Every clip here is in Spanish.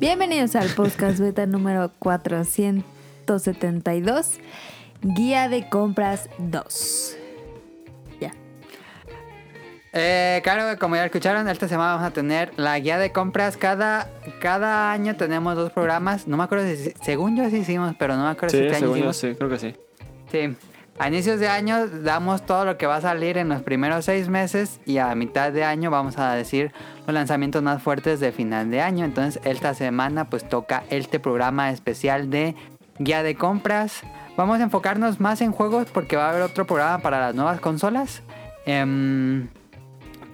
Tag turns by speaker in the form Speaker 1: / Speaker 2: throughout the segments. Speaker 1: Bienvenidos al podcast beta número 472, Guía de Compras 2. Ya.
Speaker 2: Eh, claro, como ya escucharon, esta semana vamos a tener la guía de compras. Cada, cada año tenemos dos programas. No me acuerdo si, según yo sí hicimos, pero no me acuerdo
Speaker 3: Sí,
Speaker 2: si este año
Speaker 3: según yo,
Speaker 2: hicimos.
Speaker 3: sí, creo que sí.
Speaker 2: Sí. A inicios de año damos todo lo que va a salir en los primeros seis meses y a mitad de año vamos a decir los lanzamientos más fuertes de final de año. Entonces esta semana pues toca este programa especial de guía de compras. Vamos a enfocarnos más en juegos porque va a haber otro programa para las nuevas consolas. Em,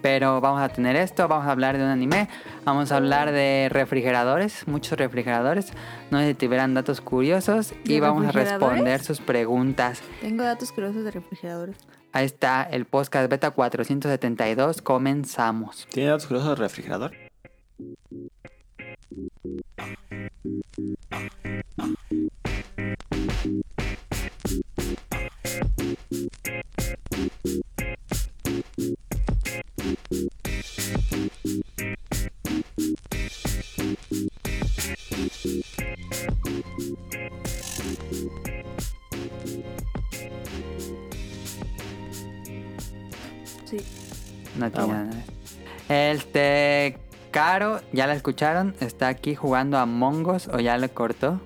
Speaker 2: pero vamos a tener esto, vamos a hablar de un anime, vamos a hablar de refrigeradores, muchos refrigeradores. No sé si tuvieran datos curiosos y
Speaker 1: ¿De
Speaker 2: vamos a
Speaker 1: refrigeradores?
Speaker 2: responder sus preguntas.
Speaker 1: Tengo datos curiosos de refrigeradores.
Speaker 2: Ahí está el podcast beta 472, comenzamos.
Speaker 3: ¿Tiene datos curiosos del refrigerador?
Speaker 1: Sí.
Speaker 2: No tiene
Speaker 3: bueno.
Speaker 2: nada. Este, Caro, ya la escucharon, está aquí jugando a Mongos o ya le cortó.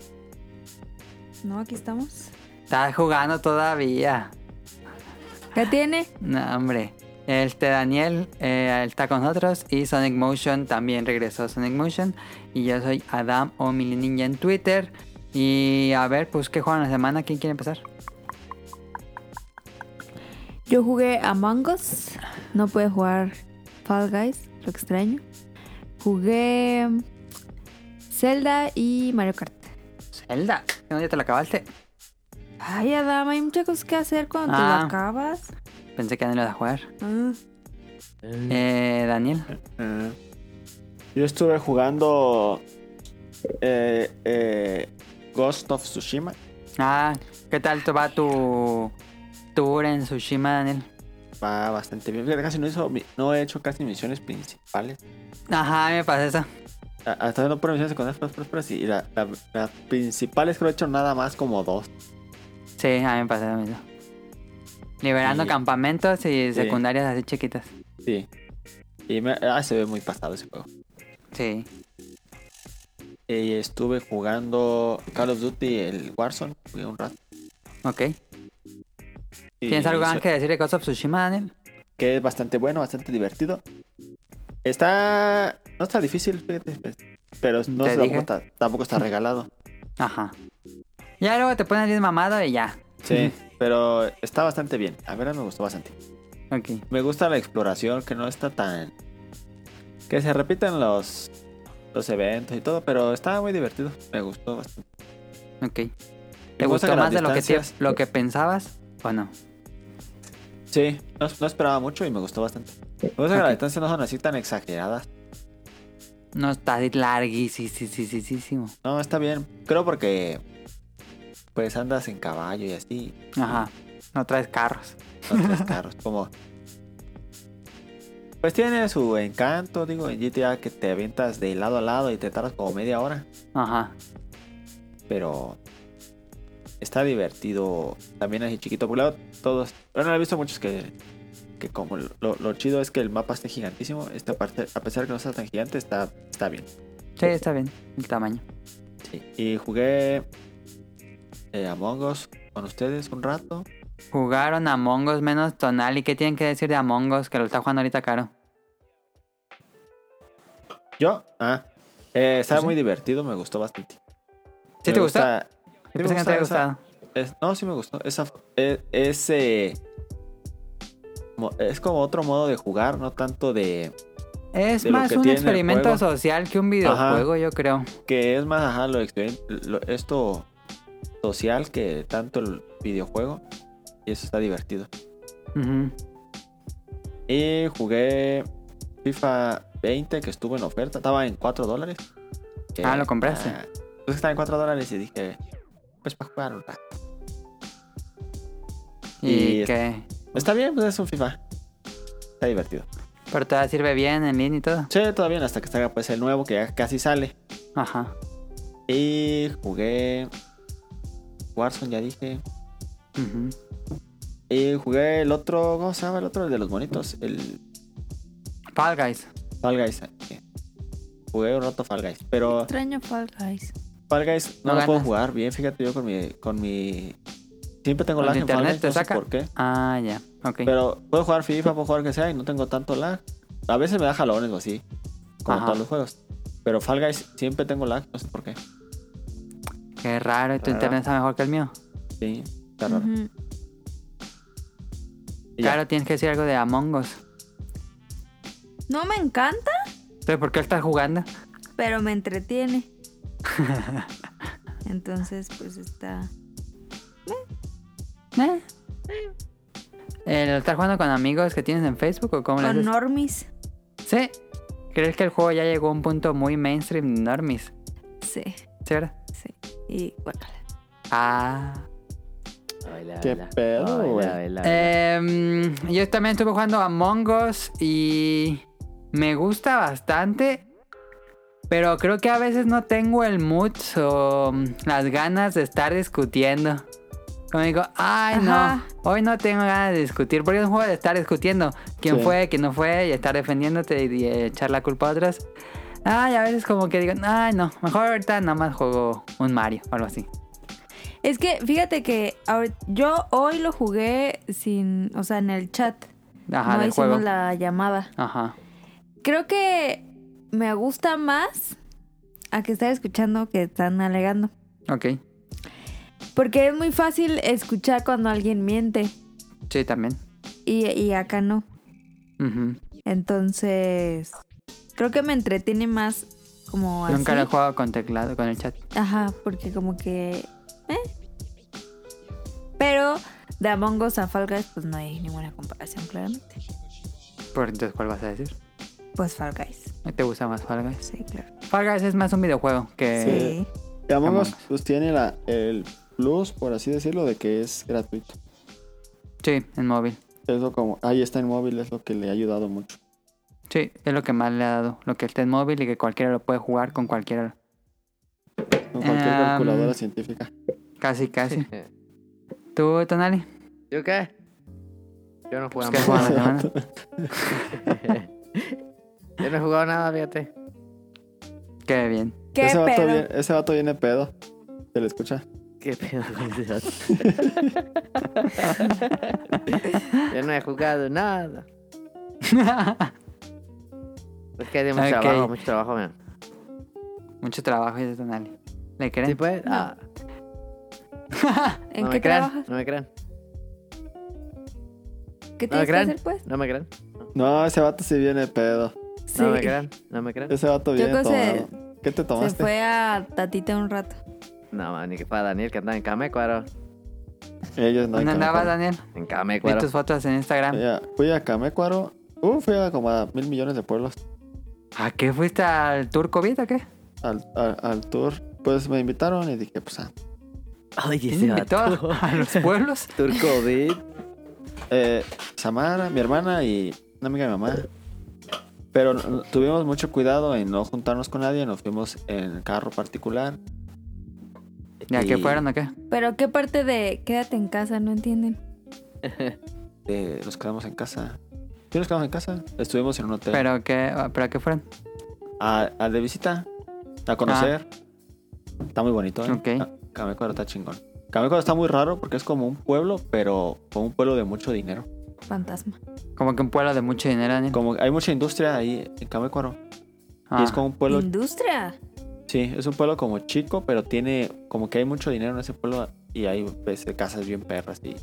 Speaker 1: ¿No? Aquí estamos.
Speaker 2: Está jugando todavía.
Speaker 1: ¿Qué tiene?
Speaker 2: No, hombre. Este Daniel eh, está con nosotros y Sonic Motion también regresó Sonic Motion. Y yo soy Adam o Mili Ninja en Twitter. Y a ver, pues, ¿qué juegan la semana? ¿Quién quiere empezar?
Speaker 1: Yo jugué a Mangos. No pude jugar Fall Guys, lo extraño. Jugué Zelda y Mario Kart.
Speaker 2: Zelda. ¿No ya te la acabaste?
Speaker 1: Ay, Adama, hay muchas cosas que hacer cuando te
Speaker 2: Ah.
Speaker 1: lo acabas.
Speaker 2: Pensé que no ibas a jugar.
Speaker 1: Ah.
Speaker 3: Mm.
Speaker 2: Eh, Daniel.
Speaker 3: Eh, Yo estuve jugando eh, eh, Ghost of Tsushima.
Speaker 2: Ah, ¿qué tal te va tu tour en Tsushima, Daniel?
Speaker 3: Va bastante bien. Fíjate, Casi no, hizo, mi- no he hecho casi misiones principales.
Speaker 2: Ajá, me pasa eso.
Speaker 3: A- Hasta no por misiones secundarias, pero, pero, pero sí. Y la- la- las principales creo que he hecho nada más como dos.
Speaker 2: Sí, a mí me pasa lo mismo. Liberando
Speaker 3: Sí.
Speaker 2: campamentos y secundarias así chiquitas.
Speaker 3: Sí. Y me- ah, se ve muy pasado ese juego.
Speaker 2: Sí.
Speaker 3: Y estuve jugando Call of Duty, el Warzone. Jugué un rato.
Speaker 2: Ok.
Speaker 3: Y
Speaker 2: ¿Tienes algo
Speaker 3: soy-
Speaker 2: más que decir de Ghost of Tsushima, Daniel?
Speaker 3: que es bastante bueno, bastante divertido. Está. No está difícil, fíjate, pues, Pero no
Speaker 2: Te
Speaker 3: sé, tampoco
Speaker 2: dije.
Speaker 3: está, tampoco está regalado.
Speaker 2: Ajá. Ya luego te pones bien mamado y ya.
Speaker 3: Sí, pero está bastante bien. A ver, me gustó bastante.
Speaker 2: Ok.
Speaker 3: Me gusta la exploración, que no está tan. Que se repiten los, los eventos y todo, pero está muy divertido. Me gustó bastante.
Speaker 2: Ok.
Speaker 3: Me
Speaker 2: ¿Te
Speaker 3: gusta
Speaker 2: gustó
Speaker 3: que las
Speaker 2: más de lo que, te-
Speaker 3: distancias-
Speaker 2: lo que pensabas o no?
Speaker 3: Sí, no, no esperaba mucho y me gustó bastante. Me gusta que
Speaker 2: Ok.
Speaker 3: las distancias no son así tan exageradas.
Speaker 2: No está así larguísimo.
Speaker 3: No, está bien. Creo porque. Pues andas en caballo y así.
Speaker 2: Ajá. No traes carros.
Speaker 3: No tres carros, como... Pues tiene su encanto, digo, en GTA que te avientas de lado a lado y te tardas como media hora.
Speaker 2: Ajá.
Speaker 3: Pero está divertido también así chiquito. Por lado, todos... Bueno, he visto muchos que... Que como lo, lo chido es que el mapa esté gigantísimo, esta parte, a pesar que no sea tan gigante, está, está bien.
Speaker 2: Sí, está bien. El tamaño.
Speaker 3: Sí. Y jugué eh, Among Us con ustedes un rato.
Speaker 2: Jugaron Among Us menos Tonal. ¿Y qué tienen que decir de Among Us que lo está jugando ahorita Caro?
Speaker 3: Yo, ah, eh, estaba
Speaker 2: Sí.
Speaker 3: muy divertido, me gustó bastante.
Speaker 2: ¿Sí
Speaker 3: Me
Speaker 2: te gustó?
Speaker 3: gusta- Sí, me
Speaker 2: Pensé que no te había
Speaker 3: gusta esa-
Speaker 2: gustado.
Speaker 3: Es- no, sí me gustó. Esa, e- ese. mo- Es como otro modo de jugar, no tanto de.
Speaker 2: Es
Speaker 3: de lo
Speaker 2: más
Speaker 3: que
Speaker 2: un
Speaker 3: tiene el
Speaker 2: experimento
Speaker 3: juego.
Speaker 2: social que un videojuego, yo creo.
Speaker 3: Que es más, ajá, lo, exper- lo- esto social que tanto el videojuego. Y eso está divertido.
Speaker 2: Ujú.
Speaker 3: Y jugué FIFA 20, que estuvo en oferta. Estaba en 4 dólares. que-
Speaker 2: Ah, ¿lo compraste?
Speaker 3: ah, pues estaba en 4 dólares y dije, pues para jugar un rato.
Speaker 2: Y,
Speaker 3: Y-
Speaker 2: que...
Speaker 3: Está bien, pues es un FIFA. Está divertido.
Speaker 2: Pero todavía sirve bien en línea y todo.
Speaker 3: Sí, todo bien, hasta que salga pues el nuevo que ya casi sale.
Speaker 2: Ajá.
Speaker 3: Y jugué Warzone, ya dije.
Speaker 2: Ujú.
Speaker 3: Y jugué el otro, ¿cómo se llama el otro? El de los monitos. El
Speaker 2: Fall Guys.
Speaker 3: Fall Guys. eh. Jugué un rato Fall Guys. Pero
Speaker 1: Extraño Fall Guys.
Speaker 3: Fall Guys no,
Speaker 2: No
Speaker 3: lo puedo
Speaker 2: ganas.
Speaker 3: jugar bien, fíjate yo con mi... Con mi... Siempre tengo
Speaker 2: Con
Speaker 3: lag en Fall
Speaker 2: internet
Speaker 3: Guys,
Speaker 2: te
Speaker 3: no sé
Speaker 2: saca.
Speaker 3: por qué.
Speaker 2: Ah, ya. Ok.
Speaker 3: Pero puedo jugar FIFA, puedo jugar que sea y no tengo tanto lag. A veces me da jalones o así, como
Speaker 2: Ajá.
Speaker 3: todos los juegos. Pero Fall Guys siempre tengo lag, no sé por qué.
Speaker 2: Qué raro. ¿Y tu
Speaker 3: Raro.
Speaker 2: internet está mejor que el mío?
Speaker 3: Sí, está raro.
Speaker 1: Ujú.
Speaker 3: Y ya.
Speaker 2: Claro, tienes que decir algo de Among Us.
Speaker 1: No me encanta,
Speaker 2: Entonces, ¿por qué estás jugando?
Speaker 1: pero me entretiene. Entonces, pues está.
Speaker 2: Eh. Eh, ¿Lo estás jugando con amigos que tienes en Facebook o cómo lo
Speaker 1: Con
Speaker 2: haces?
Speaker 1: normis.
Speaker 2: Sí. ¿Crees que el juego ya llegó a un punto muy mainstream de normies?
Speaker 1: Sí.
Speaker 2: ¿Sí, verdad?
Speaker 1: Y guácala.
Speaker 2: Ah.
Speaker 4: Hola,
Speaker 3: ¿Qué
Speaker 4: hola.
Speaker 3: pedo,
Speaker 4: Hola,
Speaker 3: güey?
Speaker 4: hola, hola.
Speaker 2: Em, yo también estuve jugando Among Us y me gusta bastante. Pero creo que a veces no tengo el mood o mm, las ganas de estar discutiendo. Como digo, ay
Speaker 1: Ajá.
Speaker 2: no, hoy no tengo ganas de discutir. Porque es un juego de estar discutiendo quién
Speaker 3: Sí.
Speaker 2: fue, quién no fue, y estar defendiéndote y, eh, echar la culpa a otros. Ay, a veces como que digo, ay no, mejor ahorita nada más juego un Mario o algo así.
Speaker 1: Es que fíjate que ahor- yo hoy lo jugué sin. O sea, en el chat.
Speaker 2: Ajá,
Speaker 1: no
Speaker 2: del
Speaker 1: hicimos
Speaker 2: juego.
Speaker 1: la llamada.
Speaker 2: Ajá.
Speaker 1: Creo que me gusta más a que estar escuchando que están alegando.
Speaker 2: Ok.
Speaker 1: Porque es muy fácil escuchar cuando alguien miente.
Speaker 2: Sí, también.
Speaker 1: Y, y acá no.
Speaker 2: Ujú.
Speaker 1: Entonces, creo que me entretiene más como así.
Speaker 2: Nunca lo he jugado con teclado, con el chat.
Speaker 1: Ajá, porque como que... ¿eh? Pero de Among Us a Fall Guys, pues no hay ninguna comparación, claramente.
Speaker 2: Por entonces, ¿cuál vas a decir?
Speaker 1: Pues Fall Guys,
Speaker 2: ¿Te gusta más Fall Guys?
Speaker 1: sí, claro.
Speaker 2: Fall Guys es más un videojuego que...
Speaker 1: Sí.
Speaker 3: Y Among
Speaker 2: Among
Speaker 3: Us pues, tiene la, el plus, por así decirlo, de que es gratuito.
Speaker 2: Sí. en móvil.
Speaker 3: Eso como, ahí está en móvil, es lo que le ha ayudado mucho.
Speaker 2: Sí, es lo que más le ha dado. Lo que está en móvil y que cualquiera lo puede jugar con cualquiera.
Speaker 3: Con cualquier
Speaker 2: Ah,
Speaker 3: calculadora
Speaker 2: mm.
Speaker 3: científica.
Speaker 2: Casi, casi. ¿Tú, Tonali?
Speaker 4: ¿Yo qué? Yo no
Speaker 2: Pues,
Speaker 4: jugaba
Speaker 2: ¿Qué has jugado en la semana?
Speaker 4: Yo no he jugado nada, fíjate.
Speaker 2: Qué bien.
Speaker 1: ¿Qué
Speaker 3: ese, vato
Speaker 1: pedo?
Speaker 3: viene, ese vato viene pedo. Se le escucha.
Speaker 4: Qué pedo con ese dato. Yo no he jugado nada. Es que hay mucho
Speaker 2: Ok.
Speaker 4: trabajo, mucho trabajo, man.
Speaker 2: Mucho trabajo ese Tonali. ¿Le creen?
Speaker 4: Sí, pues.
Speaker 1: No.
Speaker 4: Ah,
Speaker 1: ¿En
Speaker 4: no
Speaker 1: qué
Speaker 4: me crean,
Speaker 1: trabajas?
Speaker 4: No me crean.
Speaker 1: ¿Qué
Speaker 4: No me
Speaker 1: tienes que
Speaker 4: crean.
Speaker 1: hacer, pues?
Speaker 4: No me crean.
Speaker 3: No, ese vato sí viene pedo.
Speaker 1: Sí.
Speaker 4: No me crean. No me crean.
Speaker 3: Ese vato
Speaker 1: Yo
Speaker 3: viene
Speaker 1: creo que
Speaker 3: tomado. ¿Qué te
Speaker 1: se, se
Speaker 3: tomaste?
Speaker 1: fue a Tatita un rato.
Speaker 4: No, man, ni que fuera Daniel que andaba en Camecuaro.
Speaker 3: Ellos no
Speaker 2: ¿Dónde
Speaker 3: hay que me
Speaker 2: andabas,
Speaker 3: acuerdo.
Speaker 2: Daniel?
Speaker 4: En
Speaker 2: Vi
Speaker 4: Camecuaro.
Speaker 2: tus fotos en Instagram.
Speaker 3: Fui a- fui a Camecuaro. Uh, fui a como a mil millones de pueblos
Speaker 2: ¿A qué fuiste al tour COVID o qué?
Speaker 3: al, al- al tour. Pues me invitaron y dije, pues, ah,
Speaker 4: Oye,
Speaker 2: ¿Quién
Speaker 4: ese
Speaker 2: invitó a
Speaker 4: vato.
Speaker 2: a los pueblos?
Speaker 4: Turco Beat.
Speaker 3: eh, Samara, mi hermana y una amiga de mi mamá. Pero n- tuvimos mucho cuidado en no juntarnos con nadie, nos fuimos en carro particular.
Speaker 2: ¿Y a qué
Speaker 3: Y,
Speaker 2: fueron o qué?
Speaker 1: Pero ¿qué parte de quédate en casa? No entienden.
Speaker 3: eh, nos quedamos en casa. Sí, nos quedamos en casa. Estuvimos en un hotel.
Speaker 2: ¿Pero qué, pero a qué fueron?
Speaker 3: a, a de visita, a conocer. Está muy bonito, ¿eh?
Speaker 2: Ah. Ok.
Speaker 3: Ca- Camécuaro está chingón. Camécuaro está muy raro porque es como un pueblo, pero como un pueblo de mucho dinero.
Speaker 1: Fantasma.
Speaker 2: Como que un pueblo de mucho dinero, Daniel.
Speaker 3: Como hay mucha industria ahí en Camécuaro.
Speaker 2: Ah.
Speaker 3: Y es como un pueblo,
Speaker 1: Industria.
Speaker 3: sí, es un pueblo como chico, pero tiene como que hay mucho dinero en ese pueblo y hay pues, casas bien perras y,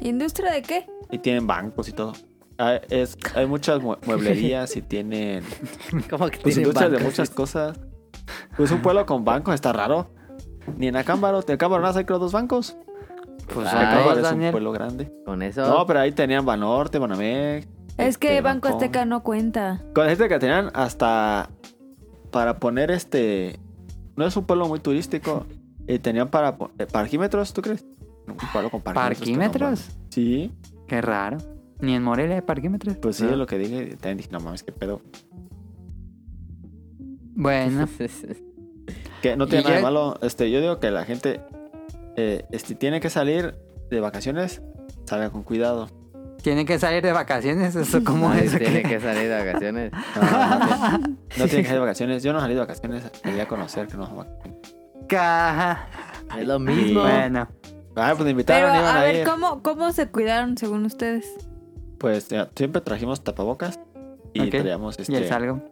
Speaker 1: ¿Industria de qué?
Speaker 3: y tienen bancos y todo. Hay, es- hay muchas mue- mueblerías y tienen
Speaker 4: Como que
Speaker 3: pues
Speaker 4: tienen
Speaker 3: industrias de
Speaker 4: bancos.
Speaker 3: muchas cosas. Pues un pueblo con bancos está raro. Ni en Acámbaro, en Acámbaro nada más hay creo dos bancos.
Speaker 2: Pues
Speaker 4: Ay,
Speaker 2: acabas,
Speaker 3: Acámbaro es un
Speaker 2: Daniel.
Speaker 3: pueblo grande.
Speaker 4: Con eso.
Speaker 3: No, pero ahí tenían Banorte, Banamex.
Speaker 1: Es que
Speaker 3: este,
Speaker 1: Banco
Speaker 3: Bancomer.
Speaker 1: Azteca no cuenta.
Speaker 3: Con gente que tenían hasta para poner este. No es un pueblo muy turístico. Y tenían para po- eh, parquímetros, ¿tú crees? Un pueblo con parquímetros. que no
Speaker 2: ¿Parquímetros?
Speaker 3: mames. sí,
Speaker 2: Qué raro. Ni en Morelia hay parquímetros.
Speaker 3: pues sí,
Speaker 2: No.
Speaker 3: es lo que dije. También dije, no mames, qué pedo.
Speaker 2: Bueno,
Speaker 3: Que no
Speaker 2: Y
Speaker 3: tiene nada de
Speaker 2: ya-
Speaker 3: malo. Este, yo digo que la gente eh, este, tiene que salir de vacaciones, salga con cuidado.
Speaker 2: tiene que salir de vacaciones, eso como
Speaker 4: Nadie
Speaker 2: es. o
Speaker 4: Tiene
Speaker 2: qué?
Speaker 4: que salir de vacaciones.
Speaker 3: No, no, no tiene- no tiene que salir de vacaciones. Yo no salí de vacaciones, quería conocer que no.
Speaker 2: Caja.
Speaker 4: Es lo mismo.
Speaker 2: Bueno,
Speaker 3: Ah, pues me invitaron,
Speaker 1: Pero
Speaker 3: iban
Speaker 1: a
Speaker 3: a,
Speaker 1: ver,
Speaker 3: ir.
Speaker 1: ¿cómo, ¿cómo se cuidaron según ustedes?
Speaker 3: Pues ya, siempre trajimos tapabocas y
Speaker 2: Ok.
Speaker 3: traíamos
Speaker 2: y es
Speaker 3: este.
Speaker 2: algo.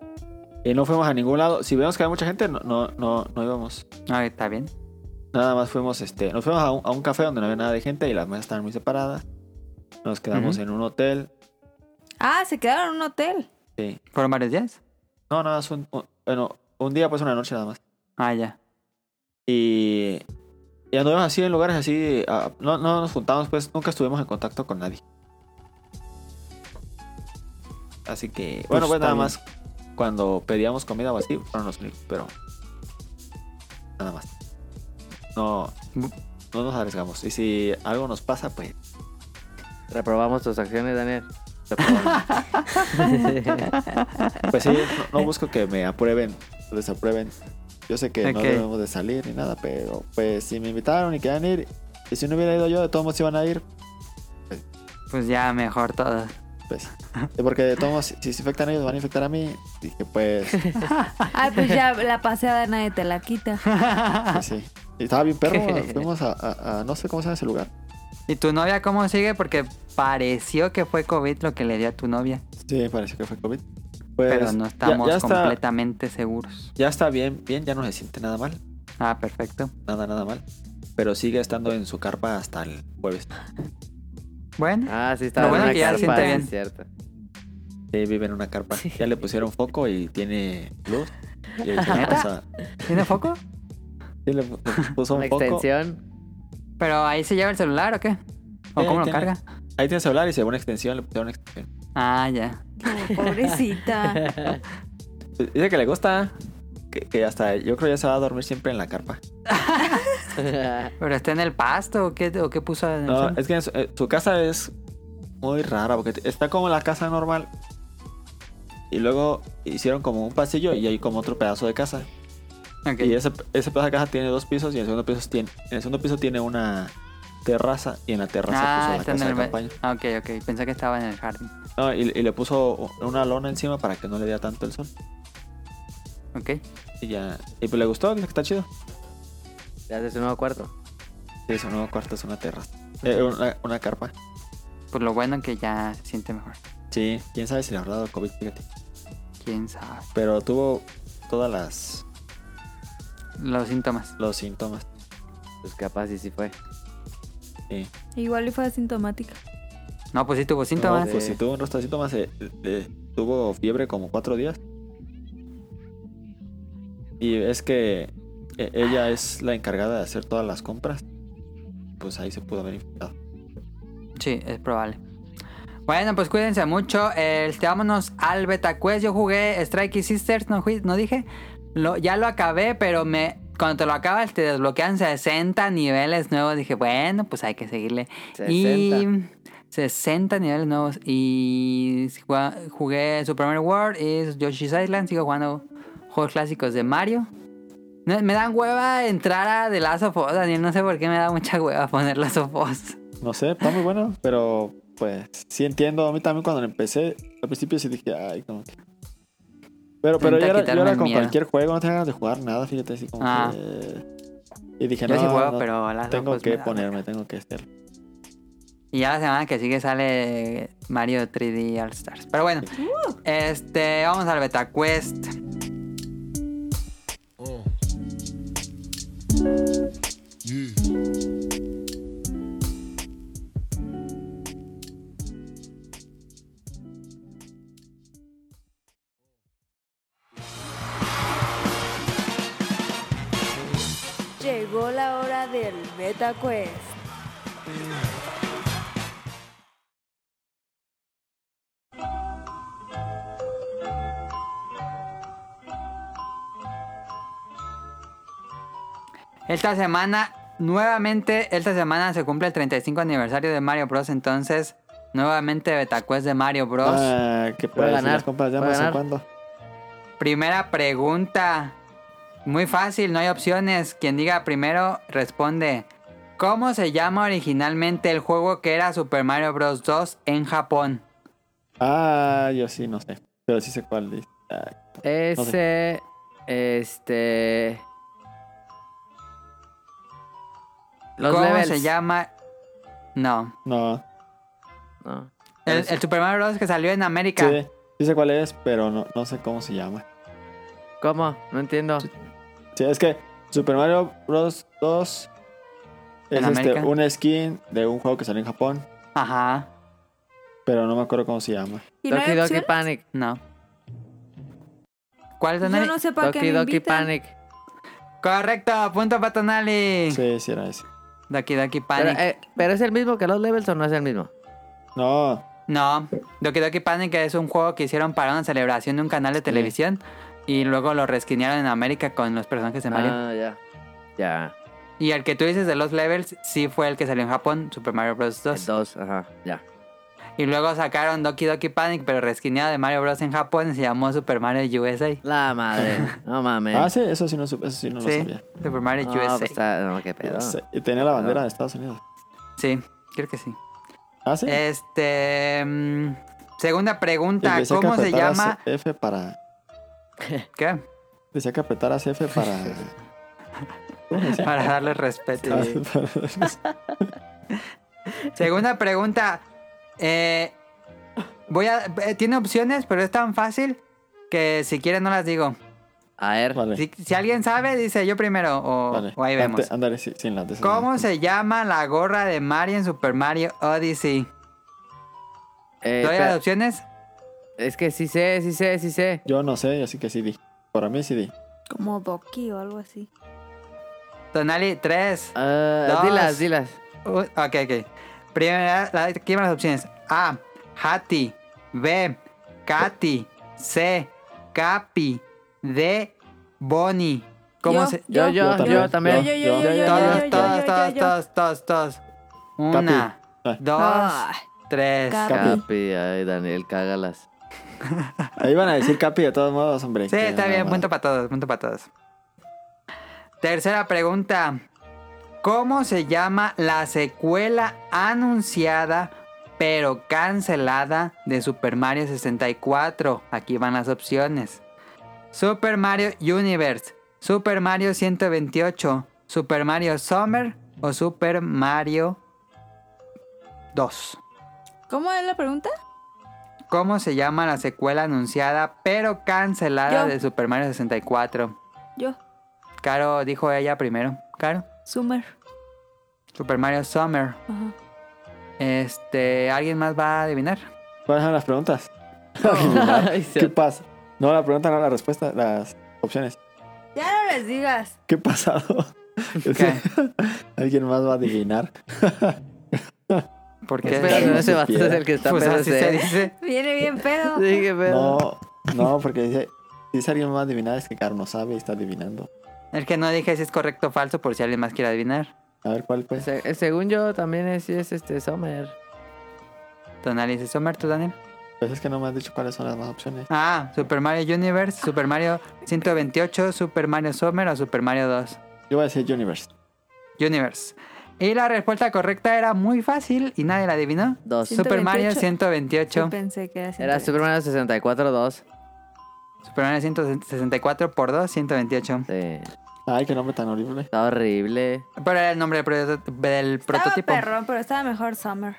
Speaker 3: Y no fuimos a ningún lado. Si vemos que hay mucha gente, no, no, no, no íbamos.
Speaker 2: Ah, está bien.
Speaker 3: Nada más fuimos, este, nos fuimos a un, a un café donde no había nada de gente y las mesas estaban muy separadas. Nos quedamos
Speaker 2: Ujú.
Speaker 3: en un hotel.
Speaker 1: Ah, se quedaron en un hotel.
Speaker 2: ¿Fueron varios días?
Speaker 3: No, nada más un, un- bueno, un día pues una noche nada más.
Speaker 2: Ah, ya.
Speaker 3: Y, y anduvimos así en lugares así, ah, no, no nos juntamos pues, nunca estuvimos en contacto con nadie. Así que, bueno, pues
Speaker 2: está
Speaker 3: nada
Speaker 2: bien.
Speaker 3: más cuando pedíamos comida o así, fueron los únicos, pero nada más. No,
Speaker 2: Bu-
Speaker 3: no nos arriesgamos. Y si algo nos pasa, pues
Speaker 4: Reprobamos tus acciones, Daniel.
Speaker 3: se probará. Pues sí, no, no busco que me aprueben o desaprueben. Yo sé que no
Speaker 2: Ok.
Speaker 3: debemos de salir ni nada, pero pues si me invitaron y querían ir, y si no hubiera ido yo, de todos modos iban a ir,
Speaker 2: Pues ya mejor todo.
Speaker 3: pues. Porque de todos modos, si se infectan ellos, van a infectar a mí. Dije, pues,
Speaker 1: Ay, pues ya la paseada nadie te la quita.
Speaker 3: pues sí. Y estaba bien perro,
Speaker 2: ¿Qué?
Speaker 3: fuimos a, a- a- no sé cómo se llama ese lugar.
Speaker 2: ¿Y tu novia cómo sigue? Porque pareció que fue COVID lo que le dio a tu novia.
Speaker 3: Sí, parece que fue COVID. Pues,
Speaker 2: pero no estamos
Speaker 3: ya, ya está,
Speaker 2: completamente seguros.
Speaker 3: ya está bien, bien, ya no se siente nada mal.
Speaker 2: Ah, perfecto.
Speaker 3: Nada, nada mal. Pero sigue estando en su carpa hasta el jueves.
Speaker 2: Bueno,
Speaker 4: Ah, sí, está
Speaker 2: Lo bueno
Speaker 4: en
Speaker 2: que
Speaker 4: una
Speaker 2: ya
Speaker 4: carpa,
Speaker 2: siente
Speaker 4: sí,
Speaker 2: bien.
Speaker 4: es cierto.
Speaker 3: Sí, vive en una carpa.
Speaker 4: Sí.
Speaker 3: Ya le pusieron foco y tiene luz. Y ahí se la
Speaker 2: ¿Neta?
Speaker 3: pasa-
Speaker 2: ¿tiene foco?
Speaker 3: sí, le pu- le puso
Speaker 4: Una
Speaker 3: un foco.
Speaker 4: extensión.
Speaker 2: ¿Pero ahí se lleva el celular o qué? ¿O
Speaker 3: Sí,
Speaker 2: cómo lo
Speaker 3: Eh, tiene.
Speaker 2: carga?
Speaker 3: Ahí tiene celular y se ve una extensión, le pusieron una extensión.
Speaker 2: Ah, ya.
Speaker 1: Oh, pobrecita.
Speaker 3: Dice que le gusta. Que, que hasta yo creo ya se va a dormir siempre en la carpa.
Speaker 2: ¿Pero está en el pasto o qué, o qué puso en el
Speaker 3: No,
Speaker 2: sol?
Speaker 3: es que su, eh, su casa es muy rara porque está como la casa normal. Y luego hicieron como un pasillo y hay como otro pedazo de casa.
Speaker 2: Ok.
Speaker 3: Y ese, ese pedazo de casa tiene dos pisos y en el segundo piso tiene, en el segundo piso tiene una terraza y en la terraza
Speaker 2: Ah,
Speaker 3: puso la
Speaker 2: está en
Speaker 3: casa de
Speaker 2: el...
Speaker 3: campaña.
Speaker 2: Ah, ok, ok. Pensé que estaba en el jardín.
Speaker 3: No, y, y le puso una lona encima para que no le diera tanto el sol.
Speaker 2: Ok.
Speaker 3: Y ya. Y pues le gustó, dice que está chido.
Speaker 4: Le haces un nuevo cuarto.
Speaker 3: Sí, su nuevo cuarto es una terraza. Eh, una, una carpa.
Speaker 2: Pues lo bueno que ya se siente mejor.
Speaker 3: Sí, quién sabe si le habrá dado COVID, fíjate.
Speaker 2: ¿Quién sabe?
Speaker 3: Pero tuvo todas las
Speaker 2: Los síntomas.
Speaker 3: los síntomas.
Speaker 4: Pues capaz y sí fue.
Speaker 3: Sí.
Speaker 1: Igual y fue asintomática.
Speaker 2: No, pues sí tuvo
Speaker 3: No,
Speaker 2: síntomas.
Speaker 3: pues si tuvo un resto de síntomas, eh, eh, tuvo fiebre como cuatro días. Y es que eh, ella es la encargada de hacer todas las compras. Pues ahí se pudo haber infectado.
Speaker 2: Sí, es probable. Bueno, pues cuídense mucho. Este, vámonos al Beta Quest. Yo jugué Strikey Sisters, no, fui- no dije. Lo, ya lo acabé, pero me cuando te lo acabas te desbloquean 60 niveles nuevos. Dije, bueno, pues hay que seguirle.
Speaker 4: 60.
Speaker 2: Y 60 niveles nuevos. Y jua- jugué Super Mario World y Yoshi's Island. Sigo jugando juegos clásicos de Mario. No, Me dan hueva entrar a The Last of Us, Daniel. No sé por qué me da mucha hueva poner Last of Us.
Speaker 3: No sé, está muy bueno, pero pues sí entiendo. A mí también cuando lo empecé, al principio sí dije, ay, como que. Pero, pero yo
Speaker 2: Intenta
Speaker 3: era, yo
Speaker 2: quitarme
Speaker 3: era
Speaker 2: el
Speaker 3: con
Speaker 2: miedo.
Speaker 3: cualquier juego, no tenía ganas de jugar nada, fíjate, así como
Speaker 2: Ah.
Speaker 3: que. Y dije,
Speaker 2: Yo
Speaker 3: no,
Speaker 2: sí juego,
Speaker 3: no,
Speaker 2: pero Last of
Speaker 3: tengo
Speaker 2: Us me
Speaker 3: que
Speaker 2: da-
Speaker 3: ponerme, tengo que hacer.
Speaker 2: Y ya la semana que sigue sale Mario 3D All Stars. Pero bueno, este, vamos al Beta Quest.
Speaker 5: Oh. Yeah.
Speaker 1: Llegó la hora del Beta Quest.
Speaker 2: Esta semana, nuevamente, esta semana se cumple el 35 aniversario de Mario Bros. Entonces, nuevamente Beta Quest de Mario Bros.
Speaker 3: Ah, que para
Speaker 4: ganar,
Speaker 3: las compras ya
Speaker 4: voy a
Speaker 3: no sé
Speaker 4: ganar.
Speaker 3: cuándo.
Speaker 2: Primera pregunta. Muy fácil, no hay opciones. Quien diga primero responde. ¿Cómo se llama originalmente el juego que era Super Mario Bros. 2 en Japón?
Speaker 3: Ah, yo sí, no sé. Pero sí sé cuál dice. Ah,
Speaker 4: Ese. Este. Los
Speaker 2: ¿Cómo
Speaker 4: levels.
Speaker 2: se llama? No.
Speaker 3: no.
Speaker 4: No.
Speaker 2: El, el Super Mario Bros. que salió en América.
Speaker 3: Sí, sí sé cuál es, pero no, no sé cómo se llama.
Speaker 4: ¿Cómo? No entiendo.
Speaker 3: Sí, es que Super Mario Bros. 2 es
Speaker 2: ¿En
Speaker 3: este,
Speaker 2: América?
Speaker 3: una skin de un juego que salió en Japón,
Speaker 2: Ajá.
Speaker 3: pero no me acuerdo cómo se llama.
Speaker 1: ¿Y no hay
Speaker 4: Doki Doki
Speaker 1: opción?
Speaker 4: Panic.
Speaker 2: No. ¿Cuál
Speaker 1: Yo
Speaker 2: Tonali?
Speaker 1: no sé para qué
Speaker 4: Doki
Speaker 1: me
Speaker 4: Doki
Speaker 1: invitan.
Speaker 4: Panic.
Speaker 2: Correcto, punto para Tonali.
Speaker 3: Sí, sí era ese.
Speaker 2: Doki Doki Panic.
Speaker 4: Pero, eh, ¿pero es el mismo que los levels o no es el mismo?
Speaker 3: No,
Speaker 2: No, Doki Doki Panic es un juego que hicieron para una celebración de un canal de televisión y luego lo reskinearon en América con los personajes de Mario.
Speaker 4: Ah, ya. Ya.
Speaker 2: Y el que tú dices de los levels sí fue el que salió en Japón, Super Mario Bros. 2.
Speaker 4: El dos, ajá. Ya.
Speaker 2: Y luego sacaron Doki Doki Panic, pero reskineado de Mario Bros. en Japón y se llamó Super Mario USA.
Speaker 4: La madre. No mames.
Speaker 3: Ah, sí, eso sí no, supe- eso sí no lo
Speaker 2: sí,
Speaker 3: sabía.
Speaker 2: Super Mario
Speaker 4: No,
Speaker 2: USA.
Speaker 4: pues está- no, qué pedo.
Speaker 3: Sí, Y tenía la bandera de Estados Unidos.
Speaker 2: Sí, creo que sí.
Speaker 3: Ah, sí.
Speaker 2: Eh, Este. mm, segunda pregunta:
Speaker 3: Decía que
Speaker 2: ¿Cómo se
Speaker 3: apretaras
Speaker 2: llama?
Speaker 3: F para.
Speaker 2: ¿Qué?
Speaker 3: Decía que apretaras F para. ¿Cómo decía?
Speaker 2: Para darle respeto.
Speaker 3: Ah, para-
Speaker 2: Segunda pregunta. Eh, voy a. eh, tiene opciones, pero es tan fácil que si quieren no las digo.
Speaker 4: A ver.
Speaker 3: Vale.
Speaker 2: Si, si alguien sabe, dice yo primero o,
Speaker 3: vale.
Speaker 2: o ahí
Speaker 3: Ante-
Speaker 2: vemos.
Speaker 3: Ándale, sí, sin la de esas.
Speaker 2: ¿Cómo se llama la gorra de Mario en Super Mario Odyssey? ¿Doy
Speaker 4: eh,
Speaker 2: las
Speaker 4: espera,
Speaker 2: opciones?
Speaker 4: es que sí sé, sí sé, sí sé.
Speaker 3: Yo no sé, así que sí di. Para mí sí di.
Speaker 1: Como Doki o algo así.
Speaker 2: Tonali, tres.
Speaker 4: Ah,
Speaker 2: Dos.
Speaker 4: dilas, dilas.
Speaker 2: Uh, ok, ok. Primera, la- aquí van las opciones. A. Hati. B. Katy. C. Capi. D. Bonnie. ¿Cómo
Speaker 1: Yo.
Speaker 2: se.?
Speaker 4: Yo,
Speaker 1: Ah, Yo,
Speaker 4: yo, yo,
Speaker 3: yo
Speaker 4: también.
Speaker 1: Yo, yo, yo, yo, yo, yo, yo,
Speaker 2: Todos,
Speaker 1: yo,
Speaker 2: todos, todos,
Speaker 1: yo.
Speaker 2: todos, todos, todos. Una,
Speaker 3: Capi.
Speaker 2: dos,
Speaker 1: Ah,
Speaker 2: tres.
Speaker 1: Capi.
Speaker 4: Capi. ay, Daniel, cágalas.
Speaker 3: Ahí van a decir Capi de todos modos, hombre.
Speaker 2: Sí,
Speaker 3: que
Speaker 2: está
Speaker 3: nada
Speaker 2: bien,
Speaker 3: más.
Speaker 2: punto para todos, punto para todos. Tercera pregunta. ¿Cómo se llama la secuela anunciada pero cancelada de Super Mario 64? Aquí van las opciones. Super Mario Universe, Super Mario 128, Super Mario Summer o Super Mario 2.
Speaker 1: ¿Cómo es la pregunta?
Speaker 2: ¿Cómo se llama la secuela anunciada pero cancelada
Speaker 1: Yo.
Speaker 2: de Super Mario 64?
Speaker 1: Yo.
Speaker 2: Caro dijo ella primero. Caro.
Speaker 1: Summer.
Speaker 2: Super Mario Summer.
Speaker 1: Ajá.
Speaker 2: Este, ¿alguien más va a adivinar?
Speaker 3: ¿Cuáles son las preguntas?
Speaker 4: Ay, se-
Speaker 3: ¿Qué pasa? No, la pregunta no, la respuesta, las opciones.
Speaker 1: Ya no les digas.
Speaker 3: ¿Qué pasado? Es que Alguien más va a adivinar.
Speaker 2: Porque
Speaker 4: Espera,
Speaker 3: no
Speaker 4: no
Speaker 3: se
Speaker 4: ese vato Pues, es
Speaker 3: pierda.
Speaker 4: el que está
Speaker 2: pues,
Speaker 4: pedo
Speaker 2: así se
Speaker 4: ese. ¿eh?
Speaker 2: dice.
Speaker 1: Viene bien pedo.
Speaker 4: Sí, qué pedo.
Speaker 3: No, no, porque dice, dice alguien más va a adivinar, es que Caro no sabe y está adivinando.
Speaker 2: El que no dije si es correcto o falso por si alguien más quiere adivinar.
Speaker 3: A ver cuál pues.
Speaker 4: Se- eh, según yo, también es, sí es este Summer.
Speaker 2: Tonali dice Summer, tú Daniel.
Speaker 3: Pues es que no me has dicho cuáles son las más opciones.
Speaker 2: Ah, Super Mario Universe, Super Mario 128, Super Mario Summer o Super Mario 2.
Speaker 3: Yo voy a decir Universe.
Speaker 2: Universe. Y la respuesta correcta era muy fácil y nadie la adivinó.
Speaker 4: Dos.
Speaker 1: Sí. 128.
Speaker 2: Super Mario
Speaker 1: Yo
Speaker 2: 128.
Speaker 1: pensé que era así.
Speaker 4: Era Super Mario 64 2.
Speaker 2: Super Mario 164 por 2, 128.
Speaker 4: Sí.
Speaker 3: Ay, qué nombre tan horrible.
Speaker 4: Está horrible.
Speaker 2: Pero era el nombre del, proto- del prototipo.
Speaker 1: Estaba perrón, pero estaba mejor Summer.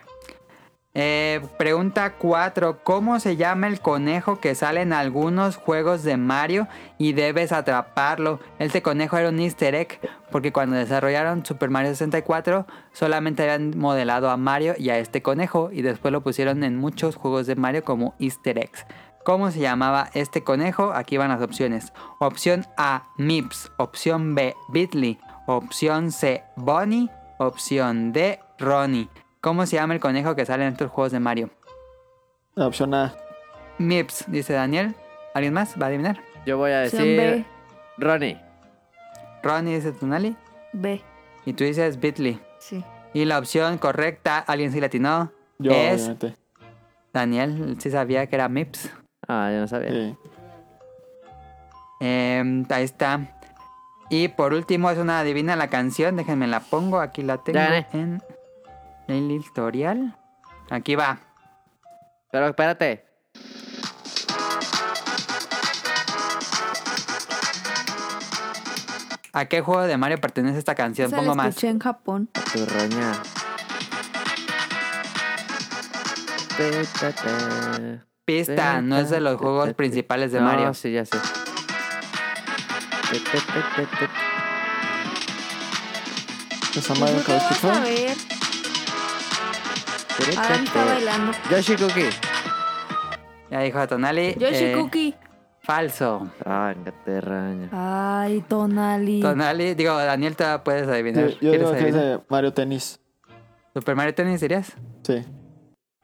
Speaker 2: Eh, pregunta 4. ¿Cómo se llama el conejo que sale en algunos juegos de Mario y debes atraparlo? Este conejo era un easter egg porque cuando desarrollaron Super Mario 64 solamente habían modelado a Mario y a este conejo y después lo pusieron en muchos juegos de Mario como easter eggs. ¿Cómo se llamaba este conejo? Aquí van las opciones. Opción A, Mips. Opción B, Bitly. Opción C, Bonnie. Opción D, Ronnie. ¿Cómo se llama el conejo que sale en estos juegos de Mario?
Speaker 3: La opción A.
Speaker 2: Mips, dice Daniel. ¿Alguien más va a adivinar?
Speaker 4: Yo voy a
Speaker 1: Opción
Speaker 4: decir Ronnie.
Speaker 2: Ronnie dice Tonali.
Speaker 1: B. B.
Speaker 2: Y tú dices Bitly.
Speaker 1: Sí.
Speaker 2: Y la opción correcta, alguien sí latinó,
Speaker 3: Yo,
Speaker 2: Es-
Speaker 3: obviamente.
Speaker 2: Daniel sí sabía que era Mips. este.
Speaker 4: Ah, yo no sabía.
Speaker 3: Sí.
Speaker 2: Em, ahí está. Y por último es una adivina la canción. Déjenme la pongo. Aquí la tengo
Speaker 4: Ya gané.
Speaker 2: en el historial. Aquí va.
Speaker 4: Pero espérate.
Speaker 2: ¿A qué juego de Mario pertenece esta canción?
Speaker 1: Esa la
Speaker 2: Pongo más.
Speaker 1: escuché en Japón.
Speaker 4: Tu roña. Pe, ta, ta.
Speaker 2: Pista, no es de los juegos principales de
Speaker 4: No,
Speaker 2: Mario.
Speaker 4: Sí, ya sé. Pe, pe, pe, pe, pe.
Speaker 3: ¿Esa madre
Speaker 1: ¿Cómo
Speaker 3: que
Speaker 1: vas a
Speaker 3: fue?
Speaker 1: ver? Adam
Speaker 4: Pe, pe,
Speaker 1: Ah, está
Speaker 4: pe.
Speaker 1: bailando.
Speaker 4: Yoshi Cookie.
Speaker 2: Ya dijo Tonali.
Speaker 1: Yoshi
Speaker 2: eh,
Speaker 1: Cookie.
Speaker 2: Falso.
Speaker 4: Ángate, roña.
Speaker 1: Ay, Tonali.
Speaker 2: Tonali, digo, Daniel, todavía puedes adivinar.
Speaker 3: Yo, yo
Speaker 2: ¿Quieres
Speaker 3: digo que es
Speaker 2: adivinar?
Speaker 3: de Mario Tennis.
Speaker 2: ¿Super Mario Tennis dirías?
Speaker 3: Sí.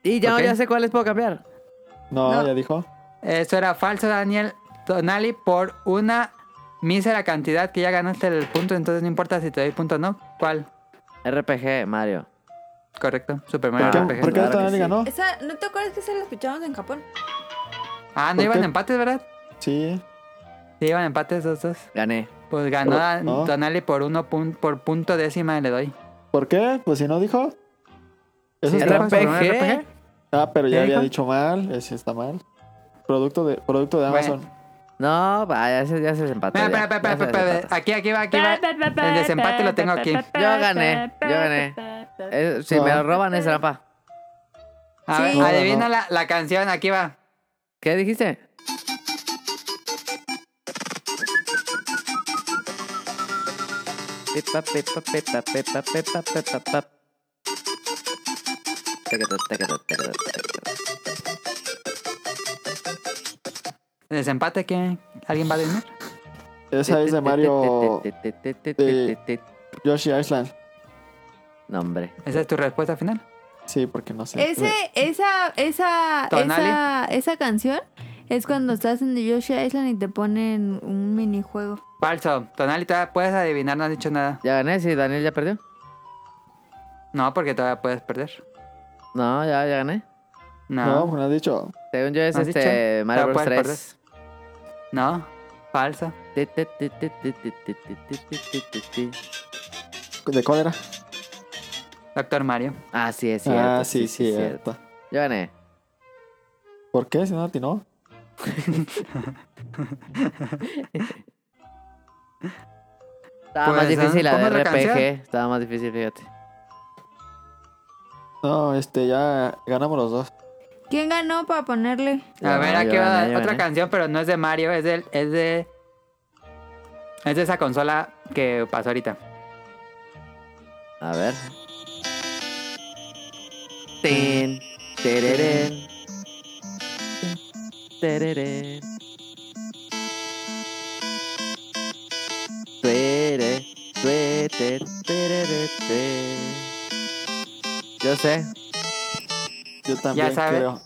Speaker 4: Y ya,
Speaker 2: Ok.
Speaker 4: ya sé cuáles puedo cambiar.
Speaker 3: No,
Speaker 1: No.
Speaker 3: ya dijo.
Speaker 2: Eso era falso, Daniel. Tonali, por una mísera cantidad que ya ganaste el punto, entonces no importa si te doy punto o no. ¿Cuál?
Speaker 4: RPG, Mario.
Speaker 2: Correcto. Super Mario
Speaker 3: ¿Por qué,
Speaker 4: Ah,
Speaker 2: RPG.
Speaker 3: ¿por qué
Speaker 4: claro
Speaker 3: todavía
Speaker 4: que sí.
Speaker 3: ganó?
Speaker 1: Esa, ¿No te acuerdas que esa la escuchamos en Japón?
Speaker 2: Ah, no
Speaker 3: ¿Por
Speaker 2: iban
Speaker 3: qué?
Speaker 2: empates, ¿verdad?
Speaker 3: Sí.
Speaker 2: Sí, iban empates dos, dos.
Speaker 4: Gané.
Speaker 2: Pues ganó
Speaker 3: Oh,
Speaker 2: Dan-
Speaker 3: oh.
Speaker 2: Tonali por uno pun- por punto décima le doy.
Speaker 3: ¿Por qué? Pues si no dijo. Eso
Speaker 2: Sí,
Speaker 3: está
Speaker 2: ¿era
Speaker 3: mal.
Speaker 2: por un
Speaker 4: RPG?
Speaker 3: Ah, pero
Speaker 2: ¿Qué
Speaker 3: ya había
Speaker 2: dijo?
Speaker 3: dicho mal. Ese está mal. Producto de, producto de
Speaker 2: Bueno.
Speaker 3: Amazon.
Speaker 4: No, vaya, ya se, ya se desempató.
Speaker 2: Espera,
Speaker 4: ya,
Speaker 2: espera, espera,
Speaker 4: ya se
Speaker 2: espera, espera,
Speaker 4: desempató.
Speaker 2: Aquí, aquí va, aquí va. El desempate lo tengo aquí.
Speaker 4: Yo gané, yo gané. Eh, si
Speaker 3: No.
Speaker 4: me lo roban es trampa.
Speaker 2: A
Speaker 1: Sí.
Speaker 2: ver,
Speaker 3: No, no,
Speaker 2: adivina
Speaker 3: no.
Speaker 2: La, la canción, aquí va.
Speaker 4: ¿Qué dijiste? Pepa, pepa, pepa, pepa, pepa, pepa, pepa. Tacata, tacata, tacata, tacata.
Speaker 2: El desempate, ¿quién? ¿Alguien va a adivinar?
Speaker 3: Esa es de Mario de- Yoshi Island.
Speaker 4: No, hombre.
Speaker 2: ¿Esa es tu respuesta final?
Speaker 3: Sí, porque no sé.
Speaker 1: Ese, esa, esa,
Speaker 2: Tonali.
Speaker 1: esa, esa canción es cuando estás en Yoshi Island y te ponen un minijuego.
Speaker 2: Falso. Tonali, todavía puedes adivinar, no has dicho nada.
Speaker 4: Ya gané, sí, Daniel ya perdió.
Speaker 2: No, porque todavía puedes perder.
Speaker 4: No, ya, ya gané.
Speaker 3: No,
Speaker 2: No.
Speaker 3: pues no has dicho.
Speaker 4: Según yo es
Speaker 2: ¿No has
Speaker 4: este
Speaker 2: dicho?
Speaker 4: Mario
Speaker 2: Ya
Speaker 4: Bros.
Speaker 2: puedes
Speaker 4: 3.
Speaker 2: No. Falso.
Speaker 4: Ti, ti, ti, ti, ti, ti, ti, ti, ti, ti, ti, ti.
Speaker 3: ¿De cuál era?
Speaker 2: Doctor Mario.
Speaker 4: Ah, sí, es cierto.
Speaker 3: ah, sí,
Speaker 4: sí, es cierto.
Speaker 3: cierto.
Speaker 4: Yo gané.
Speaker 3: ¿Por qué? Si no atinó.
Speaker 4: Estaba
Speaker 2: Pues,
Speaker 4: más difícil la
Speaker 2: ¿pongo
Speaker 4: de
Speaker 2: otra
Speaker 4: RPG.
Speaker 2: canción?
Speaker 4: Estaba más difícil, fíjate.
Speaker 3: No, este, ya ganamos los dos.
Speaker 1: ¿Quién ganó para ponerle?
Speaker 2: A
Speaker 4: No,
Speaker 2: ver,
Speaker 4: yo
Speaker 2: aquí va
Speaker 4: gané, yo
Speaker 2: otra
Speaker 4: gané.
Speaker 2: canción, pero no es de Mario, es de, es de. Es de esa consola que pasó ahorita.
Speaker 4: A ver. Tin, tererén. Tererén. Tere, tuete, tereré, te. Yo sé.
Speaker 3: Yo también
Speaker 2: sabe.
Speaker 3: creo.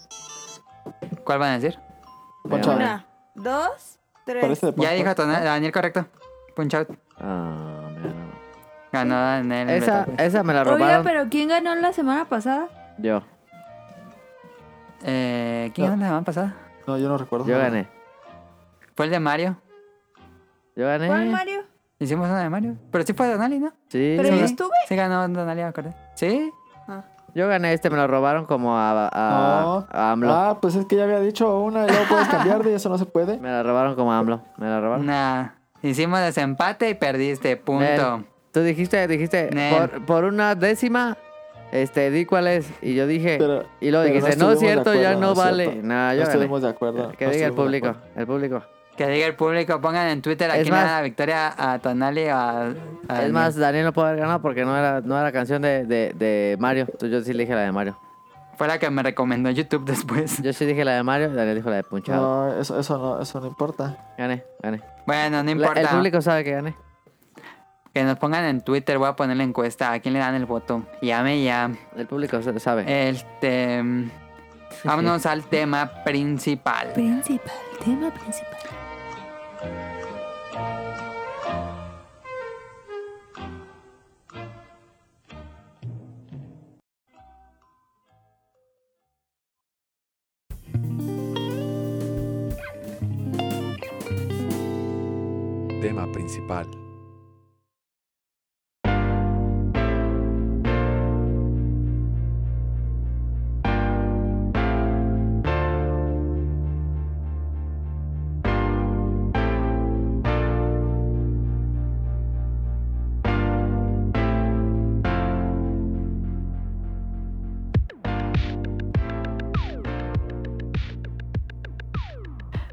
Speaker 2: ¿Cuál van a decir?
Speaker 3: Poncho,
Speaker 4: Una.
Speaker 3: a ver. este
Speaker 1: dos, tres.
Speaker 3: Parece de
Speaker 2: Ya
Speaker 3: Poncho.
Speaker 2: dijo Tona- Daniel, correcto. Punch out.
Speaker 4: Ah, me ganó.
Speaker 2: Ganó Daniel.
Speaker 4: Esa,
Speaker 2: Beto.
Speaker 4: esa me la
Speaker 1: Oiga,
Speaker 4: robaron.
Speaker 1: pero ¿quién ganó la semana pasada?
Speaker 4: Yo,
Speaker 2: Eh, ¿Quién
Speaker 3: No.
Speaker 2: ganó la semana pasada?
Speaker 3: No, yo no recuerdo.
Speaker 4: yo gané.
Speaker 2: Fue el de Mario.
Speaker 4: Yo gané.
Speaker 1: ¿Cuál Mario?
Speaker 2: Hicimos una de Mario. Pero sí fue Donali, ¿no?
Speaker 4: Sí,
Speaker 1: Pero
Speaker 4: sí.
Speaker 1: yo estuve.
Speaker 2: Sí ganó Donali, me acordé. ¿Sí?
Speaker 4: Yo gané este, me lo robaron como a, a,
Speaker 3: No.
Speaker 4: a AMLO.
Speaker 3: Ah, pues es que ya había dicho una y luego puedes cambiar de eso no se puede.
Speaker 4: Me la robaron como a AMLO. Me la
Speaker 3: Mm.
Speaker 4: robaron.
Speaker 2: Nah. Hicimos desempate y perdiste. Punto.
Speaker 4: Nel, Tú dijiste, dijiste,
Speaker 2: Nel.
Speaker 4: por, por una décima, este, di cuál es. Y yo dije,
Speaker 3: Pero-
Speaker 4: y
Speaker 3: pero
Speaker 4: luego dijiste, no es
Speaker 3: estuvimos de
Speaker 4: cierto, ya
Speaker 3: acuerdo,
Speaker 4: no
Speaker 3: es
Speaker 4: vale.
Speaker 3: cierto.
Speaker 4: No, yo
Speaker 3: no
Speaker 4: gané.
Speaker 3: estuvimos de acuerdo.
Speaker 4: Que
Speaker 3: no
Speaker 4: diga
Speaker 3: estuvimos
Speaker 4: el
Speaker 3: de
Speaker 4: público,
Speaker 3: acuerdo.
Speaker 4: el público.
Speaker 2: Que diga el público, pongan en Twitter a
Speaker 4: Es
Speaker 2: quién le
Speaker 4: más-
Speaker 2: da la victoria a Tonali o a. a
Speaker 4: Es
Speaker 2: Daniel.
Speaker 4: más, Daniel no puede haber ganado porque no era, no era canción de, de, de Mario. Entonces yo sí le dije la de Mario.
Speaker 2: Fue la que me recomendó YouTube después.
Speaker 4: Yo sí dije la de Mario y Daniel dijo la de Punchado.
Speaker 3: No, eso, eso no, eso no importa.
Speaker 4: Gané, gané.
Speaker 2: Bueno, no
Speaker 4: La-
Speaker 2: importa.
Speaker 4: el público sabe que gané.
Speaker 2: Que nos pongan en Twitter, voy a poner la encuesta. ¿A quién le dan el voto? Llame ya.
Speaker 4: El público sa- sabe.
Speaker 2: Este. mm, Vámonos al tema principal.
Speaker 1: Principal, tema principal. tema principal.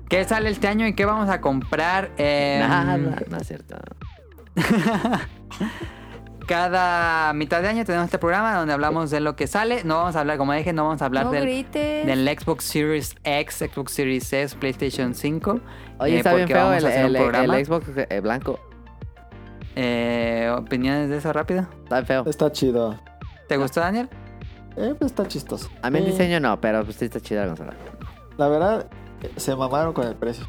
Speaker 2: ¿Qué sale este año y qué vamos a comprar? Eh,
Speaker 4: Nada,
Speaker 3: em.
Speaker 4: no es cierto.
Speaker 2: Cada mitad de año tenemos este programa donde hablamos de lo que sale. No vamos a hablar, como dije, no vamos a hablar
Speaker 6: No
Speaker 2: del,
Speaker 6: grites.
Speaker 2: del Xbox Series X, Xbox Series S, PlayStation 5.
Speaker 4: Oye,
Speaker 2: eh,
Speaker 4: está bien
Speaker 2: porque
Speaker 4: feo
Speaker 2: vamos a
Speaker 4: el,
Speaker 2: hacer un
Speaker 4: el- el
Speaker 2: programa.
Speaker 4: Xbox eh, blanco.
Speaker 2: Eh, ¿Opiniones de eso rápido?
Speaker 4: Está bien feo.
Speaker 3: Está chido.
Speaker 2: ¿Te gustó, Daniel?
Speaker 3: Eh, pues está chistoso.
Speaker 4: A mí el
Speaker 3: Eh,
Speaker 4: diseño no, pero pues sí está chida la consola.
Speaker 3: La verdad, eh, se mamaron con el precio.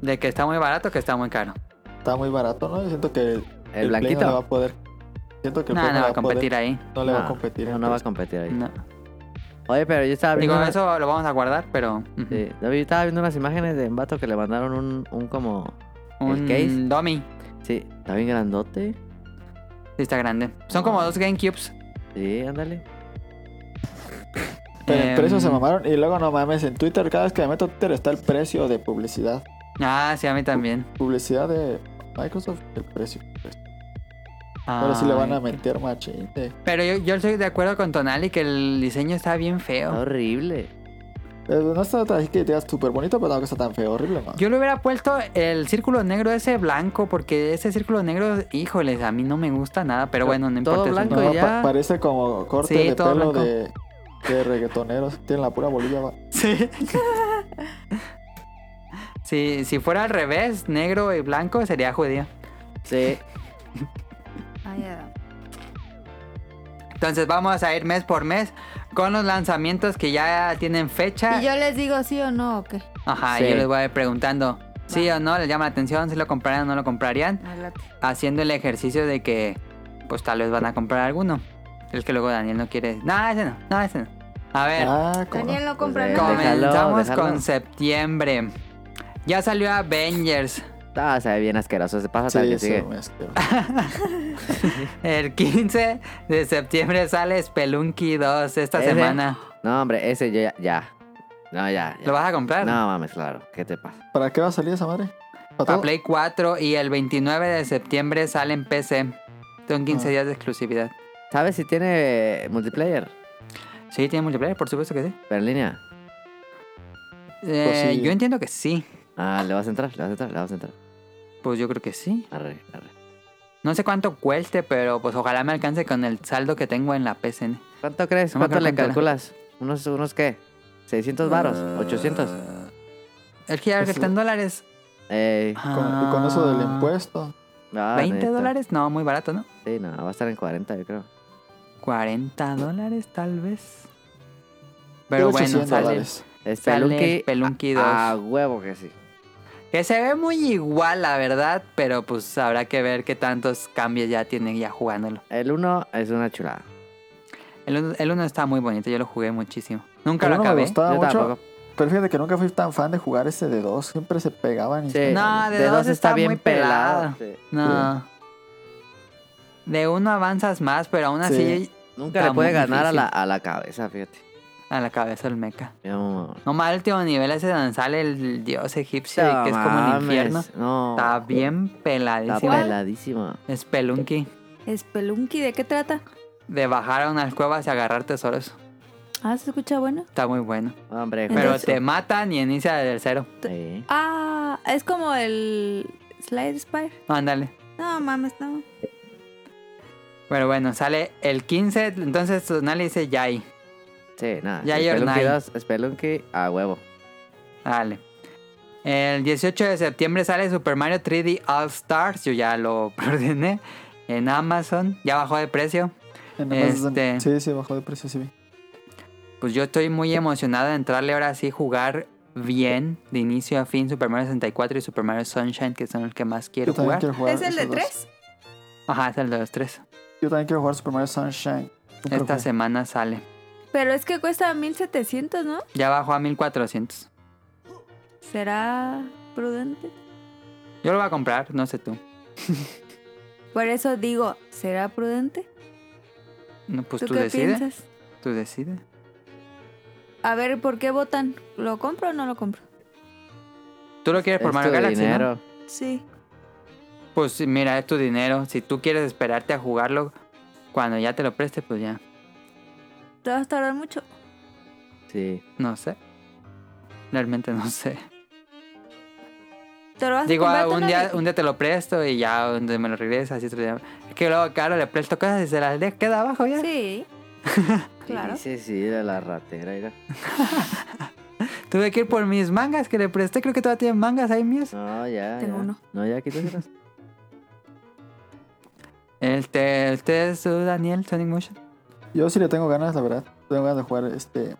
Speaker 2: De que está muy barato, que está muy caro.
Speaker 3: Está muy barato, ¿no? Yo siento que el, Play no le
Speaker 4: El,
Speaker 3: va
Speaker 4: blanquito.
Speaker 3: a poder. Siento que el
Speaker 2: No,
Speaker 3: Play
Speaker 2: no va a
Speaker 3: le poder-
Speaker 2: competir ahí.
Speaker 3: no le va a competir.
Speaker 4: No, no va a competir ahí.
Speaker 2: No.
Speaker 4: Oye, pero yo estaba viendo.
Speaker 2: Digo,
Speaker 4: una-
Speaker 2: eso lo vamos a guardar, pero. ujú.
Speaker 4: sí, yo estaba viendo unas imágenes de un vato que le mandaron un, un como.
Speaker 2: Un
Speaker 4: ¿El case?
Speaker 2: dummy.
Speaker 4: Sí, está bien grandote.
Speaker 2: Sí, está grande. Son como dos GameCubes.
Speaker 4: Sí, ándale.
Speaker 3: Pero el
Speaker 2: Em,
Speaker 3: precio se mamaron. Y luego, no mames, en Twitter, cada vez que me meto a Twitter está el precio de publicidad.
Speaker 2: Ah, sí, a mí también.
Speaker 3: Publicidad de Microsoft, el precio. Ahora sí le van a
Speaker 2: Ay.
Speaker 3: meter machín. de-
Speaker 2: Pero yo, yo estoy de acuerdo con Tonali que el diseño está bien
Speaker 4: Está
Speaker 2: feo.
Speaker 4: horrible.
Speaker 3: Eh, No está tan así que digas súper bonito, pero tampoco está tan feo, horrible, ¿no?
Speaker 2: Yo le hubiera puesto el círculo negro ese blanco, porque ese círculo negro, híjoles, a mí no me gusta nada, pero bueno, no
Speaker 4: Todo
Speaker 2: importa. es un-
Speaker 4: blanco.
Speaker 3: No,
Speaker 4: ya.
Speaker 3: pa- parece como corte
Speaker 2: Sí,
Speaker 3: de
Speaker 2: todo
Speaker 3: pelo
Speaker 2: blanco.
Speaker 3: de, de reggaetoneros. Tienen la pura bolilla. va.
Speaker 2: Sí. Sí, si fuera al revés, negro y blanco, sería judío.
Speaker 4: Sí.
Speaker 6: Ay, Adam.
Speaker 2: Entonces vamos a ir mes por mes con los lanzamientos que ya tienen fecha.
Speaker 6: Y yo les digo sí o no, ¿o qué?
Speaker 2: Ajá,
Speaker 4: Sí.
Speaker 2: yo les voy a ir preguntando. Sí o no, les llama la atención, si lo comprarían o no lo comprarían.
Speaker 6: Me late.
Speaker 2: haciendo el ejercicio de que pues tal vez van a comprar alguno. El que luego Daniel no quiere. No, ese no, no, ese no. A ver,
Speaker 3: Ah, como.
Speaker 6: Daniel no compra
Speaker 4: Pues,
Speaker 6: nada.
Speaker 4: déjalo,
Speaker 2: comenzamos
Speaker 4: déjalo.
Speaker 2: con septiembre. Ya salió Avengers.
Speaker 4: Ah, se ve bien asqueroso. Se pasa tal
Speaker 3: Sí,
Speaker 4: que
Speaker 3: sí,
Speaker 4: sigue.
Speaker 3: me espero.
Speaker 2: El 15 de septiembre sale Spelunky 2 esta
Speaker 4: ¿Ese?
Speaker 2: semana.
Speaker 4: No, hombre, ese yo ya. ya. No, ya. ya.
Speaker 2: ¿Lo vas a comprar?
Speaker 4: No mames, claro. ¿Qué te pasa?
Speaker 3: ¿Para qué va a salir esa madre? ¿Para
Speaker 2: Para
Speaker 3: todo?
Speaker 2: Play 4 y el 29 de septiembre sale en PC. Son 15
Speaker 3: Ah.
Speaker 2: días de exclusividad.
Speaker 4: ¿Sabes si tiene multiplayer?
Speaker 2: Sí, tiene multiplayer, por supuesto que sí.
Speaker 4: Pero en línea.
Speaker 2: Eh,
Speaker 3: Pues sí.
Speaker 2: Yo entiendo que sí.
Speaker 4: Ah, le vas a entrar, le vas a entrar, le vas a entrar.
Speaker 2: Pues yo creo que sí.
Speaker 4: Arre, arre.
Speaker 2: No sé cuánto cueste, pero pues ojalá me alcance con el saldo que tengo en la PSN.
Speaker 4: ¿Cuánto crees?
Speaker 2: No me
Speaker 4: ¿Cuánto
Speaker 2: acuerdo
Speaker 4: le
Speaker 2: cuánto Ah, era.
Speaker 4: calculas? ¿Unos, unos qué? ¿600 varos? ¿800?
Speaker 2: El que ya
Speaker 3: Eso-
Speaker 2: está en dólares.
Speaker 4: Eh,
Speaker 3: Con- y con eso del impuesto.
Speaker 4: ah,
Speaker 2: ¿20
Speaker 4: neta.
Speaker 2: dólares? No, muy barato, ¿no?
Speaker 4: Sí, no, va a estar en 40, yo creo.
Speaker 2: 40 dólares tal vez. Pero bueno,
Speaker 3: 800
Speaker 2: sale.
Speaker 3: dólares.
Speaker 4: Es
Speaker 2: Sale
Speaker 4: Pelunky.
Speaker 2: Spelunky
Speaker 4: a,
Speaker 2: 2.
Speaker 4: a huevo que sí.
Speaker 2: Que se ve muy igual, la verdad, pero pues habrá que ver qué tantos cambios ya tiene ya jugándolo.
Speaker 4: El 1 es una chulada.
Speaker 2: El uno- El 1 está muy bonito, yo lo jugué muchísimo. Nunca
Speaker 3: El
Speaker 2: lo
Speaker 3: uno me
Speaker 2: acabé.
Speaker 3: gustaba
Speaker 4: Yo
Speaker 3: mucho.
Speaker 4: tampoco.
Speaker 3: Pero fíjate que nunca fui tan fan de jugar ese de dos. Siempre se pegaban. Y...
Speaker 4: Sí,
Speaker 2: No, de dos
Speaker 4: dos
Speaker 2: está muy pelado.
Speaker 4: sí.
Speaker 2: No. De uno avanzas más, pero aún así
Speaker 3: Sí.
Speaker 4: Nunca
Speaker 2: Está
Speaker 4: le puede
Speaker 2: muy
Speaker 4: ganar a la,
Speaker 2: difícil.
Speaker 4: a la cabeza, fíjate.
Speaker 2: a la cabeza el mecha.
Speaker 4: No,
Speaker 2: No más el último nivel ese donde sale el dios egipcio
Speaker 4: no
Speaker 2: que es como el
Speaker 4: mames,
Speaker 2: infierno.
Speaker 4: No.
Speaker 2: Está bien
Speaker 4: Está
Speaker 2: peladísimo.
Speaker 4: peladísima.
Speaker 2: Spelunky.
Speaker 6: Spelunky, ¿de qué trata?
Speaker 2: De bajar a unas cuevas y agarrar tesoros.
Speaker 6: Ah, se escucha bueno.
Speaker 2: Está muy bueno.
Speaker 4: Hombre,
Speaker 2: Pero
Speaker 4: juegazo.
Speaker 2: te matan y inicia desde cero.
Speaker 4: Sí.
Speaker 6: Ah, es como el Slide Spire.
Speaker 2: Ándale.
Speaker 6: No mames, no.
Speaker 2: Pero bueno, sale el 15. Entonces Tonali dice Yay.
Speaker 4: Sí, nada.
Speaker 2: Ya
Speaker 4: Spelunky
Speaker 2: Jornay.
Speaker 4: 2, Spelunky a huevo.
Speaker 2: Dale. El 18 de septiembre sale Super Mario 3D All Stars. Yo ya lo ordené en Amazon. Ya bajó de precio.
Speaker 3: en Amazon.
Speaker 2: Este-
Speaker 3: sí, sí, bajó de precio, sí vi.
Speaker 2: Pues yo estoy muy emocionado de entrarle ahora sí jugar bien de inicio a fin Super Mario 64 y Super Mario Sunshine, que son los que más quiero
Speaker 3: Yo también
Speaker 2: jugar.
Speaker 3: quiero jugar.
Speaker 6: ¿Es el de
Speaker 3: esos dos.
Speaker 6: tres?
Speaker 2: Ajá, es el de los tres.
Speaker 3: Yo también quiero jugar Super Mario Sunshine. Nunca lo
Speaker 2: Esta
Speaker 3: jugué.
Speaker 2: semana sale.
Speaker 6: Pero es que cuesta 1700, ¿no?
Speaker 2: Ya bajó a 1400.
Speaker 6: ¿Será prudente?
Speaker 2: Yo Yo lo voy a comprar, no sé tú.
Speaker 6: Por eso digo, ¿será prudente?
Speaker 2: No, pues
Speaker 6: ¿Tú,
Speaker 2: tú,
Speaker 6: qué
Speaker 2: decides.
Speaker 6: piensas?
Speaker 2: Tú decides.
Speaker 6: A ver, ¿por qué votan? ¿Lo compro o no lo compro?
Speaker 2: Tú lo quieres por
Speaker 4: Es
Speaker 2: Mario
Speaker 4: tu
Speaker 2: Galaxy, ¿no?
Speaker 4: dinero.
Speaker 6: Sí.
Speaker 2: Pues sí, mira, es tu dinero. Si tú quieres esperarte a jugarlo cuando ya te lo preste, pues ya.
Speaker 6: ¿Te vas a tardar mucho?
Speaker 4: Sí.
Speaker 2: No sé. Realmente no sé.
Speaker 6: ¿Te lo vas a
Speaker 2: Digo, ah,
Speaker 6: comprar tú,
Speaker 2: un día,
Speaker 6: Navi?
Speaker 2: un día te lo presto y ya un día me lo regresas. Y otro día... Es que luego, claro, le presto cosas y se las de- queda abajo ya.
Speaker 6: Sí. claro.
Speaker 4: Sí, sí, sí, era la ratera, era.
Speaker 2: Tuve que ir por mis mangas que le presté. Creo que todavía tienen mangas ahí míos.
Speaker 4: No, ya.
Speaker 6: Tengo
Speaker 4: ya.
Speaker 6: uno.
Speaker 4: No, ya quítaselas.
Speaker 2: Este, este es su Daniel, Sonic Motion.
Speaker 3: Yo sí le tengo ganas, la verdad. Tengo ganas de jugar este.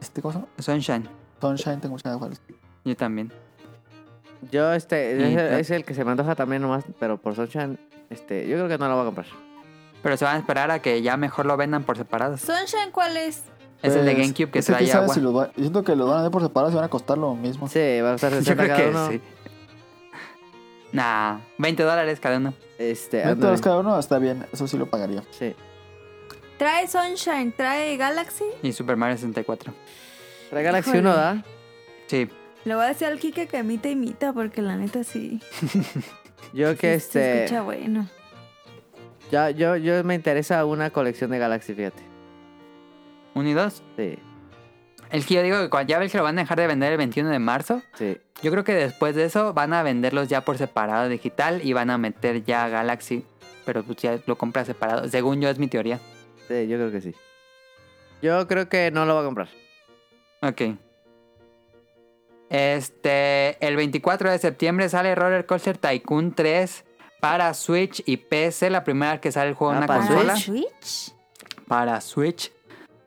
Speaker 3: Este, ¿cómo se llama?
Speaker 2: Sunshine.
Speaker 3: Sunshine, tengo muchas ganas de jugar. este.
Speaker 2: Yo también.
Speaker 4: Yo, este,
Speaker 2: Y
Speaker 4: es, el-
Speaker 2: ta-
Speaker 4: es el que se me antoja también nomás, pero por Sunshine, este, yo creo que no lo voy a comprar.
Speaker 2: Pero se van a esperar a que ya mejor lo vendan por separados.
Speaker 6: ¿Sunshine cuál es?
Speaker 2: Es el de
Speaker 3: Pues,
Speaker 2: GameCube que
Speaker 3: es quién
Speaker 2: trae
Speaker 3: sabe
Speaker 2: agua.
Speaker 3: si los va- yo siento que los van a ver por separado, se van a costar lo mismo.
Speaker 4: Sí, va a costar
Speaker 2: Yo
Speaker 4: 60
Speaker 2: creo
Speaker 4: cada
Speaker 2: que
Speaker 4: uno.
Speaker 2: sí. Nah, 20 dólares cada uno.
Speaker 4: Este,
Speaker 3: No, todos
Speaker 4: ándale.
Speaker 3: cada uno está bien, eso sí lo pagaría.
Speaker 4: Sí.
Speaker 6: ¿Trae Sunshine? ¿Trae Galaxy?
Speaker 2: Y Super Mario 64.
Speaker 4: Trae Galaxy
Speaker 6: Híjole.
Speaker 4: 1, ¿da?
Speaker 2: Sí.
Speaker 6: Le voy a decir al Kike que imita, imita, porque la neta sí.
Speaker 4: Yo que
Speaker 6: sí Se
Speaker 4: este,
Speaker 6: escucha bueno.
Speaker 4: ya, yo, yo me interesa una colección de Galaxy, fíjate.
Speaker 2: 1 y 2.
Speaker 4: Sí,
Speaker 2: El que yo digo que cuando ya ves que lo van a dejar de vender el 21 de marzo.
Speaker 4: sí.
Speaker 2: Yo creo que después de eso van a venderlos ya por separado digital y van a meter ya Galaxy. Pero pues ya lo compras separado. Según yo es mi teoría.
Speaker 4: Sí, yo creo que sí. Yo creo que no lo voy a comprar.
Speaker 2: Ok. Este, el 24 de septiembre sale Roller Coaster Tycoon 3 para Switch y PC, la primera vez que sale el juego en
Speaker 4: Ah,
Speaker 2: una
Speaker 4: ¿Para
Speaker 2: consola.
Speaker 6: Switch?
Speaker 2: Para Switch.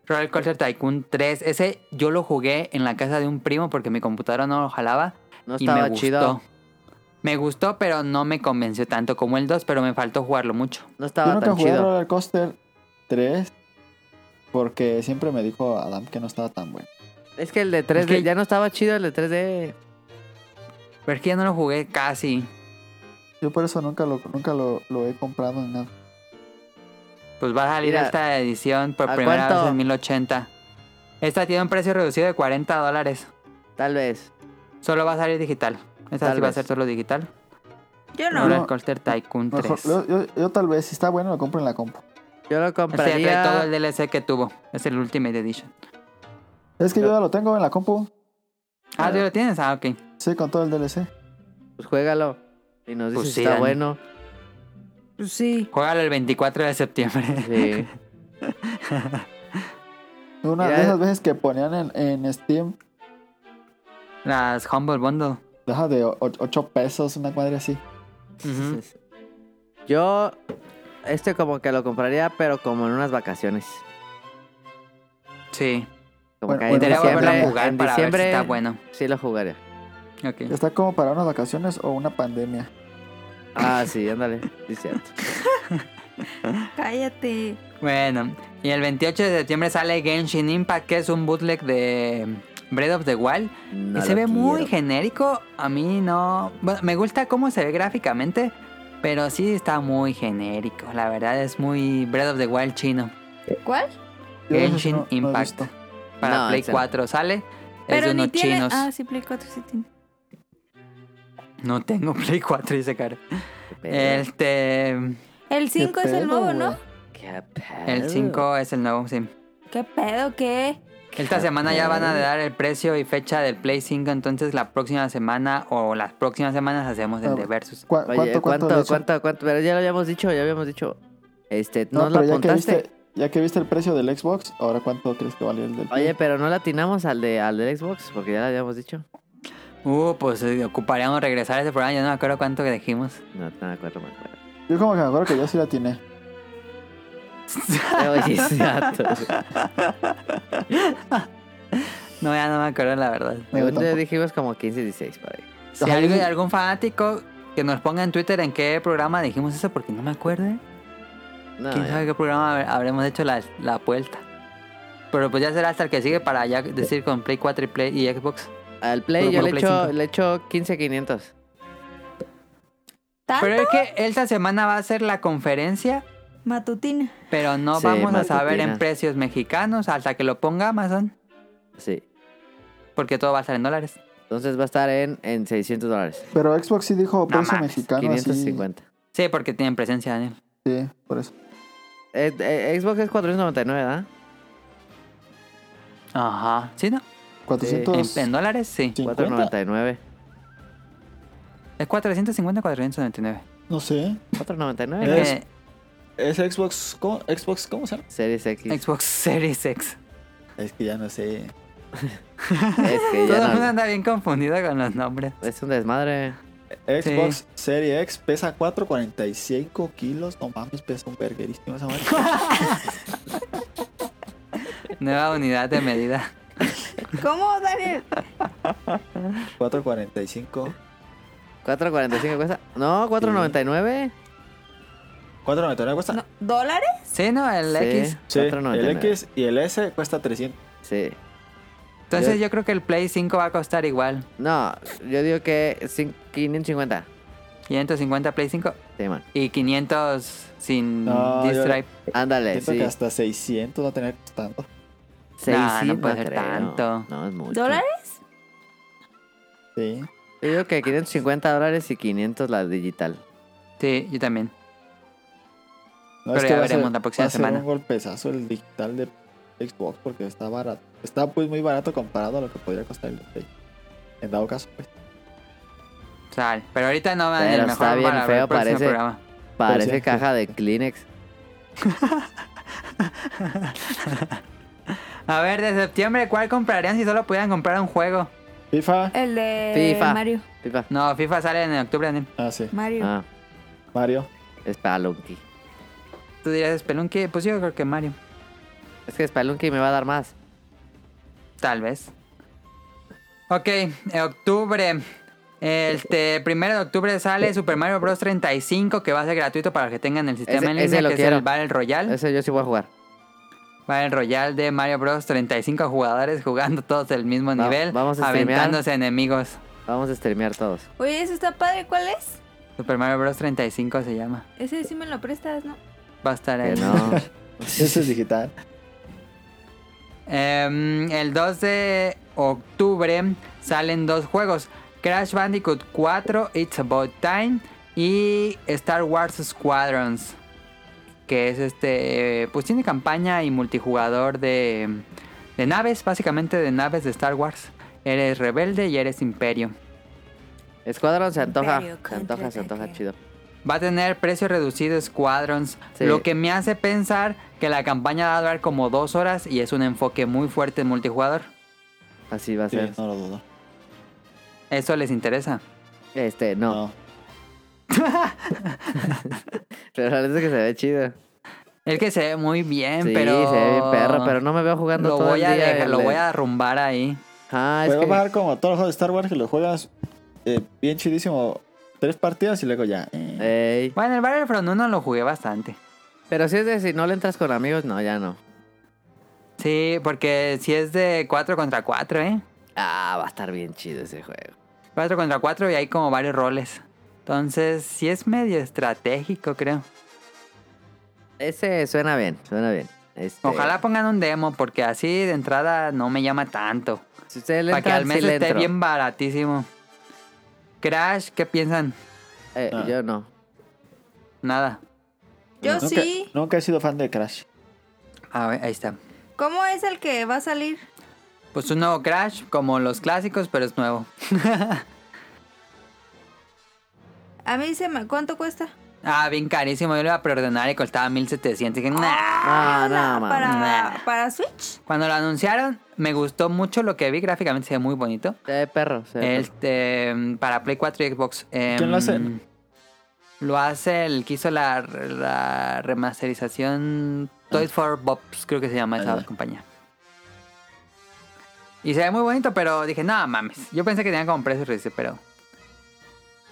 Speaker 2: Roller Coaster Tycoon 3. Ese yo lo jugué en la casa de un primo porque mi computadora no lo jalaba.
Speaker 4: No
Speaker 2: y me
Speaker 4: estaba
Speaker 2: gustó.
Speaker 4: chido.
Speaker 2: Me gustó, pero no me convenció tanto como el 2, pero me faltó jugarlo mucho.
Speaker 4: No
Speaker 3: Yo
Speaker 4: estaba
Speaker 3: nunca
Speaker 4: tan
Speaker 3: jugué a
Speaker 4: chido.
Speaker 3: Roller Coaster 3 porque siempre me dijo Adam que no estaba tan bueno.
Speaker 4: Es que el de 3D,
Speaker 2: que-
Speaker 4: ya no estaba chido el de 3D.
Speaker 2: Pero es que ya no lo jugué casi.
Speaker 3: Yo por eso nunca lo, nunca lo, lo he comprado ni nada.
Speaker 2: Pues va a salir
Speaker 4: Mira,
Speaker 2: esta edición por
Speaker 4: ¿a
Speaker 2: primera
Speaker 4: cuánto?
Speaker 2: vez en 1080. Esta tiene un precio reducido de 40 dólares.
Speaker 4: Tal vez.
Speaker 2: Solo va a salir digital. Esta
Speaker 4: Tal
Speaker 2: sí va a
Speaker 4: vez.
Speaker 2: ser solo digital.
Speaker 6: Yo no.
Speaker 2: Roller
Speaker 3: No.
Speaker 2: Coaster Tycoon 3.
Speaker 3: Mejor, yo, yo, yo tal vez, si está bueno, lo compro en la compu.
Speaker 4: Yo lo
Speaker 2: Este ya trae todo
Speaker 4: compraría.
Speaker 2: el DLC que tuvo. Es el Ultimate Edition.
Speaker 3: Es que yo
Speaker 4: Yo-
Speaker 3: ya lo tengo en la compu.
Speaker 2: Ah,
Speaker 4: Ah.
Speaker 2: ¿tú lo tienes? Ah, ok.
Speaker 3: Sí, con todo el DLC.
Speaker 4: Pues juégalo. Y nos dice
Speaker 2: Pues
Speaker 4: si
Speaker 2: sí,
Speaker 4: está
Speaker 2: Dani.
Speaker 4: bueno.
Speaker 6: Pues sí.
Speaker 2: Juégalo el 24 de septiembre.
Speaker 4: Sí.
Speaker 3: Una
Speaker 4: Mira,
Speaker 3: de esas veces que ponían en, en Steam,
Speaker 2: Las Humble Bundle.
Speaker 3: deja de 8 pesos, una cuadra así.
Speaker 2: Ujú.
Speaker 4: Yo, este como que lo compraría, pero como en unas vacaciones.
Speaker 2: Sí.
Speaker 4: Como
Speaker 3: Bueno,
Speaker 4: que
Speaker 3: bueno,
Speaker 4: en
Speaker 2: Tendría que volverlo
Speaker 4: diciembre,
Speaker 2: a jugar
Speaker 4: en
Speaker 2: para ver si
Speaker 4: diciembre
Speaker 2: está bueno.
Speaker 4: sí lo jugaría.
Speaker 2: Ok.
Speaker 3: Está como para unas vacaciones o una pandemia.
Speaker 4: Ah, sí, ándale, sí, cierto.
Speaker 6: Cállate.
Speaker 2: Bueno, y el 28 de septiembre sale Genshin Impact, que es un bootleg de Breath of the Wild.
Speaker 4: No
Speaker 2: y se
Speaker 4: lo
Speaker 2: ve muy
Speaker 4: quiero.
Speaker 2: genérico. A mí no. Bueno, me gusta cómo se ve gráficamente, pero sí está muy genérico. La verdad es muy Breath of the Wild chino.
Speaker 6: ¿Cuál?
Speaker 3: Yo de esos
Speaker 2: Genshin
Speaker 3: no- no he
Speaker 2: Impact.
Speaker 3: visto.
Speaker 2: Para
Speaker 4: No,
Speaker 2: Play
Speaker 4: ese no.
Speaker 2: 4 sale. es
Speaker 6: Pero
Speaker 2: de
Speaker 6: ni
Speaker 2: unos
Speaker 6: tiene.
Speaker 2: chinos.
Speaker 6: Ah, sí, Play 4 sí tiene.
Speaker 2: No tengo Play 4, dice cara.
Speaker 4: Pero,
Speaker 2: Este.
Speaker 6: El 5 es el
Speaker 3: pedo,
Speaker 6: nuevo,
Speaker 3: güey?
Speaker 6: ¿no?
Speaker 4: qué pedo.
Speaker 2: El 5 es el nuevo, sí.
Speaker 6: ¿Qué pedo? ¿Qué?
Speaker 2: Esta semana ya van a dar el precio y fecha del Play 5, entonces la próxima semana o las próximas semanas hacemos el de Versus.
Speaker 3: ¿Cu-
Speaker 4: Oye,
Speaker 3: ¿Cuánto,
Speaker 4: ¿cuánto,
Speaker 3: cuánto,
Speaker 4: cuánto,
Speaker 3: le echan?
Speaker 4: cuánto, Pero ya lo habíamos dicho, ya habíamos dicho. Este,
Speaker 3: No,
Speaker 4: ¿no, lo
Speaker 3: pero ya que,
Speaker 4: apuntaste?
Speaker 3: viste, ya que viste el precio del Xbox, ahora cuánto crees que valía el del
Speaker 4: Oye,
Speaker 3: Play?
Speaker 4: pero no latinamos al de al del Xbox, porque ya lo habíamos dicho.
Speaker 2: Uh, pues eh, ocuparíamos regresar a ese programa, yo no me acuerdo cuánto que dijimos.
Speaker 4: No, no me acuerdo, me acuerdo.
Speaker 3: Yo como que me acuerdo que yo sí la tiene.
Speaker 4: Oye, sí, cierto.
Speaker 2: No, ya no me acuerdo la verdad.
Speaker 4: Según yo dijimos como 15, 16 para ahí.
Speaker 2: Si
Speaker 3: Ajá,
Speaker 2: alguien-
Speaker 3: yo-
Speaker 2: algún fanático que nos ponga en Twitter en qué programa dijimos eso, porque no me acuerdo. ¿eh?
Speaker 4: No,
Speaker 2: ¿Quién
Speaker 4: Ah, ya.
Speaker 2: sabe qué programa hab- habremos hecho la, la vuelta? Pero pues ya será hasta el que sigue para ya decir con Play 4 y, Play y Xbox.
Speaker 4: al Play
Speaker 2: Puro-
Speaker 4: yo
Speaker 2: puro
Speaker 4: le
Speaker 2: Play
Speaker 4: echo,
Speaker 2: cinco.
Speaker 4: le echo 15,500.
Speaker 2: Pero
Speaker 1: ¿Tanto?
Speaker 2: es que esta semana va a ser la conferencia,
Speaker 1: Matutina.
Speaker 2: pero no
Speaker 4: Sí,
Speaker 2: vamos a
Speaker 4: matutina.
Speaker 2: saber en precios mexicanos hasta que lo ponga Amazon,
Speaker 4: Sí.
Speaker 2: porque todo va a estar en dólares.
Speaker 4: Entonces va a estar en, en 600 dólares.
Speaker 3: Pero Xbox sí dijo precio
Speaker 2: mames,
Speaker 3: mexicano. así.
Speaker 4: 550.
Speaker 2: Sí, porque tienen presencia, Daniel.
Speaker 3: Sí, por eso.
Speaker 4: Eh, eh, Xbox es 499, ¿verdad?
Speaker 2: Ajá. ¿Sí, no? ¿En,
Speaker 3: 400.
Speaker 2: en dólares? Sí.
Speaker 3: 50,
Speaker 4: 499.
Speaker 2: Es 450, 499.
Speaker 3: no sé.
Speaker 4: 499.
Speaker 7: Es-
Speaker 2: Es que
Speaker 7: ¿Es Xbox? ¿Cómo, ¿Xbox cómo se llama?
Speaker 4: Series X.
Speaker 2: Xbox Series X.
Speaker 7: Es que ya no sé.
Speaker 4: Es que
Speaker 2: Todo
Speaker 4: ya
Speaker 2: el mundo
Speaker 4: no-
Speaker 2: anda bien confundido con los nombres.
Speaker 4: es un desmadre.
Speaker 7: Xbox Series X pesa 445 kilos. No mames, pesa un verguerísimo esa madre.
Speaker 2: Nueva unidad de medida.
Speaker 1: ¿Cómo, Daniel?
Speaker 7: 445.
Speaker 4: 445 cuesta. No, 499.
Speaker 7: 499 cuesta.
Speaker 1: No, ¿Dólares?
Speaker 2: Sí, ¿no? El
Speaker 4: Sí.
Speaker 2: X.
Speaker 7: sí, el
Speaker 4: 4.99.
Speaker 7: X y el S cuesta 300.
Speaker 4: Sí.
Speaker 2: Entonces
Speaker 4: Yo-
Speaker 2: yo creo que el Play 5 va a costar igual.
Speaker 4: No, yo digo que cin- 550.
Speaker 2: 550 Play 5
Speaker 4: Sí, man.
Speaker 2: y 500 sin
Speaker 4: Ah,
Speaker 7: No,
Speaker 2: disk
Speaker 7: yo-
Speaker 2: drive.
Speaker 4: Ándale,
Speaker 7: Siento
Speaker 4: Eh, sí.
Speaker 7: que hasta 600 va a tener costando.
Speaker 2: No, no
Speaker 4: 600,
Speaker 2: puede ser
Speaker 4: creo.
Speaker 2: tanto.
Speaker 4: No, es mucho.
Speaker 1: ¿Dólares?
Speaker 7: Sí.
Speaker 4: Yo digo que 550 dólares y 500 la digital.
Speaker 2: Sí, yo también.
Speaker 7: No,
Speaker 2: Pero ya
Speaker 7: va a ser-
Speaker 2: veremos la próxima
Speaker 7: va a ser
Speaker 2: semana.
Speaker 7: un golpezazo el digital de Xbox porque está barato. Está pues muy barato comparado a lo que podría costar el de Play. En dado caso, pues.
Speaker 2: Sal. Pero ahorita no van
Speaker 4: Pero
Speaker 2: el mejor
Speaker 4: está bien
Speaker 2: para
Speaker 4: feo,
Speaker 2: el próximo
Speaker 4: parece.
Speaker 2: programa.
Speaker 4: Parece
Speaker 7: sí.
Speaker 4: caja de Kleenex.
Speaker 2: A ver, de septiembre, ¿cuál comprarían si solo pudieran comprar un juego?
Speaker 7: FIFA.
Speaker 1: El de
Speaker 2: Eh,
Speaker 4: FIFA.
Speaker 1: Mario.
Speaker 4: Pipa.
Speaker 2: No, FIFA sale en octubre, Daniel.
Speaker 7: Ah, sí.
Speaker 1: Mario.
Speaker 4: Ah,
Speaker 7: Mario.
Speaker 4: es Spelunky.
Speaker 2: Tú dirías Spelunky. Pues yo creo que Mario.
Speaker 4: Es que Spelunky me va a dar más.
Speaker 2: Tal vez. Ok, eh, octubre. Este, primero de octubre sale Super Mario Bros. 35, que va a ser gratuito para los que tengan el sistema
Speaker 4: Ese-
Speaker 2: en
Speaker 4: ese
Speaker 2: línea,
Speaker 4: lo
Speaker 2: que es
Speaker 4: quiero.
Speaker 2: el Battle Royale.
Speaker 4: Ese yo sí voy a jugar.
Speaker 2: Battle Royale de Mario Bros. 35 jugadores jugando todos del mismo
Speaker 4: Va-
Speaker 2: nivel,
Speaker 4: vamos a streamear.
Speaker 2: aventándose enemigos.
Speaker 4: Vamos a streamear todos.
Speaker 1: Oye, eso está padre. ¿Cuál es?
Speaker 2: Super Mario Bros. 35 se llama.
Speaker 1: Ese sí me lo prestas, ¿no?
Speaker 2: Va a estar
Speaker 4: Que
Speaker 2: ahí.
Speaker 4: no.
Speaker 7: Ese es digital.
Speaker 2: Em, el 2 de octubre salen dos juegos: Crash Bandicoot 4, It's About Time, y Star Wars Squadrons. Que es este. Pues tiene campaña y multijugador de, de naves, básicamente de naves de Star Wars. Eres rebelde y eres imperio.
Speaker 4: Escuadrón se antoja.
Speaker 1: Imperio
Speaker 4: Se antoja, se
Speaker 1: contraataque.
Speaker 4: antoja chido.
Speaker 2: Va a tener precio reducido Squadrons,
Speaker 4: Sí.
Speaker 2: lo que me hace pensar que la campaña va a durar como dos horas y es un enfoque muy fuerte en multijugador.
Speaker 4: Así va a
Speaker 7: Sí,
Speaker 4: ser.
Speaker 7: no lo dudo.
Speaker 2: Eso les interesa.
Speaker 4: Este, no.
Speaker 7: No.
Speaker 4: Pero parece que se ve chido.
Speaker 2: Es que se ve muy bien,
Speaker 4: sí,
Speaker 2: pero.
Speaker 4: se ve bien perro, pero no me veo jugando
Speaker 2: lo
Speaker 4: todo
Speaker 2: voy,
Speaker 4: el
Speaker 2: a
Speaker 4: día.
Speaker 2: dejar-
Speaker 4: el
Speaker 2: lo
Speaker 4: de-
Speaker 2: voy a derrumbar ahí.
Speaker 4: Ah, es
Speaker 3: Pues
Speaker 7: Pero
Speaker 4: que...
Speaker 7: va a bajar como todos los juegos de Star Wars que los juegas eh, bien chidísimo. Tres partidas y luego ya. eh.
Speaker 4: Ey.
Speaker 2: Bueno, el Battlefront 1 lo jugué bastante.
Speaker 4: Pero si es de si no le entras con amigos, no, ya no.
Speaker 2: Sí, porque si es de 4 contra 4, ¿eh?
Speaker 4: Ah, va a estar bien chido ese juego.
Speaker 2: 4 contra 4 y hay como varios roles. Entonces, sí es medio estratégico, creo.
Speaker 4: Ese suena bien, suena bien. Este,
Speaker 2: Ojalá pongan un demo, porque así de entrada no me llama tanto.
Speaker 4: Si ustedes le
Speaker 2: Para que al
Speaker 4: entran, sí
Speaker 2: menos
Speaker 4: le
Speaker 2: esté
Speaker 4: entro.
Speaker 2: bien baratísimo. Crash, ¿qué piensan?
Speaker 4: Eh,
Speaker 7: Ah.
Speaker 4: Yo no.
Speaker 2: Nada.
Speaker 1: Yo
Speaker 7: Nunca-
Speaker 1: sí.
Speaker 7: Nunca he sido fan de Crash.
Speaker 2: A ver, ahí está.
Speaker 1: ¿Cómo es el que va a salir?
Speaker 2: Pues un nuevo Crash, como los clásicos, pero es nuevo.
Speaker 1: A mí se me... ¿Cuánto cuesta?
Speaker 2: Ah, bien carísimo. Yo lo iba a preordenar y costaba 1700. Dije, nah.
Speaker 4: Ah,
Speaker 1: Hola,
Speaker 4: no, mames.
Speaker 1: para, para Switch.
Speaker 2: Cuando lo anunciaron, me gustó mucho lo que vi. Gráficamente se ve muy bonito.
Speaker 4: Se ve perro, se ve perro.
Speaker 2: Este, para Play 4 y Xbox. em,
Speaker 7: ¿Quién lo hace?
Speaker 2: Lo hace el que hizo la, la remasterización Toys for Bobs, creo que se llama esa
Speaker 7: Ah, ya.
Speaker 2: compañía. Y se ve muy bonito, pero dije, no mames. Yo pensé que tenían como precio reducido, pero.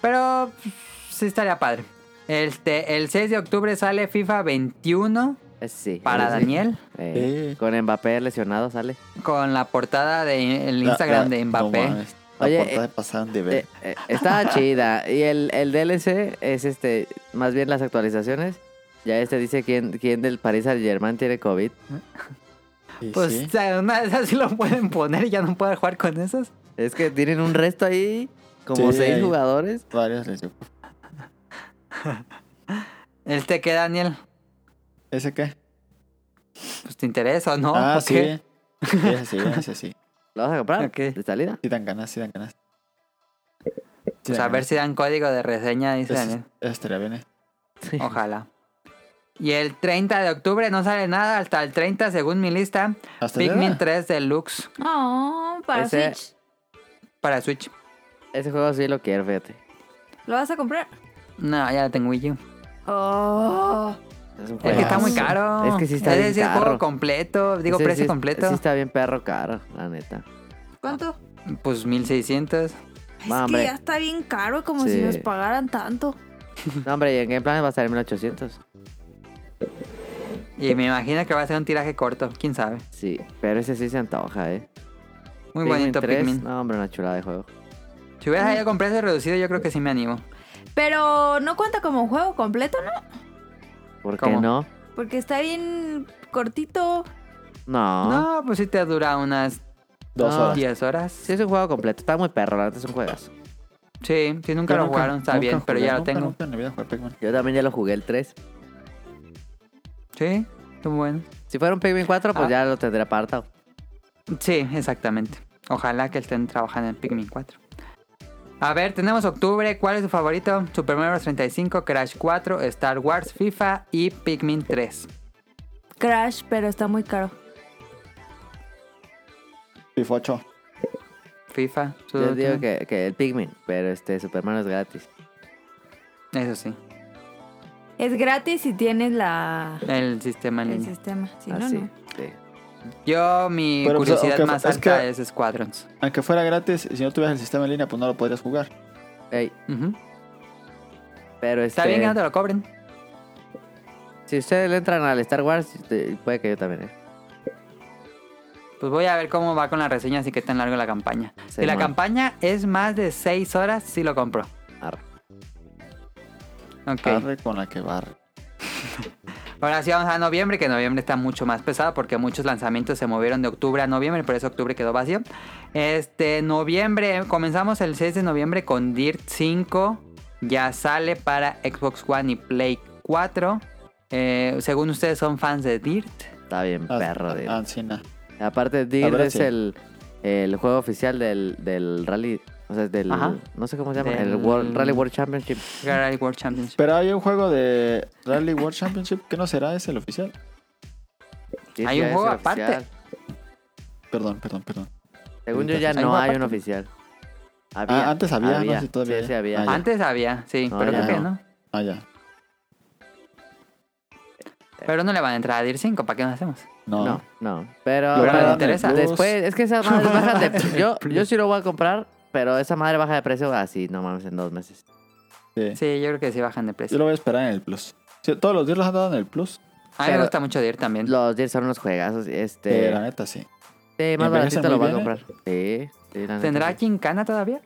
Speaker 2: Pero pues, sí estaría padre. Este, el 6 de octubre sale FIFA 21
Speaker 4: Ese sí.
Speaker 2: para
Speaker 4: ese sí.
Speaker 2: Daniel.
Speaker 4: Eh, Con Mbappé lesionado sale.
Speaker 2: Con la portada del
Speaker 7: La-
Speaker 2: Instagram
Speaker 7: la-
Speaker 2: de
Speaker 7: no
Speaker 2: Mbappé.
Speaker 7: mames.
Speaker 3: La
Speaker 4: Oye,
Speaker 3: portada
Speaker 4: eh,
Speaker 3: pasaban de ver.
Speaker 4: Eh, eh, estaba chida. Y el, el DLC es este, más bien las actualizaciones. Ya este dice quién, quién del Paris Saint Germain tiene COVID.
Speaker 8: Y
Speaker 2: Pues
Speaker 8: sí.
Speaker 2: o sea, una de esas sí lo pueden poner y ya no pueden jugar con esas.
Speaker 4: Es que tienen un resto ahí, como
Speaker 3: Sí,
Speaker 4: seis
Speaker 3: ahí.
Speaker 4: jugadores.
Speaker 3: Varias les dio.
Speaker 2: Este que Daniel,
Speaker 3: ¿Ese qué?
Speaker 2: pues te interesa o no.
Speaker 3: ah,
Speaker 2: ¿O qué?
Speaker 3: sí. Ese sí, ese sí.
Speaker 4: ¿Lo vas a comprar?
Speaker 2: Ok.
Speaker 4: De salida.
Speaker 3: Sí dan ganas, sí dan ganas. Sí
Speaker 2: Pues
Speaker 3: dan
Speaker 2: a ver
Speaker 3: ganas.
Speaker 2: si dan código de reseña, dice
Speaker 3: Ese-
Speaker 2: Daniel.
Speaker 3: ese estaría bien, eh.
Speaker 2: Ojalá. Y el 30 de octubre no sale nada hasta el 30 según mi lista.
Speaker 3: Hasta
Speaker 2: Pikmin
Speaker 3: allá.
Speaker 2: 3 Deluxe
Speaker 1: No, para
Speaker 4: Ese-
Speaker 1: Switch.
Speaker 2: para Switch.
Speaker 4: Ese juego sí lo quiero, fíjate.
Speaker 1: ¿Lo vas a comprar?
Speaker 2: No, ya tengo Wii U.
Speaker 1: Oh.
Speaker 4: Es, un
Speaker 2: Es que está
Speaker 4: juegazo.
Speaker 2: muy caro.
Speaker 4: Es que sí está
Speaker 2: Es
Speaker 4: bien
Speaker 2: decir,
Speaker 4: caro.
Speaker 2: juego completo, digo
Speaker 4: Ese
Speaker 2: precio
Speaker 4: sí-
Speaker 2: completo.
Speaker 4: Sí está bien perro caro, la neta.
Speaker 1: ¿Cuánto?
Speaker 2: Pues 1600.
Speaker 1: es
Speaker 4: hombre.
Speaker 1: que ya está bien caro, como
Speaker 4: Sí.
Speaker 1: si nos pagaran tanto.
Speaker 4: No, hombre, y en Game Planet va a estar en 1800.
Speaker 2: Y me imagino que va a ser un tiraje corto, quién sabe.
Speaker 4: Sí, pero ese sí se antoja, ¿eh?
Speaker 2: Muy
Speaker 4: Pikmin
Speaker 2: bonito
Speaker 4: 3,
Speaker 2: Pikmin.
Speaker 4: No, hombre, una chulada de juego.
Speaker 2: Si hubiera salido con precio reducido, yo creo que sí me animo.
Speaker 1: Pero no cuenta como juego completo, ¿no?
Speaker 4: ¿Por qué
Speaker 2: ¿Cómo?
Speaker 4: no?
Speaker 1: Porque está bien cortito.
Speaker 4: No.
Speaker 2: No, pues sí te dura unas
Speaker 3: Ah. Dos
Speaker 4: No.
Speaker 3: horas.
Speaker 2: 10 horas.
Speaker 4: Sí, es un juego completo. Está muy perro, la neta es un juegazo.
Speaker 2: Sí, si nunca
Speaker 3: Yo
Speaker 2: lo jugaron, está
Speaker 3: nunca
Speaker 2: bien, pero
Speaker 3: jugué,
Speaker 2: ya lo
Speaker 3: nunca,
Speaker 2: tengo.
Speaker 3: Nunca en mi vida jugué Pac-Man.
Speaker 4: Yo también ya lo jugué el 3.
Speaker 2: Sí, muy bueno.
Speaker 4: Si fuera un Pikmin 4, pues
Speaker 2: Ah.
Speaker 4: ya lo tendría apartado.
Speaker 2: Sí, exactamente. Ojalá que estén trabajando en Pikmin 4. A ver, tenemos octubre. ¿Cuál es tu favorito? Super Mario Bros. 35, Crash 4, Star Wars, FIFA y Pikmin 3.
Speaker 1: Crash, pero está muy caro.
Speaker 3: FIFA 8.
Speaker 2: FIFA, su
Speaker 4: Yo digo
Speaker 2: último.
Speaker 4: que, que el Pikmin, pero este Superman es gratis.
Speaker 2: Eso sí,
Speaker 1: Es gratis si tienes la
Speaker 2: el sistema en
Speaker 1: el
Speaker 2: línea.
Speaker 1: sistema. Si no,
Speaker 4: Así.
Speaker 1: no.
Speaker 4: Mm. Ah, sí.
Speaker 2: Yo, mi
Speaker 3: Pero, pues,
Speaker 2: curiosidad
Speaker 3: aunque-
Speaker 2: más
Speaker 3: es
Speaker 2: alta
Speaker 3: que-
Speaker 2: es Squadrons.
Speaker 3: Aunque fuera gratis, si no tuvieras el sistema en línea, pues no lo podrías jugar.
Speaker 4: Ey,
Speaker 2: Ujú.
Speaker 4: pero este,
Speaker 2: Está bien que no te lo cobren.
Speaker 4: si ustedes le entran al Star Wars, este, puede que yo también. ¿eh?
Speaker 2: Pues voy a ver cómo va con la reseña, así que tan largo la campaña.
Speaker 4: Sí,
Speaker 2: si la
Speaker 4: man.
Speaker 2: campaña es más de 6 horas, sí lo compro.
Speaker 4: Arre.
Speaker 2: Ok.
Speaker 3: Barre con la que barre.
Speaker 2: Ahora sí vamos a noviembre, que noviembre está mucho más pesado porque muchos lanzamientos se movieron de octubre a noviembre, por eso octubre quedó vacío. Este, noviembre, comenzamos el 6 de noviembre con Dirt 5, ya sale para Xbox One y Play 4. Eh, según ustedes son fans de Dirt,
Speaker 4: Está bien
Speaker 3: Ah,
Speaker 4: perro,
Speaker 3: ah,
Speaker 4: dude.
Speaker 3: ah, sí, nah.
Speaker 4: Aparte, Dirt
Speaker 3: Ahora
Speaker 4: es
Speaker 3: sí.
Speaker 4: el, el juego oficial del, del rally. O sea, del.
Speaker 2: Ajá.
Speaker 4: No sé cómo se llama. El
Speaker 2: Del-
Speaker 4: World- Rally World Championship.
Speaker 2: Rally World Championship.
Speaker 3: Pero hay un juego de Rally World Championship que no será ese el oficial.
Speaker 4: Dirt
Speaker 2: Hay un
Speaker 4: ya es
Speaker 2: juego
Speaker 4: el
Speaker 2: aparte.
Speaker 4: oficial.
Speaker 3: Perdón, perdón, perdón.
Speaker 4: Según yo, ya
Speaker 2: Hay un
Speaker 4: no
Speaker 2: juego
Speaker 4: hay un
Speaker 2: aparte.
Speaker 4: oficial.
Speaker 3: Ah, antes había, no sé si todavía
Speaker 4: Sí, sí
Speaker 3: hay.
Speaker 4: había.
Speaker 3: Ah, ya.
Speaker 2: Antes había, sí,
Speaker 4: No,
Speaker 2: pero
Speaker 4: ya
Speaker 2: creo que
Speaker 3: no.
Speaker 2: no.
Speaker 3: Ah, ya.
Speaker 2: Pero no le van a entrar a Dirt 5, ¿para qué nos hacemos?
Speaker 3: No.
Speaker 4: No, no. Pero,
Speaker 3: Lo
Speaker 2: Pero
Speaker 3: van
Speaker 2: me
Speaker 3: a dar en el
Speaker 2: interesa.
Speaker 3: Plus.
Speaker 4: después, es que esa madre baja de yo, yo sí lo voy a comprar, pero esa madre baja de precio así, no mames, en dos meses.
Speaker 3: Sí.
Speaker 2: Sí, yo creo que sí bajan de
Speaker 3: Yo
Speaker 2: precio.
Speaker 3: lo voy a esperar en el Plus. Sí, todos los días los han dado en el Plus.
Speaker 2: A mí me
Speaker 4: pero-
Speaker 2: gusta mucho Dirt también.
Speaker 4: Los 10 son unos juegazos,
Speaker 3: Eh,
Speaker 4: este.
Speaker 3: la neta, sí.
Speaker 4: sí, más
Speaker 3: envejece
Speaker 4: baratito lo
Speaker 3: muy
Speaker 4: voy a
Speaker 3: bien,
Speaker 4: comprar. Sí, sí, la neta,
Speaker 2: ¿Tendrá
Speaker 4: sí.
Speaker 2: Quincana todavía?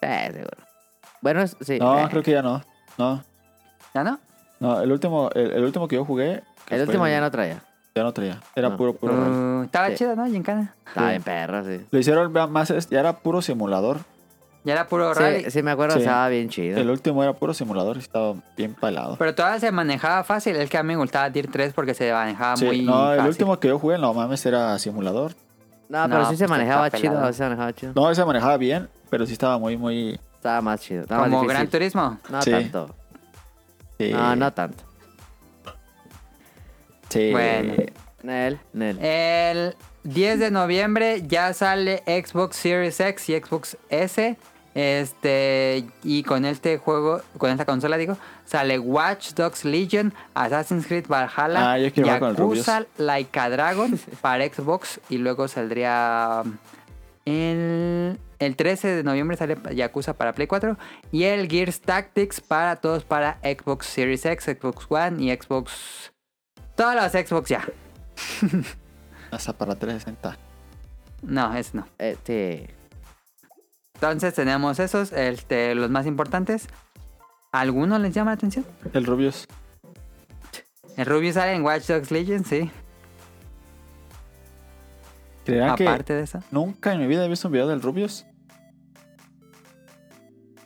Speaker 4: Sí, seguro. Bueno, es- sí.
Speaker 3: No,
Speaker 4: eh,
Speaker 3: creo que ya no. No.
Speaker 2: ¿Ya no?
Speaker 3: No, el último, el, el último que yo jugué. que
Speaker 4: el
Speaker 3: fue
Speaker 4: último ya no traía.
Speaker 3: Ya no traía. Era
Speaker 4: No. Mm.
Speaker 3: puro, puro. rally.
Speaker 2: Uh, estaba
Speaker 4: Sí.
Speaker 2: chido, ¿no? Gincana.
Speaker 4: Está bien, perro, sí.
Speaker 3: Lo hicieron más. es- Ya era puro simulador.
Speaker 2: Ya era puro rally.
Speaker 4: Sí, sí, me acuerdo,
Speaker 3: Sí.
Speaker 4: estaba bien chido.
Speaker 3: El último era puro simulador. y Estaba bien palado.
Speaker 2: Pero todavía se manejaba fácil. Es que a mí me gustaba Tier 3 porque se manejaba
Speaker 3: Sí,
Speaker 2: muy
Speaker 3: no,
Speaker 2: fácil.
Speaker 3: el último que yo jugué, no mames, era simulador.
Speaker 4: No,
Speaker 2: No,
Speaker 4: pero sí se
Speaker 2: pues,
Speaker 4: manejaba
Speaker 2: está
Speaker 4: chido,
Speaker 2: pelado.
Speaker 4: sí se manejaba chido.
Speaker 3: No, ese manejaba bien, pero sí estaba muy, muy.
Speaker 4: Estaba más chido, estaba
Speaker 2: Como
Speaker 4: más
Speaker 2: Gran
Speaker 4: difícil.
Speaker 2: Turismo.
Speaker 4: No
Speaker 3: Sí.
Speaker 4: tanto.
Speaker 3: Sí,
Speaker 4: No, no tanto.
Speaker 3: sí.
Speaker 2: Bueno.
Speaker 4: Nel,
Speaker 2: Eh.
Speaker 4: Nel.
Speaker 2: El 10 de noviembre ya sale Xbox Series X y Xbox S. Este, y con este juego, con esta consola digo, sale Watch Dogs Legion, Assassin's Creed Valhalla,
Speaker 3: Ah, yo quiero jugar con el Rubius.
Speaker 2: Yakuza Like a Dragon para Xbox y luego saldría el, el 13 de noviembre sale Yakuza para Play 4 y el Gears Tactics para todos para Xbox Series X, Xbox One y Xbox... Todos los Xbox ya.
Speaker 3: Hasta para 360.
Speaker 2: No, ese no.
Speaker 4: Este.
Speaker 2: Entonces tenemos esos, este, los más importantes. ¿Alguno les llama la atención?
Speaker 7: El Rubius.
Speaker 2: El Rubius sale en Watch Dogs Legends, sí.
Speaker 7: ¿Creerán que
Speaker 2: Aparte de eso.
Speaker 7: nunca en mi vida he visto un video del Rubius?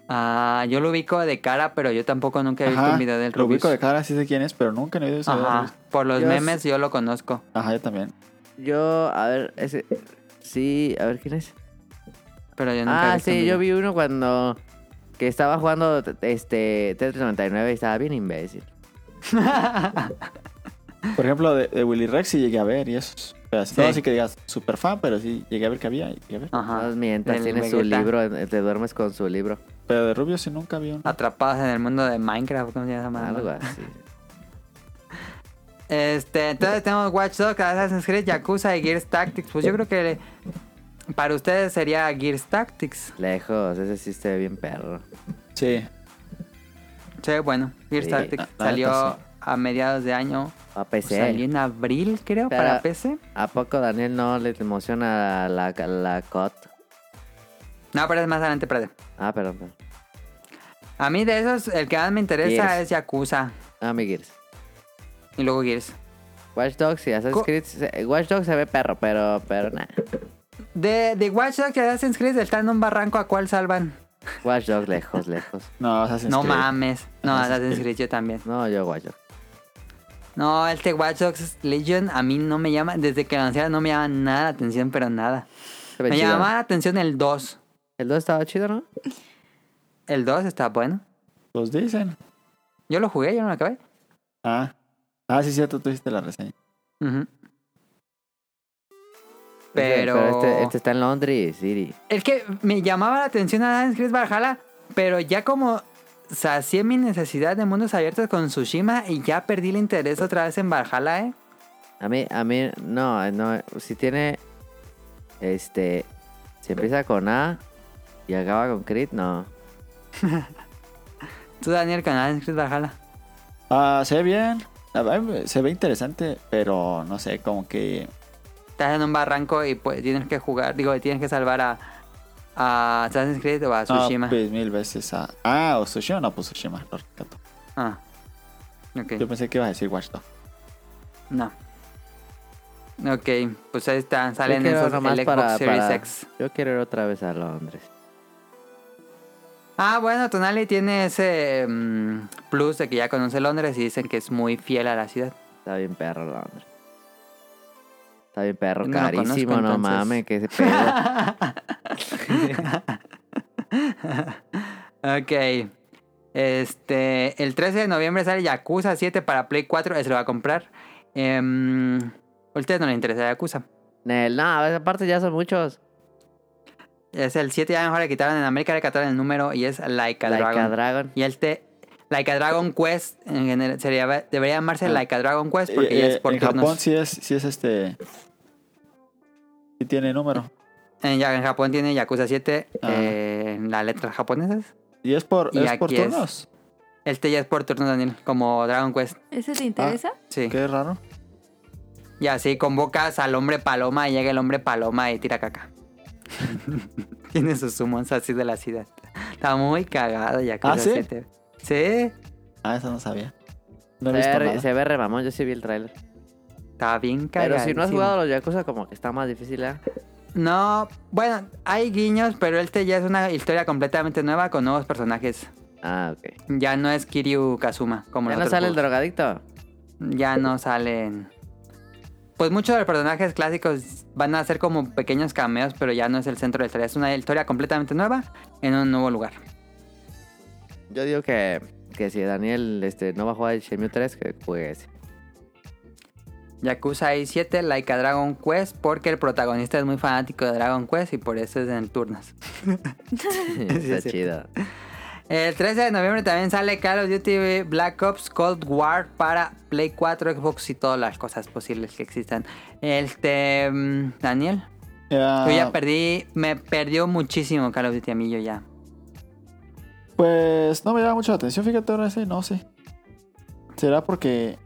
Speaker 2: Ah, yo lo ubico de cara, pero yo tampoco nunca he visto un video del
Speaker 7: Lo
Speaker 2: Rubius.
Speaker 7: ubico de cara, sí sé quién es, pero nunca en mi vida he visto un video del
Speaker 2: Ajá.
Speaker 7: Rubius.
Speaker 2: Por los
Speaker 4: Yo
Speaker 2: memes yo lo conozco.
Speaker 7: Ajá, yo también.
Speaker 4: Yo, a ver, ese. Sí, a ver quién es.
Speaker 2: Pero yo nunca he
Speaker 4: Ah,
Speaker 2: visto un
Speaker 4: sí, yo
Speaker 2: video.
Speaker 4: vi uno cuando. Que estaba jugando este Tetris 99 y estaba bien imbécil.
Speaker 7: Por ejemplo, de, de Willy Rex sí llegué a ver y eso. Pero
Speaker 2: Sí. Ah.
Speaker 7: No así que digas super fan, pero sí llegué a ver que había y llegué a ver.
Speaker 4: No
Speaker 2: Ajá.
Speaker 4: mientas,
Speaker 2: Del
Speaker 4: tiene su
Speaker 2: Vegeta.
Speaker 4: libro, eh, te duermes con su libro.
Speaker 7: Pero de Rubius sí nunca vi
Speaker 2: Ah.
Speaker 7: uno.
Speaker 2: Atrapados en el mundo de Minecraft, ¿cómo se llama?
Speaker 4: Algo así.
Speaker 2: Este, entonces tenemos Watch Dogs, Assassin's Creed, Yakuza y Gears Tactics. Pues yo creo que para ustedes sería Gears Tactics.
Speaker 4: Lejos, ese sí se ve bien perro.
Speaker 7: Sí.
Speaker 2: Sí, bueno, Gears
Speaker 4: Sí,
Speaker 2: Tactics
Speaker 7: la- la
Speaker 2: salió
Speaker 7: neta,
Speaker 2: a mediados de año. pues,
Speaker 4: A PC.
Speaker 2: Salió en abril, creo,
Speaker 4: Pero-
Speaker 2: para PC.
Speaker 4: ¿A poco Daniel no le emociona la, la, la COT?
Speaker 2: No, pero es más adelante, espérate.
Speaker 4: Ah, perdón, perdón.
Speaker 2: A mí de esos, el que más me interesa
Speaker 4: Gears.
Speaker 2: es Yakuza
Speaker 4: Ah, mi Gears.
Speaker 2: y luego Gears.
Speaker 4: Watch Dogs y Assassin's
Speaker 2: Co-
Speaker 4: Creed. se- Watch Dogs se ve perro, pero, pero nah.
Speaker 2: De, de Watch Dogs y Assassin's Creed están en un barranco, ¿a cuál salvan?
Speaker 4: Watch Dogs lejos, lejos.
Speaker 7: No, Assassin's
Speaker 2: no
Speaker 7: Creed.
Speaker 2: mames. No,
Speaker 7: Assassin's
Speaker 2: Assassin's
Speaker 7: Creed.
Speaker 2: Creed yo también.
Speaker 4: No, yo Watch Dogs.
Speaker 2: No, este Watch Dogs Legion a mí no me llama, desde que lo anunciaron no me llama nada la atención, pero nada.
Speaker 4: Se
Speaker 7: Pues
Speaker 4: ve
Speaker 2: Me
Speaker 4: chido.
Speaker 2: llamaba la atención el 2.
Speaker 4: El 2 estaba chido, ¿no?
Speaker 2: El 2 está bueno.
Speaker 7: Los dicen.
Speaker 2: Yo lo jugué, yo no lo acabé.
Speaker 7: Ah. Ah, sí, cierto, tú hiciste la reseña.
Speaker 2: Ujú.
Speaker 4: Ese-
Speaker 2: Pero,
Speaker 4: este, este está en Londres, Siri.
Speaker 2: es que me llamaba la atención a Assassin's Creed Valhalla, pero ya como sacié mi necesidad de mundos abiertos con Tsushima y ya perdí el interés otra vez en Valhalla, ¿eh?
Speaker 4: A mí, a mí, no, no. Si tiene. Este. Si empieza con A y acaba con Creed, no.
Speaker 2: Tú, Daniel, con Assassin's Creed Valhalla.
Speaker 7: Ah, se ve bien. A ver, Se ve interesante, pero no sé, como que.
Speaker 2: Estás en un barranco y pues tienes que jugar, digo, tienes que salvar a, a Assassin's Creed
Speaker 4: Ah,
Speaker 2: o a
Speaker 7: No,
Speaker 2: Tsushima.
Speaker 7: pues mil veces a. Ah, o Tsushima, no, pues Tsushima, lo rescato.
Speaker 2: Ah. Ok.
Speaker 7: Yo pensé que ibas a decir Watch Dogs.
Speaker 2: No. Ok, pues ahí están, salen
Speaker 4: Yo quiero
Speaker 2: esos del
Speaker 4: nomás
Speaker 2: Xbox
Speaker 4: para-
Speaker 2: Series
Speaker 4: para-
Speaker 2: X.
Speaker 4: Yo quiero ir otra vez a Londres.
Speaker 2: Ah, bueno, Tonali tiene ese mm, plus de que ya conoce Londres y dicen que es muy fiel a la ciudad.
Speaker 4: Está bien perro Londres. Está bien
Speaker 2: No
Speaker 4: perro,
Speaker 2: lo conozco,
Speaker 4: carísimo, no
Speaker 2: entonces.
Speaker 4: mames, que ese pedo.
Speaker 2: Ok. Este, el 13 de noviembre sale Yakuza 7 para Play 4, ese lo va a comprar. Em, a usted no le interesa Yakuza.
Speaker 4: Nel, no, a veces aparte ya son muchos.
Speaker 2: Es el 7 ya mejor le quitaron en América, le quitaron el número y es Laika
Speaker 4: Like a
Speaker 2: Dragon.
Speaker 4: Dragon.
Speaker 2: Y el te Laika Dragon Quest en general, sería, debería llamarse
Speaker 7: Ah.
Speaker 2: Laika Dragon Quest porque ya
Speaker 7: Eh,
Speaker 2: es por
Speaker 7: en
Speaker 2: turnos.
Speaker 7: Japón sí es, sí es este. Sí tiene número.
Speaker 2: En, ya- en Japón tiene Yakuza 7
Speaker 7: Ah.
Speaker 2: eh, en las letras japonesas.
Speaker 7: Y es por,
Speaker 2: Y
Speaker 7: es por
Speaker 2: aquí es.
Speaker 7: turnos.
Speaker 2: Este ya es por turno, Daniel, como Dragon Quest.
Speaker 1: ¿Eso te interesa?
Speaker 4: Ah.
Speaker 2: Sí.
Speaker 7: Qué raro.
Speaker 2: Y así convocas al hombre paloma y llega el hombre paloma y tira caca. tiene sus summons así de la ciudad. Está muy cagado Yakuza
Speaker 7: ¿Ah, sí?
Speaker 2: 7. Sí,
Speaker 7: Ah, eso no sabía. No
Speaker 4: Se
Speaker 7: he visto
Speaker 4: ve,
Speaker 7: nada.
Speaker 4: se ve re mamón, yo sí vi el trailer.
Speaker 2: está bien cagado.
Speaker 4: Pero si no has jugado a los Yakuza, como que está más difícil, ¿eh?
Speaker 2: No, bueno, hay guiños, pero este ya es una historia completamente nueva con nuevos personajes.
Speaker 4: Ah, ok.
Speaker 2: Ya no es Kiryu Kazuma como
Speaker 4: ¿Ya
Speaker 2: los
Speaker 4: no
Speaker 2: otros
Speaker 4: sale el
Speaker 2: juegos.
Speaker 4: drogadicto?
Speaker 2: ya no salen. Pues muchos de los personajes clásicos van a ser como pequeños cameos, pero ya no es el centro de la historia. Es una historia completamente nueva en un nuevo lugar.
Speaker 4: Yo digo que, que si Daniel este, no va a jugar el Shenmue 3, que juegue ese.
Speaker 2: Yakuza 7, like a Dragon Quest, porque el protagonista es muy fanático de Dragon Quest y por eso es en turnos.
Speaker 4: está
Speaker 2: cierto.
Speaker 4: chido.
Speaker 2: El 13 de noviembre también sale Call of Duty Black Ops Cold War para Play 4, Xbox y todas las cosas posibles que existan. Este, mm, Daniel,
Speaker 7: Ah,
Speaker 2: yo ya perdí, me perdió muchísimo Call of Duty a mí, yo ya.
Speaker 7: Pues no me llama mucho la atención, fíjate, ahora sí, no sé. Será porque.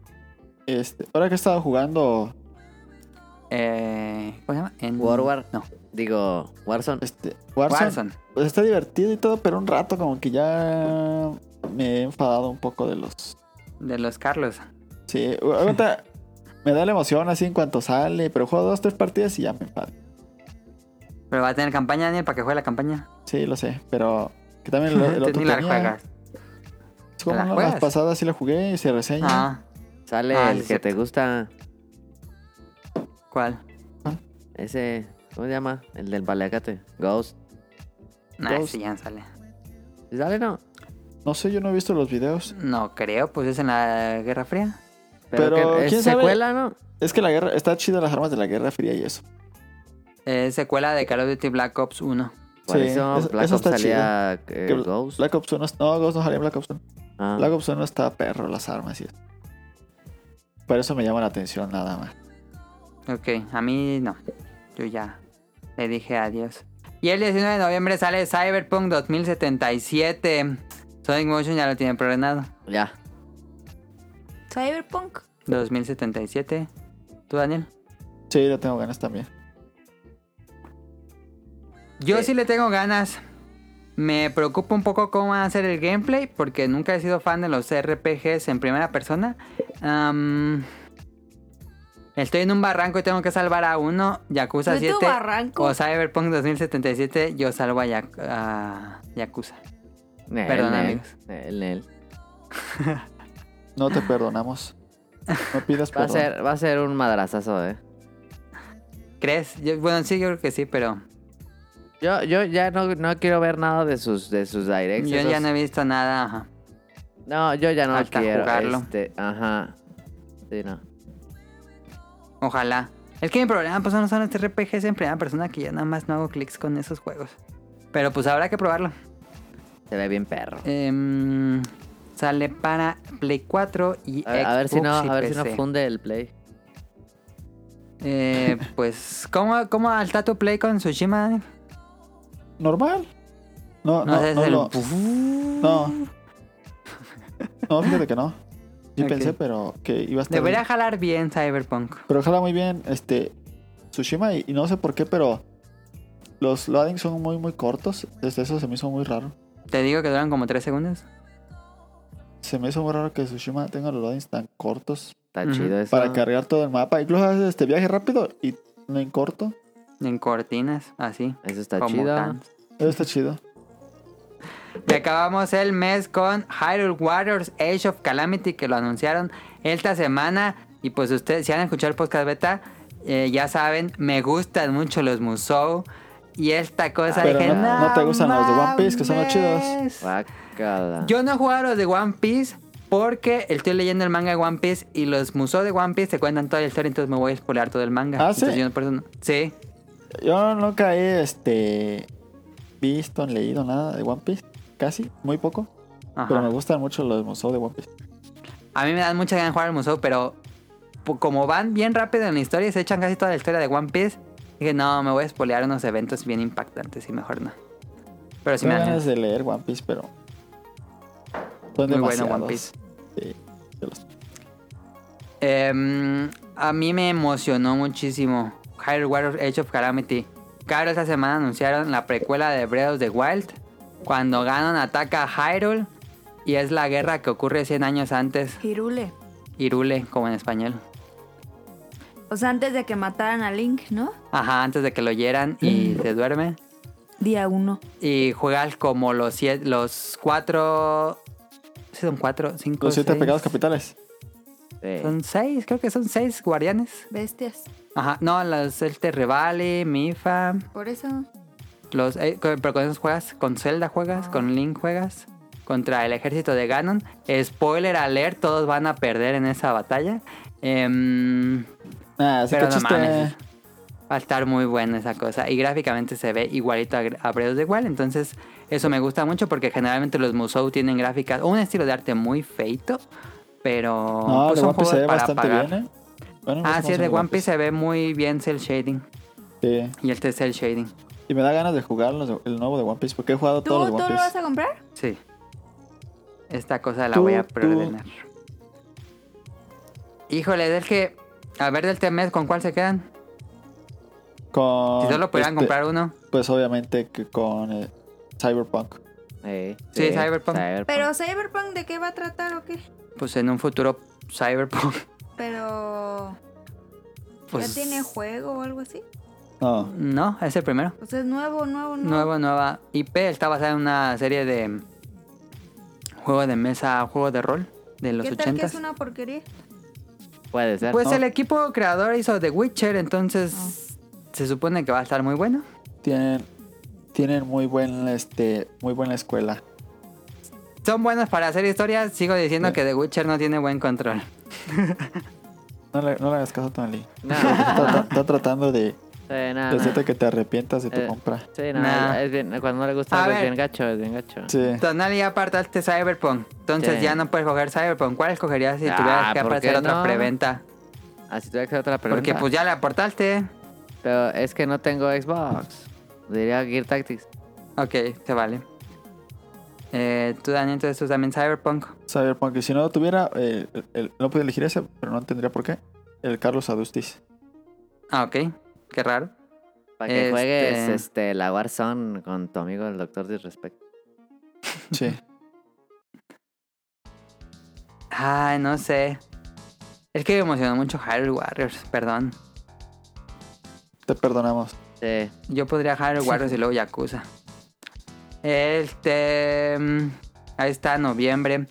Speaker 7: Este, ahora que he estado jugando.
Speaker 2: Eh, ¿Cómo se llama? En...
Speaker 4: World War.
Speaker 2: No.
Speaker 4: Digo, Warzone.
Speaker 3: Este, Warzone,
Speaker 2: Warzone.
Speaker 3: pues, está divertido y todo, pero un rato como que ya me he enfadado un poco de los...
Speaker 2: De los Carlos.
Speaker 3: Sí, ahorita me da la emoción así en cuanto sale, pero juego dos, tres partidas y ya me enfado.
Speaker 2: Pero va a tener campaña, Daniel, para que juegue la campaña.
Speaker 3: Sí, lo sé, pero que también el, el
Speaker 2: Tú
Speaker 3: otro
Speaker 2: ni la
Speaker 3: tenía-
Speaker 2: juegas.
Speaker 3: Es como
Speaker 2: ¿La
Speaker 3: una
Speaker 2: juegas?
Speaker 3: las pasadas sí la jugué y se reseña.
Speaker 2: Ah,
Speaker 4: Sale
Speaker 2: Ah,
Speaker 4: el
Speaker 2: sí,
Speaker 4: que
Speaker 2: cierto.
Speaker 4: te gusta.
Speaker 2: ¿cuál?
Speaker 4: Ese. ¿Cómo se llama? El del baleacate. Ghost.
Speaker 2: Nah,
Speaker 3: Ghost.
Speaker 2: ese ya no sale.
Speaker 4: ¿Sale no?
Speaker 3: No sé, yo no he visto los videos.
Speaker 2: No creo, pues es en la Guerra Fría.
Speaker 4: Pero,
Speaker 3: Pero,
Speaker 4: que es
Speaker 3: ¿quién sabe?
Speaker 4: secuela, ¿no?
Speaker 3: Es que la guerra, está chida las armas de la Guerra Fría y eso.
Speaker 2: Es secuela de Call of Duty Black Ops 1.
Speaker 4: Por
Speaker 3: Sí,
Speaker 4: eso
Speaker 3: eso-
Speaker 4: Black
Speaker 3: eso
Speaker 4: Ops
Speaker 3: está
Speaker 4: salía eh,
Speaker 3: Que
Speaker 4: Ghost.
Speaker 3: Black Ops 1, es- no, Ghost no salía en Black Ops 1.
Speaker 4: Ah.
Speaker 3: Black Ops 1 está perro, las armas y eso. Por eso me llama la atención nada más.
Speaker 2: Ok, a mí no. Yo ya le dije adiós. Y el 19 de noviembre sale Cyberpunk 2077. Sonic Motion ya lo tiene programado.
Speaker 4: Ya.
Speaker 1: Cyberpunk.
Speaker 2: 2077. ¿Tú, Daniel?
Speaker 3: Sí, yo tengo ganas también.
Speaker 2: Yo sí. le tengo ganas. Me preocupa un poco cómo va a ser el gameplay porque nunca he sido fan de los RPGs en primera persona. Am, estoy en un barranco y tengo que salvar a uno. Yakuza
Speaker 1: Vete a
Speaker 2: 7
Speaker 4: este-
Speaker 1: un barranco.
Speaker 2: o Cyberpunk 2077. Yo salvo a, Yak- a Yakuza.
Speaker 4: Nel,
Speaker 2: Perdón,
Speaker 4: nel,
Speaker 2: amigos.
Speaker 4: nel, nel.
Speaker 3: No te perdonamos. No pidas
Speaker 4: Va a
Speaker 3: perdón.
Speaker 4: ser, va a ser un madrazazo, eh.
Speaker 2: ¿Crees? Yo- bueno, sí, yo creo que sí, pero
Speaker 4: Yo, yo ya no, no quiero ver nada de sus, de sus directs.
Speaker 2: yo
Speaker 4: esos-
Speaker 2: ya no he visto nada. ajá.
Speaker 4: No, yo ya no
Speaker 2: Falta
Speaker 4: quiero.
Speaker 2: jugarlo.
Speaker 4: Este, ajá. Sí, no.
Speaker 2: Ojalá. Es que mi problema pues, no son los RPGs en primera persona que ya nada más no hago clics con esos juegos. Pero pues habrá que probarlo.
Speaker 4: Se ve bien perro.
Speaker 2: Em, sale para Play 4 y
Speaker 4: A ver, a ver si
Speaker 2: Xbox
Speaker 4: no,
Speaker 2: y
Speaker 4: a ver si no
Speaker 2: PC.
Speaker 4: funde el play.
Speaker 2: Eh, pues, ¿cómo, ¿cómo está tu Play con Tsushima? Dani?
Speaker 3: Normal. No,
Speaker 2: No,
Speaker 3: no,
Speaker 2: sé, es
Speaker 3: no,
Speaker 2: el...
Speaker 3: lo- no. No, fíjate que no. Sí
Speaker 2: Ok.
Speaker 3: pensé, pero que iba a estar.
Speaker 2: Debería jalar bien Cyberpunk.
Speaker 3: Pero jala muy bien este Tsushima y, y no sé por qué, pero los loadings son muy muy cortos. Desde eso se me hizo muy raro.
Speaker 2: Te digo que duran como 3 segundos.
Speaker 3: Se me hizo muy raro que Tsushima tenga los loadings tan cortos
Speaker 4: Está
Speaker 2: Ujú.
Speaker 4: chido eso.
Speaker 3: para cargar todo el mapa. Incluso haces este viaje rápido y no en corto.
Speaker 2: En cortinas, así.
Speaker 4: Eso está
Speaker 2: como
Speaker 4: chido.
Speaker 2: tan.
Speaker 3: Eso está chido.
Speaker 2: Y acabamos el mes con Hyrule Warriors Age of Calamity que lo anunciaron esta semana. Y pues ustedes, si han escuchado el podcast beta, eh, ya saben, me gustan mucho los Musou. Y esta cosa
Speaker 3: Pero
Speaker 2: dije,
Speaker 3: no- no te gustan los de One Piece, que son los chidos".
Speaker 2: mames".
Speaker 4: Guácala.
Speaker 2: Yo no he jugado a los de One Piece porque estoy leyendo el manga de One Piece y los Musou de One Piece te cuentan toda la historia, entonces me voy a explorar todo el manga.
Speaker 3: ¿Ah, sí?
Speaker 2: Entonces yo por eso no- Sí.
Speaker 3: Yo nunca he este visto, leído nada de One Piece. Casi, muy poco.
Speaker 2: Ajá.
Speaker 3: Pero me gustan mucho los museos de One Piece.
Speaker 2: A mí me dan mucha ganas de jugar al museo, pero po- como van bien rápido en la historia y se echan casi toda la historia de One Piece, dije, no, me voy a espolear unos eventos bien impactantes y mejor no. Pero sí me
Speaker 3: Tengo
Speaker 2: dan ganas.
Speaker 3: ganas de leer One Piece, pero. Son
Speaker 2: Muy bueno,
Speaker 3: demasiados.
Speaker 2: One Piece.
Speaker 3: Sí, yo los-
Speaker 2: Em, a mí me emocionó muchísimo Hyrule Warriors Age of Calamity. Claro, esta semana anunciaron la precuela de Breath of the Wild, cuando Ganon ataca a Hyrule y es la guerra que ocurre 100 años antes,
Speaker 1: Girule.
Speaker 2: Irule, como en español.
Speaker 1: O sea, antes de que mataran a Link, ¿no?
Speaker 2: Ajá, antes de que lo hieran y se duerme.
Speaker 1: Día uno.
Speaker 2: Y juegas como los siete, los cuatro. ¿sí son cuatro, cinco.
Speaker 3: Los siete
Speaker 2: seis?
Speaker 3: pecados capitales.
Speaker 4: Sí.
Speaker 2: Son seis, creo que son seis guardianes.
Speaker 1: Bestias.
Speaker 2: Ajá, no, los el Terrevali, Mifa.
Speaker 1: Por eso.
Speaker 2: Los, eh, con- pero con esos juegas, con Zelda juegas, con Link juegas, contra el ejército de Ganon. Spoiler alert, todos van a perder en esa batalla. Em,
Speaker 3: Ah, así
Speaker 2: pero
Speaker 3: que
Speaker 2: no
Speaker 3: chiste.
Speaker 2: mames. Va a estar muy buena esa cosa. Y gráficamente se ve igualito a, Gre- a Breath of the Wild. Entonces, eso me gusta mucho porque generalmente los Musou tienen gráficas, un estilo de arte muy feito. Pero
Speaker 3: no,
Speaker 2: pues,
Speaker 3: de
Speaker 2: son
Speaker 3: One Piece se
Speaker 2: juegos
Speaker 3: ve
Speaker 2: para
Speaker 3: bastante
Speaker 2: pagar.
Speaker 3: bien, ¿eh?
Speaker 2: Ah, sí,
Speaker 3: Bueno, pues, no
Speaker 2: el
Speaker 3: sé
Speaker 2: de One Piece se ve muy bien cel shading.
Speaker 3: Sí.
Speaker 2: Y este es cel shading.
Speaker 3: Y me da ganas de jugar los de- el nuevo de One Piece porque he jugado
Speaker 1: ¿Tú,
Speaker 3: todos los
Speaker 1: tú
Speaker 3: de
Speaker 1: lo
Speaker 3: One
Speaker 1: vas
Speaker 3: Piece.
Speaker 1: a comprar?
Speaker 2: Sí. Esta cosa la
Speaker 3: Tú,
Speaker 2: voy a
Speaker 3: tú.
Speaker 2: preordenar. E Híjole, es que. A ver, del mes, ¿con cuál se quedan?
Speaker 3: Con,
Speaker 2: Si solo pudieran
Speaker 3: este,
Speaker 2: comprar uno.
Speaker 3: Pues obviamente que con eh, Cyberpunk.
Speaker 4: Eh,
Speaker 2: Sí, Cyberpunk.
Speaker 1: Pero Cyberpunk, ¿de qué va a tratar o qué?
Speaker 2: Pues en un futuro cyberpunk.
Speaker 1: Pero...
Speaker 2: Pues,
Speaker 1: ¿Ya tiene juego o algo así?
Speaker 3: No.
Speaker 2: No, es el primero.
Speaker 1: Pues es nuevo, nuevo, nuevo.
Speaker 2: Nueva, nueva IP. Está basada en una serie de juego de mesa, juego de rol de los
Speaker 1: ¿Qué tal que es
Speaker 2: 80
Speaker 1: una porquería?
Speaker 4: Puede ser.
Speaker 2: Pues
Speaker 4: ¿no?
Speaker 2: el equipo creador hizo The Witcher, entonces
Speaker 1: Ah.
Speaker 2: se supone que va a estar muy bueno.
Speaker 3: Tienen, tienen muy buen, este, muy buena escuela.
Speaker 2: Son buenos para hacer historias. Sigo diciendo
Speaker 3: Sí.
Speaker 2: que The Witcher no tiene buen control.
Speaker 3: No le, no le hagas caso a Tonali.
Speaker 4: No,
Speaker 3: Está, está tratando de,
Speaker 4: sí,
Speaker 2: Ah,
Speaker 4: no,
Speaker 3: de
Speaker 4: no.
Speaker 3: hacerte que te arrepientas de tu
Speaker 4: Eh.
Speaker 3: compra.
Speaker 4: Sí, no,
Speaker 2: Nah.
Speaker 4: es- es bien, cuando no le
Speaker 2: A
Speaker 4: gusta algo es
Speaker 2: ver.
Speaker 4: bien gacho, es bien gacho.
Speaker 3: Sí.
Speaker 2: Tonal ya apartaste Cyberpunk. Entonces
Speaker 4: Sí.
Speaker 2: ya no puedes coger Cyberpunk. ¿Cuál escogerías si
Speaker 4: Ah,
Speaker 2: tuvieras que
Speaker 4: ¿por
Speaker 2: apartar
Speaker 4: qué
Speaker 2: otra
Speaker 4: no?
Speaker 2: preventa?
Speaker 4: Así tuve que hacer otra pregunta.
Speaker 2: Porque pues ya la apartaste.
Speaker 4: Pero es que no tengo Xbox. Diría Gear Tactics.
Speaker 2: Ok, te vale. Eh, tú, Dani, entonces tú también Cyberpunk.
Speaker 3: Cyberpunk. Y si no lo tuviera, eh, el- el- no podría elegir ese, pero no tendría por qué. El Carlos Adustis.
Speaker 2: Ah, ok. Qué raro.
Speaker 4: Para que
Speaker 2: Este-
Speaker 4: juegues este, la Warzone con tu amigo el Doctor Disrespect.
Speaker 3: Sí.
Speaker 2: Ay, no sé. Es que me emocionó mucho Hyrule Warriors, perdón.
Speaker 3: Te perdonamos.
Speaker 4: Sí.
Speaker 2: Yo podría Hyrule Warriors y luego Yakuza. Este. mm, Ahí está, noviembre.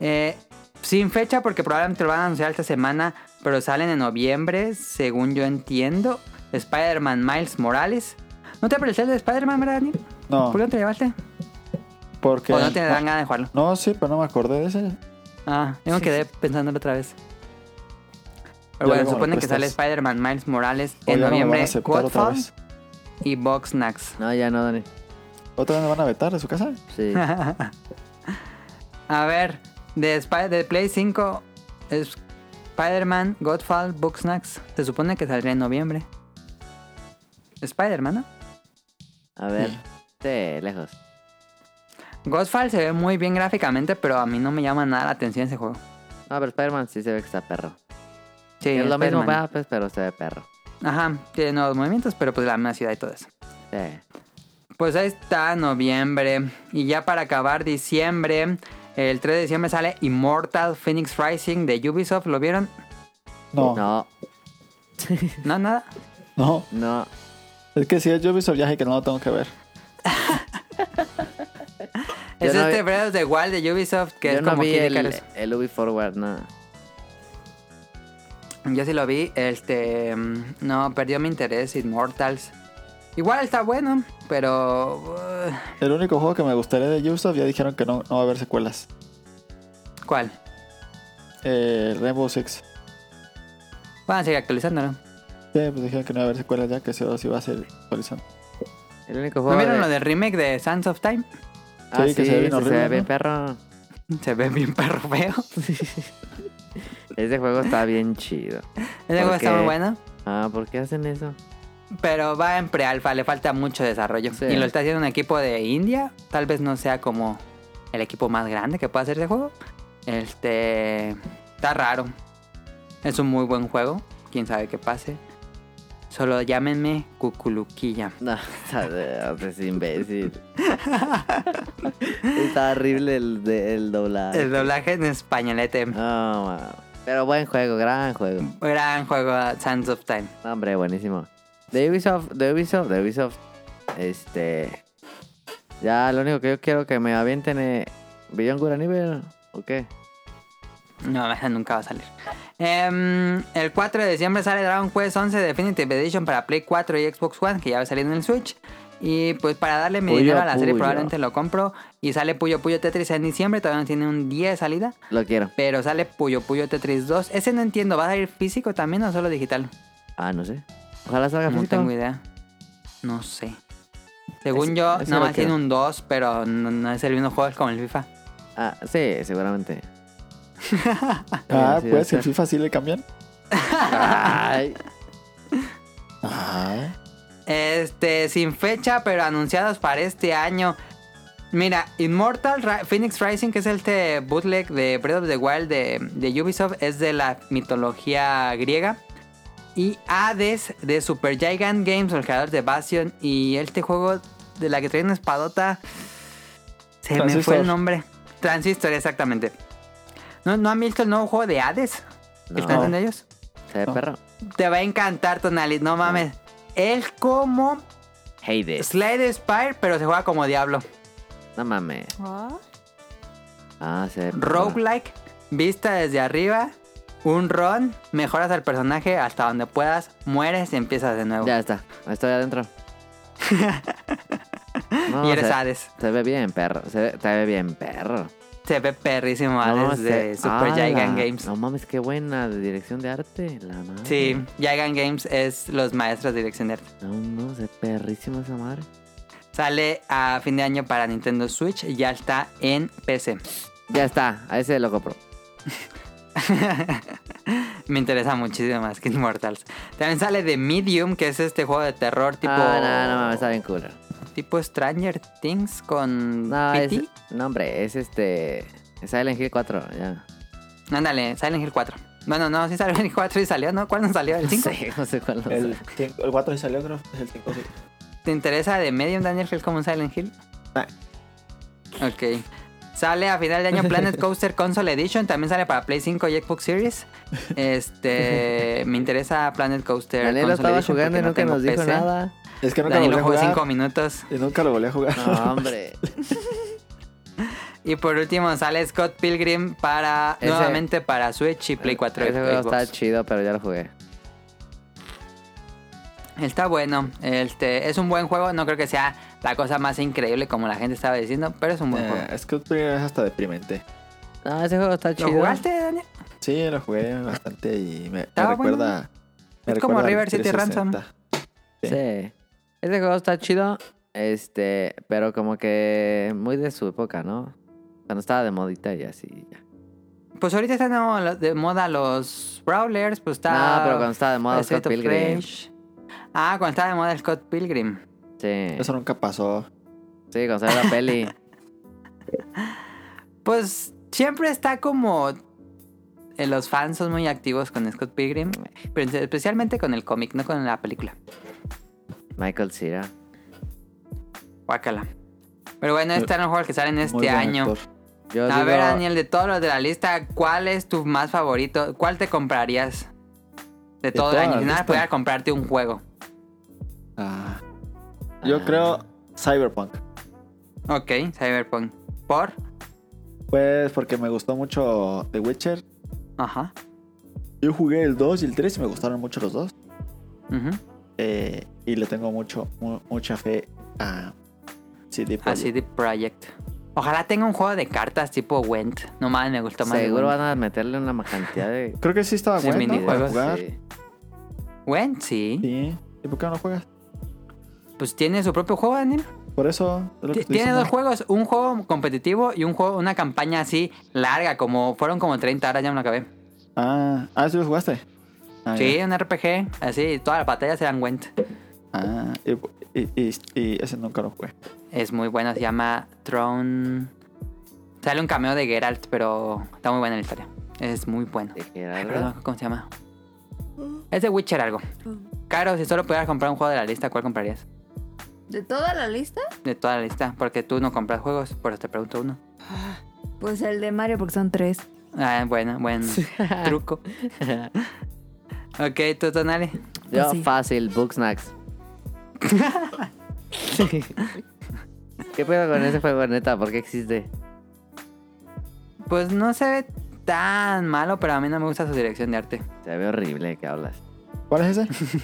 Speaker 2: Eh, sin fecha, porque probablemente lo van a anunciar esta semana. Pero salen en noviembre, según yo entiendo. Spider-Man Miles Morales. ¿No te apareció el de Spider-Man, verdad, Dani?
Speaker 3: No,
Speaker 2: ¿Por qué no te llevaste?
Speaker 3: porque.
Speaker 2: ¿O no te dan ganas de jugarlo?
Speaker 3: No, sí, pero no me acordé de ese.
Speaker 2: Ah, yo me quedé pensándolo otra vez.
Speaker 3: Ya
Speaker 2: Pero bueno,
Speaker 3: luego me
Speaker 2: supone que
Speaker 3: prestas.
Speaker 2: sale Spider-Man Miles Morales
Speaker 3: O
Speaker 2: en
Speaker 3: ya no me van a
Speaker 2: noviembre.
Speaker 3: aceptar otra
Speaker 2: Godfall
Speaker 3: vez.
Speaker 2: y Box Snacks.
Speaker 4: No, ya no, Dani.
Speaker 3: ¿Otra vez me van a vetar de su casa?
Speaker 4: Sí.
Speaker 2: A ver, de, Spi- de Play 5, es Spider-Man, Godfall, Box Snacks. Se supone que saldría en noviembre. Spider-Man, ¿no?
Speaker 4: A ver. Sí, lejos.
Speaker 2: Godfall se ve muy bien gráficamente, pero a mí no me llama nada la atención ese juego.
Speaker 4: No, pero Spider-Man sí se ve que está perro.
Speaker 2: Sí,
Speaker 4: es lo mismo,
Speaker 2: Spider-Man.
Speaker 4: va, pues, pero se ve perro.
Speaker 2: Ajá, tiene nuevos movimientos, pero pues la misma ciudad y todo eso.
Speaker 4: Sí.
Speaker 2: Pues ahí está noviembre. Y ya para acabar diciembre, el 3 de diciembre sale Immortal Phoenix Rising de Ubisoft. ¿Lo vieron?
Speaker 3: No, no.
Speaker 4: No,
Speaker 2: No, nada.
Speaker 4: no.
Speaker 3: Es que si es Ubisoft, ya sé que no lo tengo que ver.
Speaker 4: Yo
Speaker 2: Es
Speaker 4: no
Speaker 2: este
Speaker 4: vi-
Speaker 2: Breath of the Wild de Ubisoft que
Speaker 4: Yo
Speaker 2: es
Speaker 4: no
Speaker 2: como
Speaker 4: vi
Speaker 2: Kid
Speaker 4: el,
Speaker 2: Icarus.
Speaker 4: el Ubi Forward, no.
Speaker 2: Yo sí lo vi. Este. mm, No, perdió mi interés. Immortals. Igual está bueno, pero. uh,
Speaker 3: El único juego que me gustaría de Ubisoft, ya dijeron que no, no va a haber secuelas.
Speaker 2: ¿Cuál?
Speaker 3: Eh, Rainbow Six.
Speaker 2: Van a seguir actualizándolo.
Speaker 3: Sí, pues dijeron que no iba a haber secuelas ya, que eso sí va a ser actualizando.
Speaker 4: El único
Speaker 2: ¿No
Speaker 4: juego.
Speaker 2: vieron
Speaker 4: de-
Speaker 2: lo del remake de Sands of Time?
Speaker 4: Ah,
Speaker 3: Sí,
Speaker 4: sí,
Speaker 3: que
Speaker 4: sí,
Speaker 3: se ve bien
Speaker 4: se
Speaker 3: horrible,
Speaker 4: ve bien
Speaker 3: ¿no?
Speaker 4: perro.
Speaker 2: Se ve bien perro feo.
Speaker 4: Ese juego está bien chido.
Speaker 2: Ese juego está
Speaker 4: qué?
Speaker 2: muy bueno.
Speaker 4: Ah, ¿por qué hacen eso?
Speaker 2: Pero va en prealfa, le falta mucho desarrollo.
Speaker 4: Sí.
Speaker 2: Y lo está haciendo un equipo de India. Tal vez no sea como el equipo más grande que pueda hacer ese juego. Este. Está raro. Es un muy buen juego. Quién sabe qué pase. Solo llámenme Cuculuquilla.
Speaker 4: No, es imbécil. está horrible el, de- el doblaje.
Speaker 2: El doblaje en españolete.
Speaker 4: No, ma. Pero buen juego, gran juego.
Speaker 2: Gran juego, Sands of Time.
Speaker 4: No, hombre, buenísimo. De Ubisoft, de Ubisoft, de Ubisoft. Este. Ya, lo único que yo quiero que me avienten es. ¿Beyond Good and Evil? ¿O qué?
Speaker 2: No, esa nunca va a salir. Em, el 4 de diciembre sale Dragon Quest 11 Definitive Edition para Play 4 y Xbox One, que ya va a salir en el Switch. Y pues para darle mi
Speaker 4: Puyo
Speaker 2: dinero a la serie
Speaker 4: Puyo.
Speaker 2: probablemente lo compro. Y sale Puyo Puyo Tetris en diciembre, todavía no tiene un día de salida.
Speaker 4: Lo quiero.
Speaker 2: Pero sale Puyo Puyo Tetris 2. Ese no entiendo, ¿va a salir físico también o solo digital?
Speaker 4: Ah, no sé. Ojalá salga
Speaker 2: No
Speaker 4: físico.
Speaker 2: tengo idea. No sé. Según
Speaker 4: Ese-
Speaker 2: yo,
Speaker 4: ese
Speaker 2: nada
Speaker 4: lo
Speaker 2: más
Speaker 4: quiero.
Speaker 2: tiene un 2, pero no, no es el mismo juego es como el FIFA.
Speaker 4: Ah, sí, seguramente.
Speaker 3: Ah,
Speaker 4: sí,
Speaker 3: pues
Speaker 4: sí.
Speaker 3: el FIFA sí le cambian.
Speaker 4: Ay,
Speaker 3: Ah,
Speaker 2: Este, sin fecha, pero anunciados para este año. Mira, Immortal Ra- Phoenix Rising, que es este bootleg de Breath of the Wild de, de Ubisoft, es de la mitología griega. Y Hades de Super Giant Games, el creador de Bastion. Y este juego de la que trae una espadota. Se me fue
Speaker 3: Transistor.
Speaker 2: el nombre. Transistor, exactamente. ¿No, ¿No han visto el nuevo juego de Hades? ¿Que
Speaker 4: No,
Speaker 2: están haciendo ellos?
Speaker 4: se ve
Speaker 3: No.
Speaker 4: perro.
Speaker 2: Te va a encantar, Tonali, no mames. Es como
Speaker 4: Hades.
Speaker 2: Slade Spire, pero se juega como Diablo.
Speaker 4: No mames.
Speaker 1: Ah.
Speaker 4: Ah, se ve perro.
Speaker 2: Roguelike, vista desde arriba, un run, mejoras al personaje hasta donde puedas, mueres y empiezas de nuevo.
Speaker 4: Ya está. Estoy adentro. No,
Speaker 2: y eres
Speaker 4: se,
Speaker 2: Hades.
Speaker 4: se ve bien, perro. Se ve, se ve bien, perro.
Speaker 2: Se ve perrísimo
Speaker 4: No,
Speaker 2: Hades de
Speaker 4: se-
Speaker 2: Super
Speaker 4: ¡Hala!
Speaker 2: Gigan Games.
Speaker 4: No mames, qué buena de dirección de arte. La madre.
Speaker 2: Sí, Gigan Games es los maestros de dirección de arte.
Speaker 4: No, no, se ve perrísima esa madre.
Speaker 2: Sale a fin de año para Nintendo Switch y ya está en PC.
Speaker 4: Ya está, a ese lo compro.
Speaker 2: Me interesa muchísimo más que Immortals. También sale de Medium, que es este juego de terror tipo.
Speaker 4: Ah, no, no mames, está bien cool.
Speaker 2: Tipo Stranger Things con.
Speaker 4: No, es,
Speaker 2: PT.
Speaker 4: no, hombre, es este. Es Silent Hill 4, ya.
Speaker 2: Ándale, Silent Hill 4. Bueno, no, sí salió el 4 y salió, ¿no? ¿Cuál no salió? ¿El 5?
Speaker 4: No sé, no sé cuál lo
Speaker 7: El, cinco- el 4 sí salió, creo. Es el 5 sí.
Speaker 2: ¿Te interesa de Medium Daniel Hill como un Silent Hill?
Speaker 7: Ah.
Speaker 2: Ok. Sale a final de año Planet Coaster Console Edition. También sale para Play 5 y Xbox Series. Este. me interesa Planet Coaster
Speaker 4: Daniel lo
Speaker 2: Console
Speaker 4: estaba
Speaker 2: Edition
Speaker 4: jugando y
Speaker 2: porque no tengo
Speaker 4: nunca nos dijo
Speaker 2: PC.
Speaker 4: nada.
Speaker 3: Es que nunca
Speaker 2: Daniel
Speaker 3: lo
Speaker 2: lo jugó
Speaker 3: volví a
Speaker 2: 5
Speaker 3: jugar.
Speaker 2: minutos.
Speaker 3: Y nunca lo volví a jugar.
Speaker 4: No, hombre.
Speaker 2: Y por último sale Scott Pilgrim para.
Speaker 4: Ese-
Speaker 2: nuevamente para Switch y Play 4 y
Speaker 4: Ese juego
Speaker 2: Xbox.
Speaker 4: está chido, pero ya lo jugué.
Speaker 2: Está bueno, este es un buen juego, no creo que sea la cosa más increíble como la gente estaba diciendo, pero es un buen juego.
Speaker 3: Eh, es que es hasta deprimente.
Speaker 4: No, ese juego está
Speaker 2: ¿Lo
Speaker 4: chido.
Speaker 2: jugaste, Daniel?
Speaker 3: Sí, lo jugué bastante y me, me
Speaker 2: Estaba
Speaker 3: recuerda. me
Speaker 2: Es como
Speaker 3: recuerda al
Speaker 2: River City
Speaker 3: 360.
Speaker 2: Ransom.
Speaker 4: Sí. Ese juego está chido, este, pero como que muy de su época, ¿no? Cuando estaba de modita y así. ya.
Speaker 2: Pues ahorita están de- de moda los Brawlers, pues está.
Speaker 4: No, pero cuando estaba de moda
Speaker 2: Street
Speaker 4: Scott
Speaker 2: of
Speaker 4: Pilgrim.
Speaker 2: Rage. Ah, cuando estaba de moda Scott Pilgrim.
Speaker 4: Sí.
Speaker 3: Eso nunca pasó.
Speaker 4: Sí, cuando salió la peli.
Speaker 2: Pues siempre está como. eh, los fans son muy activos con Scott Pilgrim, pero especialmente con el cómic, no con la película.
Speaker 4: Michael Cera.
Speaker 2: Guácala. Pero bueno, este era un juego que sale en
Speaker 3: Muy
Speaker 2: este
Speaker 3: buen
Speaker 2: año.
Speaker 3: actor.
Speaker 4: Yo
Speaker 2: A
Speaker 4: digo,
Speaker 2: ver, Daniel, de todos los de la lista, ¿cuál es tu más favorito? ¿Cuál te comprarías? De todo el
Speaker 3: toda
Speaker 2: año.
Speaker 3: la
Speaker 2: Si nada,
Speaker 3: lista.
Speaker 2: pudieras comprarte un juego.
Speaker 3: Ah. Yo
Speaker 4: Ah.
Speaker 3: creo Cyberpunk.
Speaker 2: Ok, Cyberpunk. ¿Por?
Speaker 3: Pues porque me gustó mucho The Witcher.
Speaker 2: Ajá.
Speaker 3: Yo jugué el 2 y el 3 y me gustaron mucho los dos.
Speaker 2: ujú.
Speaker 3: Eh, y le tengo mucho, mu- mucha fe a CD Projekt.
Speaker 2: Así de Project. Ojalá tenga un juego de cartas tipo Went. No mames, me gustó más. el
Speaker 4: Seguro
Speaker 2: Went.
Speaker 4: van a meterle una cantidad de.
Speaker 3: Creo que sí estaba
Speaker 2: Sí,
Speaker 3: bueno Pues, ¿no? para
Speaker 2: minijuegos,
Speaker 3: jugar. Sí.
Speaker 4: Sí.
Speaker 2: Went, sí.
Speaker 3: ¿Y por qué no juegas?
Speaker 2: Pues tiene su propio juego, Daniel.
Speaker 3: Por eso. es lo que
Speaker 2: Ti-
Speaker 3: estoy
Speaker 2: Tiene
Speaker 3: diciendo.
Speaker 2: dos juegos. Un juego competitivo y un juego, una campaña así larga. como Fueron como 30 horas, ya me lo acabé.
Speaker 3: Ah, ah, ¿sí lo jugaste? Ah,
Speaker 2: sí,
Speaker 3: ya.
Speaker 2: un RPG. Así, todas las batallas eran Went.
Speaker 3: Ah, y, y- y- y ese nunca lo jugué.
Speaker 2: Es muy bueno, se llama Throne. Sale un cameo de Geralt, pero está muy buena la historia. Es muy bueno.
Speaker 4: de que era
Speaker 2: Ay,
Speaker 4: algo.
Speaker 2: perdón, ¿cómo se llama? Es de Witcher algo. Caro, si solo pudieras comprar un juego de la lista, ¿cuál comprarías?
Speaker 1: ¿De toda la lista?
Speaker 2: De toda la lista, porque tú no compras juegos, por eso te pregunto uno.
Speaker 1: Pues el de Mario, porque son tres.
Speaker 2: Ah, bueno, buen truco. ok, tú, Tonali.
Speaker 4: Yo,
Speaker 1: Pues sí.
Speaker 4: fácil, Booksnacks. ¿Qué pedo con ese juego, neta? ¿Por qué existe?
Speaker 2: Pues no se ve tan malo, pero a mí no me gusta su dirección de arte.
Speaker 4: Se ve horrible que hablas.
Speaker 3: ¿Cuál es ese?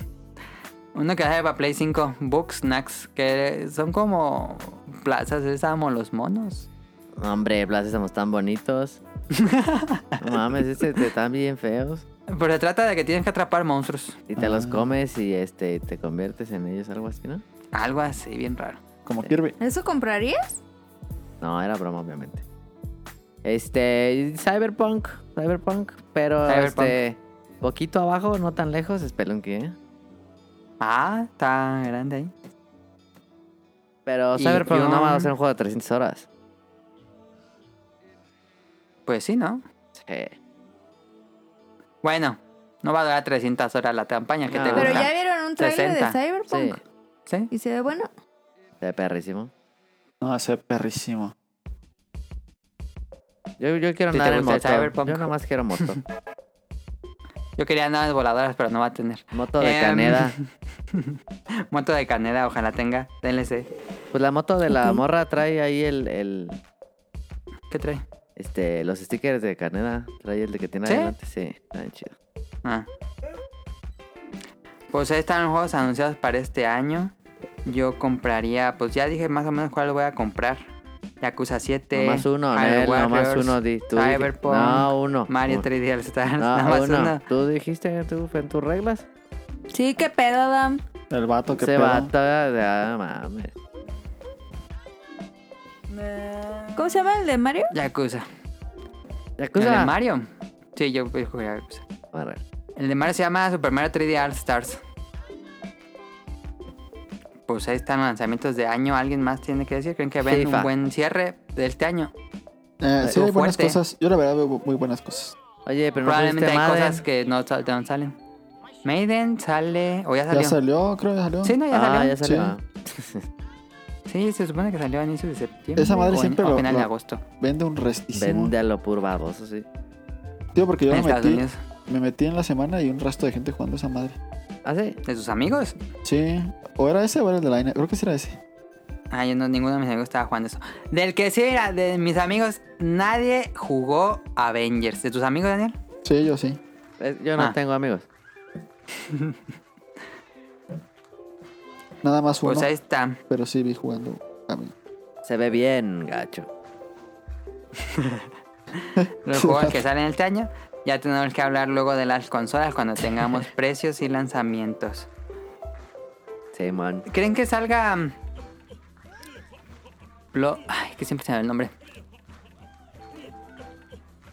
Speaker 2: Uno que sale para Play 5, Book Snacks, que son como plazas, de amo los monos.
Speaker 4: No, Hombre, Blas, estamos tan bonitos. No mames, este te están bien feos.
Speaker 2: Pero se trata de que tienes que atrapar monstruos.
Speaker 4: Y te los
Speaker 3: Ah.
Speaker 4: comes y este te conviertes en ellos, algo así, ¿no?
Speaker 2: Algo así, bien raro.
Speaker 3: Como Kirby.
Speaker 1: ¿Eso comprarías?
Speaker 4: No, era broma, obviamente. Este, Cyberpunk, Cyberpunk, pero
Speaker 2: Cyberpunk.
Speaker 4: este, poquito abajo, no tan lejos, Spelunky, ¿eh?
Speaker 2: Ah, está grande ahí.
Speaker 4: Pero
Speaker 2: Y
Speaker 4: Cyberpunk
Speaker 2: yo-
Speaker 4: no va a ser un juego de 300 horas.
Speaker 2: Pues sí, ¿no?
Speaker 4: Sí.
Speaker 2: Bueno, No va a durar 300 horas la campaña que
Speaker 4: No.
Speaker 2: te gusta.
Speaker 1: Pero ya vieron un trailer
Speaker 2: 60.
Speaker 1: de Cyberpunk.
Speaker 4: Sí.
Speaker 2: ¿Sí?
Speaker 1: Y se ve bueno.
Speaker 4: De perrísimo.
Speaker 3: No, ese perrísimo.
Speaker 4: Yo, yo quiero
Speaker 2: ¿Sí te
Speaker 4: andar en
Speaker 2: gusta el
Speaker 4: moto.
Speaker 2: Cyberpunk?
Speaker 4: Yo nomás quiero moto.
Speaker 2: Yo quería naves voladoras, pero no va a tener.
Speaker 4: Moto de
Speaker 2: Em.
Speaker 4: caneda.
Speaker 2: Moto de canela, ojalá tenga. DLC.
Speaker 4: Pues la moto de la morra trae ahí el, el
Speaker 2: ¿Qué trae?
Speaker 4: este, los stickers de caneda. Trae el de que tiene
Speaker 2: ¿Sí?
Speaker 4: adelante, sí. Está bien chido.
Speaker 2: Ah. Pues ahí están los juegos anunciados para este año. Yo compraría, pues ya dije más o menos cuál voy a comprar. Yakuza 7.
Speaker 4: Nomás uno,
Speaker 2: Hyrule
Speaker 4: Nel, nomás
Speaker 2: Warriors,
Speaker 4: uno. Di, tú dijiste-
Speaker 2: Cyberpunk.
Speaker 4: No, uno.
Speaker 2: Mario
Speaker 4: Uno.
Speaker 2: 3D All Stars.
Speaker 4: No,
Speaker 2: nomás
Speaker 4: uno.
Speaker 2: uno.
Speaker 4: Tú dijiste tú, en tus reglas.
Speaker 1: Sí, qué pedo, Adam.
Speaker 3: El vato que
Speaker 4: Se va toda de... ah, mames.
Speaker 1: ¿Cómo se llama el de Mario?
Speaker 2: Yakuza. ¿El
Speaker 4: Yakuza.
Speaker 2: de Mario? Sí, yo voy a jugar Yakuza.
Speaker 4: Arre.
Speaker 2: El de Mario se llama Super Mario 3D All Stars. Pues ahí están los lanzamientos de año. ¿Alguien más tiene que decir? ¿Creen que ven
Speaker 4: FIFA.
Speaker 2: un buen cierre de este año?
Speaker 3: Eh, sí, hay
Speaker 2: Estuvo
Speaker 3: buenas
Speaker 2: fuerte.
Speaker 3: cosas. Yo la verdad veo muy buenas cosas.
Speaker 4: Oye, pero no
Speaker 2: Probablemente
Speaker 4: pusiste
Speaker 2: hay
Speaker 4: Madden.
Speaker 2: cosas que no, sal- no salen. Maiden sale. O ya salió.
Speaker 3: Ya salió, creo que ya salió.
Speaker 2: Sí, no, ya
Speaker 4: Ah,
Speaker 2: salió.
Speaker 4: ya salió.
Speaker 3: Sí.
Speaker 2: Sí, se supone que salió a inicios de septiembre.
Speaker 3: Esa madre
Speaker 2: o en-
Speaker 3: siempre
Speaker 2: o
Speaker 3: lo-
Speaker 2: final de
Speaker 3: lo-
Speaker 2: agosto.
Speaker 3: Vende un
Speaker 4: Ah,
Speaker 3: restísimo.
Speaker 4: Vende a lo pur baboso, sí.
Speaker 3: Tío, porque yo
Speaker 2: en
Speaker 3: me
Speaker 2: Estados
Speaker 3: metí,
Speaker 2: Unidos.
Speaker 3: me metí en la semana y un resto de gente jugando esa madre.
Speaker 4: ¿Ah, sí?
Speaker 2: ¿De sus amigos?
Speaker 3: Sí. O era ese o era el de la INA. Creo que sí era ese.
Speaker 2: Ah, yo no, ninguno de mis amigos estaba jugando eso. Del que sí, mira, de mis amigos, nadie jugó Avengers. ¿De tus amigos, Daniel?
Speaker 3: Sí, yo sí.
Speaker 4: Eh, Yo no
Speaker 2: Ah.
Speaker 4: tengo amigos.
Speaker 3: Nada más uno,
Speaker 2: Pues ahí está.
Speaker 3: pero sí vi jugando a mí.
Speaker 4: Se ve bien, gacho.
Speaker 2: Los juegos que salen este año. Ya tenemos que hablar luego de las consolas cuando tengamos precios y lanzamientos.
Speaker 4: Simón.
Speaker 2: ¿Creen que salga. mm, Blo- Ay, que siempre se me va el nombre.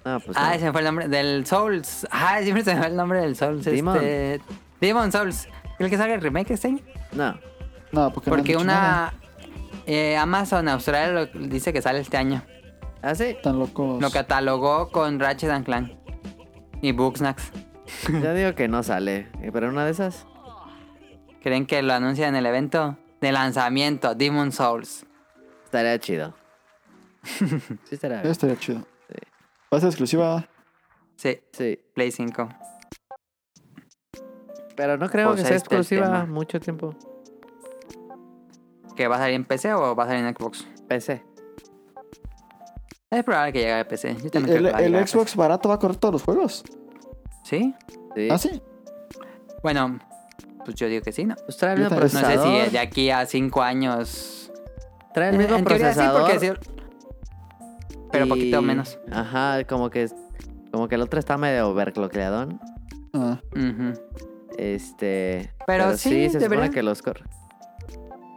Speaker 4: No, pues
Speaker 2: Ah,
Speaker 4: no.
Speaker 2: se me fue el nombre del Souls. Ah, siempre se me va el nombre del Souls.
Speaker 4: Demon.
Speaker 2: Este... Demon Souls. ¿Creen que salga el remake este año?
Speaker 4: No.
Speaker 3: No, porque, no han
Speaker 2: Porque
Speaker 3: dicho nada.
Speaker 2: una. eh, Amazon Australia lo- dice que sale este año.
Speaker 4: ¿Ah, sí?
Speaker 3: Tan locos.
Speaker 2: Lo catalogó con Ratchet and Clank y Booksnacks.
Speaker 4: Yo digo que no sale. Eh, Pero una de esas.
Speaker 2: ¿Creen que lo anuncian en el evento de lanzamiento Demon Souls?
Speaker 4: Estaría chido. Sí, estaría
Speaker 3: Eso
Speaker 4: bien.
Speaker 3: estaría chido. Va a ser exclusiva.
Speaker 2: Sí,
Speaker 4: Sí.
Speaker 2: Play 5.
Speaker 4: Pero no creo
Speaker 2: Pues
Speaker 4: que
Speaker 2: ahí
Speaker 4: sea
Speaker 2: está el tema.
Speaker 4: exclusiva mucho tiempo.
Speaker 2: ¿Que va a salir en PC o va a salir en Xbox?
Speaker 4: PC.
Speaker 2: Es probable que llegue a PC. Yo también creo
Speaker 3: Eh, El,
Speaker 2: que va a llegar a
Speaker 3: el Xbox barato va a correr todos los juegos.
Speaker 2: PC. ¿Sí?
Speaker 4: Sí.
Speaker 3: Ah, sí.
Speaker 2: Bueno, pues yo digo que sí, ¿no?
Speaker 4: Pues trae el mismo
Speaker 3: Yo también-
Speaker 2: No sé
Speaker 4: procesador.
Speaker 2: si de aquí a 5 años.
Speaker 4: Trae el mismo
Speaker 2: en teoría sí,
Speaker 4: procesador.
Speaker 2: porque sí, Pero
Speaker 4: y-
Speaker 2: poquito menos.
Speaker 4: Ajá, como que es- como que el otro está medio overclockeadón.
Speaker 3: Ah,
Speaker 2: Ujú.
Speaker 4: Este.
Speaker 2: Pero sí,
Speaker 4: se
Speaker 2: deberían.
Speaker 4: supone que los corre.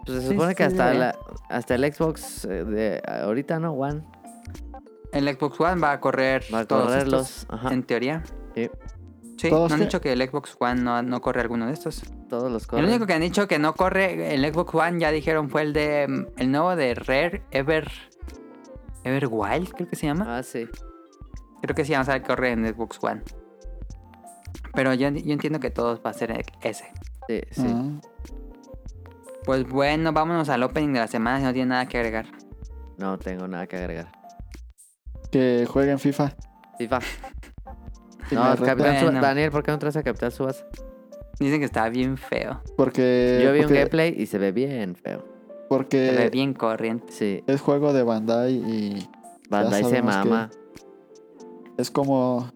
Speaker 4: Pues se
Speaker 2: Sí,
Speaker 4: supone
Speaker 2: sí,
Speaker 4: que hasta,
Speaker 2: deberían.
Speaker 4: la, hasta el Xbox eh, de ahorita, ¿no? One.
Speaker 2: El Xbox One va a correr
Speaker 4: Va a
Speaker 2: todos
Speaker 4: correr
Speaker 2: estos,
Speaker 4: los- ajá.
Speaker 2: en teoría.
Speaker 4: Sí.
Speaker 2: Sí, no
Speaker 3: Todos
Speaker 2: han
Speaker 3: que-
Speaker 2: dicho que el Xbox One no, no corre alguno de estos.
Speaker 4: Todos los
Speaker 2: El
Speaker 4: corre.
Speaker 2: único que han dicho que no corre el Xbox One, ya dijeron, fue el de mm, el nuevo de Rare Ever Ever Wild, creo que se llama.
Speaker 4: Ah, sí.
Speaker 2: Creo que sí vamos a correr en Xbox One. Pero yo, yo entiendo que todos va a ser ese.
Speaker 4: Sí, sí.
Speaker 2: Mm.
Speaker 3: ah.
Speaker 2: Pues bueno, vámonos al opening de la semana si no tiene nada que agregar.
Speaker 4: No tengo nada que agregar.
Speaker 3: Que jueguen FIFA.
Speaker 4: FIFA.
Speaker 3: Y
Speaker 4: No,
Speaker 3: me
Speaker 4: Capitán
Speaker 3: reta,
Speaker 4: Subasa-
Speaker 2: Bueno.
Speaker 4: Daniel, ¿por qué no traes a Capitán Subasa?
Speaker 2: Dicen que está bien feo. Eh,
Speaker 3: Porque,
Speaker 4: Yo vi un
Speaker 3: porque,
Speaker 4: gameplay y se ve bien feo.
Speaker 2: Se ve
Speaker 3: porque
Speaker 2: bien corriente.
Speaker 4: Sí.
Speaker 3: es juego de Bandai y
Speaker 4: Bandai se
Speaker 3: sabemos que-
Speaker 4: mama.
Speaker 3: es como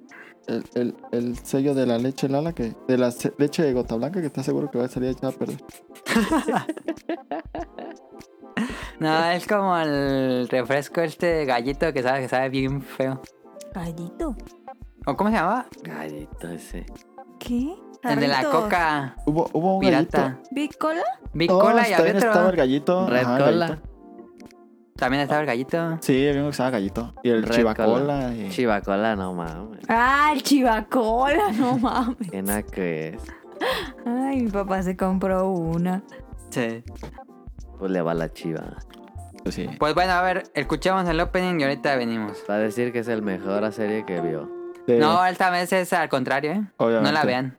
Speaker 3: el, el- el sello de la leche Lala, que, de la se- leche de gota blanca que está seguro que va a salir echada a perder.
Speaker 2: No,
Speaker 3: eh.
Speaker 2: es como el refresco este de gallito que sabe que sabe bien feo.
Speaker 1: Gallito.
Speaker 2: ¿O cómo se llamaba?
Speaker 4: Gallito ese.
Speaker 1: ¿Qué?
Speaker 2: El de la
Speaker 1: Jarritos.
Speaker 2: coca
Speaker 3: Hubo, hubo un
Speaker 2: pirata.
Speaker 3: gallito.
Speaker 1: ¿Big Cola?
Speaker 2: Bicola
Speaker 3: Oh,
Speaker 2: y
Speaker 3: también
Speaker 2: había otro.
Speaker 3: estaba el gallito.
Speaker 4: Red
Speaker 3: ajá, el
Speaker 4: Cola,
Speaker 3: gallito.
Speaker 2: También estaba el gallito.
Speaker 3: Sí, había uno que estaba gallito. Y el
Speaker 4: Red
Speaker 3: chivacola. y-
Speaker 4: Chiva Cola, no mames.
Speaker 1: Ah, el Chivacola, no mames.
Speaker 4: Qué naco es.
Speaker 1: Ay, mi papá se compró una.
Speaker 2: Sí.
Speaker 4: Pues le va la chiva.
Speaker 3: pues sí.
Speaker 2: Pues bueno, a ver, escuchemos el opening y ahorita venimos.
Speaker 4: Va a decir que es el mejor serie que vio.
Speaker 3: de-
Speaker 2: No, esta vez es al contrario, ¿eh?
Speaker 3: obviamente.
Speaker 2: No la vean.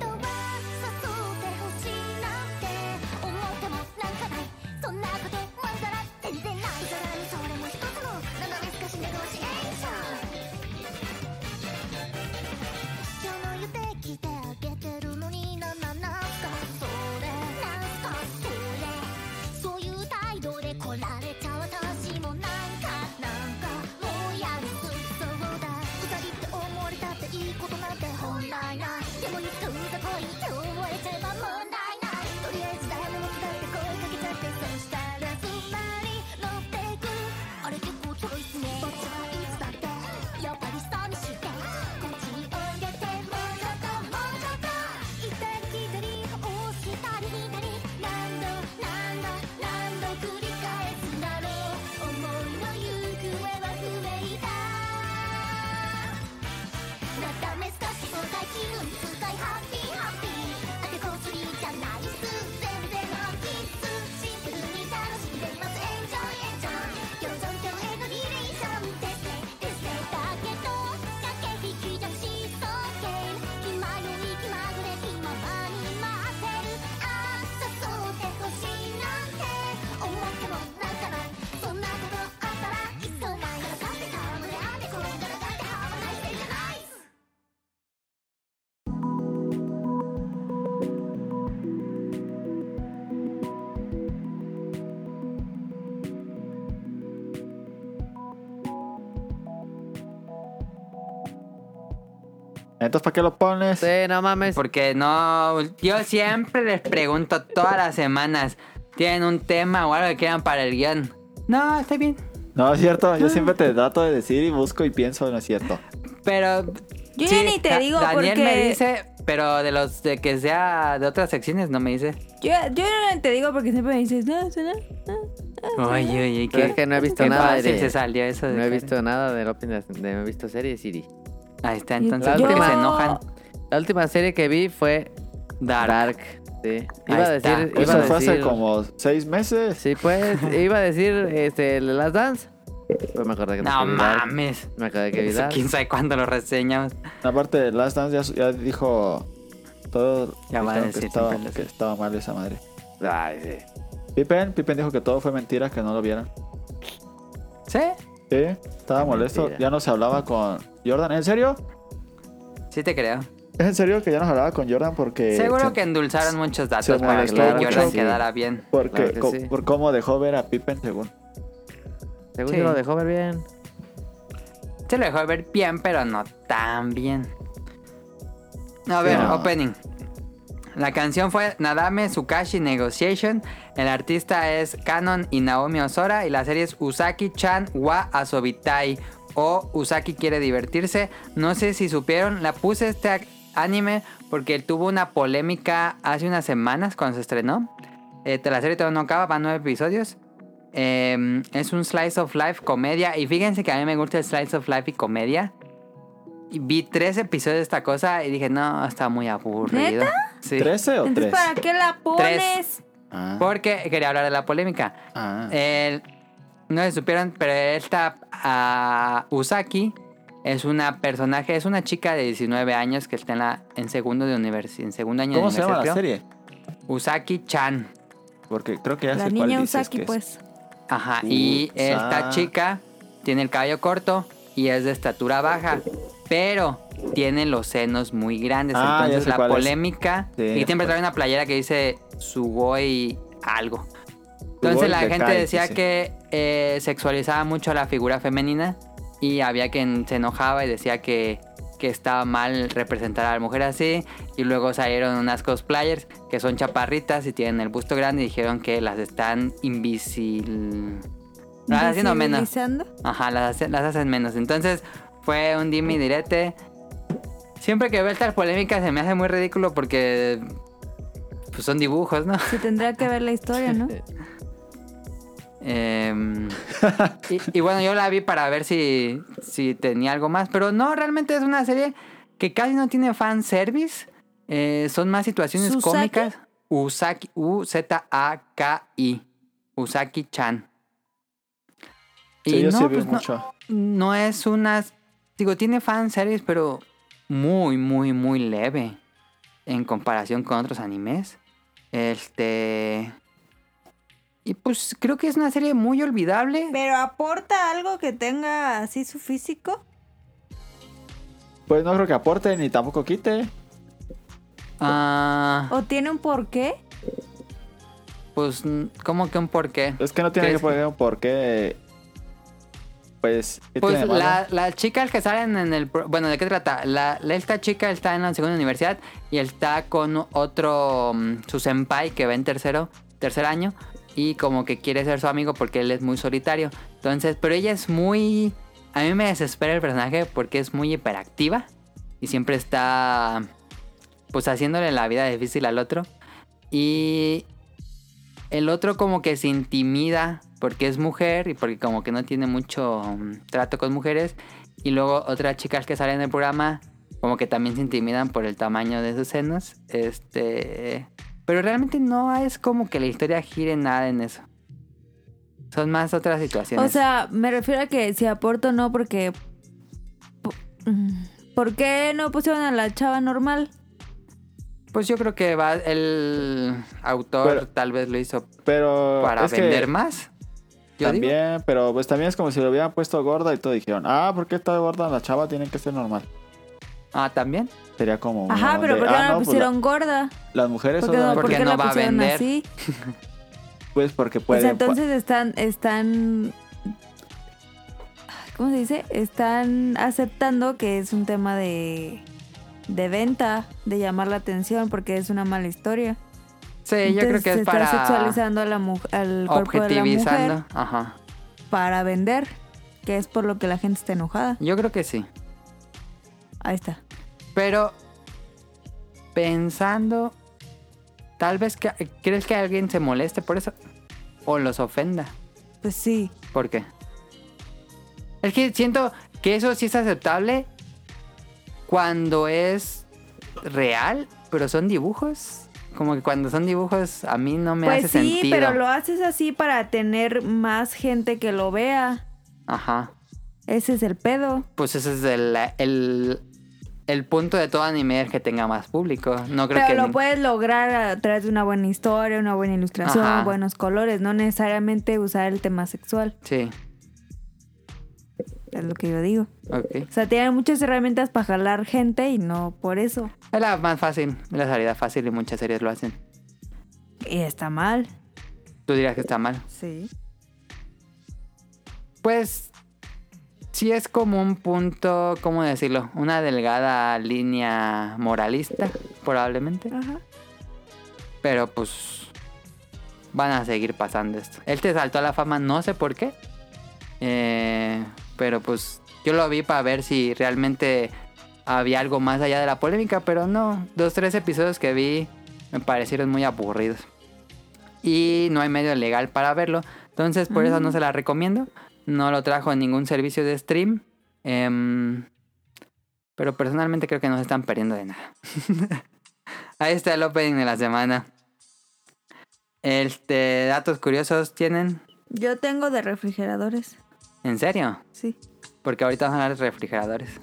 Speaker 9: 当は誘ってほしいなんて思ってもなんかないそんなことまんざら全然ないさらにそれも一つのナナミスカシネゴシエーション一生の指で来てあげてるのになななんすかそれなんすかそれそういう態度で来られちゃ私もなんかなんかもうやるすそうだうさぎって思われたっていいことなんて本来ないでもいつかうざこいって思われちゃえば問題ないとりあえず誰もだって声かけちゃってそしたらすんなり乗ってくあれ結構ちょろいっすねこっちはいつだってやっぱり寂しいってこっちにおいでってもうちょっともうちょっと行ったり来たり押したり引いたり何度何度何度繰り返すだろう思いの行方は不明だなダメすかし放題気分使いハッピーハッピーあてこすりじゃないっす全然ハッピーっすシンプルに楽しんでますエンジョイエンジョイ共存共栄のリレーションですねですねだけど駆け引きじゃシーソーゲーム気まよい気まぐれ気ままに待ってるあ誘ってほしいなんて思ってもなんかないそんなことあったらいっそないからだってたまらんでこんがらだってハーないせいじゃないっす
Speaker 3: Entonces, ¿para qué lo pones?
Speaker 4: Sí, no mames.
Speaker 2: Porque no. Yo siempre les pregunto todas las semanas: ¿tienen un tema o algo que quieran para el guión? No, está bien.
Speaker 3: No, es cierto. Yo siempre te trato de decir y busco y pienso, no es cierto.
Speaker 2: Pero.
Speaker 1: Yo ya ni te
Speaker 2: Da-
Speaker 1: digo
Speaker 2: Daniel
Speaker 1: porque-
Speaker 2: me dice, pero de los de que sea de otras secciones no me dice.
Speaker 1: Yo, yo no te digo porque siempre me dices, no, eso no, no. Ah,
Speaker 2: Oye, oye,
Speaker 4: Pero
Speaker 2: que,
Speaker 4: es que no he visto
Speaker 2: qué
Speaker 4: nada
Speaker 2: fácil
Speaker 4: de-
Speaker 2: se salió eso. de
Speaker 4: No he
Speaker 2: Karen.
Speaker 4: visto nada del Opening de de- No he visto series, Siri.
Speaker 2: Ahí está, entonces
Speaker 4: La
Speaker 2: porque
Speaker 4: última-
Speaker 2: se enojan.
Speaker 4: La última serie que vi fue
Speaker 2: Dark.
Speaker 4: Dark. Sí.
Speaker 2: Ahí
Speaker 4: Iba a
Speaker 2: está.
Speaker 4: decir. Iba
Speaker 3: Eso
Speaker 4: a
Speaker 3: fue hace
Speaker 4: decir
Speaker 3: como seis meses.
Speaker 4: Sí, pues. iba a decir este, Las Dance. Pues me acordé que
Speaker 2: No
Speaker 4: que vi Dark.
Speaker 2: mames.
Speaker 4: Me acordé que vi
Speaker 2: Eso
Speaker 4: Dark.
Speaker 2: Pues, quién sabe cuándo lo reseñamos.
Speaker 3: Aparte de Last Dance, ya, su- ya dijo todo.
Speaker 2: Ya va a
Speaker 3: dijeron que
Speaker 2: decir
Speaker 3: estaba,
Speaker 2: siempre lo
Speaker 3: que estaba mal esa madre.
Speaker 4: Ay, sí.
Speaker 3: Pippen, Pippen dijo que todo fue mentira, que no lo vieran.
Speaker 2: ¿Sí?
Speaker 3: Sí, estaba molesto.
Speaker 4: mentira.
Speaker 3: Ya no se hablaba con Jordan. ¿En serio?
Speaker 2: Sí te creo.
Speaker 3: ¿Es en serio que ya no se hablaba con Jordan? Porque.
Speaker 2: Seguro
Speaker 3: se-
Speaker 2: que endulzaron muchos datos
Speaker 3: se
Speaker 2: para que
Speaker 3: molestó
Speaker 2: Jordan
Speaker 4: mucho.
Speaker 2: quedara bien.
Speaker 3: Porque,
Speaker 4: Claro que
Speaker 3: co-
Speaker 4: sí.
Speaker 3: Por cómo dejó ver a Pippen, según.
Speaker 4: Según
Speaker 2: Sí.
Speaker 4: yo lo dejó ver bien.
Speaker 2: Se lo dejó ver bien, pero no tan bien. A ver,
Speaker 3: no.
Speaker 2: opening. La canción fue Nadame Tsukashi Negotiation. El artista es Canon y Naomi Osora. Y la serie es Usaki-chan wa Asobitai. O Usaki quiere divertirse. No sé si supieron, la puse este ac- anime porque tuvo una polémica hace unas semanas cuando se estrenó. Eh, la serie todavía no acaba, van nueve episodios. Eh, es un slice of life comedia. Y fíjense que a mí me gusta el slice of life y comedia. Y vi tres episodios de esta cosa y dije, no, está muy aburrido. Sí.
Speaker 3: ¿Trece o
Speaker 1: Entonces,
Speaker 3: tres?
Speaker 1: ¿para qué la pones?
Speaker 3: Ah,
Speaker 2: Porque quería hablar de la polémica.
Speaker 3: ah.
Speaker 2: El- no se supieron, pero esta ah, Usaki es una personaje, es una chica de 19 años que está en, la, en segundo de univers- en segundo año
Speaker 3: ¿Cómo
Speaker 2: de
Speaker 3: se llama la
Speaker 2: universidad, creo.
Speaker 3: serie?
Speaker 2: Usaki Chan.
Speaker 3: Porque creo que ya
Speaker 1: La
Speaker 3: sé cuál
Speaker 1: niña
Speaker 3: dices
Speaker 1: Usaki,
Speaker 3: que es.
Speaker 1: pues.
Speaker 2: Ajá, y
Speaker 3: Usa-
Speaker 2: esta chica tiene el cabello corto y es de estatura baja, pero tiene los senos muy grandes.
Speaker 3: Ah, ya
Speaker 2: entonces
Speaker 3: sé
Speaker 2: la
Speaker 3: cuál es.
Speaker 2: polémica.
Speaker 3: Sí,
Speaker 2: y
Speaker 3: ya
Speaker 2: siempre
Speaker 3: sé
Speaker 2: trae una playera que dice Sugoi algo. Entonces
Speaker 3: Sugoi
Speaker 2: la
Speaker 3: de
Speaker 2: gente
Speaker 3: Kai,
Speaker 2: decía
Speaker 3: dice.
Speaker 2: que eh, sexualizaba mucho a la figura femenina y había quien se enojaba y decía que, que estaba mal representar a la mujer así. Y luego salieron unas cosplayers que son chaparritas y tienen el busto grande y dijeron que las están invisibil... Las
Speaker 3: Ah,
Speaker 2: hacen haciendo menos.
Speaker 1: Visibilizando.
Speaker 2: Ajá, las, hace- las hacen menos. Entonces, fue un dimi direte. Siempre que veo estas polémicas se me hace muy ridículo porque. Pues son dibujos, ¿no?
Speaker 1: Se tendrá que ver la historia, ¿no?
Speaker 2: Em, y, y bueno, yo la vi para ver si, si tenía algo más. Pero no, realmente es una serie que casi no tiene fanservice. Eh, son más situaciones
Speaker 1: ¿Susaki?
Speaker 2: cómicas. Usaki, U-Z-A-K-I. Usaki-chan.
Speaker 3: Sí, yo sí vi
Speaker 2: pues,
Speaker 3: mucho.
Speaker 2: no es una. Digo, tiene fanservice, pero muy, muy, muy leve. En comparación con otros animes. Este. Y pues creo que es una serie muy olvidable.
Speaker 1: Pero aporta algo que tenga así su físico.
Speaker 3: Pues no creo que aporte ni tampoco quite.
Speaker 2: Ah,
Speaker 1: ¿O tiene un porqué?
Speaker 2: pues, ¿cómo que un porqué?
Speaker 3: Es que no tiene
Speaker 2: ¿Crees
Speaker 3: que
Speaker 2: que-
Speaker 3: poner un porqué. Pues, ¿qué tiene
Speaker 2: Pues
Speaker 3: de malo?
Speaker 2: la- las chicas que salen en el... pro- Bueno, ¿de qué trata? La, la- esta chica está en la segunda universidad y está con otro... mm, Su senpai que va en tercero, tercer año y como que quiere ser su amigo porque él es muy solitario. Entonces, pero ella es muy... A mí me desespera el personaje porque es muy hiperactiva y siempre está... Pues haciéndole la vida difícil al otro. Y el otro como que se intimida porque es mujer y porque como que no tiene mucho mm, trato con mujeres. Y luego otras chicas que salen del programa como que también se intimidan por el tamaño de sus senos. Este... Pero realmente no es como que la historia gire nada en eso. Son más otras situaciones.
Speaker 1: O sea, me refiero a que si aporta o no, porque. po- mm, ¿Por qué no pusieron a la chava normal?
Speaker 2: pues yo creo que va el autor
Speaker 3: Pero-
Speaker 2: tal vez lo hizo
Speaker 3: Pero
Speaker 2: para
Speaker 3: es que
Speaker 2: vender más. Yo digo.
Speaker 3: también, pero pues también es como si lo hubieran puesto gorda y todo dijeron, ah, ¿por qué está gorda la chava? Tiene que ser normal.
Speaker 2: Ah, también.
Speaker 3: Sería como. una
Speaker 1: Ajá,
Speaker 3: onda
Speaker 1: pero
Speaker 3: de,
Speaker 1: ¿por qué
Speaker 3: "Ah,
Speaker 1: no la
Speaker 3: pues,
Speaker 1: pusieron gorda?
Speaker 3: las mujeres
Speaker 1: ¿Por
Speaker 3: son
Speaker 1: qué no,
Speaker 3: las-
Speaker 1: por
Speaker 2: Porque
Speaker 1: qué
Speaker 2: no
Speaker 1: la
Speaker 2: va a
Speaker 1: pusieron
Speaker 2: vender.
Speaker 1: así?
Speaker 3: pues porque
Speaker 1: Pues
Speaker 3: pueden.
Speaker 1: entonces están, están, ¿cómo se dice? Están aceptando que es un tema de, de venta, de llamar la atención, porque es una mala historia.
Speaker 2: Sí, yo creo
Speaker 1: Entonces,
Speaker 2: que
Speaker 1: se
Speaker 2: es para...
Speaker 1: está sexualizando a la mujer, al cuerpo de la
Speaker 2: objetivizando.
Speaker 1: mujer
Speaker 2: Ajá.
Speaker 1: para vender, que es por lo que la gente está enojada.
Speaker 2: Yo creo que sí.
Speaker 1: Ahí está.
Speaker 2: Pero pensando, tal vez que, crees que alguien se moleste por eso o los ofenda.
Speaker 1: Pues sí.
Speaker 2: ¿Por qué? Es que siento que eso sí es aceptable cuando es real, pero son dibujos. Como que cuando son dibujos a mí no me
Speaker 1: pues
Speaker 2: hace
Speaker 1: sí,
Speaker 2: sentido.
Speaker 1: pero lo haces así para tener más gente que lo vea.
Speaker 2: Ajá.
Speaker 1: Ese es el pedo.
Speaker 2: Pues ese es el, el, el punto de todo anime es que tenga más público. No creo
Speaker 1: Pero
Speaker 2: que
Speaker 1: lo
Speaker 2: ni-
Speaker 1: puedes lograr a través de una buena historia, una buena ilustración,
Speaker 2: Ajá.
Speaker 1: buenos colores, no necesariamente usar el tema sexual,
Speaker 2: Sí,
Speaker 1: es lo que yo digo.
Speaker 2: ok.
Speaker 1: O sea, tienen muchas herramientas para jalar gente y no por eso.
Speaker 2: Es la más fácil, es la salida fácil y muchas series lo hacen.
Speaker 1: Y está mal.
Speaker 2: Tú dirás que está mal.
Speaker 1: Sí.
Speaker 2: Pues sí es como un punto, ¿cómo decirlo? Una delgada línea moralista, probablemente.
Speaker 1: Ajá.
Speaker 2: Pero pues van a seguir pasando esto. Él te saltó a la fama, no sé por qué. Eh, pero pues yo lo vi para ver si realmente había algo más allá de la polémica, pero no. Dos, tres episodios que vi me parecieron muy aburridos. Y no hay medio legal para verlo. Entonces por eso no se la recomiendo. No lo trajo en ningún servicio de stream. Em, pero personalmente creo que no se están perdiendo de nada. Ahí está el opening de la semana. Este, datos curiosos tienen.
Speaker 1: Yo tengo de refrigeradores,
Speaker 2: ¿En serio?
Speaker 1: sí.
Speaker 2: Porque ahorita vamos a hablar de refrigeradores.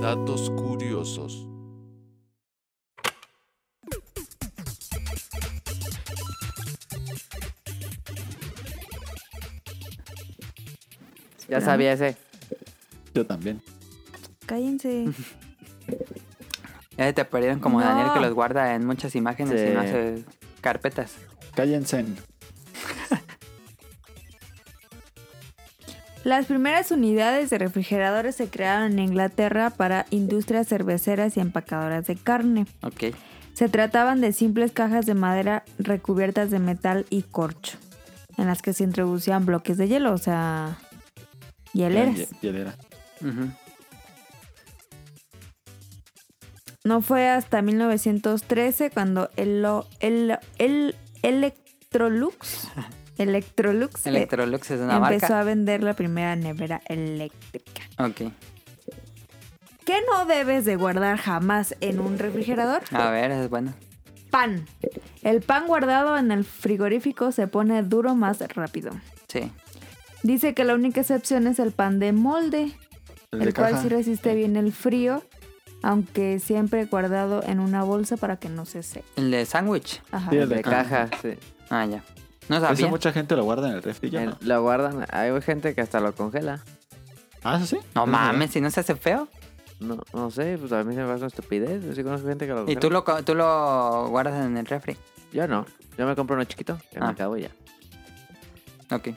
Speaker 10: Datos curiosos.
Speaker 4: Ya sabía ese.
Speaker 3: Yo también.
Speaker 1: Cállense.
Speaker 2: Ya se te perdieron como
Speaker 1: No.
Speaker 2: Daniel que los guarda en muchas imágenes
Speaker 4: Sí.
Speaker 2: y no hace carpetas.
Speaker 3: Cállense.
Speaker 1: Las primeras unidades de refrigeradores se crearon en Inglaterra para industrias cerveceras y empacadoras de carne.
Speaker 2: Ok.
Speaker 1: Se trataban de simples cajas de madera recubiertas de metal y corcho, en las que se introducían bloques de hielo, o sea, hieleras.
Speaker 3: Ye- Hielera.
Speaker 2: Ujú.
Speaker 1: No fue hasta 1913 cuando el, lo- el, el Electrolux, Electrolux eh,
Speaker 2: Electrolux es una
Speaker 1: empezó
Speaker 2: marca.
Speaker 1: a vender la primera nevera eléctrica.
Speaker 2: Ok.
Speaker 1: ¿Qué no debes de guardar jamás en un refrigerador?
Speaker 2: A ver, esa es bueno.
Speaker 1: Pan. El pan guardado en el frigorífico se pone duro más rápido.
Speaker 2: Sí.
Speaker 1: Dice que la única excepción es el pan de molde,
Speaker 3: El,
Speaker 1: el
Speaker 3: de
Speaker 1: cual
Speaker 3: caja.
Speaker 1: sí resiste bien el frío, aunque siempre guardado en una bolsa para que no se seque.
Speaker 2: El de sándwich.
Speaker 1: Ajá.
Speaker 3: Sí, el
Speaker 4: De caja, sí.
Speaker 2: Ah, ya.
Speaker 1: Pues
Speaker 2: No
Speaker 3: Eso
Speaker 2: sabía.
Speaker 3: mucha gente lo guarda en el refri ya.
Speaker 4: El-
Speaker 3: ¿no?
Speaker 4: lo guardan. Hay gente que hasta lo congela.
Speaker 3: Ah, ¿eso sí?
Speaker 2: No mames, si no se hace feo.
Speaker 4: No, no sé, pues a mí se me hace una estupidez. Yo sí conozco gente que
Speaker 1: Pues
Speaker 4: lo
Speaker 2: Y
Speaker 4: congela.
Speaker 2: tú lo, co- tú lo guardas en el refri.
Speaker 4: Yo no. Yo me compro uno chiquito que me
Speaker 2: Ah.
Speaker 4: acabo ya.
Speaker 2: Ok.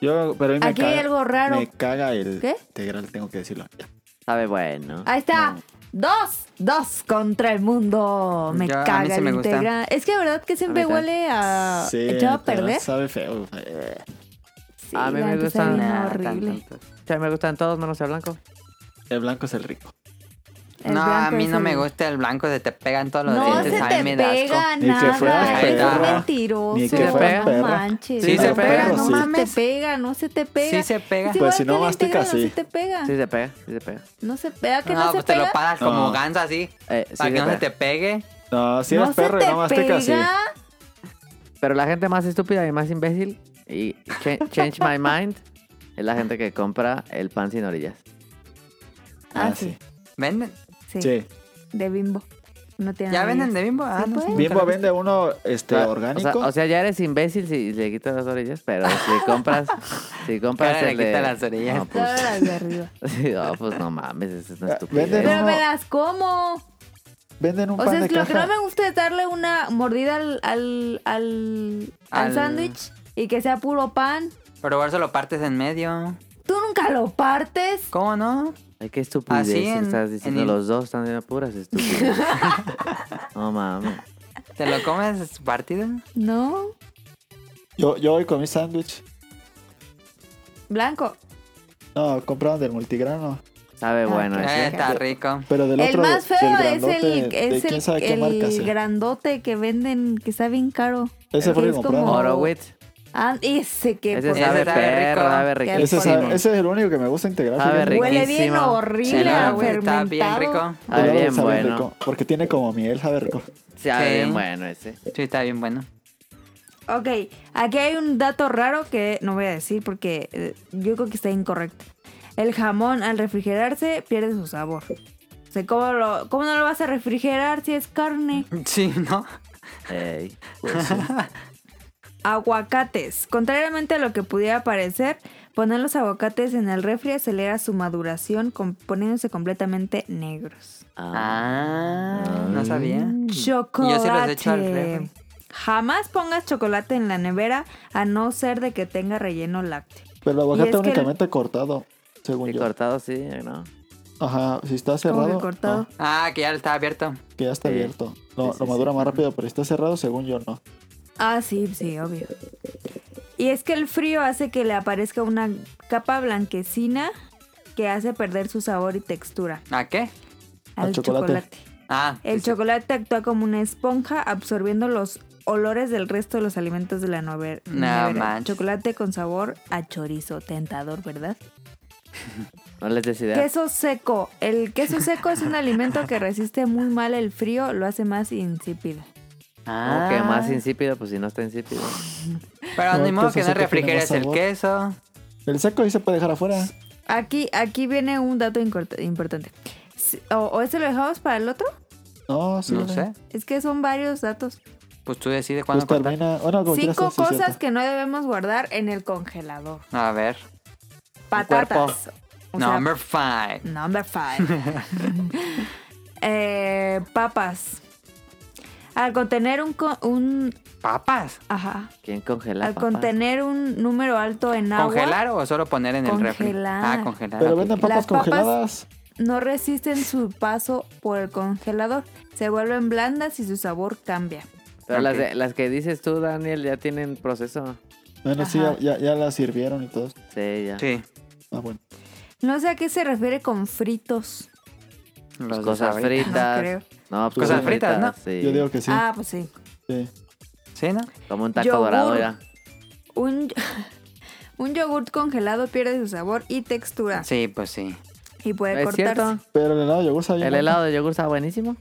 Speaker 3: Yo, pero a mí me
Speaker 1: Aquí
Speaker 3: caga,
Speaker 1: hay algo raro.
Speaker 3: Me caga el
Speaker 1: ¿Qué?
Speaker 3: integral, tengo que decirlo. Ya.
Speaker 4: Sabe bueno.
Speaker 1: Ahí está. Dos, dos contra el mundo. Me
Speaker 2: Yo- a mí
Speaker 1: caga
Speaker 2: sí
Speaker 1: el
Speaker 2: me gusta.
Speaker 1: integra- Es que la verdad que siempre
Speaker 2: A mí también.
Speaker 1: huele a
Speaker 3: Sí,
Speaker 1: echado a
Speaker 3: pero
Speaker 1: perder.
Speaker 3: Sabe feo. Eh,
Speaker 1: Sí,
Speaker 4: A mí
Speaker 1: la
Speaker 4: me
Speaker 1: neta
Speaker 4: gustan-
Speaker 1: sabe bien
Speaker 2: Nah,
Speaker 1: horrible.
Speaker 2: tan- tan-
Speaker 4: O sea, me gustan todos menos el blanco.
Speaker 3: El blanco es el rico.
Speaker 1: El
Speaker 2: No, a
Speaker 1: blanco
Speaker 2: mí
Speaker 1: es
Speaker 2: no me
Speaker 1: el-
Speaker 2: gusta el blanco, se te pegan todos los
Speaker 1: No se
Speaker 2: dientes. Ay,
Speaker 1: te
Speaker 2: me da asco.
Speaker 1: pega
Speaker 3: Ni que fueras
Speaker 1: nada. Eres
Speaker 2: perra.
Speaker 1: un mentiroso.
Speaker 3: Ni que
Speaker 4: fueras
Speaker 1: no
Speaker 3: perra.
Speaker 1: manches.
Speaker 2: Sí
Speaker 1: no
Speaker 2: se
Speaker 1: te
Speaker 2: pega, no
Speaker 1: no
Speaker 2: mames.
Speaker 1: se te pega, no se te pega.
Speaker 2: Sí se pega.
Speaker 1: Es
Speaker 3: Pues,
Speaker 1: igual
Speaker 3: si
Speaker 1: que
Speaker 3: no
Speaker 1: el
Speaker 3: masticas,
Speaker 1: integral,
Speaker 3: sí.
Speaker 1: No se te
Speaker 2: Ah.
Speaker 1: pega.
Speaker 4: Sí se pega, sí se pega.
Speaker 1: No se pega, que
Speaker 2: No,
Speaker 1: no,
Speaker 2: pues
Speaker 1: se
Speaker 2: te
Speaker 1: pega.
Speaker 2: lo paras como
Speaker 3: No.
Speaker 2: ganso así.
Speaker 4: Eh, sí
Speaker 2: para
Speaker 4: se
Speaker 2: que no se
Speaker 4: pega.
Speaker 2: te pegue.
Speaker 3: No, si eres
Speaker 1: no
Speaker 3: perro y
Speaker 1: se
Speaker 3: no
Speaker 1: te
Speaker 3: masticas, sí. Ah,
Speaker 1: pega.
Speaker 4: Pero la gente más estúpida y más imbécil y cha- change my mind es la gente que compra el pan sin orillas.
Speaker 1: Ah,
Speaker 3: Ah,
Speaker 1: sí.
Speaker 3: sí.
Speaker 2: ¿Venden?
Speaker 1: Sí,
Speaker 3: Sí.
Speaker 1: de bimbo. No tiene
Speaker 2: ¿Ya
Speaker 1: nada
Speaker 2: venden
Speaker 1: más.
Speaker 2: de bimbo? Ah,
Speaker 1: Sí,
Speaker 2: no,
Speaker 1: pues.
Speaker 2: nunca
Speaker 3: Bimbo
Speaker 2: lo-
Speaker 3: vende uno este,
Speaker 4: Ah,
Speaker 3: orgánico.
Speaker 4: O sea, o sea, ya eres imbécil si le quitas las orillas, pero si compras, si compras
Speaker 2: Cara, le
Speaker 4: el de-
Speaker 2: quita las orillas.
Speaker 4: No,
Speaker 1: Todas
Speaker 4: pues,
Speaker 1: las de arriba.
Speaker 4: sí, no, pues no mames, eso es una
Speaker 3: Ah,
Speaker 4: estupidez.
Speaker 3: venden-
Speaker 1: Pero
Speaker 3: No.
Speaker 1: me las como.
Speaker 3: Venden un
Speaker 1: O
Speaker 3: pan
Speaker 1: sea,
Speaker 3: de
Speaker 1: es que lo que
Speaker 3: caja.
Speaker 1: no me gusta es darle una mordida al al al, al
Speaker 2: Al-
Speaker 1: sándwich y que sea puro pan.
Speaker 2: Pero por eso lo partes en medio.
Speaker 1: Tú nunca lo partes.
Speaker 2: ¿Cómo no?
Speaker 4: Ay, qué estupidez
Speaker 2: Así en-
Speaker 4: estás diciendo.
Speaker 2: en-
Speaker 4: Los dos están de puras estúpidas. no mames.
Speaker 2: ¿Te lo comes partido?
Speaker 1: No,
Speaker 3: Yo, yo hoy comí sándwich.
Speaker 1: blanco.
Speaker 3: No, compraron del multigrano.
Speaker 4: Sabe
Speaker 1: Ah,
Speaker 4: bueno.
Speaker 1: ok.
Speaker 4: ese.
Speaker 2: Eh, está rico.
Speaker 3: Pero del
Speaker 1: El
Speaker 3: otro.
Speaker 1: más feo
Speaker 3: del
Speaker 1: es
Speaker 3: grandote,
Speaker 1: el,
Speaker 3: de
Speaker 1: es
Speaker 3: quién sabe
Speaker 1: el,
Speaker 3: qué marca
Speaker 1: el
Speaker 3: sea.
Speaker 1: grandote que venden, que está bien caro.
Speaker 3: Ese fue
Speaker 1: que
Speaker 3: el
Speaker 1: es
Speaker 3: que
Speaker 1: como-
Speaker 3: compraron.
Speaker 4: Horowitz,
Speaker 1: Ah, ese que
Speaker 4: Ese
Speaker 1: por-
Speaker 2: sabe
Speaker 4: sabe
Speaker 2: rico.
Speaker 4: perro, sabe
Speaker 1: Qué
Speaker 4: riquísimo.
Speaker 3: Ese,
Speaker 1: riquísimo.
Speaker 3: sabe- ese es el único que me gusta integrar.
Speaker 4: Sabe
Speaker 3: fíjate.
Speaker 4: rico.
Speaker 1: huele bien
Speaker 4: riquísimo.
Speaker 1: horrible,
Speaker 2: Sí,
Speaker 1: a
Speaker 2: no, güey, está bien
Speaker 1: fermentado.
Speaker 2: rico.
Speaker 4: Sabe
Speaker 3: Luego
Speaker 4: bien
Speaker 3: sabe
Speaker 4: bueno.
Speaker 3: rico, porque tiene como miel, sabe rico.
Speaker 4: Sabe
Speaker 2: Sí.
Speaker 4: bien bueno ese.
Speaker 2: Sí, está bien bueno.
Speaker 1: Ok, aquí hay un dato raro que no voy a decir porque eh, yo creo que está incorrecto. El jamón al refrigerarse pierde su sabor. O sea, ¿cómo, lo- cómo no lo vas a refrigerar si es carne?
Speaker 2: Sí, ¿no?
Speaker 4: Ey. pues
Speaker 1: Aguacates. Contrariamente a lo que pudiera parecer, poner los aguacates en el refri acelera su maduración com- poniéndose completamente negros.
Speaker 2: Ah, no sabía.
Speaker 3: Mm.
Speaker 1: Chocolate.
Speaker 2: echo al refri.
Speaker 1: Jamás pongas chocolate en la nevera a no ser de que tenga relleno lácteo.
Speaker 3: Pero el
Speaker 1: Y
Speaker 3: aguacate
Speaker 1: es que el-
Speaker 3: únicamente cortado, según
Speaker 4: Y
Speaker 3: yo.
Speaker 4: cortado, sí, ¿no?
Speaker 3: Ajá, si está
Speaker 1: Como que
Speaker 3: cerrado,
Speaker 1: cortado.
Speaker 3: no,
Speaker 2: Ah, que ya está abierto.
Speaker 3: que ya está
Speaker 4: Sí.
Speaker 3: abierto. No,
Speaker 4: Sí, sí,
Speaker 3: lo madura más rápido, pero si está cerrado, según yo, no.
Speaker 1: Ah, sí, sí, obvio. Y es que el frío hace que le aparezca una capa blanquecina que hace perder su sabor y textura
Speaker 2: ¿A qué?
Speaker 1: al
Speaker 3: Al
Speaker 1: chocolate.
Speaker 3: chocolate.
Speaker 2: Ah,
Speaker 1: El
Speaker 2: sí, sí.
Speaker 1: chocolate actúa como una esponja absorbiendo los olores del resto de los alimentos de la nover-
Speaker 2: No
Speaker 1: nevera.
Speaker 2: manches.
Speaker 1: Chocolate con sabor a chorizo, tentador, ¿verdad?
Speaker 4: No les des idea.
Speaker 1: Queso seco. El queso seco es un alimento que resiste muy mal el frío, lo hace más insípido.
Speaker 4: Como
Speaker 2: Ah,
Speaker 4: que más insípido, pues si no está insípido.
Speaker 2: Pero
Speaker 3: No, pues,
Speaker 2: ni
Speaker 3: el
Speaker 2: modo
Speaker 3: queso
Speaker 2: que no
Speaker 3: seco tiene más
Speaker 2: refrigeres el
Speaker 3: sabor.
Speaker 2: queso.
Speaker 3: El seco ahí se puede dejar afuera.
Speaker 1: Aquí, aquí viene un dato incort- importante. Si- ¿O, o este lo dejamos para el otro?
Speaker 3: No, sí.
Speaker 2: No sé.
Speaker 1: Es que son varios datos.
Speaker 2: Pues tú decides
Speaker 3: Pues
Speaker 2: cuándo cortar.
Speaker 3: termina. Bueno, como quieras,
Speaker 1: Cinco
Speaker 3: sí, sí,
Speaker 1: cosas
Speaker 3: cierto.
Speaker 1: que no debemos guardar en el congelador.
Speaker 2: A ver.
Speaker 1: Patatas. O sea,
Speaker 2: Number five.
Speaker 1: number five. Eh, papas. Al contener un, co- un
Speaker 2: Papas.
Speaker 1: ajá,
Speaker 4: ¿Quién congela?
Speaker 1: al
Speaker 4: papas?
Speaker 1: contener un número alto en agua,
Speaker 2: ¿Congelar o solo poner en el refri?
Speaker 1: Congelar.
Speaker 2: Ah, congelar.
Speaker 3: Pero
Speaker 2: ok.
Speaker 1: Las
Speaker 3: venden papas
Speaker 1: papas-
Speaker 3: congeladas.
Speaker 1: no resisten su paso por el congelador. Se vuelven blandas y su sabor cambia.
Speaker 4: Pero las,
Speaker 2: Ok.
Speaker 4: de- las que dices tú, Daniel, ya tienen proceso.
Speaker 3: Bueno, sí,
Speaker 1: Ajá.
Speaker 3: ya, ya, ya la sirvieron y todo.
Speaker 4: Sí, ya.
Speaker 2: Sí,
Speaker 3: Ah, bueno.
Speaker 1: No sé a qué se refiere con fritos.
Speaker 2: los
Speaker 4: Cosas
Speaker 2: desabridos.
Speaker 1: No
Speaker 4: fritas.
Speaker 1: creo.
Speaker 4: No, pues
Speaker 2: Cosas fritas, ¿no?
Speaker 4: sí.
Speaker 3: Yo digo que sí.
Speaker 1: Ah, pues sí.
Speaker 3: sí.
Speaker 2: Sí, ¿no?
Speaker 4: Como un taco
Speaker 1: Yogur.
Speaker 4: dorado ya.
Speaker 1: Un, un yogurt congelado pierde su sabor y textura.
Speaker 2: Sí, pues sí.
Speaker 1: Y puede
Speaker 4: ¿Es
Speaker 1: cortarse.
Speaker 4: cierto?
Speaker 3: Pero el helado de yogur está bien.
Speaker 4: El
Speaker 3: bueno.
Speaker 4: helado de yogur está buenísimo.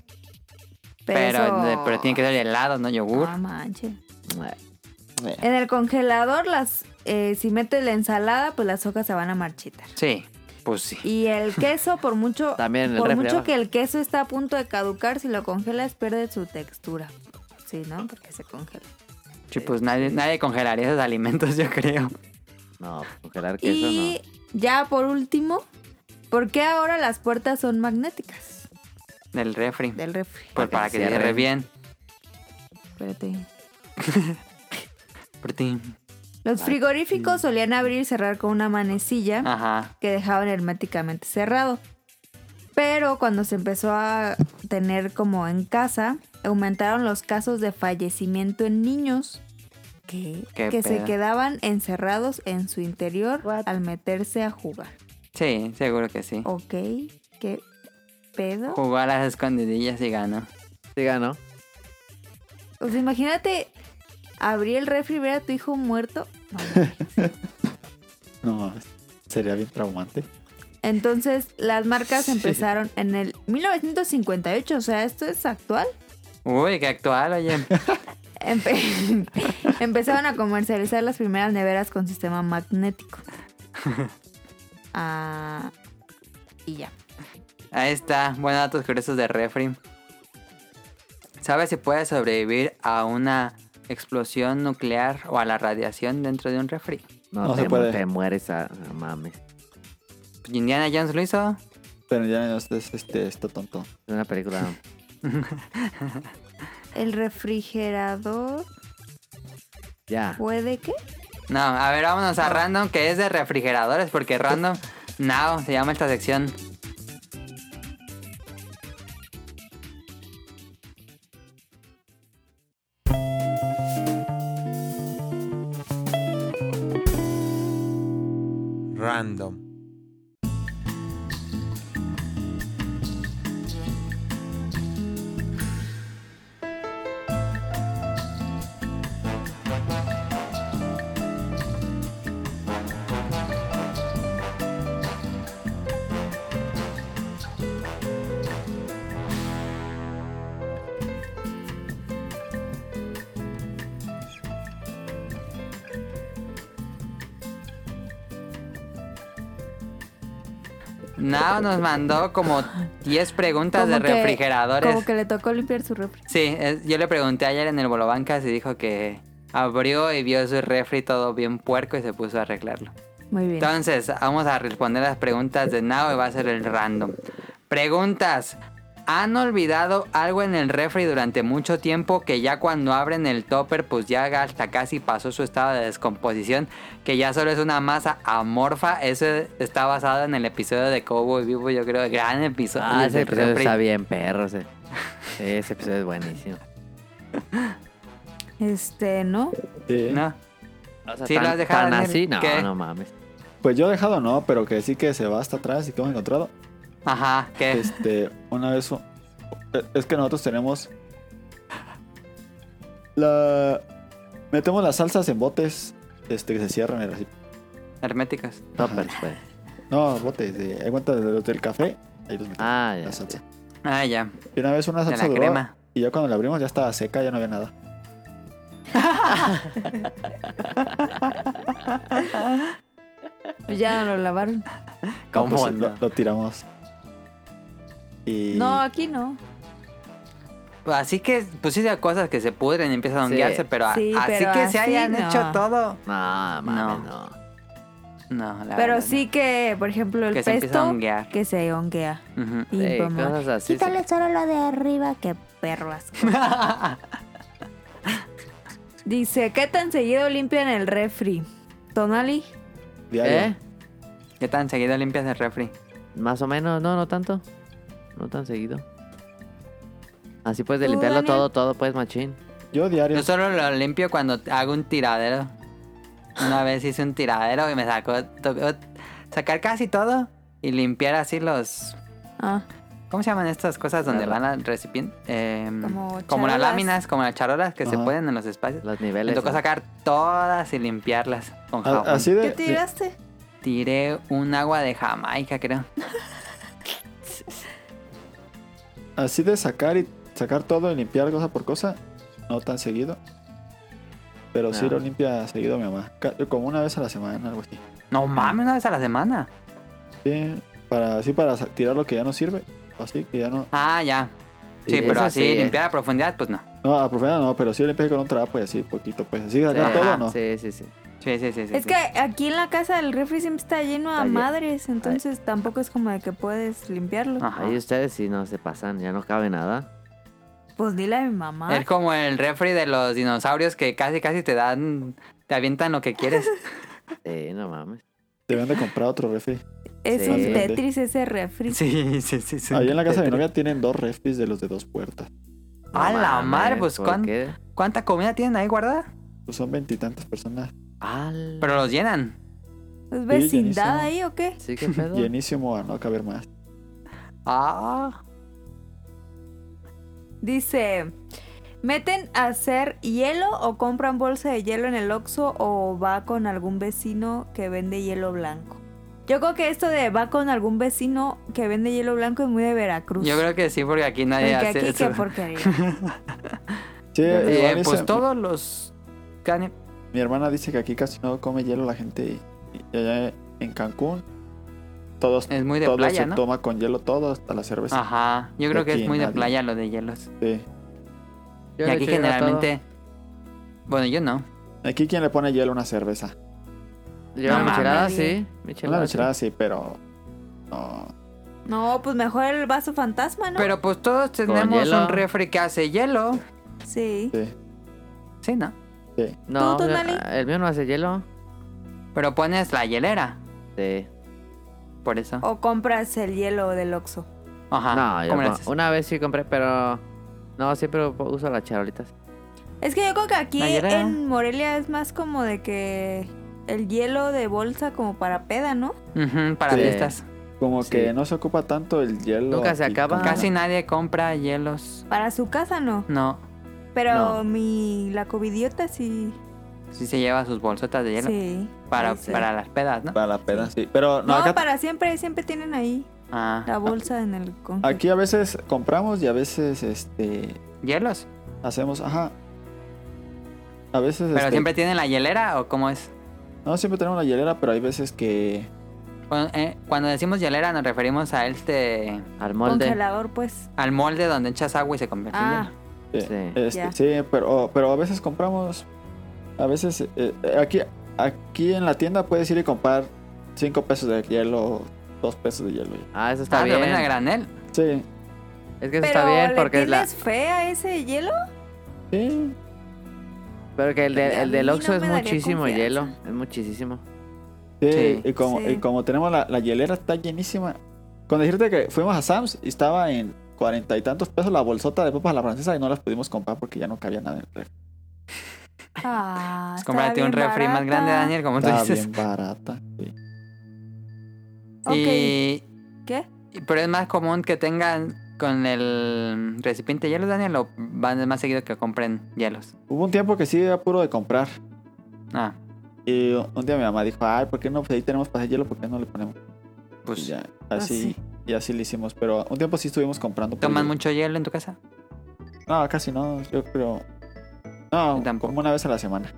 Speaker 2: Pero,
Speaker 1: eso-
Speaker 2: pero tiene que ser helado, no yogur.
Speaker 1: Ah, manches.
Speaker 4: Eh,
Speaker 1: En el congelador, las eh, si metes la ensalada, pues las hojas se van a marchitar.
Speaker 2: Sí, pues sí.
Speaker 1: Y el queso, por mucho,
Speaker 4: También en el
Speaker 1: por
Speaker 4: refri
Speaker 1: mucho
Speaker 4: abajo.
Speaker 1: que el queso está a punto de caducar, si lo congelas pierde su textura. Sí, ¿no? Porque se congela.
Speaker 2: Sí, pues nadie, nadie congelaría esos alimentos, yo creo.
Speaker 4: No, congelar queso
Speaker 1: Y ya por último, ¿por qué ahora las puertas son magnéticas
Speaker 2: Del refri.
Speaker 1: del refri?
Speaker 2: Pues para que
Speaker 4: cierre.
Speaker 2: cierre bien.
Speaker 1: Espérate.
Speaker 2: Por ti.
Speaker 1: Los frigoríficos solían abrir y cerrar con una manecilla
Speaker 4: Ah,
Speaker 2: Ajá.
Speaker 1: que dejaban herméticamente cerrado. Pero cuando se empezó a tener como en casa, aumentaron los casos de fallecimiento en niños que,
Speaker 2: Qué
Speaker 1: que se
Speaker 2: pedo.
Speaker 1: quedaban encerrados en su interior al meterse a jugar.
Speaker 2: Sí, seguro que sí.
Speaker 1: ¿Ok? ¿Qué pedo?
Speaker 2: Jugó a las escondidillas y ganó.
Speaker 4: no. Diga, ¿no?
Speaker 1: O sea, imagínate abrir el refri y ver a tu hijo muerto. No, no.
Speaker 3: No mames. Sería bien traumante.
Speaker 1: Entonces, las marcas empezaron en el 1958, o sea, esto es actual.
Speaker 2: Uy, qué actual, oye.
Speaker 1: Empe- Empezaron a comercializar las primeras neveras con sistema magnético. Ah, y ya.
Speaker 2: Ahí está. Buenos datos curiosos de refri. ¿Sabes si puedes sobrevivir a una explosión nuclear o a la radiación dentro de un refri?
Speaker 4: No,
Speaker 3: No
Speaker 4: te,
Speaker 3: se puede.
Speaker 4: te mueres a... no mames.
Speaker 2: Pues Indiana Jones lo hizo.
Speaker 3: Pero ya no es este, está tonto.
Speaker 4: Es una película...
Speaker 1: El refrigerador
Speaker 4: ya.
Speaker 1: puede que.
Speaker 2: No, a ver, vámonos a Random, que es de refrigeradores, porque Random Now se llama esta sección.
Speaker 10: Random.
Speaker 2: Now nos mandó como 10 preguntas de
Speaker 1: como que-
Speaker 2: refrigeradores.
Speaker 1: Como que le tocó limpiar su refri.
Speaker 2: Sí, es- yo le pregunté ayer en el Bolobancas y dijo que abrió y vio su refri todo bien puerco y se puso a arreglarlo.
Speaker 1: Muy bien.
Speaker 2: Entonces, vamos a responder las preguntas de Now y va a ser el random. Preguntas. ¿Han olvidado algo en el refri durante mucho tiempo que ya cuando abren el topper pues ya hasta casi pasó su estado de descomposición, que ya solo es una masa amorfa? Eso está basado en el episodio de Cowboy Vivo, yo creo, gran episodio.
Speaker 4: Ah, ese
Speaker 2: del
Speaker 4: episodio
Speaker 2: refri.
Speaker 4: está bien, perro. Ese. Sí, ese episodio es buenísimo.
Speaker 1: Este, ¿no?
Speaker 3: Sí.
Speaker 2: ¿No?
Speaker 4: O sea,
Speaker 2: Sí, lo
Speaker 4: tan-
Speaker 2: has dejado,
Speaker 4: tan
Speaker 2: Daniel.
Speaker 4: así? No,
Speaker 2: ¿Qué?
Speaker 4: no mames.
Speaker 3: Pues yo he dejado no, pero que sí que se va hasta atrás y que hemos encontrado.
Speaker 2: Ajá, ¿qué?
Speaker 4: Pues
Speaker 3: Este, una vez. u- e, Es que nosotros tenemos. La. Metemos las salsas en botes. Este, que se cierran en así.
Speaker 2: Herméticos.
Speaker 4: Toppers, pues.
Speaker 3: No, botes. De, hay cuenta de los del café. Ahí los metemos.
Speaker 4: Ah, ya.
Speaker 3: la salsa.
Speaker 2: Ah, ya.
Speaker 3: Y una vez una
Speaker 2: De
Speaker 3: salsa
Speaker 2: la
Speaker 3: duró.
Speaker 2: crema.
Speaker 3: Y ya cuando la abrimos ya estaba seca, ya no había nada.
Speaker 1: Pues ya no lo lavaron.
Speaker 3: No,
Speaker 2: ¿Cómo?
Speaker 3: pues, lo, lo tiramos. Y.
Speaker 1: No, aquí no.
Speaker 2: Así que, pues sí, de cosas que se pudren y empiezan a
Speaker 4: Sí.
Speaker 2: honguearse, pero a-
Speaker 1: Sí,
Speaker 2: así
Speaker 1: pero
Speaker 2: que
Speaker 1: así
Speaker 2: se hayan
Speaker 1: no.
Speaker 2: hecho todo.
Speaker 4: No, mames, no.
Speaker 2: No, la
Speaker 1: Pero
Speaker 2: verdad,
Speaker 1: sí que, por ejemplo, el
Speaker 2: Que se empieza a
Speaker 1: pesto
Speaker 2: honguear.
Speaker 1: que se honguea.
Speaker 2: no. Ujú.
Speaker 1: Y
Speaker 4: Sí,
Speaker 1: como,
Speaker 4: cosas así.
Speaker 1: Quítale solo lo de arriba, que perro asco. Dice, ¿qué tan seguido limpian el refri? Tonali,
Speaker 3: Diario.
Speaker 4: ¿Eh?
Speaker 2: ¿Qué tan seguido limpias el refri?
Speaker 4: Más o menos, no, no tanto. No tan seguido. Así pues, de
Speaker 1: ¿Tú,
Speaker 4: limpiarlo
Speaker 1: Daniel?
Speaker 4: todo, todo, pues, machín.
Speaker 3: Yo diario.
Speaker 2: Yo solo lo limpio cuando hago un tiradero. Una vez hice un tiradero y me sacó. tocó sacar casi todo y limpiar así los.
Speaker 1: Ah,
Speaker 2: ¿Cómo se llaman estas cosas donde van al recipiente? Eh,
Speaker 1: Como
Speaker 2: las
Speaker 1: charolas.
Speaker 2: láminas, como las charolas que se
Speaker 3: Ajá.
Speaker 2: ponen en los espacios.
Speaker 4: Los
Speaker 2: Me
Speaker 4: niveles.
Speaker 2: tocó
Speaker 4: ¿no?
Speaker 2: sacar todas y limpiarlas
Speaker 4: Ah,
Speaker 2: con jabón.
Speaker 3: A- Así de,
Speaker 1: ¿Qué tiraste?
Speaker 2: Tiré un agua de Jamaica, creo.
Speaker 3: de- así de sacar y sacar todo y limpiar cosa por cosa, no tan seguido. Pero sí
Speaker 4: No.
Speaker 2: Ah.
Speaker 3: lo limpia seguido mi mamá. Ca- Como una vez a la semana, algo así.
Speaker 2: No mames, una vez a la semana.
Speaker 3: Sí, para, así para sa- tirar lo que ya no sirve. Así que ya no.
Speaker 2: Ah, ya. Sí,
Speaker 4: Sí,
Speaker 2: pero
Speaker 4: eso
Speaker 2: así
Speaker 4: sí, eh.
Speaker 2: limpiar a profundidad, pues no.
Speaker 3: No, a profundidad no, pero sí limpia con un trapo y así, poquito. Pues así sacar
Speaker 4: Sí,
Speaker 3: todo,
Speaker 2: ajá,
Speaker 3: no.
Speaker 4: Sí, sí, sí.
Speaker 2: Sí, sí, sí. sí,
Speaker 1: Es
Speaker 2: sí.
Speaker 1: que aquí en la casa el refri siempre está lleno a
Speaker 4: Está lle-
Speaker 1: madres, entonces tampoco es como de que puedes limpiarlo.
Speaker 2: Ajá.
Speaker 4: Ahí ustedes sí no se pasan, ya no cabe nada.
Speaker 1: Pues dile a mi
Speaker 4: ¿ah?
Speaker 1: mamá.
Speaker 2: Es como el refri de los dinosaurios que casi, casi te dan. Te avientan lo que quieres.
Speaker 4: Sí, no mames.
Speaker 3: Deben de comprar otro refri.
Speaker 1: Es
Speaker 4: Sí.
Speaker 1: un Tetris ese refri.
Speaker 2: sí, sí, sí. sí.
Speaker 3: Ahí en la casa de mi novia tienen dos refris de los de dos puertas.
Speaker 4: No
Speaker 2: A la
Speaker 4: mames,
Speaker 2: madre, pues,
Speaker 4: ¿por
Speaker 2: ¿cuán-
Speaker 4: qué?
Speaker 2: ¿Cuánta comida tienen ahí guardada?
Speaker 3: Pues son veintitantas personas.
Speaker 4: A la-
Speaker 2: Pero los llenan.
Speaker 1: ¿Es vecindad
Speaker 3: llenísimo.
Speaker 1: ahí o qué?
Speaker 4: Sí, qué pedo.
Speaker 3: Llenísimo a no caber más.
Speaker 2: Ah.
Speaker 1: Dice, ¿meten a hacer hielo o compran bolsa de hielo en el Oxxo o va con algún vecino que vende hielo blanco? Yo creo que esto de va con algún vecino que vende hielo blanco es muy de Veracruz.
Speaker 2: Yo creo que sí, porque aquí nadie
Speaker 1: Porque
Speaker 2: hace
Speaker 1: aquí
Speaker 2: eso.
Speaker 1: qué porquería.
Speaker 3: Sí,
Speaker 2: Eh,
Speaker 3: igual
Speaker 2: pues
Speaker 3: dice-
Speaker 2: todos los. cani-
Speaker 3: Mi hermana dice que aquí casi no come hielo la gente y, y allá en Cancún todos,
Speaker 2: Es muy de
Speaker 3: todo
Speaker 2: playa,
Speaker 3: se
Speaker 2: ¿no?
Speaker 3: toma con hielo todo, hasta la cerveza.
Speaker 2: Ajá. Yo creo que
Speaker 3: Aquí
Speaker 2: es muy de
Speaker 3: nadie.
Speaker 2: playa lo de hielos.
Speaker 3: Sí.
Speaker 2: y
Speaker 4: Yo le
Speaker 2: aquí
Speaker 4: echo hielo a
Speaker 2: generalmente. Bueno, yo no.
Speaker 3: Aquí quien le pone hielo a una cerveza.
Speaker 4: todo. Yo
Speaker 2: No
Speaker 4: mi michelada,
Speaker 1: mames.
Speaker 4: sí.
Speaker 3: una
Speaker 4: Michelada, sí.
Speaker 3: michelada sí, pero no.
Speaker 1: No, pues mejor el vaso fantasma, ¿no?
Speaker 2: Pero pues todos tenemos
Speaker 4: hielo.
Speaker 2: un refri que hace hielo.
Speaker 1: sí.
Speaker 3: sí.
Speaker 2: Sí, ¿no?
Speaker 4: No,
Speaker 1: ¿Tú, tú,
Speaker 4: yo-
Speaker 1: Nali?
Speaker 4: el mío no hace hielo.
Speaker 2: Pero pones la hielera.
Speaker 4: Sí.
Speaker 2: Por eso.
Speaker 1: O compras el hielo del Oxxo. Ah,
Speaker 2: Ajá.
Speaker 4: no, yo
Speaker 2: ¿Cómo le
Speaker 4: co-
Speaker 2: haces?
Speaker 4: una vez sí compré, pero no, siempre uso las charolitas.
Speaker 1: Es que yo creo que aquí
Speaker 2: Nayara.
Speaker 1: en Morelia es más como de que el hielo de bolsa como para peda, ¿no?
Speaker 2: Ujú, para
Speaker 3: Sí.
Speaker 2: fiestas.
Speaker 3: Como
Speaker 4: Sí.
Speaker 3: que no se ocupa tanto el hielo.
Speaker 4: Nunca se
Speaker 3: aquí
Speaker 4: acaba.
Speaker 3: como-
Speaker 2: Casi nadie compra hielos.
Speaker 1: Para su casa no.
Speaker 2: No.
Speaker 1: Pero mi la covidiota sí.
Speaker 2: Sí se lleva sus bolsotas de hielo.
Speaker 1: Sí.
Speaker 2: Para,
Speaker 1: ahí sí.
Speaker 2: para las pedas, ¿no?
Speaker 7: Para la peda, sí. Pero no,
Speaker 1: No,
Speaker 7: acá-
Speaker 1: para siempre, siempre tienen ahí
Speaker 2: Ah.
Speaker 1: la bolsa en el congelador.
Speaker 3: Aquí a veces compramos y a veces este
Speaker 2: ¿Hielos?
Speaker 3: hacemos, ajá. A veces
Speaker 2: ¿Pero
Speaker 3: este,
Speaker 2: siempre tienen la hielera o cómo es?
Speaker 3: no siempre tenemos la hielera, pero hay veces que
Speaker 2: Cuando, eh, cuando decimos hielera nos referimos a este...
Speaker 4: Al molde.
Speaker 1: Congelador, pues.
Speaker 2: Al molde donde echas agua y se convierte en
Speaker 1: Ah.
Speaker 2: hielo.
Speaker 3: Eh,
Speaker 4: Sí.
Speaker 3: este,
Speaker 1: Ya.
Speaker 3: sí, pero, pero a veces compramos. A veces eh, eh, aquí, aquí en la tienda puedes ir y comprar 5 pesos de hielo, 2 pesos de hielo.
Speaker 4: Ah, eso está
Speaker 2: Ah, lo
Speaker 4: bien.
Speaker 2: venden a granel.
Speaker 3: Sí,
Speaker 4: Es que
Speaker 1: Pero
Speaker 4: eso está bien porque
Speaker 1: ¿le
Speaker 4: es la.
Speaker 1: tienes fe a ese hielo?
Speaker 3: sí.
Speaker 4: Pero que el, de-
Speaker 1: A
Speaker 4: el del
Speaker 1: mí
Speaker 4: Oxxo
Speaker 1: no
Speaker 4: es
Speaker 1: me daría
Speaker 4: muchísimo
Speaker 1: confianza.
Speaker 4: hielo. Es muchísimo.
Speaker 3: sí,
Speaker 2: Sí,
Speaker 3: y, como,
Speaker 1: sí.
Speaker 3: y como tenemos la, la hielera, está llenísima. Con decirte que fuimos a Sam's y estaba en cuarenta y tantos pesos la bolsota de papas a la francesa y no las pudimos comprar porque ya no cabía nada en el refri.
Speaker 1: Ah,
Speaker 2: Pues
Speaker 1: estaba
Speaker 2: cómprate un
Speaker 1: bien
Speaker 2: refri más
Speaker 1: barata.
Speaker 2: grande, Daniel, como tú
Speaker 3: Estaba
Speaker 2: dices.
Speaker 3: bien barata. sí.
Speaker 1: Ok.
Speaker 2: Y...
Speaker 1: ¿Qué?
Speaker 2: y- Pero es más común que tengan con el recipiente de hielos, Daniel, o van más seguido que compren hielos.
Speaker 3: Hubo un tiempo que sí era puro de comprar.
Speaker 2: Ah,
Speaker 3: Y un día mi mamá dijo, ay, ¿por qué no? Pues ahí tenemos para hacer hielo, ¿por qué no le ponemos? Y
Speaker 2: pues...
Speaker 3: ya, así,
Speaker 1: sí.
Speaker 3: y así lo hicimos. Pero un tiempo sí estuvimos comprando. por
Speaker 2: ¿Toman
Speaker 3: ahí.
Speaker 2: mucho hielo en tu casa?
Speaker 3: No, casi no, yo creo.
Speaker 2: Yo
Speaker 3: No,
Speaker 2: tampoco.
Speaker 3: como una vez a la semana.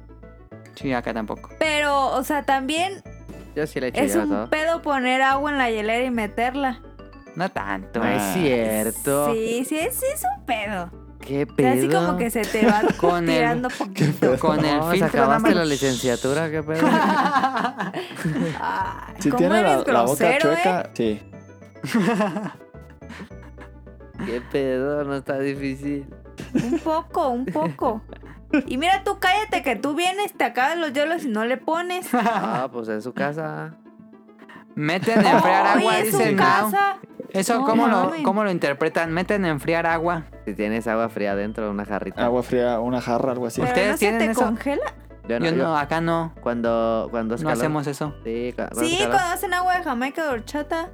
Speaker 2: Sí, acá tampoco.
Speaker 1: Pero, o sea, también
Speaker 4: Yo sí le echo
Speaker 1: es
Speaker 4: hielo a
Speaker 1: un
Speaker 4: todo.
Speaker 1: pedo poner agua en la hielera y meterla.
Speaker 2: No tanto.
Speaker 4: No es cierto.
Speaker 1: Sí, sí, es- sí es un pedo.
Speaker 4: Qué
Speaker 1: O sea,
Speaker 4: pedo.
Speaker 1: así como que se te va
Speaker 2: Con el-
Speaker 1: tirando poquito.
Speaker 2: Con el
Speaker 4: No, se
Speaker 2: filtro nada
Speaker 4: acabaste
Speaker 2: más.
Speaker 4: la licenciatura, qué pedo.
Speaker 1: Ay,
Speaker 3: Si
Speaker 1: ¿cómo
Speaker 3: tiene la,
Speaker 1: eres
Speaker 3: la boca
Speaker 1: grosero, eh?
Speaker 3: chueca, sí.
Speaker 4: qué pedo, no está difícil.
Speaker 1: Un poco, un poco. Y mira tú, cállate que tú vienes, te acabas los hielos y no le pones.
Speaker 4: Ah, pues en su casa.
Speaker 2: Meten a enfriar
Speaker 1: ¡Ay,
Speaker 2: agua,
Speaker 1: es su
Speaker 2: dicen now.
Speaker 1: casa!
Speaker 2: ¿Eso
Speaker 1: No
Speaker 2: ¿cómo, lo,
Speaker 1: mames.
Speaker 2: cómo lo interpretan? Meten a enfriar agua.
Speaker 4: Si tienes agua fría adentro, una
Speaker 2: Ah,
Speaker 4: jarrita.
Speaker 3: Agua fría, una jarra, algo así.
Speaker 1: ¿Pero
Speaker 2: ¿Ustedes
Speaker 1: no se
Speaker 2: tienen
Speaker 1: te
Speaker 2: eso?
Speaker 1: congela?
Speaker 4: Yo no,
Speaker 2: Yo
Speaker 4: yo-
Speaker 2: no, acá no.
Speaker 4: Cuando, cuando es
Speaker 2: No
Speaker 4: calor-
Speaker 2: hacemos eso.
Speaker 4: Sí, cu- cuando es
Speaker 1: Sí,
Speaker 4: calor.
Speaker 1: cuando hacen agua de Jamaica de horchata.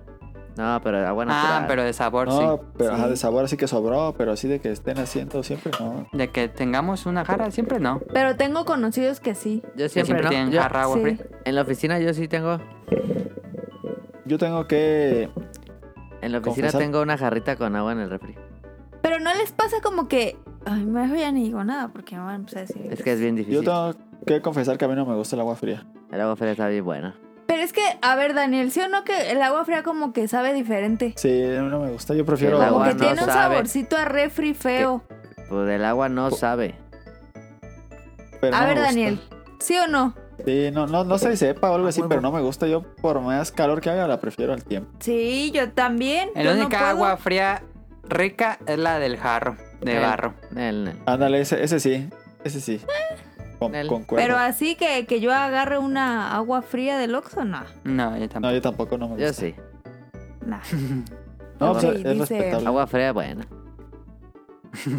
Speaker 4: No, pero agua natural.
Speaker 2: Ah, pero de sabor,
Speaker 3: No,
Speaker 2: sí.
Speaker 3: pero ajá,
Speaker 1: Sí.
Speaker 3: de sabor así que sobró, pero así de que estén haciendo siempre, no.
Speaker 2: De que tengamos una jarra, siempre no.
Speaker 1: Pero tengo conocidos que sí.
Speaker 4: Yo
Speaker 2: Que
Speaker 4: siempre,
Speaker 2: siempre
Speaker 4: no.
Speaker 2: tienen
Speaker 4: Yo-
Speaker 2: jarra agua
Speaker 1: sí.
Speaker 2: fría.
Speaker 4: en la oficina yo sí tengo.
Speaker 3: Yo tengo que.
Speaker 4: En la oficina
Speaker 3: Confesar.
Speaker 4: tengo una jarrita con agua en el refri.
Speaker 1: Pero no les pasa como que. Ay, mejor ya ni digo nada porque me van a empezar a decir.
Speaker 4: Es que es bien
Speaker 3: Yo
Speaker 4: difícil.
Speaker 3: tengo que confesar que a mí no me gusta el agua fría.
Speaker 4: El agua fría está bien buena.
Speaker 1: Pero es que, a ver, Daniel, ¿sí o no que el agua fría como que sabe diferente?
Speaker 3: Sí, no me gusta. Yo prefiero.
Speaker 4: El
Speaker 1: Como
Speaker 4: agua
Speaker 1: que
Speaker 4: no
Speaker 1: tiene un
Speaker 4: sabe.
Speaker 1: saborcito a refri feo.
Speaker 4: Pues el agua no sabe.
Speaker 3: pero
Speaker 1: A
Speaker 3: no
Speaker 1: ver,
Speaker 3: me gusta.
Speaker 1: Daniel, ¿sí o no?
Speaker 3: Sí, no, no, no sé si sepa o algo así,
Speaker 2: huevo.
Speaker 3: pero no me gusta. Yo, por más calor que haga, la prefiero al tiempo.
Speaker 1: Sí, yo también.
Speaker 2: La
Speaker 1: yo no
Speaker 2: única
Speaker 1: puedo.
Speaker 2: agua fría rica es la del jarro, de
Speaker 4: Eh.
Speaker 2: barro.
Speaker 4: El- el-
Speaker 3: Ándale, ese, ese sí. Ese sí.
Speaker 2: Eh,
Speaker 3: Con,
Speaker 4: Nel.
Speaker 3: concuerdo.
Speaker 1: Pero así que, que yo agarre una agua fría del Oxxo, no.
Speaker 2: No, yo tampoco.
Speaker 3: No, yo tampoco no me
Speaker 4: Yo
Speaker 3: gusta.
Speaker 4: sí.
Speaker 1: Nah.
Speaker 3: No, pues,
Speaker 1: Sí,
Speaker 3: es
Speaker 1: dice-
Speaker 3: respetable.
Speaker 4: Agua fría buena.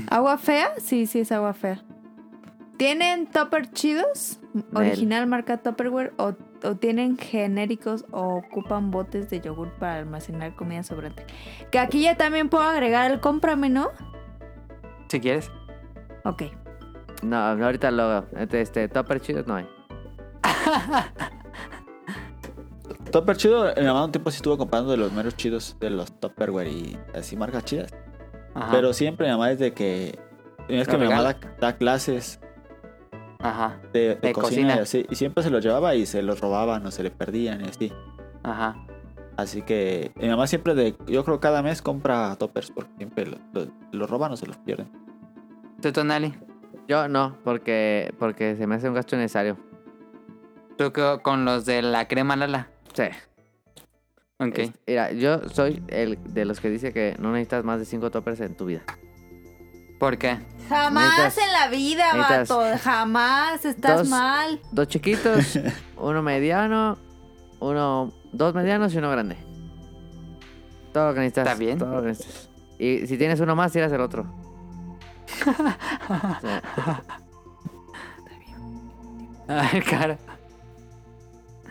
Speaker 1: ¿Agua fea? Sí, sí, es agua fea. ¿Tienen topper chidos? Original marca Tupperware o, o tienen genéricos o ocupan botes de yogur para almacenar comida sobrante. Que aquí ya también puedo agregar el cómprame, ¿no?
Speaker 2: Si quieres.
Speaker 1: Ok.
Speaker 4: No, ahorita lo. Este, este topper chido no hay.
Speaker 3: Topper chido, mi mamá un tiempo sí estuvo comprando de los meros chidos, de los Topperware y así marcas chidas.
Speaker 2: Ajá.
Speaker 3: Pero siempre mi mamá desde que... Es que
Speaker 2: Lo
Speaker 3: mi mamá da, da clases
Speaker 2: Ajá.
Speaker 3: de, de
Speaker 2: De cocina.
Speaker 3: cocina, y así. Y siempre se los llevaba y se los robaban o se le perdían y así.
Speaker 2: Ajá.
Speaker 3: Así que mi mamá siempre de... Yo creo cada mes compra toppers porque siempre lo- lo- los roban o se los pierden.
Speaker 2: ¿Tú, Tonali?
Speaker 4: Yo no, porque, porque se me hace un gasto innecesario.
Speaker 2: ¿Tú co- con los de la crema Lala?
Speaker 4: Sí.
Speaker 2: Ok.
Speaker 4: Es- mira, yo soy el de los que dice que no necesitas más de cinco toppers en tu vida.
Speaker 2: ¿Por qué?
Speaker 1: Jamás
Speaker 4: Necesitas-
Speaker 1: en la vida,
Speaker 4: necesitas
Speaker 1: vato. Jamás. Estás
Speaker 4: dos-
Speaker 1: mal.
Speaker 4: Dos chiquitos, uno mediano, uno. Dos medianos y uno grande. Todo lo que necesitas.
Speaker 2: Está bien.
Speaker 4: todo lo que necesitas. Y si tienes uno más, tiras el otro. O sea,
Speaker 2: Ay, cara.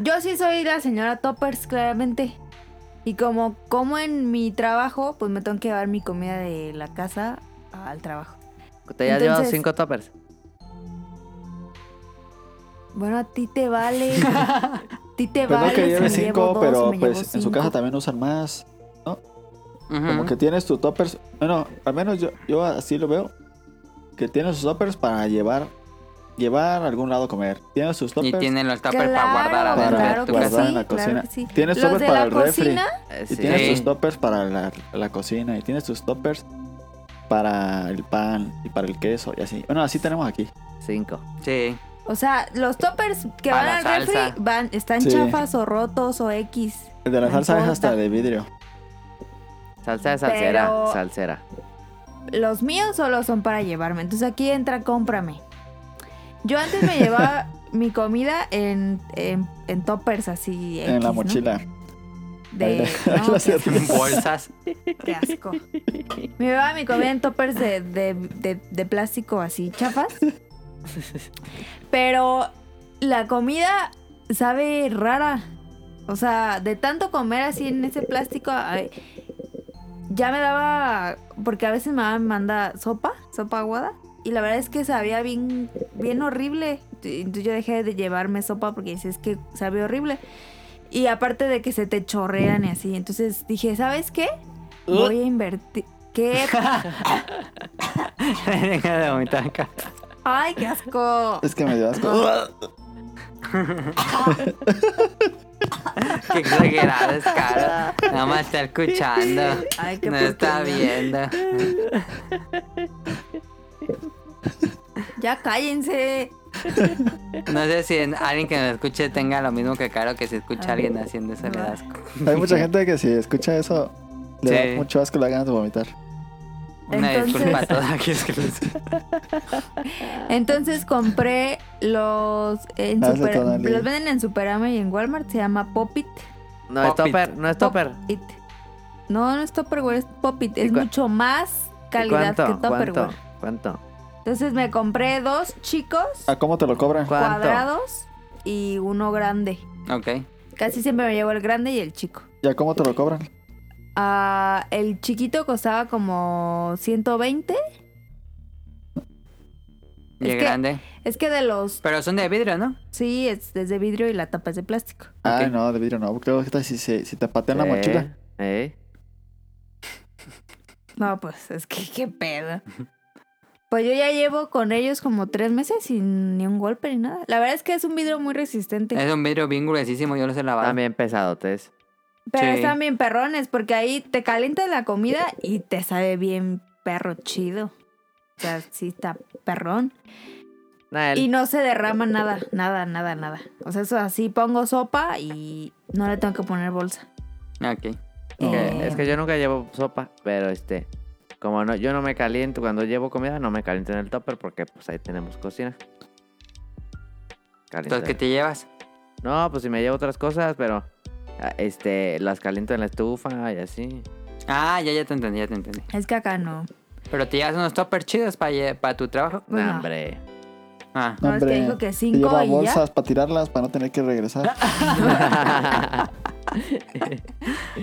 Speaker 1: Yo sí soy la señora Toppers, claramente. Y como como en mi trabajo, pues me tengo que llevar mi comida de la casa al trabajo.
Speaker 4: te has llevado
Speaker 1: Entonces-
Speaker 4: cinco toppers.
Speaker 1: Bueno, a ti te vale. a ti te
Speaker 3: Pues
Speaker 1: vale.
Speaker 3: no que lleve
Speaker 1: si me llevo
Speaker 3: cinco,
Speaker 1: dos,
Speaker 3: pero
Speaker 1: me llevo
Speaker 3: pues en su
Speaker 1: cinco.
Speaker 3: casa también usan más.
Speaker 2: Ujú.
Speaker 3: Como que tienes tu toppers. Bueno, al menos yo, yo así lo veo. Que tienes sus toppers para llevar llevar a algún lado a comer. Tienes sus
Speaker 2: Y
Speaker 3: toppers
Speaker 2: tienen los toppers para
Speaker 1: Claro,
Speaker 2: guardar adentro
Speaker 1: claro
Speaker 2: de tu
Speaker 1: que
Speaker 3: guardar
Speaker 2: casa.
Speaker 3: en la
Speaker 1: sí, claro
Speaker 3: cocina.
Speaker 1: que sí.
Speaker 3: Tienes
Speaker 1: Los
Speaker 3: toppers
Speaker 1: de
Speaker 3: para
Speaker 1: la
Speaker 3: el refri.
Speaker 1: cocina,
Speaker 4: Eh,
Speaker 3: Y
Speaker 4: sí.
Speaker 3: tienes
Speaker 2: Sí.
Speaker 3: tus toppers para la, la cocina. Y tienes tus toppers para el pan y para el queso y así. Bueno, así tenemos aquí.
Speaker 4: Cinco.
Speaker 2: Sí.
Speaker 1: O sea, los toppers que
Speaker 2: Para
Speaker 1: van al
Speaker 2: la salsa.
Speaker 1: refri van, están
Speaker 3: Sí.
Speaker 1: chafas o rotos o X.
Speaker 3: El de la
Speaker 1: No
Speaker 3: salsa es
Speaker 1: importa.
Speaker 3: hasta de vidrio.
Speaker 4: Salsa de salsera,
Speaker 1: Pero-
Speaker 4: salsera.
Speaker 1: los míos solo son para llevarme. Entonces aquí entra cómprame. Yo antes me llevaba mi comida en, en, en toppers así.
Speaker 3: en
Speaker 1: X,
Speaker 3: la
Speaker 1: ¿no?
Speaker 3: mochila.
Speaker 1: De,
Speaker 3: Ahí
Speaker 1: no,
Speaker 3: la hacía
Speaker 1: qué,
Speaker 2: Bolsas.
Speaker 1: qué asco. Me llevaba mi comida en toppers de, de, de- de plástico así, chafas. Pero la comida sabe rara. O sea, de tanto comer así en ese plástico, ay, ya me daba. Porque a veces mi mamá me manda sopa, sopa aguada. Y la verdad es que sabía bien, bien horrible. Entonces yo dejé de llevarme sopa porque dices que sabe horrible. Y aparte de que se te chorrean y así. Entonces dije, ¿sabes qué? Voy
Speaker 4: Uh.
Speaker 1: a invertir. ¿Qué?
Speaker 2: Deja de vomitar acá.
Speaker 1: ¡Ay, qué asco!
Speaker 3: Es que me dio asco.
Speaker 2: Qué exagerado es, cara. Nada más está escuchando.
Speaker 1: Ay, qué
Speaker 2: no está
Speaker 1: porquería.
Speaker 2: viendo.
Speaker 1: Ya cállense.
Speaker 2: No sé si en- alguien que nos escuche tenga lo mismo que Caro que si escucha a alguien haciendo ese le da asco.
Speaker 3: Hay mucha gente que si escucha eso le
Speaker 2: Sí.
Speaker 3: da mucho asco y le da ganas de vomitar.
Speaker 2: Una
Speaker 1: Entonces-
Speaker 2: disculpa a todos aquellos que les...
Speaker 1: Entonces compré los en
Speaker 3: Hazle
Speaker 1: Super-
Speaker 3: tonalidad.
Speaker 1: los venden en Superama y en Walmart, se llama Popit.
Speaker 4: No es
Speaker 2: Pop it.
Speaker 4: topper, no es topper.
Speaker 1: Pop It. No, no es Tupperware, es Pop It. Es
Speaker 4: cua-
Speaker 1: mucho más calidad
Speaker 4: ¿Cuánto?
Speaker 1: que
Speaker 4: ¿Cuánto?
Speaker 1: Tupperware.
Speaker 4: ¿Cuánto?
Speaker 1: Entonces me compré dos chicos
Speaker 3: ¿A cómo te lo cobran?
Speaker 4: ¿Cuánto?
Speaker 1: cuadrados y uno grande.
Speaker 2: Ok.
Speaker 1: Casi siempre me llevo el grande y el chico.
Speaker 3: ¿Y a cómo te lo cobran?
Speaker 1: Ah, el chiquito costaba como 120.
Speaker 2: Y
Speaker 1: Es que-
Speaker 2: el grande.
Speaker 1: Es que de los...
Speaker 2: Pero son de vidrio, ¿no?
Speaker 1: Sí, es desde vidrio y la tapa es de plástico.
Speaker 3: Ah,
Speaker 2: Ok.
Speaker 3: no, de vidrio no. Creo que si, se- si te patean la
Speaker 4: Eh,
Speaker 3: mochila.
Speaker 4: eh.
Speaker 1: No, pues es que qué pedo. Pues yo ya llevo con ellos como tres meses sin ni un golpe ni nada. La verdad es que es un vidrio muy resistente.
Speaker 4: Eh,
Speaker 2: Es un vidrio bien gruesísimo, yo los he lavado.
Speaker 4: También pesadotes.
Speaker 1: Pero
Speaker 2: Sí.
Speaker 1: están bien perrones porque ahí te calientas la comida y te sabe bien perro chido. O sea, sí está perrón.
Speaker 4: Nah, el-
Speaker 1: Y no se derrama nada, nada, nada, nada. O sea, eso así pongo sopa y no le tengo que poner bolsa.
Speaker 2: Ok.
Speaker 4: Eh, es
Speaker 1: Eh,
Speaker 4: que yo nunca llevo sopa, pero este, como no, yo no me caliento, cuando llevo comida no me caliento en el topper porque pues ahí tenemos cocina. Caliento.
Speaker 2: Entonces, ¿qué te llevas?
Speaker 4: No, pues si me llevo otras cosas, pero ah, este, las caliento en la estufa y así.
Speaker 2: Ah, ya, ya te entendí, ya te entendí.
Speaker 1: Es que acá no.
Speaker 2: Pero te llevas unos toppers chidos para tu trabajo.
Speaker 1: Pues
Speaker 4: Nah,
Speaker 1: no.
Speaker 4: hombre.
Speaker 2: Ah,
Speaker 1: No, es que
Speaker 3: Hombre,
Speaker 1: dijo que
Speaker 3: Te
Speaker 1: cinco
Speaker 3: lleva
Speaker 1: y
Speaker 3: bolsas para tirarlas, para no tener que regresar.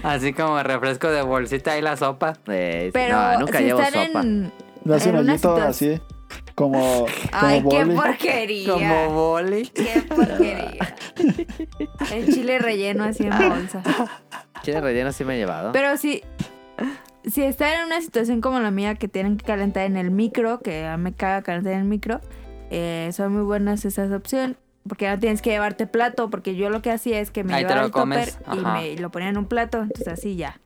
Speaker 2: así como refresco de bolsita y la sopa.
Speaker 4: Eh, sí,
Speaker 1: ya. Pero
Speaker 4: no, nunca
Speaker 1: si
Speaker 4: llevo
Speaker 1: están
Speaker 4: sopa.
Speaker 1: en...
Speaker 3: Le hace un
Speaker 1: Era una
Speaker 3: hoyito
Speaker 1: situación-
Speaker 3: así, como, como
Speaker 1: Ay, qué
Speaker 3: boli.
Speaker 1: porquería.
Speaker 2: Como boli.
Speaker 1: Qué porquería. El chile relleno así en bolsa.
Speaker 4: Chile relleno sí me he llevado.
Speaker 1: Pero si, si están en una situación como la mía que tienen que calentar en el micro, que a mí me caga calentar en el micro, eh, son muy buenas esas opciones. Porque ya no tienes que llevarte plato, porque yo lo que hacía es que me
Speaker 2: Ahí te
Speaker 1: llevaba
Speaker 2: lo
Speaker 1: el topper
Speaker 2: comes,
Speaker 1: y
Speaker 2: ajá.
Speaker 1: me lo ponía en un plato, entonces así ya.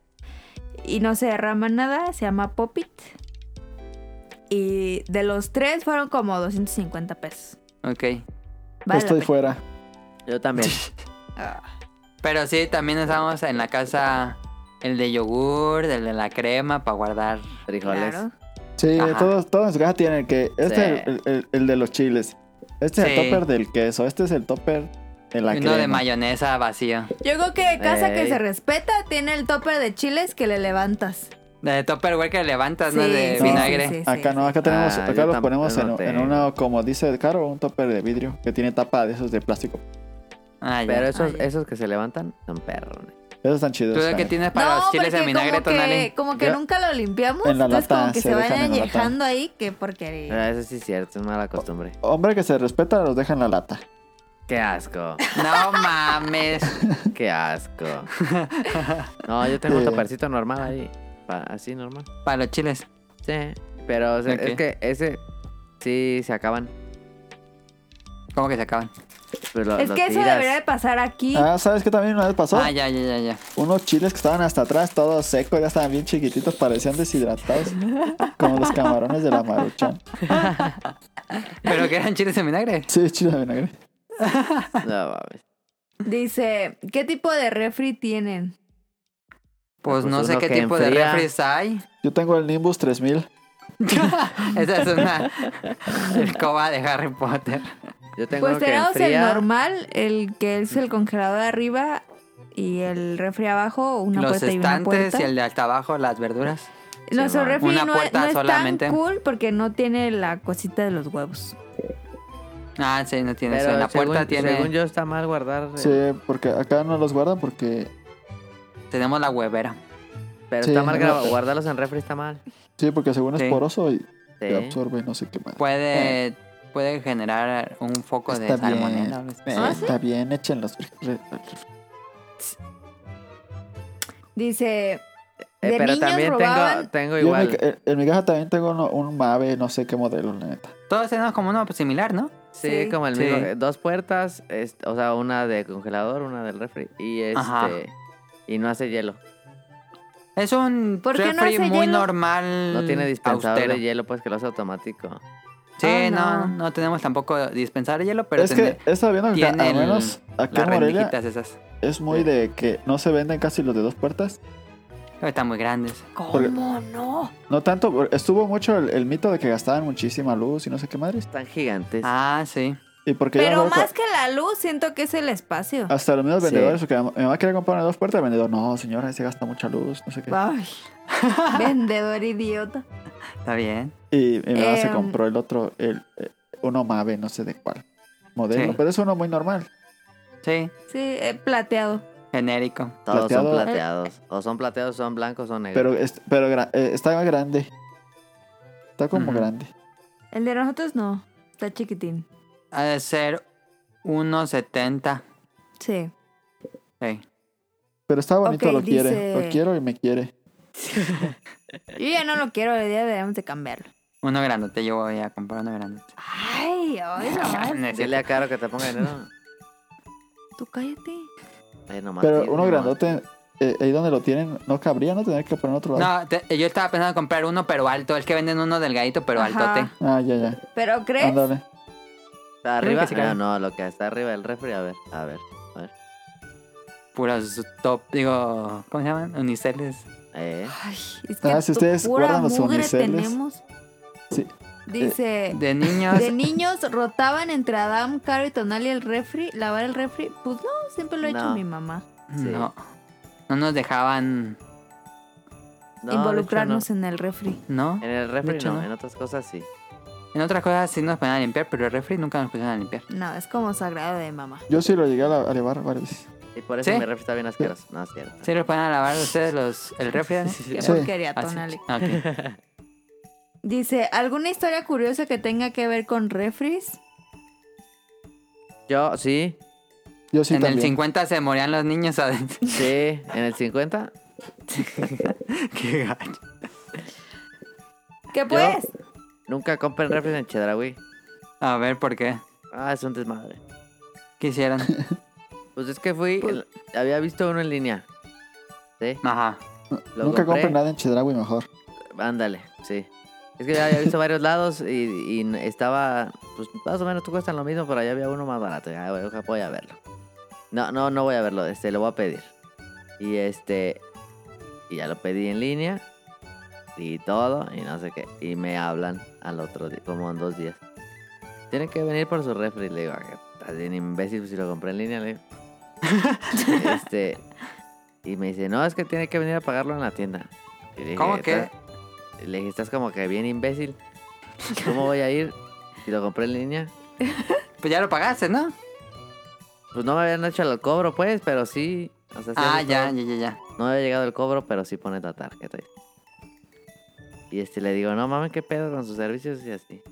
Speaker 1: Y no se derrama nada, se llama Popit. Y de los tres fueron como 250 pesos.
Speaker 2: Ok.
Speaker 1: Vale la
Speaker 3: Estoy
Speaker 1: pena.
Speaker 3: fuera.
Speaker 4: Yo también.
Speaker 2: Pero sí, también usamos en la casa el de yogur, el de la crema para guardar.
Speaker 4: Frijoles.
Speaker 1: Claro.
Speaker 3: Sí,
Speaker 2: Ajá.
Speaker 3: todos, todos en su casa tienen que. Este
Speaker 4: Sí.
Speaker 3: es el, el- el de los chiles. Este es
Speaker 2: Sí.
Speaker 3: el topper del queso. Este es el topper de la
Speaker 2: uno
Speaker 3: crema.
Speaker 2: de mayonesa vacío.
Speaker 1: Yo creo que casa que
Speaker 4: Ey.
Speaker 1: se respeta tiene el topper de chiles que le levantas.
Speaker 2: De topperware que levantas, ¿no?
Speaker 1: Sí,
Speaker 2: De
Speaker 1: sí,
Speaker 2: vinagre.
Speaker 1: sí, sí, sí.
Speaker 3: Acá no, acá tenemos,
Speaker 4: Ah, yo
Speaker 3: acá lo
Speaker 4: tam-
Speaker 3: ponemos
Speaker 4: yo
Speaker 3: en,
Speaker 4: no
Speaker 3: en
Speaker 4: tengo.
Speaker 3: una, como dice el caro, un topper de vidrio que tiene tapa de esos de plástico.
Speaker 2: Ah, ya.
Speaker 4: Pero esos,
Speaker 1: Ah, ya.
Speaker 4: esos que se levantan son perrones.
Speaker 3: Esos están chidos.
Speaker 2: ¿Tú de qué
Speaker 3: también.
Speaker 2: tienes para los chiles en
Speaker 1: porque
Speaker 2: vinagre,
Speaker 1: como
Speaker 2: ¿eh? Tonali?
Speaker 1: que, como que
Speaker 3: Ya.
Speaker 1: nunca lo limpiamos,
Speaker 3: En la
Speaker 1: entonces
Speaker 3: lata
Speaker 1: como que
Speaker 3: se
Speaker 1: se,
Speaker 3: dejan en
Speaker 1: vayan
Speaker 3: la lata.
Speaker 1: dejando ahí, qué
Speaker 4: Pero
Speaker 1: porquería.
Speaker 4: eso sí es cierto, es mala costumbre.
Speaker 3: Hombre que se respeta, los dejan la lata.
Speaker 4: Qué asco.
Speaker 2: No mames.
Speaker 4: Qué asco. No, yo tengo un
Speaker 2: Eh.
Speaker 3: Sí.
Speaker 4: topercito normal ahí. pa- así normal.
Speaker 2: Para los chiles.
Speaker 4: Sí. Pero o sea,
Speaker 2: Ok.
Speaker 4: es que ese sí se acaban.
Speaker 2: ¿Cómo que se acaban?
Speaker 4: Pero lo-
Speaker 1: Es
Speaker 4: lo
Speaker 1: que eso
Speaker 4: tiras.
Speaker 1: debería de pasar aquí.
Speaker 3: Ah, ¿sabes qué también una vez pasó?
Speaker 2: Ah, ya, ya, ya, ya.
Speaker 3: Unos chiles que estaban hasta atrás, todos secos, ya estaban bien chiquititos, parecían deshidratados. como los camarones de la maruchan.
Speaker 2: Pero que eran chiles en vinagre.
Speaker 3: Sí, chiles de vinagre.
Speaker 4: No, mames.
Speaker 1: Dice, ¿qué tipo de refri tienen?
Speaker 2: Pues,
Speaker 4: Pues
Speaker 2: no sé
Speaker 4: uno
Speaker 2: qué
Speaker 4: que
Speaker 2: tipo de
Speaker 4: enfría.
Speaker 2: refres hay.
Speaker 3: Yo tengo el Nimbus 3000.
Speaker 2: Esa es una escoba de Harry Potter.
Speaker 4: Yo tengo
Speaker 1: Pues
Speaker 4: uno que
Speaker 1: tenemos el
Speaker 4: enfría.
Speaker 1: normal, el que es el congelador arriba y el refri abajo, una
Speaker 2: los
Speaker 1: puerta y una
Speaker 2: estantes
Speaker 1: puerta.
Speaker 2: y el de hasta abajo, las verduras.
Speaker 1: Nuestro
Speaker 4: Simón.
Speaker 1: refri
Speaker 2: Una
Speaker 1: no,
Speaker 2: puerta
Speaker 1: no es
Speaker 2: solamente.
Speaker 1: tan cool porque no tiene la cosita de los huevos.
Speaker 2: Ah, sí, no tiene
Speaker 4: Pero
Speaker 2: eso. En la
Speaker 4: según-
Speaker 2: puerta tiene.
Speaker 4: Según yo está mal guardar. eh,
Speaker 3: Sí, porque acá no los guardan porque
Speaker 2: Tenemos la huevera.
Speaker 4: Pero
Speaker 3: Sí,
Speaker 4: está mal
Speaker 3: no,
Speaker 4: grabado.
Speaker 3: pero-
Speaker 4: Guardarlos en refri está mal.
Speaker 3: Sí, porque según
Speaker 2: Sí. Pues,
Speaker 3: es poroso y te
Speaker 4: Sí.
Speaker 3: absorbe no sé qué más.
Speaker 2: Puede, puede generar un foco de
Speaker 3: Está bien.
Speaker 2: salmonela. o algo así.
Speaker 3: Eh,
Speaker 1: ¿Ah, sí?
Speaker 3: Está bien, échenlos. Re-
Speaker 1: Dice,
Speaker 4: Eh,
Speaker 1: De
Speaker 4: pero
Speaker 1: niños
Speaker 4: también tengo,
Speaker 1: robaban-
Speaker 4: tengo
Speaker 3: Yo en,
Speaker 4: igual.
Speaker 3: mi, ca- en mi casa también tengo uno- un Mave, no sé qué modelo, la neta.
Speaker 2: Todos tenemos como uno similar, ¿no?
Speaker 4: Sí,
Speaker 1: Sí.
Speaker 4: como el
Speaker 2: Sí.
Speaker 4: mismo. eh, Dos puertas, es- o sea, una de congelador, una del refri. Y este.
Speaker 2: Ajá.
Speaker 4: Y no hace hielo.
Speaker 2: Es un
Speaker 1: ¿Por qué no
Speaker 2: refri
Speaker 1: hace
Speaker 2: muy
Speaker 1: hielo?
Speaker 2: normal.
Speaker 4: No tiene dispensador
Speaker 2: Mm, austero.
Speaker 4: de hielo, pues que lo hace automático.
Speaker 2: Sí,
Speaker 1: Ah,
Speaker 2: no.
Speaker 1: no.
Speaker 2: no, tenemos tampoco dispensador de hielo, pero
Speaker 3: es
Speaker 2: tiene
Speaker 3: que estaba viendo que
Speaker 2: tiene
Speaker 3: al
Speaker 2: el-
Speaker 3: menos aquí
Speaker 2: las
Speaker 3: en Morelia
Speaker 2: rendijitas esas.
Speaker 3: es muy de que no se venden casi los de dos puertas.
Speaker 2: Pero Están muy grandes.
Speaker 3: Porque-
Speaker 1: ¿cómo no?
Speaker 3: No tanto, por- estuvo mucho el, el mito de que gastaban muchísima luz y no sé qué madres.
Speaker 4: Están gigantes.
Speaker 2: Ah, sí.
Speaker 3: Y porque yo me
Speaker 1: Pero
Speaker 3: acuerdo
Speaker 1: más que la luz, siento que es el espacio.
Speaker 3: cu- hasta los mismos
Speaker 4: Sí.
Speaker 3: vendedores, porque mi mamá- mi mamá quería comprar una dos puertas, el vendedor, no, señora, se gasta mucha luz, no sé qué.
Speaker 1: Ay. Vendedor idiota.
Speaker 2: Está bien.
Speaker 3: Y mi mamá se
Speaker 1: Em.
Speaker 3: compró el otro, el, eh, uno Mave, no sé de cuál modelo,
Speaker 2: Sí.
Speaker 3: pero es uno muy normal.
Speaker 2: Sí,
Speaker 1: Sí, eh, plateado.
Speaker 2: genérico.
Speaker 4: Todos
Speaker 3: Plateado.
Speaker 4: son plateados. O son plateados, son blancos, son negros.
Speaker 3: Pero, es- pero gra- eh, está más grande. Está como
Speaker 2: Ujú.
Speaker 3: grande.
Speaker 1: El de nosotros no. Está chiquitín.
Speaker 2: Ha de ser 1.70.
Speaker 1: Sí.
Speaker 2: Sí.
Speaker 3: Pero está bonito,
Speaker 1: Ok,
Speaker 3: lo quiere.
Speaker 1: dice-
Speaker 3: Lo quiero y me quiere.
Speaker 1: Yo ya no lo quiero, el día deberíamos de cambiarlo.
Speaker 2: Uno grandote, yo voy a comprar uno grandote.
Speaker 1: Ay, ay, no.
Speaker 2: No es cierto.
Speaker 4: Dile a Caro que te ponga dinero.
Speaker 1: Tú cállate.
Speaker 4: Ay, nomás
Speaker 3: pero
Speaker 4: digo,
Speaker 3: uno
Speaker 4: nomás.
Speaker 3: grandote, eh, ahí donde lo tienen, no cabría, no tener que poner otro lado.
Speaker 2: No, te- yo estaba pensando en comprar uno, pero alto. Es que venden uno delgadito, pero
Speaker 1: Ajá.
Speaker 2: altote.
Speaker 3: Ah, ya, ya.
Speaker 1: ¿Pero crees?
Speaker 3: Ándale.
Speaker 4: ¿Está arriba?
Speaker 2: que sí cabe.
Speaker 4: Ah, no, lo que está arriba del refri, a ver, a ver.
Speaker 2: Puros top, digo, ¿cómo se llaman? Uniceles.
Speaker 4: Eh,
Speaker 1: Ay, es que
Speaker 3: Ah, si
Speaker 1: tu
Speaker 3: ustedes
Speaker 1: pura
Speaker 3: guardan los
Speaker 1: mugre
Speaker 3: uniceles.
Speaker 1: tenemos.
Speaker 3: Sí. Eh,
Speaker 1: Dice,
Speaker 2: De niños.
Speaker 1: de niños rotaban entre Adam, Caro y Tonali el refri, lavar el refri. Pues no, siempre lo ha hecho
Speaker 4: No.
Speaker 1: mi mamá.
Speaker 4: sí.
Speaker 2: Mm, No. No nos dejaban,
Speaker 4: no,
Speaker 1: involucrarnos
Speaker 4: de hecho,
Speaker 1: en el refri.
Speaker 2: ¿no?
Speaker 4: no. en... el refri,
Speaker 2: De hecho,
Speaker 4: no,
Speaker 2: no.
Speaker 4: en otras cosas sí.
Speaker 2: En otras cosas sí nos ponían a limpiar, pero el refri nunca nos pusieron a limpiar.
Speaker 1: No, es como sagrado de mamá.
Speaker 3: Yo sí lo llegué a, la- a llevar varias veces.
Speaker 4: Y por eso
Speaker 2: ¿Sí?
Speaker 4: mi refri está bien asqueroso. No, es cierto.
Speaker 2: ¿Sí los ponían a lavar ustedes los, el refri? Dani?
Speaker 1: Qué
Speaker 3: Sí.
Speaker 1: porquería,
Speaker 2: Ah, sí.
Speaker 1: Tonali.
Speaker 2: Ok.
Speaker 1: Dice, ¿alguna historia curiosa que tenga que ver con refris?
Speaker 4: Yo, sí,
Speaker 3: Yo sí
Speaker 2: en el
Speaker 3: también.
Speaker 2: 50 se morían los niños adentro.
Speaker 4: sí, en el 50.
Speaker 2: Qué gacho.
Speaker 1: ¿Qué pues?
Speaker 4: Nunca compren refri en Chedraui.
Speaker 2: A ver, ¿por qué?
Speaker 4: Ah, es un desmadre.
Speaker 2: ¿Qué hicieron?
Speaker 4: Pues es que fui, había visto uno en línea. Sí,
Speaker 2: Ajá.
Speaker 4: lo
Speaker 3: Nunca
Speaker 4: compré.
Speaker 3: compren nada en Chedraui mejor.
Speaker 4: Ándale, sí. Es que ya había visto varios lados y, y estaba, pues más o menos tú cuestan lo mismo, pero allá había uno más barato. Ya voy, oja, voy a verlo. No, no, no voy a verlo, este, lo voy a pedir. Y este, y ya lo pedí en línea y todo, y no sé qué. Y me hablan al otro día, como en dos días. Tienen que venir por su refri, le digo, "Ah, estás bien imbécil si lo compré en línea, le digo. este, y me dice, no, es que tiene que venir a pagarlo en la tienda. Y le dije,
Speaker 2: ¿Cómo que?
Speaker 4: "Estás- le dije, estás como que bien imbécil. ¿Cómo voy a ir si lo compré en línea?
Speaker 2: Pues ya lo pagaste, ¿no?
Speaker 4: Pues no me habían hecho el cobro, pues, pero sí. O sea, sí
Speaker 2: Ah,
Speaker 4: hace
Speaker 2: ya,
Speaker 4: todo.
Speaker 2: ya, ya, ya.
Speaker 4: No me había llegado el cobro, pero sí pone la tarjeta. ahí. Y este le digo, no mames, qué pedo con sus servicios y así.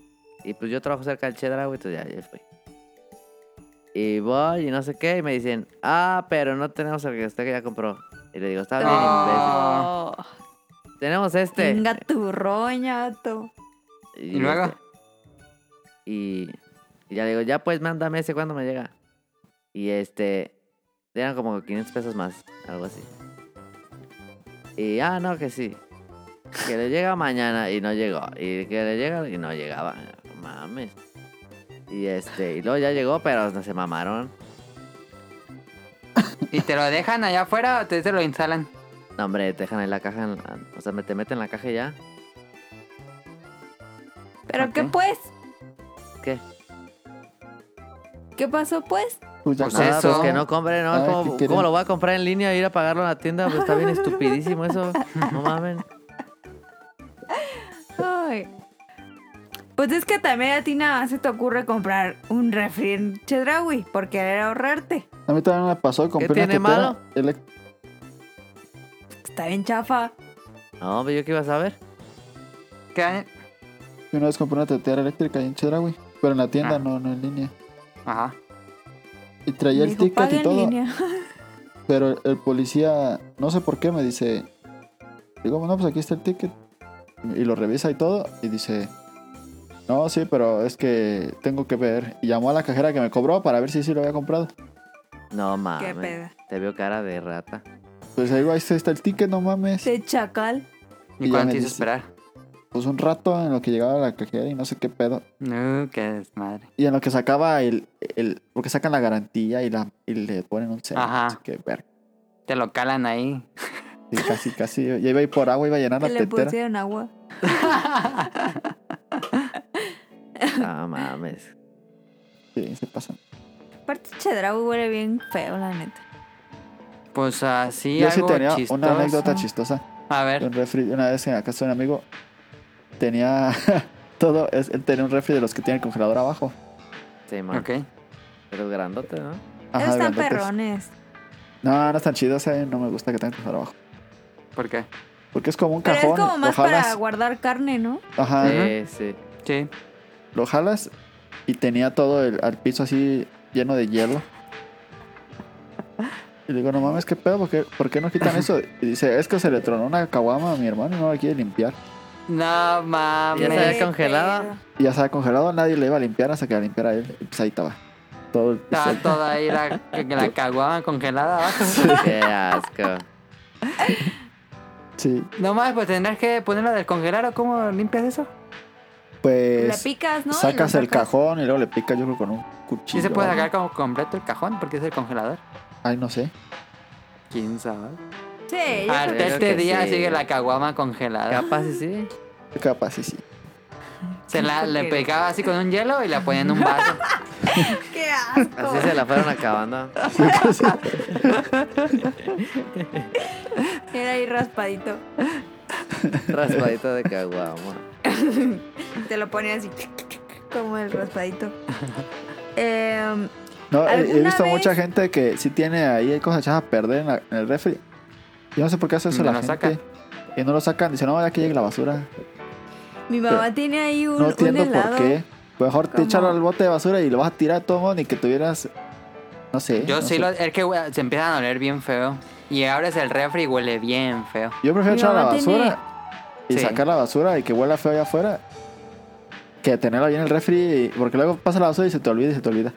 Speaker 4: Y pues yo trabajo cerca del Chedra, güey, pues ya, ya fui. Y voy y no sé qué, y me dicen, ah, pero no tenemos el que usted ya compró. Y le digo, está bien, imbécil.
Speaker 1: Oh,
Speaker 2: Ah.
Speaker 4: Tenemos este.
Speaker 1: venga tu roña, vato.
Speaker 2: ¿Y luego?
Speaker 4: este, y, y ya le digo, ya pues mándame ese cuando me llega. Y este, eran como 500 pesos más, algo así. Y ah, no, que sí. Que le llega mañana y no llegó. Y que le llega y no llegaba. Mames. Y este, y luego ya llegó, pero no se mamaron.
Speaker 2: ¿Y te lo dejan allá afuera o te, te lo instalan?
Speaker 4: No, hombre, te dejan en la caja. en la- o sea, me te meten en la caja y ya.
Speaker 1: ¿Pero
Speaker 2: Ok.
Speaker 1: qué pues?
Speaker 4: ¿Qué?
Speaker 1: ¿Qué pasó pues?
Speaker 3: Pues ya
Speaker 2: Pues
Speaker 3: no.
Speaker 4: Nada,
Speaker 2: eso.
Speaker 4: pues que no compre, no,
Speaker 3: Ay,
Speaker 4: ¿cómo,
Speaker 3: ¿qué quieren?
Speaker 4: cómo lo voy a comprar en línea e ir a pagarlo en la tienda? Pues está bien estupidísimo eso. No mamen.
Speaker 1: Ay. Pues es que también a ti nada más se te ocurre comprar un refri en Chedraui por querer ahorrarte.
Speaker 3: A mí también me pasó, compré
Speaker 4: ¿Qué
Speaker 3: una
Speaker 4: tiene
Speaker 3: tetera
Speaker 4: malo?
Speaker 3: elec-
Speaker 1: Está bien chafa.
Speaker 4: No, pero yo qué iba a saber.
Speaker 2: ¿Qué daño?
Speaker 3: Una vez compré una tetera eléctrica ahí en Chedraui. Pero en la tienda,
Speaker 2: Ah.
Speaker 3: no, no en línea.
Speaker 2: Ajá.
Speaker 3: Y traía el
Speaker 1: Dijo,
Speaker 3: ticket
Speaker 1: "Paga
Speaker 3: y
Speaker 1: en
Speaker 3: todo.
Speaker 1: línea".
Speaker 3: Pero el, el policía, no sé por qué, me dice, digo, no, pues aquí está el ticket. Y lo revisa y todo, y dice, no, sí, pero es que tengo que ver. Y llamó a la cajera que me cobró para ver si sí lo había comprado.
Speaker 4: No mames.
Speaker 1: Qué peda.
Speaker 4: Te veo cara de rata.
Speaker 3: Pues ahí va, ahí está el ticket, no mames.
Speaker 1: De chacal.
Speaker 2: ¿Y,
Speaker 3: Y ya
Speaker 2: cuánto
Speaker 3: me
Speaker 2: hizo
Speaker 3: dice.
Speaker 2: esperar?
Speaker 3: Pues un rato en lo que llegaba la cajera y no sé qué pedo.
Speaker 2: No, qué desmadre.
Speaker 3: Y en lo que sacaba el, el porque sacan la garantía y, la, y le ponen un cero.
Speaker 2: Ajá.
Speaker 3: no sé Qué ver.
Speaker 2: Te lo calan ahí.
Speaker 3: Y casi, casi, ya iba a ir por agua, iba a llenar
Speaker 1: Que
Speaker 3: la
Speaker 1: le
Speaker 3: tetera.
Speaker 1: pusieron agua.
Speaker 4: No mames.
Speaker 3: Sí, se pasan.
Speaker 1: Aparte, Chedraui huele bien feo, la neta.
Speaker 2: Pues así
Speaker 3: Yo sí
Speaker 2: algo
Speaker 3: tenía
Speaker 2: chistoso.
Speaker 3: una
Speaker 1: Ah.
Speaker 3: anécdota chistosa.
Speaker 2: A ver.
Speaker 3: Un refri, una vez en la casa de un amigo, tenía todo, es- él tenía un refri de los que tiene el congelador abajo.
Speaker 4: Sí, man.
Speaker 2: Ok.
Speaker 4: Pero es grandote, ¿no?
Speaker 1: Ellos están
Speaker 3: grandotes.
Speaker 1: perrones.
Speaker 3: No, no están chidos, eh, no me gusta que tengan congelador abajo.
Speaker 2: ¿Por qué?
Speaker 3: Porque es como un
Speaker 1: Pero
Speaker 3: cajón,
Speaker 1: es como
Speaker 3: lo
Speaker 1: más para
Speaker 3: jalas,
Speaker 1: guardar carne, ¿no?
Speaker 3: ajá,
Speaker 4: Sí, sí.
Speaker 2: Sí.
Speaker 3: lo jalas y tenía todo el al piso así lleno de hielo. Y le digo, no mames, qué pedo, ¿por qué, por qué no quitan eso? Y dice, es que se le tronó una caguama a mi hermano y no la quiere limpiar.
Speaker 2: No
Speaker 4: Ya se
Speaker 2: mames.
Speaker 4: había congelado.
Speaker 3: Y ya estaba congelado, nadie le iba a limpiar hasta que la limpiara él. Y pues ahí estaba. Todo el piso.
Speaker 2: Está toda ahí la, que- que la caguama congelada abajo.
Speaker 4: Qué asco.
Speaker 3: Sí,
Speaker 2: No mames, pues tendrás que ponerla a descongelar o cómo limpias eso.
Speaker 1: Le
Speaker 3: pues
Speaker 1: picas, ¿no? Y lo
Speaker 3: sacas el cajón y luego le picas yo creo con un
Speaker 2: Sí
Speaker 3: cuchillo.
Speaker 2: se puede
Speaker 3: o algo.
Speaker 2: sacar como completo el cajón porque es el congelador.
Speaker 3: Ay, no sé.
Speaker 2: ¿Quién sabe?
Speaker 1: Sí, yo creo
Speaker 2: Hasta
Speaker 4: Ah, creo
Speaker 2: este
Speaker 4: que
Speaker 2: día
Speaker 4: sí.
Speaker 2: sigue la caguama congelada.
Speaker 4: Capaz y sí.
Speaker 3: Capaz, sí, sí.
Speaker 2: Se la le
Speaker 1: Porque-
Speaker 2: pegaba así con un hielo y la ponía en un vaso.
Speaker 1: que- ¡Qué asco!
Speaker 4: Así se la fueron acabando.
Speaker 1: Era ahí raspadito.
Speaker 4: Raspadito de caguama.
Speaker 1: Te lo ponía así, como el raspadito. Em,
Speaker 3: No, he- he
Speaker 1: ¿Alguna
Speaker 3: visto
Speaker 1: vez?
Speaker 3: mucha gente que sí tiene ahí hay cosas echadas a perder en, la- en el refri. Yo no sé por qué hace eso
Speaker 2: Y no
Speaker 3: la
Speaker 2: lo
Speaker 3: gente.
Speaker 2: sacan.
Speaker 3: Y no lo sacan. Dicen, no, ya que llegue la basura.
Speaker 1: mi mamá tiene ahí un,
Speaker 3: no
Speaker 1: un
Speaker 3: entiendo
Speaker 1: helado.
Speaker 3: por qué. Pues mejor te
Speaker 1: ¿Cómo?
Speaker 3: echarlo al bote de basura y lo vas a tirar todo, modo, ni que tuvieras. No sé.
Speaker 2: Yo
Speaker 3: no
Speaker 2: sí
Speaker 3: sé.
Speaker 2: lo. Es que güey, se empiezan a oler bien feo. Y abres el refri y huele bien feo.
Speaker 3: Yo prefiero
Speaker 1: Mi
Speaker 3: echar la
Speaker 1: mamá tiene-
Speaker 3: basura y
Speaker 2: Sí.
Speaker 3: sacar la basura y que huela feo allá afuera. Que tenerla ahí en el refri, y- porque luego pasa la basura y se te olvida y se te olvida.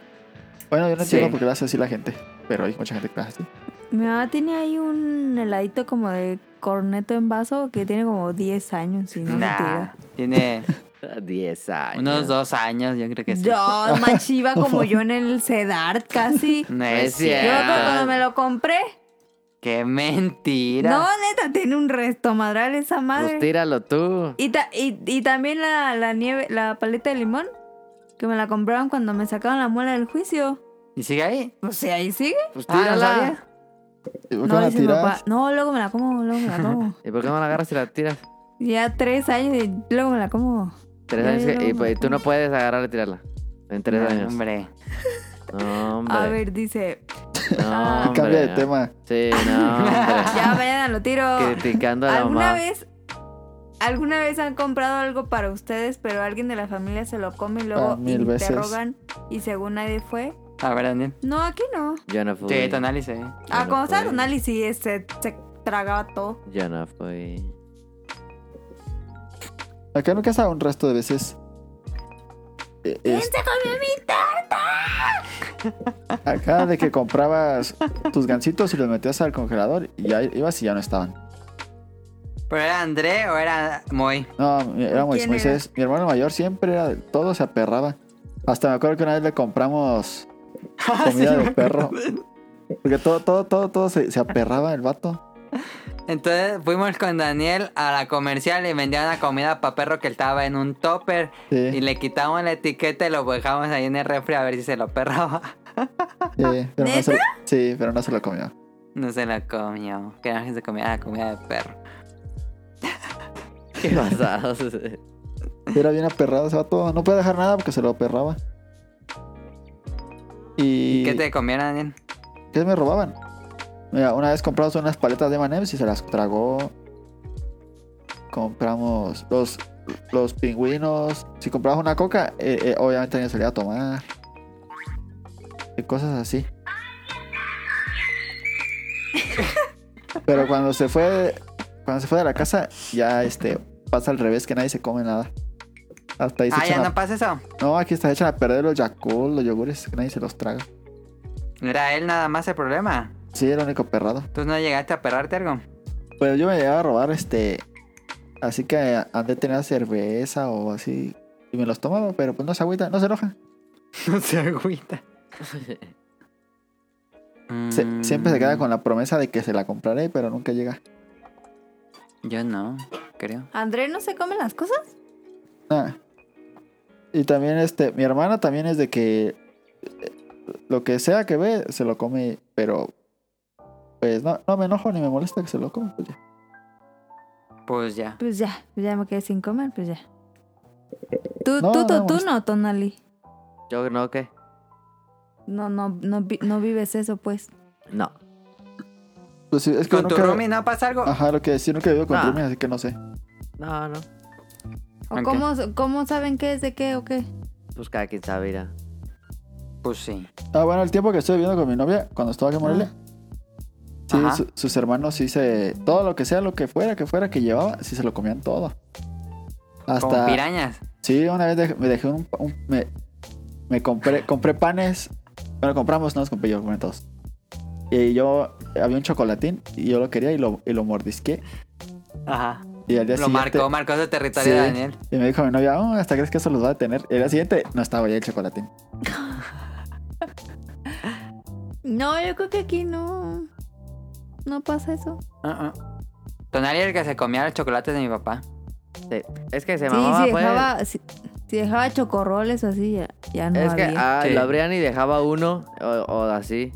Speaker 3: Bueno, yo
Speaker 2: Sí.
Speaker 3: no entiendo por qué lo hace así la gente, pero hay mucha gente que lo hace así.
Speaker 1: Mi mamá tiene ahí un heladito como de corneto en vaso que tiene como 10 años, y no
Speaker 2: Nah.
Speaker 1: mentira.
Speaker 2: Tiene
Speaker 4: 10 años.
Speaker 2: unos dos años, yo creo que sí.
Speaker 1: Yo, machiva como yo en el Cedart casi.
Speaker 2: No es
Speaker 4: es
Speaker 1: Yo me
Speaker 4: cierto.
Speaker 1: acuerdo
Speaker 2: cierto.
Speaker 1: cuando me lo compré.
Speaker 2: Qué mentira.
Speaker 1: No, neta, tiene un resto madral esa
Speaker 4: Pues
Speaker 1: madre.
Speaker 4: tíralo tú.
Speaker 1: Y, ta- y, y también la, la nieve, la paleta de limón, que me la compraron cuando me sacaron la muela del juicio.
Speaker 2: ¿Y sigue ahí?
Speaker 1: O sea, ahí sigue.
Speaker 4: Pues
Speaker 2: Ah, no
Speaker 4: tírala.
Speaker 2: sabía.
Speaker 3: ¿Y por qué
Speaker 1: No,
Speaker 3: la
Speaker 1: dice mi papá,
Speaker 3: tiras?
Speaker 1: no, luego me la como, luego me la como.
Speaker 4: ¿Y por qué no la agarras y la tiras?
Speaker 1: ya tres años y luego me la como.
Speaker 4: Tres
Speaker 1: Ya,
Speaker 4: años
Speaker 1: ya
Speaker 4: que-
Speaker 1: no
Speaker 4: y,
Speaker 1: me
Speaker 4: pues, y tú no
Speaker 1: acuerdo.
Speaker 4: puedes agarrar y tirarla. En tres
Speaker 2: No,
Speaker 4: años.
Speaker 2: Hombre.
Speaker 4: No, hombre.
Speaker 1: A ver, dice,
Speaker 4: No,
Speaker 1: Ah.
Speaker 4: hombre.
Speaker 3: Cambia de
Speaker 4: no.
Speaker 3: tema.
Speaker 4: Sí, no, hombre.
Speaker 1: ya mañana lo tiro.
Speaker 4: Criticando a la
Speaker 1: ¿Alguna
Speaker 4: mamá.
Speaker 1: vez, alguna vez han comprado algo para ustedes, pero alguien de la familia se lo come y luego
Speaker 3: Ah, mil veces.
Speaker 1: interrogan y según nadie fue?
Speaker 2: A ver, Daniel.
Speaker 1: No, aquí no.
Speaker 4: Yo no fui.
Speaker 2: Sí, tu análisis. eh.
Speaker 1: Ah,
Speaker 4: no
Speaker 1: como estaba
Speaker 4: fue.
Speaker 1: Tonali, sí, se, se tragaba todo.
Speaker 4: Yo no fui.
Speaker 3: Acá nunca estado un resto de veces. Eh, es- Acá de que comprabas tus gancitos y los metías al congelador y ya ibas y ya no estaban.
Speaker 2: ¿Pero era André o era Moy?
Speaker 3: No, mi- era Mois-
Speaker 1: ¿Quién
Speaker 3: Moisés. Mi hermano mayor siempre era, todo se aperraba. Hasta me acuerdo que una vez le compramos comida de perro. Porque todo, todo, todo, todo se, se aperraba el vato.
Speaker 2: Entonces fuimos con Daniel a la comercial y vendían la comida para perro que estaba en un topper.
Speaker 3: Sí,
Speaker 2: Y le quitamos la etiqueta y lo dejamos ahí en el refri a ver si se lo perraba.
Speaker 3: sí, pero no se, sí, pero no se lo comió.
Speaker 2: No se lo comió. Queríamos que se comiera la comida de perro.
Speaker 4: Qué pasados.
Speaker 3: Era bien aperrado ese vato. No puede dejar nada porque se lo aperraba. Y...
Speaker 2: ¿Qué te comieron, Daniel?
Speaker 3: ¿Qué me robaban? Mira, una vez compramos unas paletas de M&M's y se las tragó. Compramos los, los pingüinos. Si comprabas una coca, eh, eh, obviamente alguien salía a tomar. Y cosas así. Pero cuando se fue cuando se fue de la casa, ya este pasa al revés que nadie se come nada. Hasta ahí se
Speaker 2: Ah, ya
Speaker 3: echan a-
Speaker 2: no pasa eso.
Speaker 3: No, aquí está echan a perder los yakult, los yogures, que nadie se los traga.
Speaker 2: Era él nada más el problema.
Speaker 3: Sí, era el único perrado.
Speaker 2: ¿Tú no llegaste a perrarte algo?
Speaker 3: Pero Pues yo me llegaba a robar este. Así que han de tener cerveza o así. Y me los tomaba, pero pues no se agüita, no se enoja.
Speaker 2: No se agüita.
Speaker 3: Se-
Speaker 2: Mm,
Speaker 3: Siempre se queda con la promesa de que se la compraré, pero nunca llega.
Speaker 2: Mm, Yo no, creo.
Speaker 1: ¿André no se come las cosas?
Speaker 3: Nada. Y también este, mi hermana también es de que lo que sea que ve, se lo come, pero pues no, no me enojo ni me molesta que se lo coma. pues ya.
Speaker 2: Pues ya.
Speaker 1: Pues ya, ya me quedé sin comer, pues ya. Tú,
Speaker 3: No,
Speaker 1: tú, tú,
Speaker 3: no,
Speaker 1: tú
Speaker 3: no.
Speaker 1: no, Tonali.
Speaker 4: Yo no, ¿qué?
Speaker 1: No, no, no, vi- no vives eso, pues.
Speaker 4: No.
Speaker 3: Pues sí, es que Ah.
Speaker 2: ¿Con tu
Speaker 3: nunca-
Speaker 2: roomie no pasa algo?
Speaker 3: Ajá, lo que decir, nunca he vivido con
Speaker 4: Ah.
Speaker 3: Rumi, así que no sé.
Speaker 4: No, no.
Speaker 1: ¿O
Speaker 2: Ok.
Speaker 1: cómo, cómo saben qué es de qué o qué?
Speaker 4: Pues cada quien sabe, mira.
Speaker 2: Pues sí.
Speaker 3: Ah, bueno, el tiempo que estuve viviendo con mi novia, cuando estaba aquí en Morelia,
Speaker 2: Ah.
Speaker 3: sí,
Speaker 2: Ajá.
Speaker 3: su- sus hermanos sí se. Todo lo que sea, lo que fuera, que fuera, que llevaba, sí se lo comían todo.
Speaker 2: Como
Speaker 3: Hasta.
Speaker 2: pirañas.
Speaker 3: Sí, una vez dej- me dejé un. un- me, me compré, compré panes. Bueno, compramos, no los compré yo, compré todos. Y yo. Había un chocolatín y yo lo quería y lo, y lo mordisqué.
Speaker 2: Ajá.
Speaker 3: Y al día
Speaker 2: Lo
Speaker 3: siguiente.
Speaker 2: marcó, marcó ese territorio
Speaker 3: Sí.
Speaker 2: de Daniel.
Speaker 3: Y me dijo mi novia, "Oh, ¿hasta crees que eso los va a detener? Y al día siguiente no estaba ya el chocolatín.
Speaker 1: No, yo creo que aquí no. No pasa eso.
Speaker 2: Ah, ah. Tonali era el que se comía los chocolates de mi papá.
Speaker 4: Sí. Es que se
Speaker 1: Sí,
Speaker 4: mamaba,
Speaker 1: si
Speaker 4: pues.
Speaker 1: dejaba, si, si dejaba chocorroles o así, ya, ya no
Speaker 4: Es que
Speaker 1: había.
Speaker 4: ah,
Speaker 2: Sí.
Speaker 4: lo abrían y dejaba uno o, o así.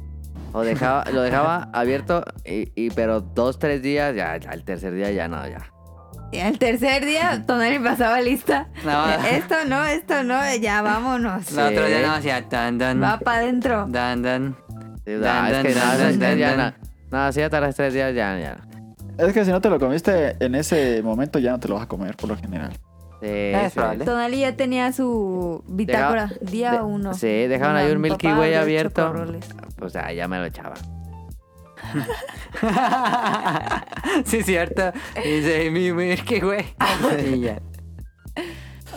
Speaker 4: O dejaba, lo dejaba abierto, y, y- pero dos, tres días, ya, ya, el tercer día ya no, ya.
Speaker 1: Y al tercer día, Tonali pasaba lista.
Speaker 2: No.
Speaker 1: Esto no, esto no, ya vámonos.
Speaker 2: El otro día no hacía tan tan.
Speaker 1: Va para adentro.
Speaker 2: Dan, dan.
Speaker 4: Sí, o sea,
Speaker 2: Dan,
Speaker 4: es
Speaker 2: dan,
Speaker 4: que
Speaker 2: dan,
Speaker 4: no,
Speaker 2: dan,
Speaker 4: ya,
Speaker 2: dan,
Speaker 4: ya
Speaker 2: dan.
Speaker 4: no. No, si ya tardas tres días, ya, ya. no.
Speaker 3: Es que si no te lo comiste en ese momento, ya no te lo vas a comer por lo general.
Speaker 4: Sí,
Speaker 2: Es
Speaker 4: sí.
Speaker 2: probable.
Speaker 1: Tonali ya tenía su bitácora, día
Speaker 4: de-
Speaker 1: uno.
Speaker 4: sí, dejaban ahí
Speaker 1: Mira,
Speaker 4: un
Speaker 1: mi
Speaker 4: Milky
Speaker 1: papá
Speaker 4: Way
Speaker 1: abrió
Speaker 4: abierto.
Speaker 1: chocorroles.
Speaker 4: O sea, pues, ah, ya me lo echaba.
Speaker 2: sí, cierto. Y dice, mi Milky Way. Y ya.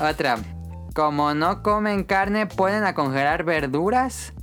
Speaker 2: Otra. Como no comen carne, pueden a congelar verduras.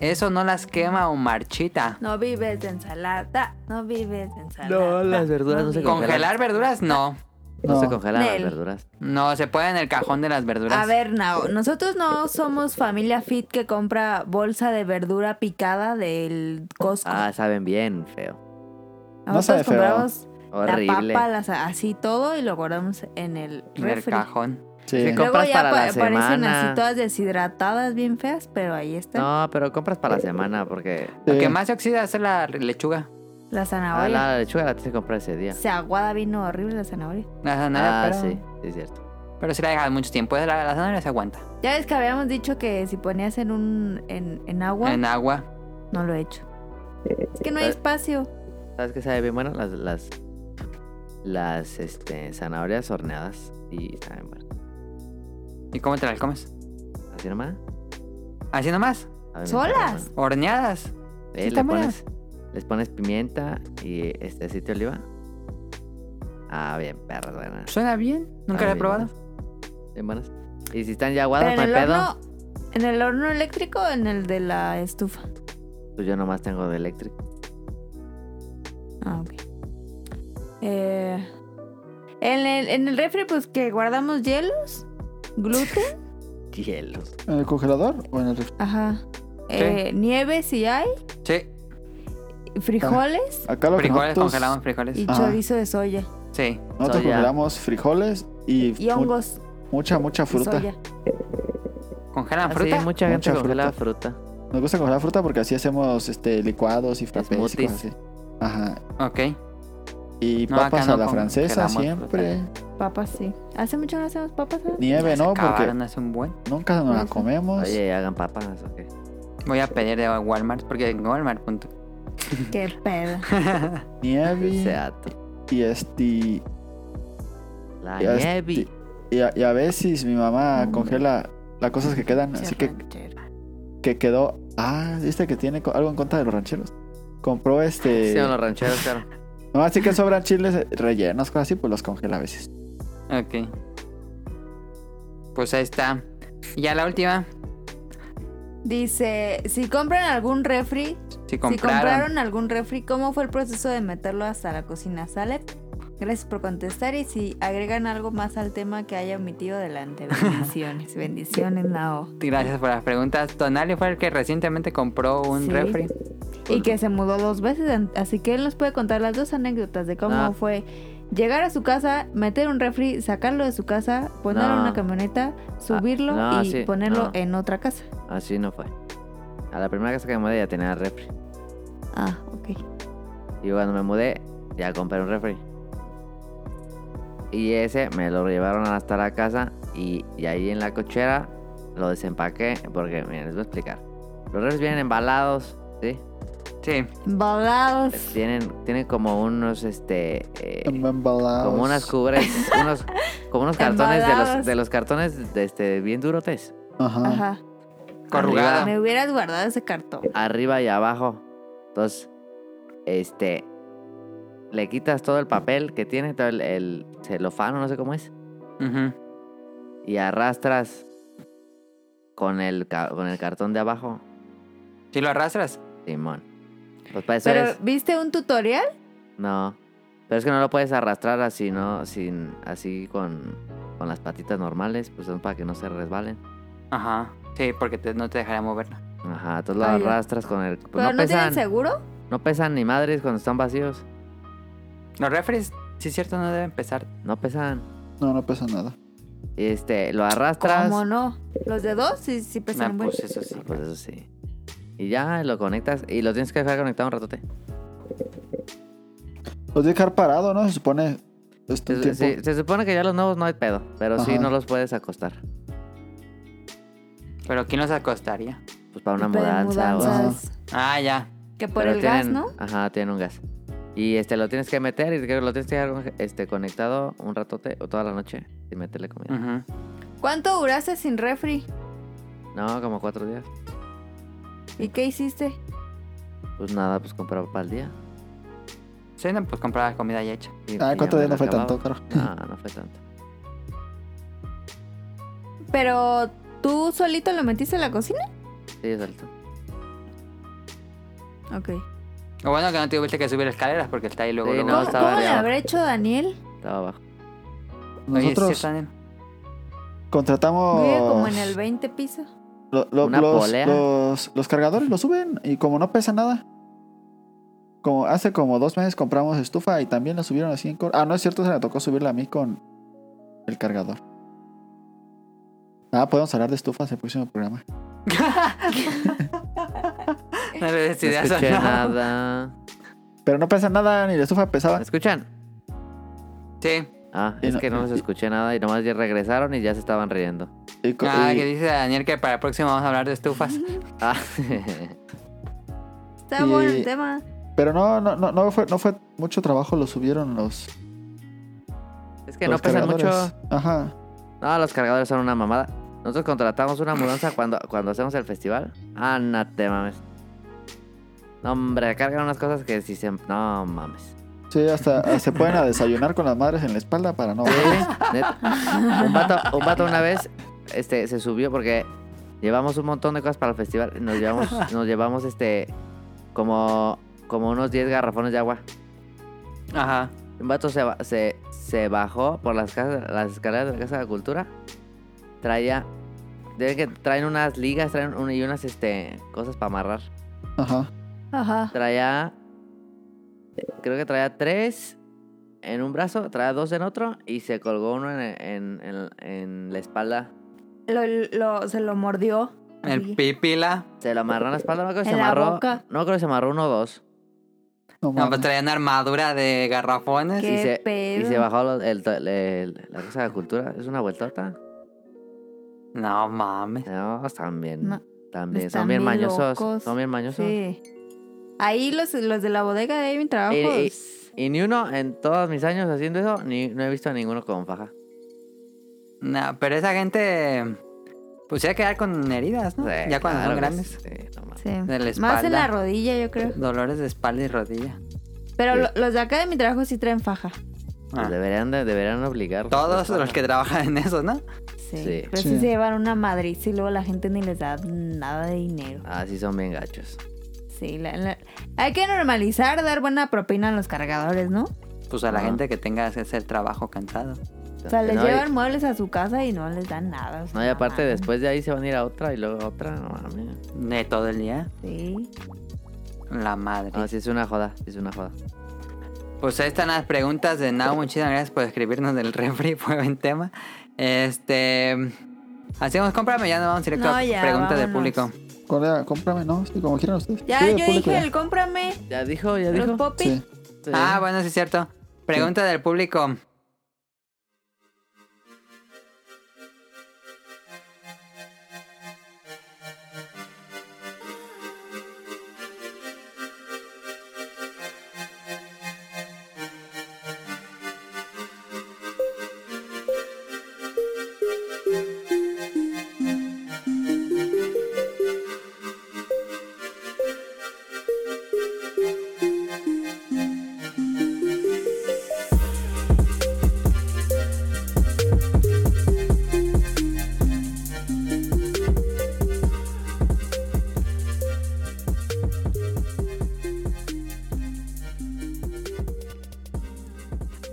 Speaker 2: Eso no las quema o marchita.
Speaker 1: No vives de ensalada, no vives de ensalada.
Speaker 4: No, las verduras no se
Speaker 1: vives-
Speaker 2: Congelar verduras, no.
Speaker 4: No, se
Speaker 3: No.
Speaker 4: congelan
Speaker 1: Nel.
Speaker 4: las verduras.
Speaker 2: No, se puede en el cajón de las verduras.
Speaker 1: A ver, Nao, nosotros no somos familia fit que compra bolsa de verdura picada del Costco.
Speaker 4: Ah, saben bien, feo.
Speaker 3: no sabe
Speaker 1: Nosotros
Speaker 3: feo.
Speaker 1: compramos la
Speaker 4: Horrible.
Speaker 1: papa, las- así todo y lo guardamos en el
Speaker 2: En el
Speaker 1: refri.
Speaker 2: cajón.
Speaker 3: Sí.
Speaker 4: Sí, Compras para la
Speaker 1: parecen
Speaker 4: semana.
Speaker 1: así todas deshidratadas, bien feas, pero ahí están.
Speaker 4: No, pero compras para la semana porque
Speaker 2: Lo
Speaker 3: Sí.
Speaker 2: que más se oxida es la lechuga.
Speaker 1: La
Speaker 4: ah,
Speaker 1: zanahoria.
Speaker 4: la lechuga la tienes que comprar ese día.
Speaker 1: Se aguada vino horrible la zanahoria.
Speaker 2: La zanahoria,
Speaker 4: Ah,
Speaker 2: pero,
Speaker 4: sí, sí, es cierto.
Speaker 2: pero si la dejas mucho tiempo, la, la zanahoria se aguanta.
Speaker 1: Ya ves que habíamos dicho que si ponías en un en, en agua,
Speaker 2: En agua.
Speaker 1: no lo he hecho. Es que no hay
Speaker 4: Eh.
Speaker 1: espacio.
Speaker 4: ¿Sabes qué sabe bien bueno? Las, las, las este, zanahorias horneadas y saben bueno.
Speaker 2: ¿Y cómo te las comes?
Speaker 4: Así nomás.
Speaker 2: Así nomás.
Speaker 4: saben bien
Speaker 1: ¿Solas?
Speaker 4: bueno.
Speaker 2: Horneadas.
Speaker 4: Eh,
Speaker 2: Sí,
Speaker 4: le
Speaker 2: están
Speaker 4: pones, les pones pimienta y este aceite de oliva. Ah, bien, perras, buenas.
Speaker 2: Suena bien. Nunca la
Speaker 4: Saben
Speaker 2: he
Speaker 4: bien
Speaker 2: probado.
Speaker 4: buenas. Bien buenas. Y si están ya
Speaker 1: Pero
Speaker 4: aguadas,
Speaker 1: en
Speaker 4: no hay
Speaker 1: el
Speaker 4: pedo.
Speaker 1: horno, en el horno eléctrico o en el de la estufa.
Speaker 4: Pues yo nomás tengo de electric.
Speaker 1: Ah, ok. Eh, en, el, en el refri, pues que guardamos hielos, gluten,
Speaker 4: Hielos.
Speaker 3: ¿En el congelador o en el refri?
Speaker 1: ajá. Eh, nieve si hay,
Speaker 2: Sí.
Speaker 1: frijoles
Speaker 3: Acá lo que
Speaker 2: Frijoles,
Speaker 3: nosotros-
Speaker 2: congelamos frijoles.
Speaker 1: y
Speaker 3: Ajá.
Speaker 1: chorizo de soya.
Speaker 2: Sí.
Speaker 3: Nosotros
Speaker 4: Soya.
Speaker 3: congelamos frijoles y,
Speaker 1: Y
Speaker 3: mu-
Speaker 1: hongos
Speaker 3: mucha, mucha
Speaker 1: de
Speaker 3: fruta.
Speaker 1: soya.
Speaker 2: ¿Congelan
Speaker 4: Ah,
Speaker 2: fruta?
Speaker 4: Sí, mucha gente
Speaker 3: Mucha
Speaker 4: congela fruta.
Speaker 3: Nos gusta congelar fruta porque así hacemos este licuados y frappés y
Speaker 4: Smoothies.
Speaker 3: cosas así. Ajá.
Speaker 2: Ok.
Speaker 3: Y
Speaker 2: No,
Speaker 3: papas
Speaker 2: acá no
Speaker 3: a la francesa
Speaker 2: congelamos
Speaker 3: siempre.
Speaker 1: Papas, sí. Hace mucho no hacemos papas. ¿eh?
Speaker 3: Nieve,
Speaker 2: Se
Speaker 3: ¿no? Porque
Speaker 2: acabaron, es un buen.
Speaker 3: nunca nos la comemos.
Speaker 4: Oye, hagan papas, ¿o qué?
Speaker 2: Voy a pedir de Walmart porque en Walmart, punto.
Speaker 1: Qué pedo.
Speaker 3: Nieve.
Speaker 4: Sea
Speaker 3: Y este. Y
Speaker 4: la
Speaker 3: Ya es-
Speaker 4: nieve.
Speaker 3: y a, y a veces mi mamá congela las cosas que quedan. Así que, que quedó. Ah, viste que tiene co- algo en contra de los rancheros. Compró este.
Speaker 4: Sí, son los rancheros, claro.
Speaker 3: No, así que sobran chiles rellenos, cosas así, pues los congela a veces.
Speaker 2: Ok. Pues ahí está. Y ya la última.
Speaker 1: Dice, si compran algún refri,
Speaker 2: Si
Speaker 1: si
Speaker 2: compraron.
Speaker 1: compraron algún refri, ¿cómo fue el proceso de meterlo hasta la cocina? ¿Sale? Gracias por contestar y si agregan algo más al tema que haya omitido delante. Bendiciones, bendiciones, Nao.
Speaker 2: Gracias por las preguntas. Tonali fue el que recientemente compró un
Speaker 1: Sí.
Speaker 2: refri.
Speaker 1: Y que se mudó dos veces, an- así que él nos puede contar las dos anécdotas de cómo
Speaker 4: Ah.
Speaker 1: fue llegar a su casa, meter un refri, sacarlo de su casa, ponerlo en
Speaker 4: No. Ah,
Speaker 1: una camioneta, subirlo
Speaker 4: no,
Speaker 1: y
Speaker 4: sí,
Speaker 1: ponerlo
Speaker 4: no.
Speaker 1: en otra casa.
Speaker 4: Así no fue. A la primera casa que me mudé ya tenía refri.
Speaker 6: Ah, ok.
Speaker 4: Y cuando me mudé, ya compré un refri. Y ese me lo llevaron hasta la casa y, y ahí en la cochera lo desempaqué porque, miren, les voy a explicar. Los refres vienen embalados, ¿sí?
Speaker 2: Sí,
Speaker 6: Balados.
Speaker 4: Tienen, tienen como unos, este... eh,
Speaker 3: Embalados.
Speaker 4: como unas cubres, unos, como unos cartones de los,
Speaker 6: Embalados.
Speaker 4: de los cartones de este, bien durotes.
Speaker 3: Ajá.
Speaker 6: Ajá.
Speaker 1: Ah,
Speaker 2: corrugada.
Speaker 6: Me hubieras guardado ese cartón.
Speaker 4: arriba y abajo. Entonces, este, le quitas todo el papel que tiene, todo el, el celofán o no sé cómo es,
Speaker 2: Ujú.
Speaker 4: y arrastras con el, ca- con el cartón de abajo,
Speaker 2: Si lo arrastras,
Speaker 4: Simón. Pues para eso
Speaker 6: Pero,
Speaker 4: es.
Speaker 6: ¿viste un tutorial?
Speaker 4: No. Pero es que no lo puedes arrastrar así, ¿no? Sin, así con, con las patitas normales, pues son para que no se resbalen.
Speaker 2: ajá. Sí, porque te- no te dejará moverla.
Speaker 4: Ajá, entonces lo
Speaker 6: Ah, ya.
Speaker 4: arrastras con el... pues
Speaker 6: ¿Pero no,
Speaker 4: no pesan,
Speaker 6: tienen seguro?
Speaker 4: no pesan ni madres cuando están vacíos.
Speaker 2: Los refres, sí es cierto, no deben pesar.
Speaker 4: No pesan.
Speaker 3: No, no pesa nada.
Speaker 4: Este, lo arrastras.
Speaker 6: ¿Cómo no? ¿Los de dos? Sí, sí
Speaker 2: Ah,
Speaker 6: pesan
Speaker 2: pues eso sí.
Speaker 4: Ah, pues eso sí. Y ya lo conectas y lo tienes que dejar conectado un ratote.
Speaker 3: Los de dejar parado, ¿no? Se supone. Este
Speaker 4: Se,
Speaker 3: tiempo.
Speaker 4: se- se supone que ya los nuevos no hay pedo, pero sí
Speaker 3: Ajá.
Speaker 4: no los puedes acostar.
Speaker 2: Pero ¿quién los acostaría?
Speaker 4: Pues para una
Speaker 6: Tipo de
Speaker 4: mudanza. o-
Speaker 3: mudanza.
Speaker 6: mudanzas.
Speaker 2: Ah, ya.
Speaker 6: Que por
Speaker 4: pero
Speaker 6: el gas,
Speaker 4: tienen-
Speaker 6: ¿no?
Speaker 4: Ajá, tienen un gas. Y este lo tienes que meter y creo que lo tienes que dejar este, conectado un ratote o toda la noche sin meterle comida.
Speaker 2: Ujú.
Speaker 6: ¿Cuánto duraste sin refri?
Speaker 3: Mm.
Speaker 4: No, como cuatro días.
Speaker 6: ¿Y qué hiciste?
Speaker 4: Pues nada, pues compraba para el día.
Speaker 2: Sí, no, pues compraba comida ya hecha.
Speaker 4: Y-
Speaker 3: Ah,
Speaker 4: y
Speaker 3: cuatro
Speaker 4: ya
Speaker 3: días
Speaker 4: me
Speaker 3: no fue
Speaker 4: lo
Speaker 3: tanto,
Speaker 4: acababa.
Speaker 3: claro.
Speaker 4: No, no fue tanto.
Speaker 6: ¿Pero tú solito lo metiste en la cocina?
Speaker 4: Sí, solito.
Speaker 6: Ok.
Speaker 2: Lo bueno que no tuviste que subir escaleras porque está ahí luego.
Speaker 4: Sí,
Speaker 2: luego.
Speaker 4: no,
Speaker 6: ¿Cómo,
Speaker 4: estaba
Speaker 6: cómo
Speaker 4: de
Speaker 6: le
Speaker 4: abajo.
Speaker 6: habrá hecho Daniel?
Speaker 4: Estaba abajo.
Speaker 2: Oye, sí,
Speaker 3: Nosotros
Speaker 2: Daniel.
Speaker 6: Vive como en
Speaker 3: contratamos.
Speaker 6: el 20 piso.
Speaker 3: lo- lo-
Speaker 4: Una
Speaker 3: los,
Speaker 4: polea.
Speaker 3: los, los cargadores los suben y como no pesa nada. Como hace como dos meses compramos estufa y también la subieron así en cor- Ah, no es cierto, se me tocó subirla a mí con el cargador. Ah, podemos hablar de estufas en el próximo programa.
Speaker 2: No le des
Speaker 4: No
Speaker 2: ideas a
Speaker 4: escuché
Speaker 2: nada.
Speaker 4: nada.
Speaker 3: Pero no pesa nada, ni la estufa pesaba.
Speaker 4: ¿Me escuchan?
Speaker 2: Sí.
Speaker 4: Ah,
Speaker 3: Y
Speaker 4: es
Speaker 3: no-
Speaker 4: que no los escuché nada y nomás ya regresaron y ya se estaban riendo.
Speaker 3: Y co-
Speaker 2: Ah,
Speaker 3: y-
Speaker 2: que dice Daniel que para el próximo vamos a hablar de estufas.
Speaker 4: Ah,
Speaker 6: Está
Speaker 3: Y-
Speaker 6: bueno el tema.
Speaker 3: Pero no, no, no, no fue, no fue mucho trabajo, lo subieron los.
Speaker 4: es que no
Speaker 3: los
Speaker 4: pesan
Speaker 3: cargadores.
Speaker 4: mucho.
Speaker 3: Ajá.
Speaker 4: No, los cargadores son una mamada. Nosotros contratamos una mudanza cuando, cuando hacemos el festival. Ah, no te mames. No, hombre, cargan unas cosas que si se... No mames.
Speaker 3: Sí, hasta se pueden a desayunar con las madres en la espalda para no.
Speaker 4: Neta. Un vato, un vato una vez este, se subió porque llevamos un montón de cosas para el festival. y Nos llevamos, nos llevamos este, como, como unos 10 garrafones de agua.
Speaker 2: Ajá.
Speaker 4: Un vato se, ba- se, se bajó por las, casas, las escaleras de la Casa de la Cultura. Traía. Deben que traen unas ligas traen un- y unas este, cosas para amarrar.
Speaker 3: Ajá.
Speaker 6: Ajá.
Speaker 4: Traía. Creo que traía tres en un brazo, traía dos en otro y se colgó uno en, en- en- en la espalda.
Speaker 1: Lo, lo- se lo mordió.
Speaker 2: El pipila.
Speaker 4: Se lo amarró en la espalda, no creo que se
Speaker 6: En la
Speaker 4: amarró.
Speaker 6: boca.
Speaker 4: No creo que se amarró uno o dos.
Speaker 3: No,
Speaker 2: No,
Speaker 3: mames.
Speaker 2: pues traían armadura de garrafones.
Speaker 6: ¿Qué
Speaker 4: y se,
Speaker 6: pedo?
Speaker 4: Y se bajó lo- el- el- la Casa de la Cultura. Es una vueltota.
Speaker 2: No mames.
Speaker 4: No, están bien.
Speaker 6: No,
Speaker 4: también,
Speaker 6: están
Speaker 4: son bien,
Speaker 6: bien
Speaker 4: mañosos.
Speaker 6: locos.
Speaker 4: Son bien mañosos.
Speaker 6: Sí. Ahí los, los de la bodega de mi trabajo.
Speaker 4: Y- Y ni uno, en todos mis años haciendo eso, ni, no he visto a ninguno con faja.
Speaker 6: Ah,
Speaker 2: No, pero esa gente. Pues se va a quedar con heridas, ¿no?
Speaker 4: Sí,
Speaker 2: ya cuando
Speaker 4: claro pues.
Speaker 2: son
Speaker 4: que
Speaker 2: grandes.
Speaker 4: sí, no mames.
Speaker 6: sí.
Speaker 2: De la espalda.
Speaker 6: Más en la rodilla, yo creo.
Speaker 2: Dolores de espalda y rodilla.
Speaker 6: Pero
Speaker 4: Sí.
Speaker 6: lo- los de acá de mi trabajo sí traen faja.
Speaker 2: Ah.
Speaker 4: Pues Deberían, de- pues, deberían obligar.
Speaker 2: Todos los que trabajan en eso, ¿no?
Speaker 6: Sí.
Speaker 4: Sí.
Speaker 6: Pero sí.
Speaker 3: Sí.
Speaker 6: se llevan una Madrid y luego la gente ni les da nada de dinero.
Speaker 4: Ah, sí, son bien gachos.
Speaker 6: Sí, la- la- hay que normalizar, dar buena propina a los cargadores, ¿no?
Speaker 2: Pues a la
Speaker 4: Ajá.
Speaker 2: gente que tenga que hacer trabajo cansado.
Speaker 6: O sea, les
Speaker 4: no,
Speaker 6: llevan Ah.
Speaker 4: Y,
Speaker 6: muebles a su casa y no les dan nada. o sea,
Speaker 4: no, y aparte,
Speaker 6: mames.
Speaker 4: después de ahí se van a ir a otra y luego a otra. No mames.
Speaker 2: De todo el día.
Speaker 6: Sí.
Speaker 2: La madre.
Speaker 6: Ah,
Speaker 4: No, sí, es una joda. sí, es una joda.
Speaker 2: Pues ahí están las preguntas de Nao. Muchísimas gracias por escribirnos del refri. Fue buen tema. Este. Hacemos cómprame, ya nos vamos directo
Speaker 6: No,
Speaker 2: a
Speaker 6: ya,
Speaker 2: preguntas del
Speaker 6: vámonos.
Speaker 2: público.
Speaker 3: Corea, cómprame, ¿no? Sí, como quieran ustedes.
Speaker 1: Ya,
Speaker 3: Sí,
Speaker 1: yo
Speaker 3: público
Speaker 1: dije
Speaker 3: ya.
Speaker 1: el cómprame
Speaker 4: Ya dijo, ya
Speaker 1: los
Speaker 4: dijo.
Speaker 1: popis.
Speaker 3: Sí.
Speaker 4: Sí.
Speaker 2: Ah, bueno, sí es cierto. Pregunta del público.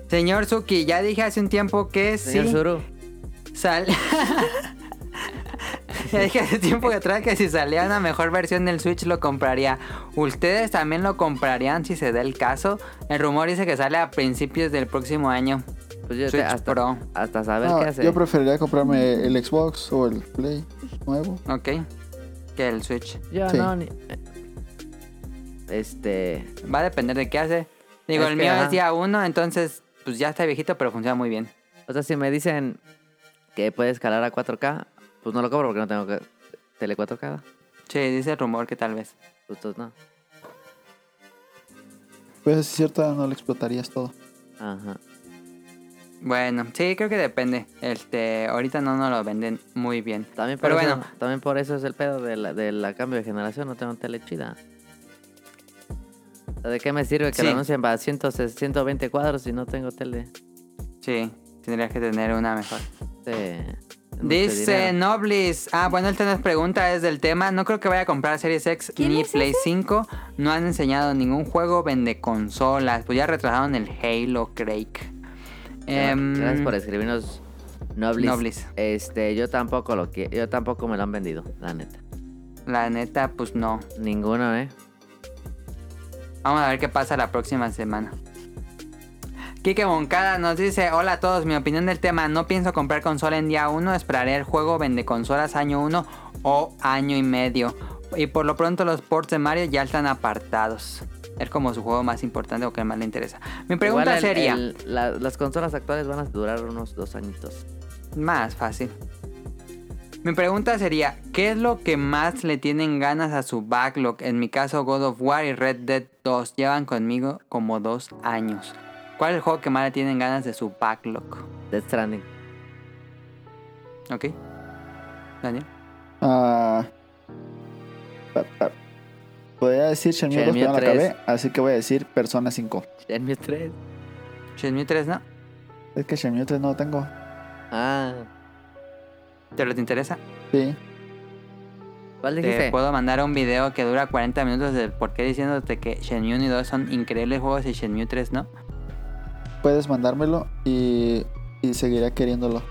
Speaker 2: Señor Suki, ya dije hace un tiempo que
Speaker 4: Señor
Speaker 2: sí
Speaker 4: Zuru.
Speaker 2: sal- ya dije hace tiempo que atrás que si salía una mejor versión del Switch lo compraría. ¿Ustedes también lo comprarían si se da el caso? El rumor dice que sale a principios del próximo año.
Speaker 4: Pues yo te-
Speaker 2: Switch
Speaker 4: hasta,
Speaker 2: Pro.
Speaker 4: hasta saber
Speaker 3: No,
Speaker 4: qué hace.
Speaker 3: Ah, Yo preferiría comprarme el Xbox o el Play nuevo.
Speaker 2: Ok. Que el Switch.
Speaker 4: Yo
Speaker 3: Sí.
Speaker 4: no, ni- eh, Este.
Speaker 2: Va a depender de qué hace. Digo,
Speaker 4: Es
Speaker 2: el
Speaker 4: que,
Speaker 2: mío
Speaker 4: ajá.
Speaker 2: es día uno, entonces pues ya está viejito, pero funciona muy bien.
Speaker 4: O sea, si me dicen que puede escalar a 4K, pues no lo cobro porque no tengo que- tele 4K. ¿no?
Speaker 2: Sí, dice el rumor que tal vez.
Speaker 4: Pues entonces no.
Speaker 3: Pues si es cierta, no lo explotarías todo.
Speaker 4: Ajá.
Speaker 2: Bueno, sí, creo que depende. Este, ahorita no nos lo venden muy bien.
Speaker 4: También por
Speaker 2: Pero
Speaker 4: eso,
Speaker 2: bueno,
Speaker 4: También por eso es el pedo de la, de la cambio de generación. No tengo tele chida. O sea, ¿De qué me sirve que
Speaker 2: Sí.
Speaker 4: lo anuncien para 100, 120 cuadros si no tengo tele?
Speaker 2: sí, tendrías que tener una mejor.
Speaker 4: Este, mucho
Speaker 2: Dice
Speaker 4: dinero.
Speaker 2: Noblis. Ah, bueno, esta no es pregunta, es del tema. No creo que vaya a comprar Series X ni Play 5. No han enseñado ningún juego, vende consolas. Pues ya retrasaron el Halo Craig.
Speaker 4: Gra-
Speaker 2: Em,
Speaker 4: Gracias por escribirnos, Noblis.
Speaker 2: Noblis.
Speaker 4: Este, yo tampoco lo que, yo tampoco me lo han vendido, la neta.
Speaker 2: La neta, pues no.
Speaker 4: Ninguno, ¿eh?
Speaker 2: Vamos a ver qué pasa la próxima semana. Kike Moncada nos dice, hola a todos, mi opinión del tema, no pienso comprar consola en día 1, esperaré el juego vende consolas año 1 o año y medio. Y por lo pronto los ports de Mario ya están apartados. Es como su juego más importante o que más le interesa. Mi pregunta
Speaker 4: Igual el-
Speaker 2: sería,
Speaker 4: el- la- las consolas actuales van a durar unos dos añitos.
Speaker 2: más fácil. Mi pregunta sería, ¿qué es lo que más le tienen ganas a su backlog? En mi caso, God of War y Red Dead 2 llevan conmigo como dos años. ¿Cuál es el juego que más le tienen ganas de su backlog?
Speaker 4: Death Stranding.
Speaker 2: ¿Ok? Daniel.
Speaker 3: Ah, pa- pa- podría decir Shenmue 2,
Speaker 4: Shenmue
Speaker 3: pero no la acabé.
Speaker 4: 3.
Speaker 3: Así que voy a decir Persona 5.
Speaker 4: Shenmue 3.
Speaker 2: Shenmue 3, ¿no?
Speaker 3: Es que Shenmue 3 no lo tengo.
Speaker 4: Ah,
Speaker 2: ¿Te lo te interesa?
Speaker 3: Sí.
Speaker 4: ¿cuál
Speaker 2: Te
Speaker 4: dijiste?
Speaker 2: puedo mandar un video que dura 40 minutos de por qué diciéndote que Shenmue 1 y 2 son increíbles juegos y Shenmue 3, ¿no?
Speaker 3: Puedes mandármelo y, y seguiré queriéndolo.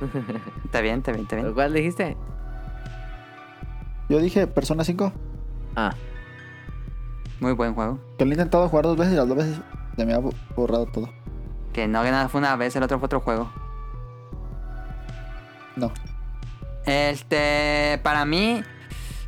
Speaker 2: Está bien, está bien, está bien.
Speaker 4: ¿Cuál dijiste?
Speaker 3: Yo dije Persona 5,
Speaker 4: Ah,
Speaker 2: Muy buen juego.
Speaker 3: que lo he intentado jugar dos veces y las dos veces se me ha bo- borrado todo.
Speaker 2: Que no, que nada fue una vez, el otro fue otro juego.
Speaker 3: No.
Speaker 2: Este, para mí,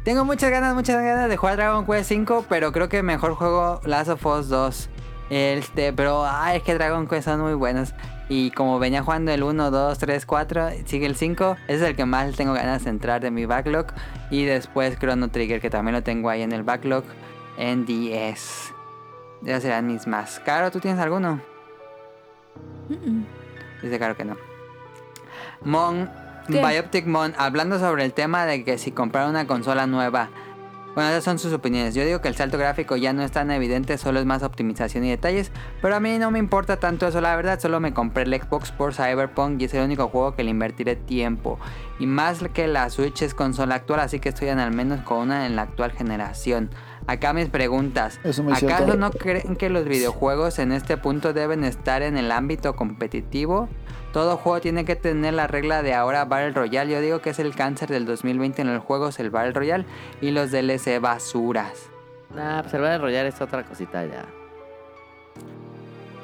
Speaker 2: tengo muchas ganas, muchas ganas de jugar Dragon Quest 5, pero creo que mejor juego Last of Us 2. Este, pero ay, es que Dragon Quest son muy buenos. Y como venía jugando el 1, 2, 3, 4, sigue el 5. Ese es el que más tengo ganas de entrar de mi backlog. Y después Chrono Trigger, que también lo tengo ahí en el backlog, en 10. Ya serán mis más. Caro, ¿tú tienes alguno? Dice Caro que no. Mon,
Speaker 1: ¿Qué?
Speaker 2: Bioptic Mon, hablando sobre el tema de que si comprar una consola nueva. Bueno, esas son sus opiniones. Yo digo que el salto gráfico ya no es tan evidente, solo es más optimización y detalles. Pero a mí no me importa tanto eso, la verdad. Solo me compré el Xbox por Cyberpunk y es el único juego que le invertiré tiempo. Y más que la Switch es consola actual, así que estoy en al menos con una en la actual generación. Acá mis preguntas.
Speaker 3: Eso muy
Speaker 2: ¿Acaso
Speaker 3: cierto.
Speaker 2: no creen que los videojuegos en este punto deben estar en el ámbito competitivo? Todo juego tiene que tener la regla de ahora Battle Royale. Yo digo que es el cáncer del 2020 en los juegos, el Battle Royale y los DLC basuras.
Speaker 4: nah, pues el Battle Royale es otra cosita ya.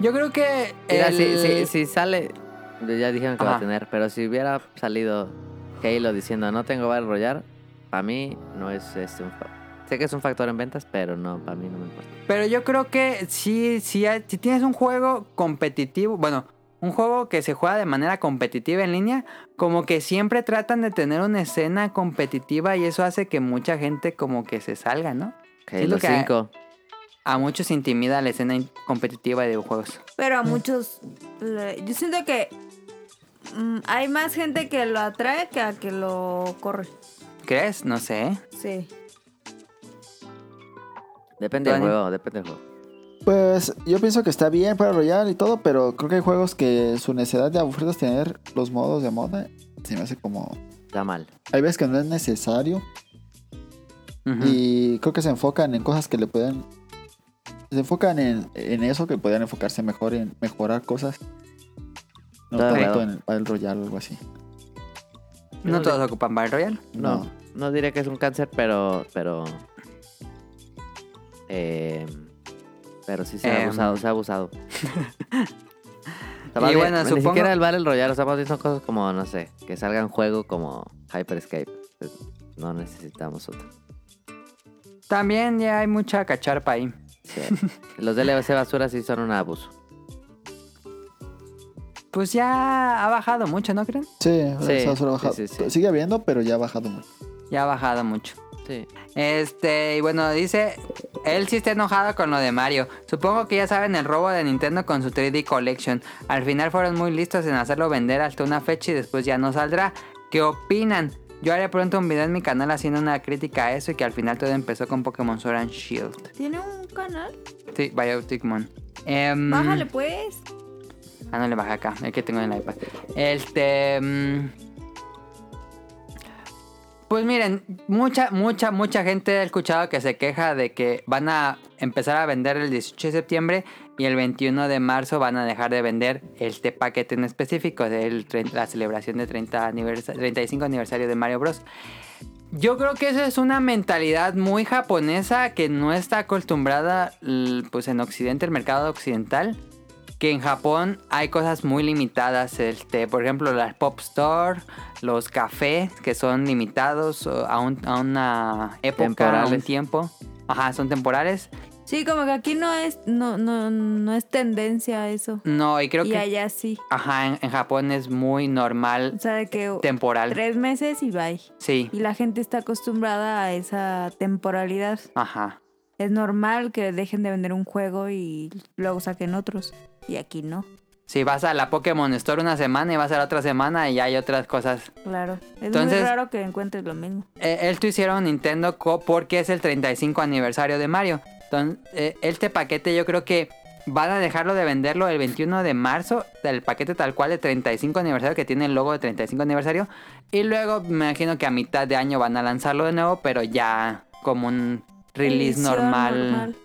Speaker 2: Yo creo que
Speaker 4: Mira,
Speaker 2: el-
Speaker 4: si, si, si sale, ya dijeron que va a
Speaker 2: Ajá.
Speaker 4: tener, pero si hubiera salido Halo diciendo no tengo Battle Royale, para mí no es este un fa- Sé que es un factor en ventas, pero no, para mí no me importa.
Speaker 2: Pero yo creo que si, si, hay- si tienes un juego competitivo, bueno, un juego que se juega de manera competitiva en línea, como que siempre tratan de tener una escena competitiva y eso hace que mucha gente como que se salga, ¿no?
Speaker 4: Ok,
Speaker 2: Siento
Speaker 4: los
Speaker 2: que a-
Speaker 4: cinco.
Speaker 2: A muchos intimida la escena in- competitiva de videojuegos.
Speaker 1: Pero a muchos. le- Yo siento que. mm, hay más gente que lo atrae que a que lo corre.
Speaker 2: ¿Crees? No sé. ¿eh?
Speaker 1: Sí.
Speaker 4: Depende del
Speaker 2: Dani.
Speaker 4: juego, depende del juego.
Speaker 3: Pues yo pienso que está bien para Royal y todo, pero creo que hay juegos que su necesidad de aburridos tener los modos de moda se me hace como.
Speaker 4: Está mal.
Speaker 3: Hay veces que no es necesario
Speaker 2: Ujú.
Speaker 3: y creo que se enfocan en cosas que le pueden. Se enfocan en, en eso que podrían enfocarse mejor en mejorar cosas. No
Speaker 4: Está de
Speaker 3: tanto
Speaker 4: acuerdo.
Speaker 3: en el Battle Royale o algo así.
Speaker 2: No todos ocupan Battle Royale.
Speaker 4: No,
Speaker 3: No.
Speaker 4: no, diría que es un cáncer, pero. Pero. eh, pero sí se ha
Speaker 2: Em.
Speaker 4: abusado, se ha abusado.
Speaker 2: Y bueno,
Speaker 4: ni
Speaker 2: supongo-
Speaker 4: siquiera el Battle Royale, o sea, más bien son cosas como, no sé, que salga en juego como Hyper Escape. No necesitamos otro.
Speaker 2: También ya hay mucha cacharpa ahí.
Speaker 4: Sí. Los DLC basura sí son un abuso.
Speaker 2: Pues ya ha bajado mucho, ¿no creen?
Speaker 3: Sí, o sea,
Speaker 4: Sí,
Speaker 3: se ha bajado.
Speaker 4: sí, sí, sí.
Speaker 3: sigue habiendo, pero ya ha bajado mucho.
Speaker 2: Ya ha bajado mucho.
Speaker 4: Sí.
Speaker 2: Este, y bueno, dice, él sí está enojado con lo de Mario. Supongo que ya saben el robo de Nintendo con su 3D Collection. Al final fueron muy listos en hacerlo vender hasta una fecha y después ya no saldrá. ¿Qué opinan? Yo haré pronto un video en mi canal haciendo una crítica a eso y que al final todo empezó con Pokémon Sword and Shield.
Speaker 1: ¿Tiene un canal?
Speaker 2: Sí, Biotic Moon. Em,
Speaker 1: Bájale, pues.
Speaker 2: Ah, no le baja acá, el que tengo en el iPad. Este. mm, Pues miren, mucha, mucha, mucha gente ha escuchado que se queja de que van a empezar a vender el 18 de septiembre y el 21 de marzo van a dejar de vender este paquete en específico de la celebración de 30 aniversa- 35 aniversario de Mario Bros. Yo creo que eso es una mentalidad muy japonesa que no está acostumbrada l- pues en Occidente, el mercado occidental que en Japón hay cosas muy limitadas, este, por ejemplo, las pop store, los cafés que son limitados o, a, un- a una época, a un
Speaker 4: Temporales.
Speaker 2: tiempo. Ajá, son temporales.
Speaker 1: Sí, como que aquí no es, no, no, no es tendencia eso.
Speaker 2: No, y Mm, creo
Speaker 1: y
Speaker 2: que
Speaker 1: allá sí.
Speaker 2: ajá, en, en Japón es muy normal
Speaker 1: O sea, de que
Speaker 2: temporal.
Speaker 1: tres meses y bye.
Speaker 2: Sí.
Speaker 1: Y la gente está acostumbrada a esa temporalidad.
Speaker 2: Ajá.
Speaker 1: Es normal que dejen de vender un juego y luego saquen otros. Y aquí no.
Speaker 2: Si vas a la Pokémon Store una semana y vas a la otra semana y ya hay otras cosas.
Speaker 1: Claro. Es
Speaker 2: Entonces-
Speaker 1: muy raro que encuentres lo mismo.
Speaker 2: Eh, esto hicieron Nintendo Co- porque es el 35 aniversario de Mario. Entonces, eh, este paquete yo creo que van a dejarlo de venderlo el 21 de marzo, el paquete tal cual de 35 aniversario que tiene el logo de 35 aniversario. Y luego me imagino que a mitad de año van a lanzarlo de nuevo, pero ya como un release
Speaker 1: Edición
Speaker 2: normal,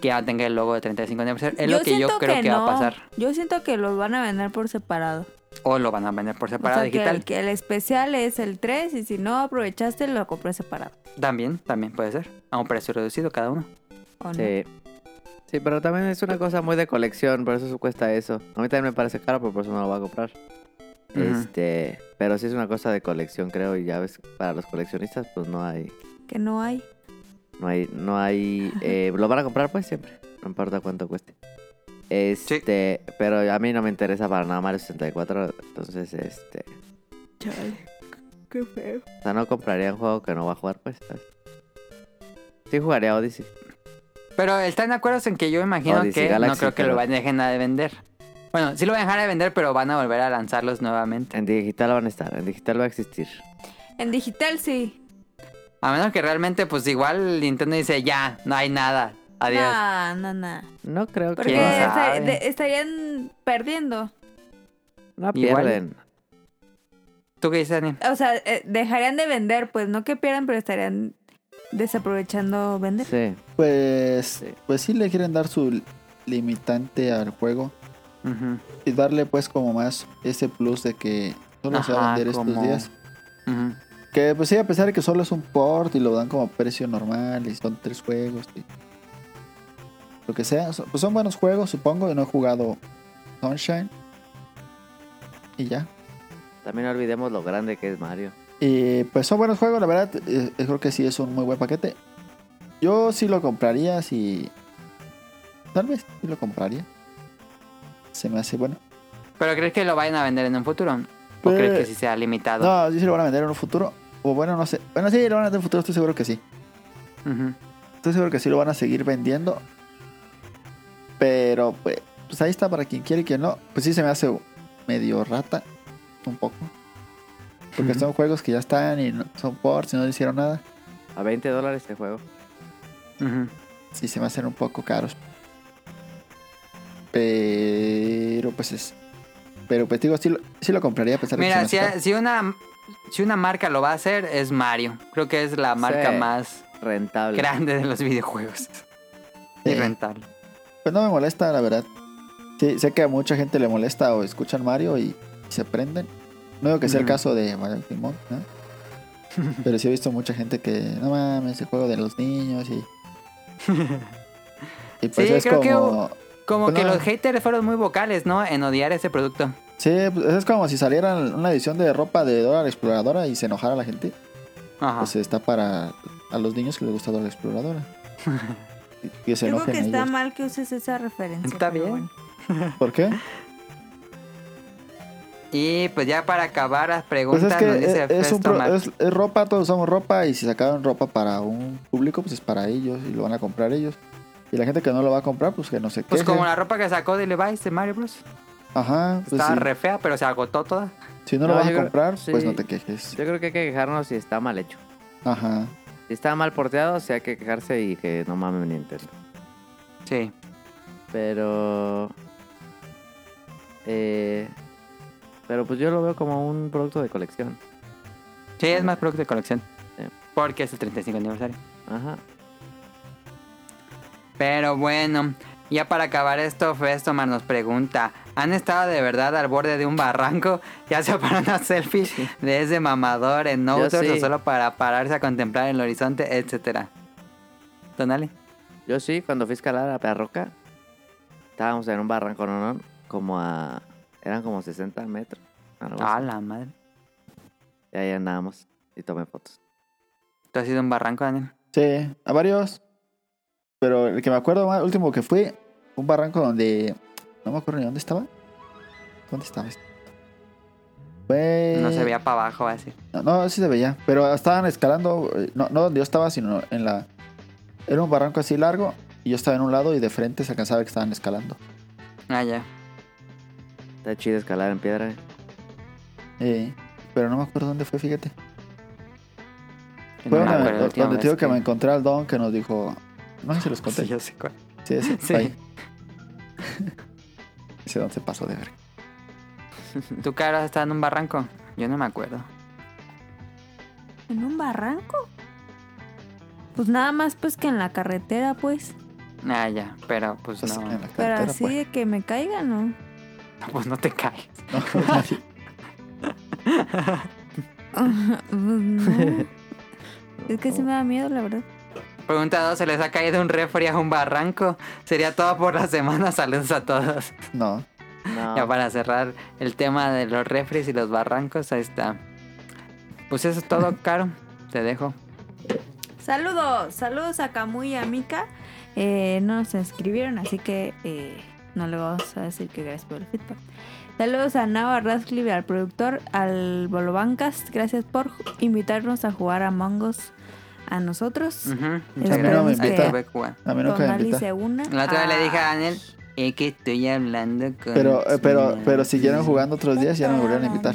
Speaker 2: que ya tenga el logo de 35 aniversario. Es lo que yo
Speaker 1: siento
Speaker 2: creo que, va
Speaker 1: no.
Speaker 2: a pasar.
Speaker 1: Yo siento que los van a vender por separado.
Speaker 2: O lo van a vender por
Speaker 1: o
Speaker 2: separado
Speaker 1: sea, Que,
Speaker 2: digital.
Speaker 1: el, que el especial es el 3 y si no aprovechaste lo compré separado.
Speaker 2: También, también puede ser. A un precio reducido cada uno.
Speaker 1: ¿o no?
Speaker 4: Sí. Sí, pero también es una cosa muy de colección, por eso su- cuesta eso. A mí también me parece caro, pero por eso no lo voy a comprar.
Speaker 2: Ujú.
Speaker 4: Este, pero sí es una cosa de colección, creo, y ya ves, para los coleccionistas pues no hay
Speaker 1: Que no hay.
Speaker 4: no hay no hay eh, lo van a comprar pues siempre, no importa cuánto cueste. Este, pero a mí no me interesa para nada Mario 64, entonces este,
Speaker 1: Qué feo.
Speaker 4: o sea, no compraría un juego que no va a jugar pues. Sí jugaría Odyssey.
Speaker 2: Pero están de acuerdo en que yo imagino
Speaker 4: Odyssey
Speaker 2: que no
Speaker 4: Galaxy,
Speaker 2: creo que
Speaker 4: pero-
Speaker 2: lo van a dejar de vender. Bueno, sí lo van a dejar de vender, pero van a volver a lanzarlos nuevamente.
Speaker 4: En digital van a estar, en digital va a existir.
Speaker 1: En digital sí.
Speaker 2: A menos que realmente, pues igual Nintendo dice, ya, no hay nada. Adiós.
Speaker 1: No, no, no.
Speaker 4: No creo
Speaker 1: Porque
Speaker 2: ¿Quién
Speaker 4: que
Speaker 2: sabe?
Speaker 1: esta- de- estarían perdiendo.
Speaker 4: no
Speaker 2: Igual.
Speaker 4: pierden.
Speaker 2: ¿Tú qué dices, Daniel?
Speaker 1: O sea, eh, dejarían de vender, pues no que pierdan, pero estarían desaprovechando vender.
Speaker 4: Sí.
Speaker 3: Pues,
Speaker 4: Sí.
Speaker 3: pues sí le quieren dar su limitante al juego
Speaker 2: Ujú,
Speaker 3: y darle pues como más ese plus de que solo se va
Speaker 2: Ajá,
Speaker 3: a vender
Speaker 2: como-
Speaker 3: estos días.
Speaker 2: ujú.
Speaker 3: Que pues sí, a pesar de que solo es un port y lo dan como a precio normal y son tres juegos y lo que sea, so- pues son buenos juegos, supongo. Yo no he jugado Sunshine y ya.
Speaker 4: También no olvidemos lo grande que es Mario.
Speaker 3: eh, Y pues son buenos juegos, la verdad. eh, creo que sí es un muy buen paquete. Yo sí lo compraría si. Tal vez sí lo compraría. Se me hace bueno.
Speaker 2: ¿Pero crees que lo vayan a vender en un futuro? ¿O
Speaker 3: Pues-
Speaker 2: crees que sí sea limitado?
Speaker 3: No, sí se lo van a vender en un futuro. O bueno, no sé. Bueno, sí, lo van a vender en un futuro, estoy seguro que sí.
Speaker 2: Ujú.
Speaker 3: Estoy seguro que sí lo van a seguir vendiendo. Pero pues, pues ahí está para quien quiere y quien no. Pues sí se me hace medio rata. Un poco. Porque son juegos que ya están y no- son ports y no le hicieron nada.
Speaker 4: A 20 dólares este juego.
Speaker 2: Ujú.
Speaker 3: Sí se me hacen un poco caros. Pero pues es. Pero pues digo, sí lo, sí lo compraría a pesar de
Speaker 2: Mira,
Speaker 3: que
Speaker 2: si,
Speaker 3: se me hace caro.
Speaker 2: si una, si una marca lo va a hacer, es Mario. Creo que es la marca
Speaker 4: Sí.
Speaker 2: más
Speaker 4: Rentable.
Speaker 2: grande de los videojuegos. Y
Speaker 3: Sí.
Speaker 2: rentable.
Speaker 3: Eh, Pues no me molesta, la verdad. Sí, sé que a mucha gente le molesta o escuchan Mario y se prenden. No digo que sea el
Speaker 2: Ujú.
Speaker 3: caso de Mario Timón, ¿no? Pero sí he visto mucha gente que, no mames, el juego de los niños y. Y pues
Speaker 2: Sí,
Speaker 3: es
Speaker 2: creo que
Speaker 3: como.
Speaker 2: Como
Speaker 3: Pues
Speaker 2: que
Speaker 3: no.
Speaker 2: los haters fueron muy vocales, ¿no? En odiar ese producto.
Speaker 3: Sí, pues es como si saliera una edición de ropa de Dora la Exploradora y se enojara la gente.
Speaker 1: Ah.
Speaker 2: Ajá.
Speaker 3: Pues está para a los niños que les gusta Dora la Exploradora. Y que se
Speaker 1: Yo creo
Speaker 3: enojen
Speaker 1: que está
Speaker 3: ellos.
Speaker 1: mal que uses esa referencia.
Speaker 2: Está
Speaker 1: pero
Speaker 2: bien.
Speaker 1: bueno.
Speaker 3: ¿Por qué?
Speaker 2: Ah. Y pues ya para acabar las
Speaker 3: Pues
Speaker 2: preguntas,
Speaker 3: es que
Speaker 2: nos dice
Speaker 3: es, es un
Speaker 2: Festo
Speaker 3: pro-
Speaker 2: Mar-
Speaker 3: es- es ropa, todos usamos ropa y si sacaron ropa para un público, pues es para ellos y lo van a comprar ellos. Y la gente que no lo va a comprar, pues que no se
Speaker 2: Pues
Speaker 3: queje.
Speaker 2: como la ropa que sacó de Levi's de Mario Bros.
Speaker 3: Ajá, pues
Speaker 2: Estaba
Speaker 3: sí.
Speaker 2: re fea, pero se agotó toda.
Speaker 3: si no, lo
Speaker 4: No,
Speaker 3: vas
Speaker 4: yo
Speaker 3: a
Speaker 4: creo-
Speaker 3: comprar, pues
Speaker 4: sí.
Speaker 3: no te quejes.
Speaker 4: Yo creo que hay que quejarnos si está mal hecho.
Speaker 3: Ajá.
Speaker 4: Si está mal porteado, sí hay que quejarse y que no mames Nintendo.
Speaker 2: Sí.
Speaker 4: Pero. Eh, pero pues yo lo veo como un producto de colección.
Speaker 2: Sí, es más producto de colección.
Speaker 4: Sí.
Speaker 2: Porque es el 35 aniversario.
Speaker 4: Ajá.
Speaker 2: Pero bueno, ya para acabar esto, Festomar nos pregunta, ¿han estado de verdad al borde de un barranco? Ya sea para una selfie de ese mamador en
Speaker 4: Yo
Speaker 2: Outdoors
Speaker 4: sí.
Speaker 2: o solo para pararse a contemplar el horizonte, etcétera. Donale.
Speaker 4: Yo sí, cuando fui a escalar a Perroca, estábamos en un barranco, no, no, como a. Eran como 60 metros. algo
Speaker 2: A
Speaker 4: así.
Speaker 2: la madre.
Speaker 4: Y ahí andábamos y tomé fotos.
Speaker 2: ¿Tú has ido a un barranco, Daniel?
Speaker 3: Sí, a varios. Pero el que me acuerdo más, último que fue un barranco donde. No me acuerdo ni dónde estaba. ¿Dónde estaba? esto? Fue...
Speaker 2: No se veía para abajo así.
Speaker 3: No, no, sí se veía. Pero estaban escalando, eh, no, no donde yo estaba, sino en la. Era un barranco así largo y yo estaba en un lado y de frente se alcanzaba que estaban escalando.
Speaker 2: Ah, ya.
Speaker 4: Está chido escalar en piedra.
Speaker 3: Eh, pero no me acuerdo dónde fue, fíjate.
Speaker 2: No
Speaker 3: Fue
Speaker 2: me
Speaker 3: donde,
Speaker 2: acuerdo la
Speaker 3: donde
Speaker 2: última
Speaker 3: te digo
Speaker 2: vez
Speaker 3: que, me encontré al Don que nos dijo. No sé si los conté.
Speaker 2: Sí,
Speaker 3: Sí,
Speaker 2: yo sé cuál.
Speaker 3: ese,
Speaker 2: Sí.
Speaker 3: fue ahí. Ese Don se pasó de ver.
Speaker 2: ¿Tú, Caro, has estado en un barranco? Yo no me acuerdo.
Speaker 1: ¿En un barranco? Pues nada más pues que en la carretera, pues.
Speaker 2: Ah, ya. Pero pues
Speaker 3: Pues, en
Speaker 2: no,
Speaker 3: la
Speaker 1: Pero
Speaker 3: carretera,
Speaker 1: así de que me caiga, ¿no?
Speaker 2: pues no te caes.
Speaker 3: pues. No, nadie.
Speaker 1: No. Es que sí me da miedo, la verdad.
Speaker 2: Pregunta 2, ¿se les ha caído un refri a un barranco? Sería todo por la semana, saludos a todos.
Speaker 3: no. Ah.
Speaker 4: No.
Speaker 2: Ya para cerrar el tema de los refres y los barrancos, ahí está. Pues eso es todo, Caro. Te dejo.
Speaker 1: Saludos, saludos a Camuy y a Mika. Eh, no nos escribieron, así que eh, no le vamos a decir que gracias por el feedback. Saludos a Nava Radcliffe, al productor, al Bolobancas. Gracias por ju- invitarnos a jugar a Mangos a nosotros.
Speaker 2: Ujú,
Speaker 1: Espero
Speaker 2: Muchas gracias.
Speaker 3: me
Speaker 2: Ahí te
Speaker 3: invita.
Speaker 2: voy a jugar.
Speaker 3: A mí nunca me
Speaker 1: Tonali
Speaker 3: invita.
Speaker 1: se una.
Speaker 2: La otra vez le dije a
Speaker 1: Ah,
Speaker 2: Daniel, es que estoy hablando con...
Speaker 3: Pero, eh, pero,
Speaker 2: China".
Speaker 3: pero siguieron jugando otros días y ya no me volvieron a invitar.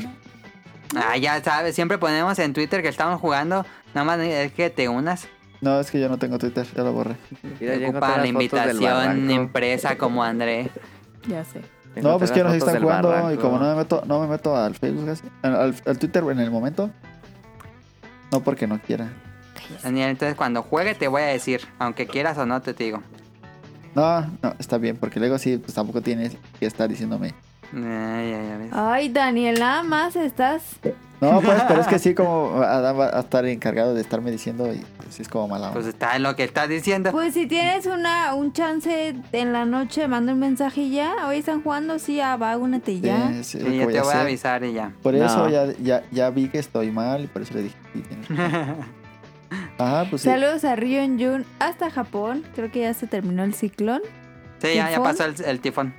Speaker 2: Ah, ya sabes, siempre ponemos en Twitter que estamos jugando. Nada más es que te unas.
Speaker 3: No, es que yo no tengo Twitter, ya lo borré.
Speaker 4: Mira, ya encontré
Speaker 2: Ocupa la
Speaker 4: las fotos del
Speaker 2: invitación
Speaker 4: barranco.
Speaker 2: impresa como André.
Speaker 1: Ya sé.
Speaker 4: Ya
Speaker 3: No,
Speaker 4: encontré
Speaker 3: pues que
Speaker 4: las
Speaker 3: no sé si
Speaker 4: fotos
Speaker 3: están
Speaker 4: del
Speaker 3: jugando y
Speaker 4: barranco.
Speaker 3: como no me meto, no me meto al Facebook, casi, al, al- al Twitter en el momento. No porque no quiera.
Speaker 2: Daniel, entonces cuando juegue te voy a decir, aunque quieras o no, te digo.
Speaker 3: No, no, está bien, porque luego sí, pues tampoco tienes que estar diciéndome.
Speaker 2: Ah, ya, ya ves.
Speaker 1: Ay, Daniel, nada más estás.
Speaker 3: No, pues, pero es que sí, como Adam va a estar encargado de estarme diciendo y pues, sí es como mala
Speaker 2: Pues
Speaker 3: onda.
Speaker 2: está en lo que estás diciendo.
Speaker 1: Pues si tienes una un chance en la noche, manda un mensaje y ya. Hoy están jugando, sí, ah, va, únete y ya.
Speaker 3: Sí, sí, es lo
Speaker 2: Y
Speaker 3: que
Speaker 2: yo te voy a
Speaker 3: hacer.
Speaker 2: avisar y ya.
Speaker 3: Por
Speaker 4: No.
Speaker 3: eso ya, ya, ya vi que estoy mal y por eso le dije, sí, tienes razón. Ajá, pues sí.
Speaker 1: Saludos a Ryun Jun hasta Japón. Creo que ya se terminó el ciclón.
Speaker 2: Sí, ya, ya
Speaker 1: ¿Tifón?
Speaker 2: pasó el, el tifón.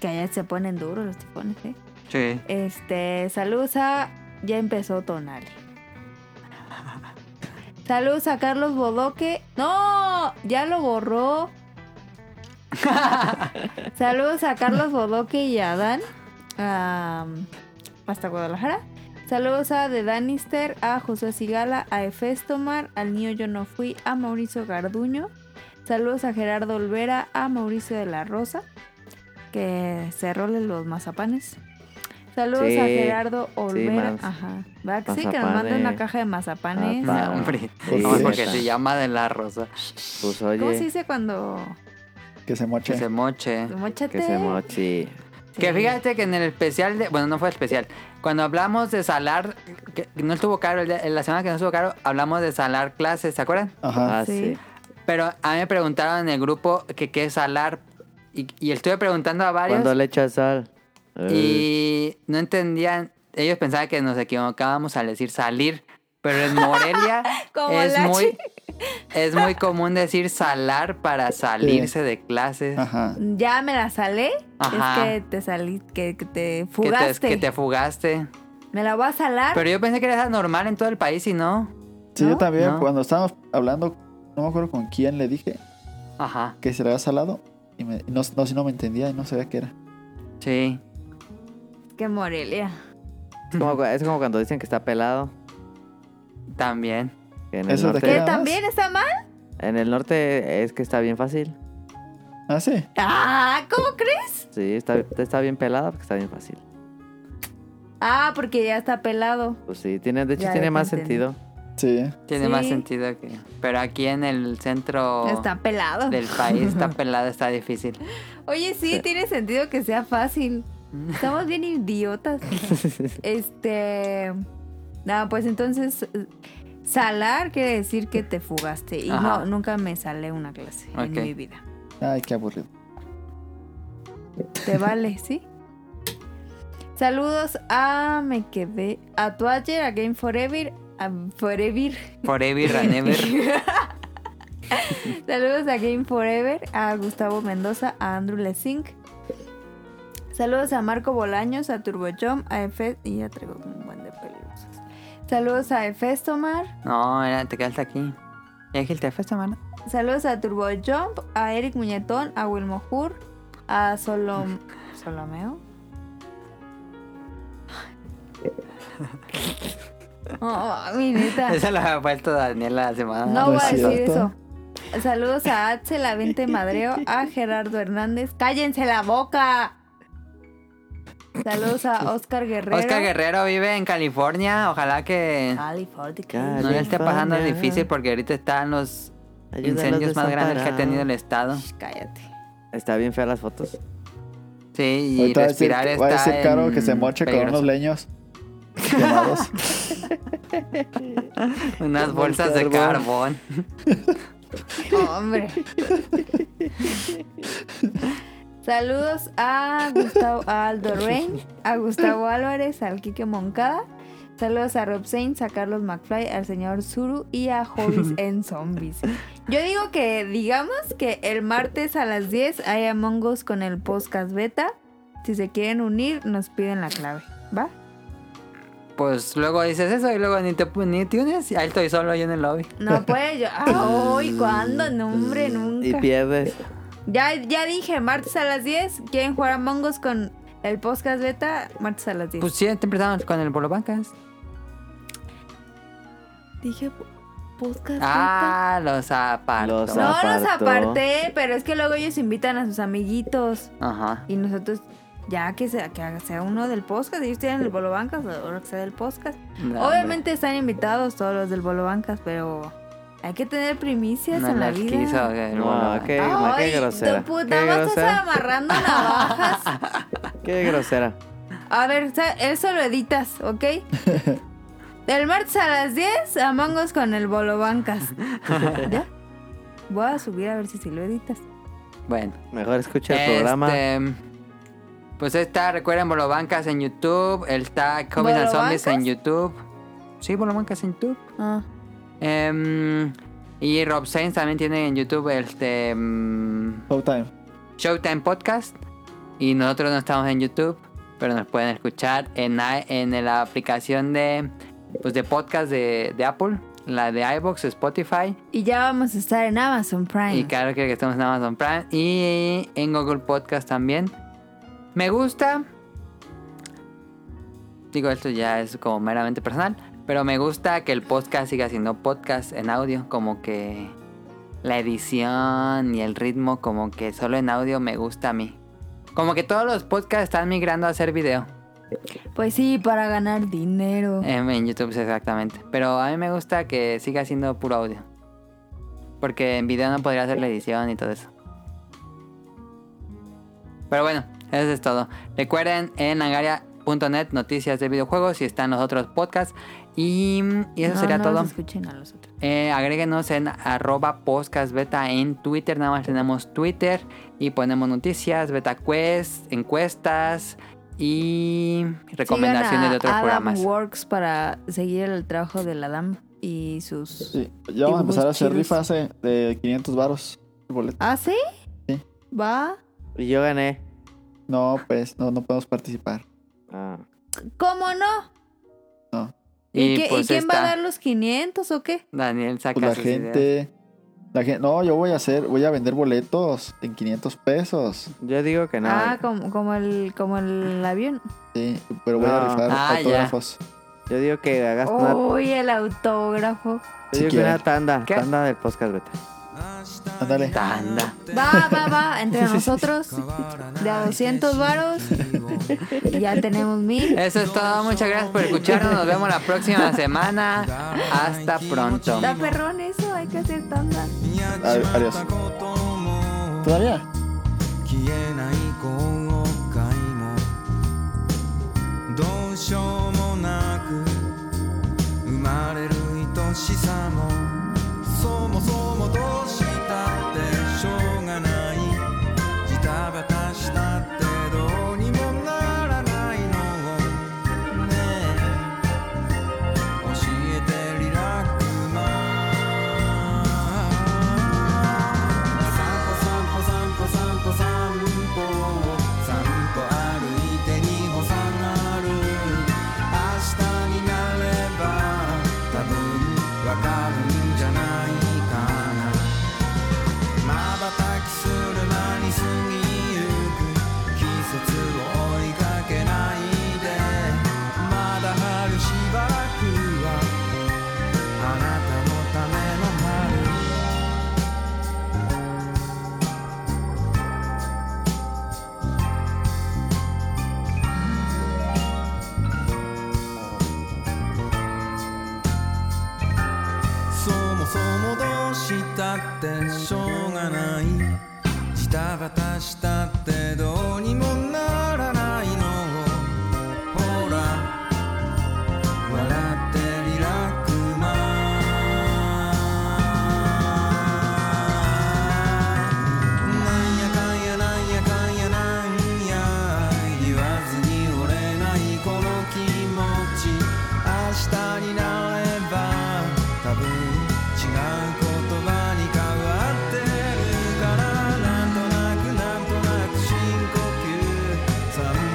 Speaker 1: Que allá se ponen duros los tifones, ¿eh?
Speaker 2: Sí.
Speaker 1: Este, saludos a. Ya empezó Tonali. Saludos a Carlos Bodoque. ¡No! Ya lo borró. saludos a Carlos Bodoque y a Dan. am, hasta Guadalajara. Saludos a The Danister, a José Sigala, a Efestomar, al niño Yo No Fui, a Mauricio Garduño. Saludos a Gerardo Olvera, a Mauricio de la Rosa. Que se rolen los mazapanes. Saludos
Speaker 4: Sí,
Speaker 1: a Gerardo Olvera.
Speaker 4: maz-
Speaker 1: Ajá. ¿Verdad que sí? Que nos manden
Speaker 4: mazapanes.
Speaker 1: una caja de mazapanes.
Speaker 4: Mazapa-
Speaker 2: No, hombre.
Speaker 4: Sí,
Speaker 2: Nomás porque
Speaker 4: neta.
Speaker 2: se llama de la rosa.
Speaker 4: Pues
Speaker 1: ¿Cómo se
Speaker 4: oye,
Speaker 1: dice cuando
Speaker 3: Que se moche.
Speaker 2: Que se moche.
Speaker 1: mochate?
Speaker 4: que se mochi.
Speaker 2: Que fíjate que en el especial de. Bueno, no fue especial. Cuando hablamos de salar. Que no estuvo caro. el día- en La semana que no estuvo caro, hablamos de salar clases, ¿se acuerdan?
Speaker 3: Ajá.
Speaker 4: Ah, sí.
Speaker 1: Sí.
Speaker 2: Pero a mí me preguntaron en el grupo que qué es salar. Y, y estuve preguntando a varios.
Speaker 4: ¿Cuándo le echas sal? Eh,
Speaker 2: Y no entendían. Ellos pensaban que nos equivocábamos al decir salir. Pero en Morelia
Speaker 1: Como
Speaker 2: es
Speaker 1: la
Speaker 2: muy. Es muy común decir salar para salirse de clases.
Speaker 1: Ah.
Speaker 3: Ajá.
Speaker 1: Ya me la salé.
Speaker 2: Ajá.
Speaker 1: Es que te salí, que, que te
Speaker 2: Que te-
Speaker 1: fugaste.
Speaker 2: que te fugaste.
Speaker 1: Me la voy a salar.
Speaker 2: Pero yo pensé que era normal en todo el país y no.
Speaker 3: Sí, yo
Speaker 1: ¿No?
Speaker 3: también,
Speaker 2: No.
Speaker 3: cuando estábamos hablando, no me acuerdo con quién le dije
Speaker 2: Ajá,
Speaker 3: que se le había salado. Y me- no, no, si no me entendía y no sabía qué era.
Speaker 2: sí.
Speaker 1: Que Morelia.
Speaker 4: es, como, cu- es como cuando dicen que está pelado.
Speaker 2: También.
Speaker 4: que en, el
Speaker 3: Eso de
Speaker 4: norte,
Speaker 1: ¿Que
Speaker 3: ¿Qué
Speaker 1: también está mal?
Speaker 4: en el norte es que está bien fácil.
Speaker 3: Ah, sí.
Speaker 1: Ah, ¿cómo crees?
Speaker 4: Sí, está, está bien pelada porque está bien fácil.
Speaker 1: Ah, porque ya está pelado.
Speaker 4: Pues sí, tiene, de hecho
Speaker 1: Ya, ya
Speaker 4: tiene
Speaker 1: te
Speaker 4: más
Speaker 1: entendí.
Speaker 4: sentido.
Speaker 3: Sí.
Speaker 2: Tiene
Speaker 1: Sí.
Speaker 2: más sentido que... Pero aquí en el centro
Speaker 1: Está pelado.
Speaker 2: Oh. del país está pelado, está difícil.
Speaker 1: Oye, sí,
Speaker 4: Sí.
Speaker 1: tiene sentido que sea fácil.
Speaker 2: Mm.
Speaker 1: Estamos bien idiotas. Este. Nada, pues entonces. Salar quiere decir que te fugaste. Y
Speaker 2: Ajá.
Speaker 1: no, nunca me salé una clase en
Speaker 2: Ok.
Speaker 1: mi vida.
Speaker 3: Ay, qué aburrido.
Speaker 1: Te vale, ¿sí? Saludos a. Me quedé. A Twitter, a Game Forever. A Forever.
Speaker 2: Forever and ever.
Speaker 1: Saludos a Game Forever, a Gustavo Mendoza, a Andrew Lessing. Saludos a Marco Bolaños, a TurboJom, a Efes... Y ya traigo un buen de pelusas. Saludos a Efestomar.
Speaker 2: No, era- te quedaste aquí. ¿Ya dijiste fiesta, mano?
Speaker 1: Saludos a TurboJump, a Eric Muñetón, a Wilmo Hur, a Solom... ¿Solomeo? Oh, mi neta.
Speaker 2: Esa la había puesto Daniel la semana. Pues
Speaker 1: No voy
Speaker 3: Ah, es
Speaker 1: a decir
Speaker 3: cierto.
Speaker 1: eso. Saludos a Axel, a Vente Madreo, a Gerardo Hernández. ¡Cállense la boca! Saludos a Oscar Guerrero. Ah,
Speaker 2: Oscar Guerrero vive en California. Ojalá que
Speaker 1: California.
Speaker 2: no le esté pasando
Speaker 4: California.
Speaker 2: difícil porque ahorita están los
Speaker 4: Ayúdalos
Speaker 2: incendios más grandes que ha
Speaker 4: desamparados.
Speaker 2: tenido el
Speaker 3: Ah,
Speaker 2: estado.
Speaker 1: Cállate.
Speaker 4: Está bien fea las fotos.
Speaker 2: Sí, y
Speaker 3: Ahorita va a decir-
Speaker 2: respirar
Speaker 3: va a
Speaker 2: está
Speaker 3: decir caro que se
Speaker 2: en
Speaker 3: moche con
Speaker 2: peligro.
Speaker 3: unos leños quemados.
Speaker 2: Unas bolsas de carbón.
Speaker 1: Hombre. Saludos a Gustavo a Aldo Rain, a Gustavo Álvarez, al Quique Moncada. Saludos a Rob Sainz, a Carlos McFly, al señor Zuru y a Hobbies en Zombies. Yo digo que digamos que el martes a las 10 hay Among Us con el podcast beta. Si se quieren unir, nos piden la clave. ¿Va?
Speaker 2: Pues luego dices eso y luego ni te, ni te unes. Ahí estoy solo yo en el lobby.
Speaker 1: No puede yo. ¡Ay! ¿Cuándo? No, hombre, nunca.
Speaker 4: Y pierdes.
Speaker 1: Ya, ya dije, martes a las 10. ¿Quieren jugar a Mongos con el podcast beta? Martes a las 10.
Speaker 2: Pues sí, te empezaron con el Bolo Bancas.
Speaker 1: dije podcast
Speaker 2: Ah, los apartos.
Speaker 4: Los
Speaker 1: beta. No los
Speaker 4: apartó.
Speaker 1: aparté, pero es que luego ellos invitan a sus amiguitos.
Speaker 2: Ajá.
Speaker 1: Y nosotros, ya que sea, que sea uno del podcast, ellos tienen el Bolo Bancas, ahora que sea del podcast.
Speaker 4: Ah,
Speaker 2: No,
Speaker 1: Obviamente están invitados todos los del Bolo Bancas, pero hay que tener primicias
Speaker 2: hombre, no
Speaker 1: en la
Speaker 2: las
Speaker 1: vida.
Speaker 2: quiso el Bolo
Speaker 4: No,
Speaker 2: Bancas.
Speaker 4: qué, la- qué
Speaker 1: Ay,
Speaker 4: grosera.
Speaker 1: tu puta,
Speaker 4: qué
Speaker 1: más estás
Speaker 4: grosera.
Speaker 1: amarrando navajas.
Speaker 4: Qué grosera.
Speaker 1: A ver, sa- eso lo editas, ¿ok? Del martes a las 10, a mangos con el bolo bancas. ¿Ya? Voy a subir a ver si sí lo editas.
Speaker 2: Bueno.
Speaker 4: Mejor escucha el programa.
Speaker 2: Este, pues ahí está, recuerden Bolo Bancas en YouTube. Está Covid and Zombies
Speaker 1: ¿Bolobancas?
Speaker 2: en YouTube. Sí, Bolo Bancas en YouTube.
Speaker 1: Ah.
Speaker 2: Em, y Rob Sainz también tiene en YouTube este em,
Speaker 3: Showtime.
Speaker 2: Showtime Podcast. Y nosotros no estamos en YouTube, pero nos pueden escuchar en, i- en la aplicación de, pues, de podcast de, de Apple, la de iBox, Spotify.
Speaker 6: Y ya vamos a estar en Amazon Prime.
Speaker 2: Y claro que estamos en Amazon Prime y en Google Podcast también. Me gusta. Digo, esto ya es como meramente personal. Pero me gusta que el podcast siga siendo podcast en audio. Como que la edición y el ritmo, como que solo en audio me gusta a mí. Como que todos los podcasts están migrando a hacer video.
Speaker 6: Pues sí, para ganar dinero.
Speaker 2: En, Em, en YouTube, sí, exactamente. Pero a mí me gusta que siga siendo puro audio. Porque en video no podría hacer la edición y todo eso. Pero bueno, eso es todo. Recuerden en langaria.net noticias de videojuegos y están los otros podcasts. Y, y eso
Speaker 6: No,
Speaker 2: sería
Speaker 6: no
Speaker 2: todo.
Speaker 6: los escuchen a los otros.
Speaker 2: Eh, agréguenos en arroba podcastbeta en Twitter. Nada más tenemos Twitter y ponemos noticias, beta quest, encuestas y recomendaciones
Speaker 6: Sigan a
Speaker 2: de otros
Speaker 6: Adam
Speaker 2: programas.
Speaker 6: Works para seguir el trabajo de la DAM y sus.
Speaker 3: Sí, ya vamos a empezar a hacer
Speaker 6: Dibujos
Speaker 3: rifas eh, de 500 varos. el boleto.
Speaker 6: ¿Ah, sí?
Speaker 3: Sí.
Speaker 6: Va.
Speaker 4: Y yo gané.
Speaker 3: No, pues, no, no podemos participar.
Speaker 4: Ah.
Speaker 6: ¿Cómo no? ¿Y, qué-
Speaker 2: pues
Speaker 6: y quién va
Speaker 2: está.
Speaker 6: a dar los 500 o qué?
Speaker 2: Daniel saca
Speaker 3: Pues la
Speaker 2: sus ideas.
Speaker 3: gente, la gente... No, yo voy a hacer, voy a vender boletos en 500 pesos.
Speaker 4: Yo digo que no.
Speaker 6: ah, como, como, el, como el avión.
Speaker 3: Sí, pero voy a
Speaker 4: No.
Speaker 3: rifar
Speaker 2: Ah, ya.
Speaker 3: autógrafos.
Speaker 4: Yo digo que hagas
Speaker 1: Oh.
Speaker 4: una, yo
Speaker 6: Uy, el autógrafo.
Speaker 3: Si
Speaker 4: digo que
Speaker 3: quieren.
Speaker 4: una tanda,
Speaker 2: ¿Qué?
Speaker 4: tanda del podcast beta.
Speaker 3: Ándale.
Speaker 2: Tanda.
Speaker 6: Va, va, va, entre nosotros. De a 200 varos. Ya tenemos mil.
Speaker 2: Eso es todo. Muchas gracias por escucharnos. Nos vemos la próxima semana. Hasta pronto.
Speaker 6: Está perrón eso, hay que hacer tandas.
Speaker 3: A- Adiós. ¿Todavía?
Speaker 11: 消えない後悔もどうしようもなく生まれる愛しさもそもそもどうしたってしょうがないジタバタしたってどうにもならないのねえ教えてリラックマ散歩散歩散歩散歩散歩散歩歩いて2歩下がる明日になれば多分わかるんじゃないかなまばたきする間に過ぎゆく季節を追いかけないでまだ春しばらくはあなたのための春そもそもどうしたってしょうがないジタバタしたってどうにもならないのほら笑ってリラックマなんやかんやなんやかんやなんや言わずに折れないこの気持ち明日になれば多分違う言葉に変わってるからなんとなくなんとなく深呼吸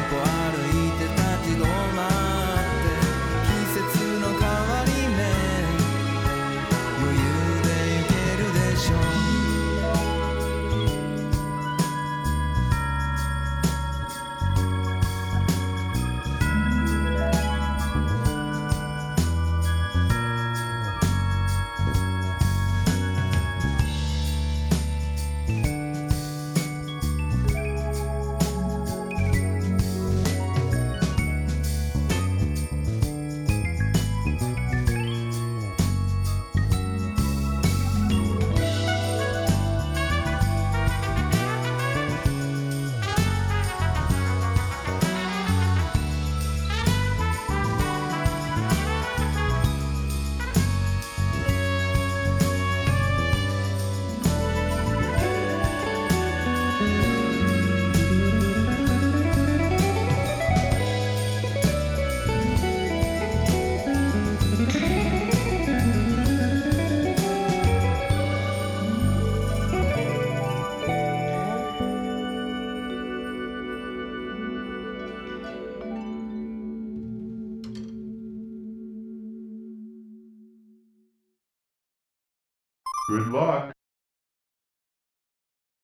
Speaker 12: Good luck.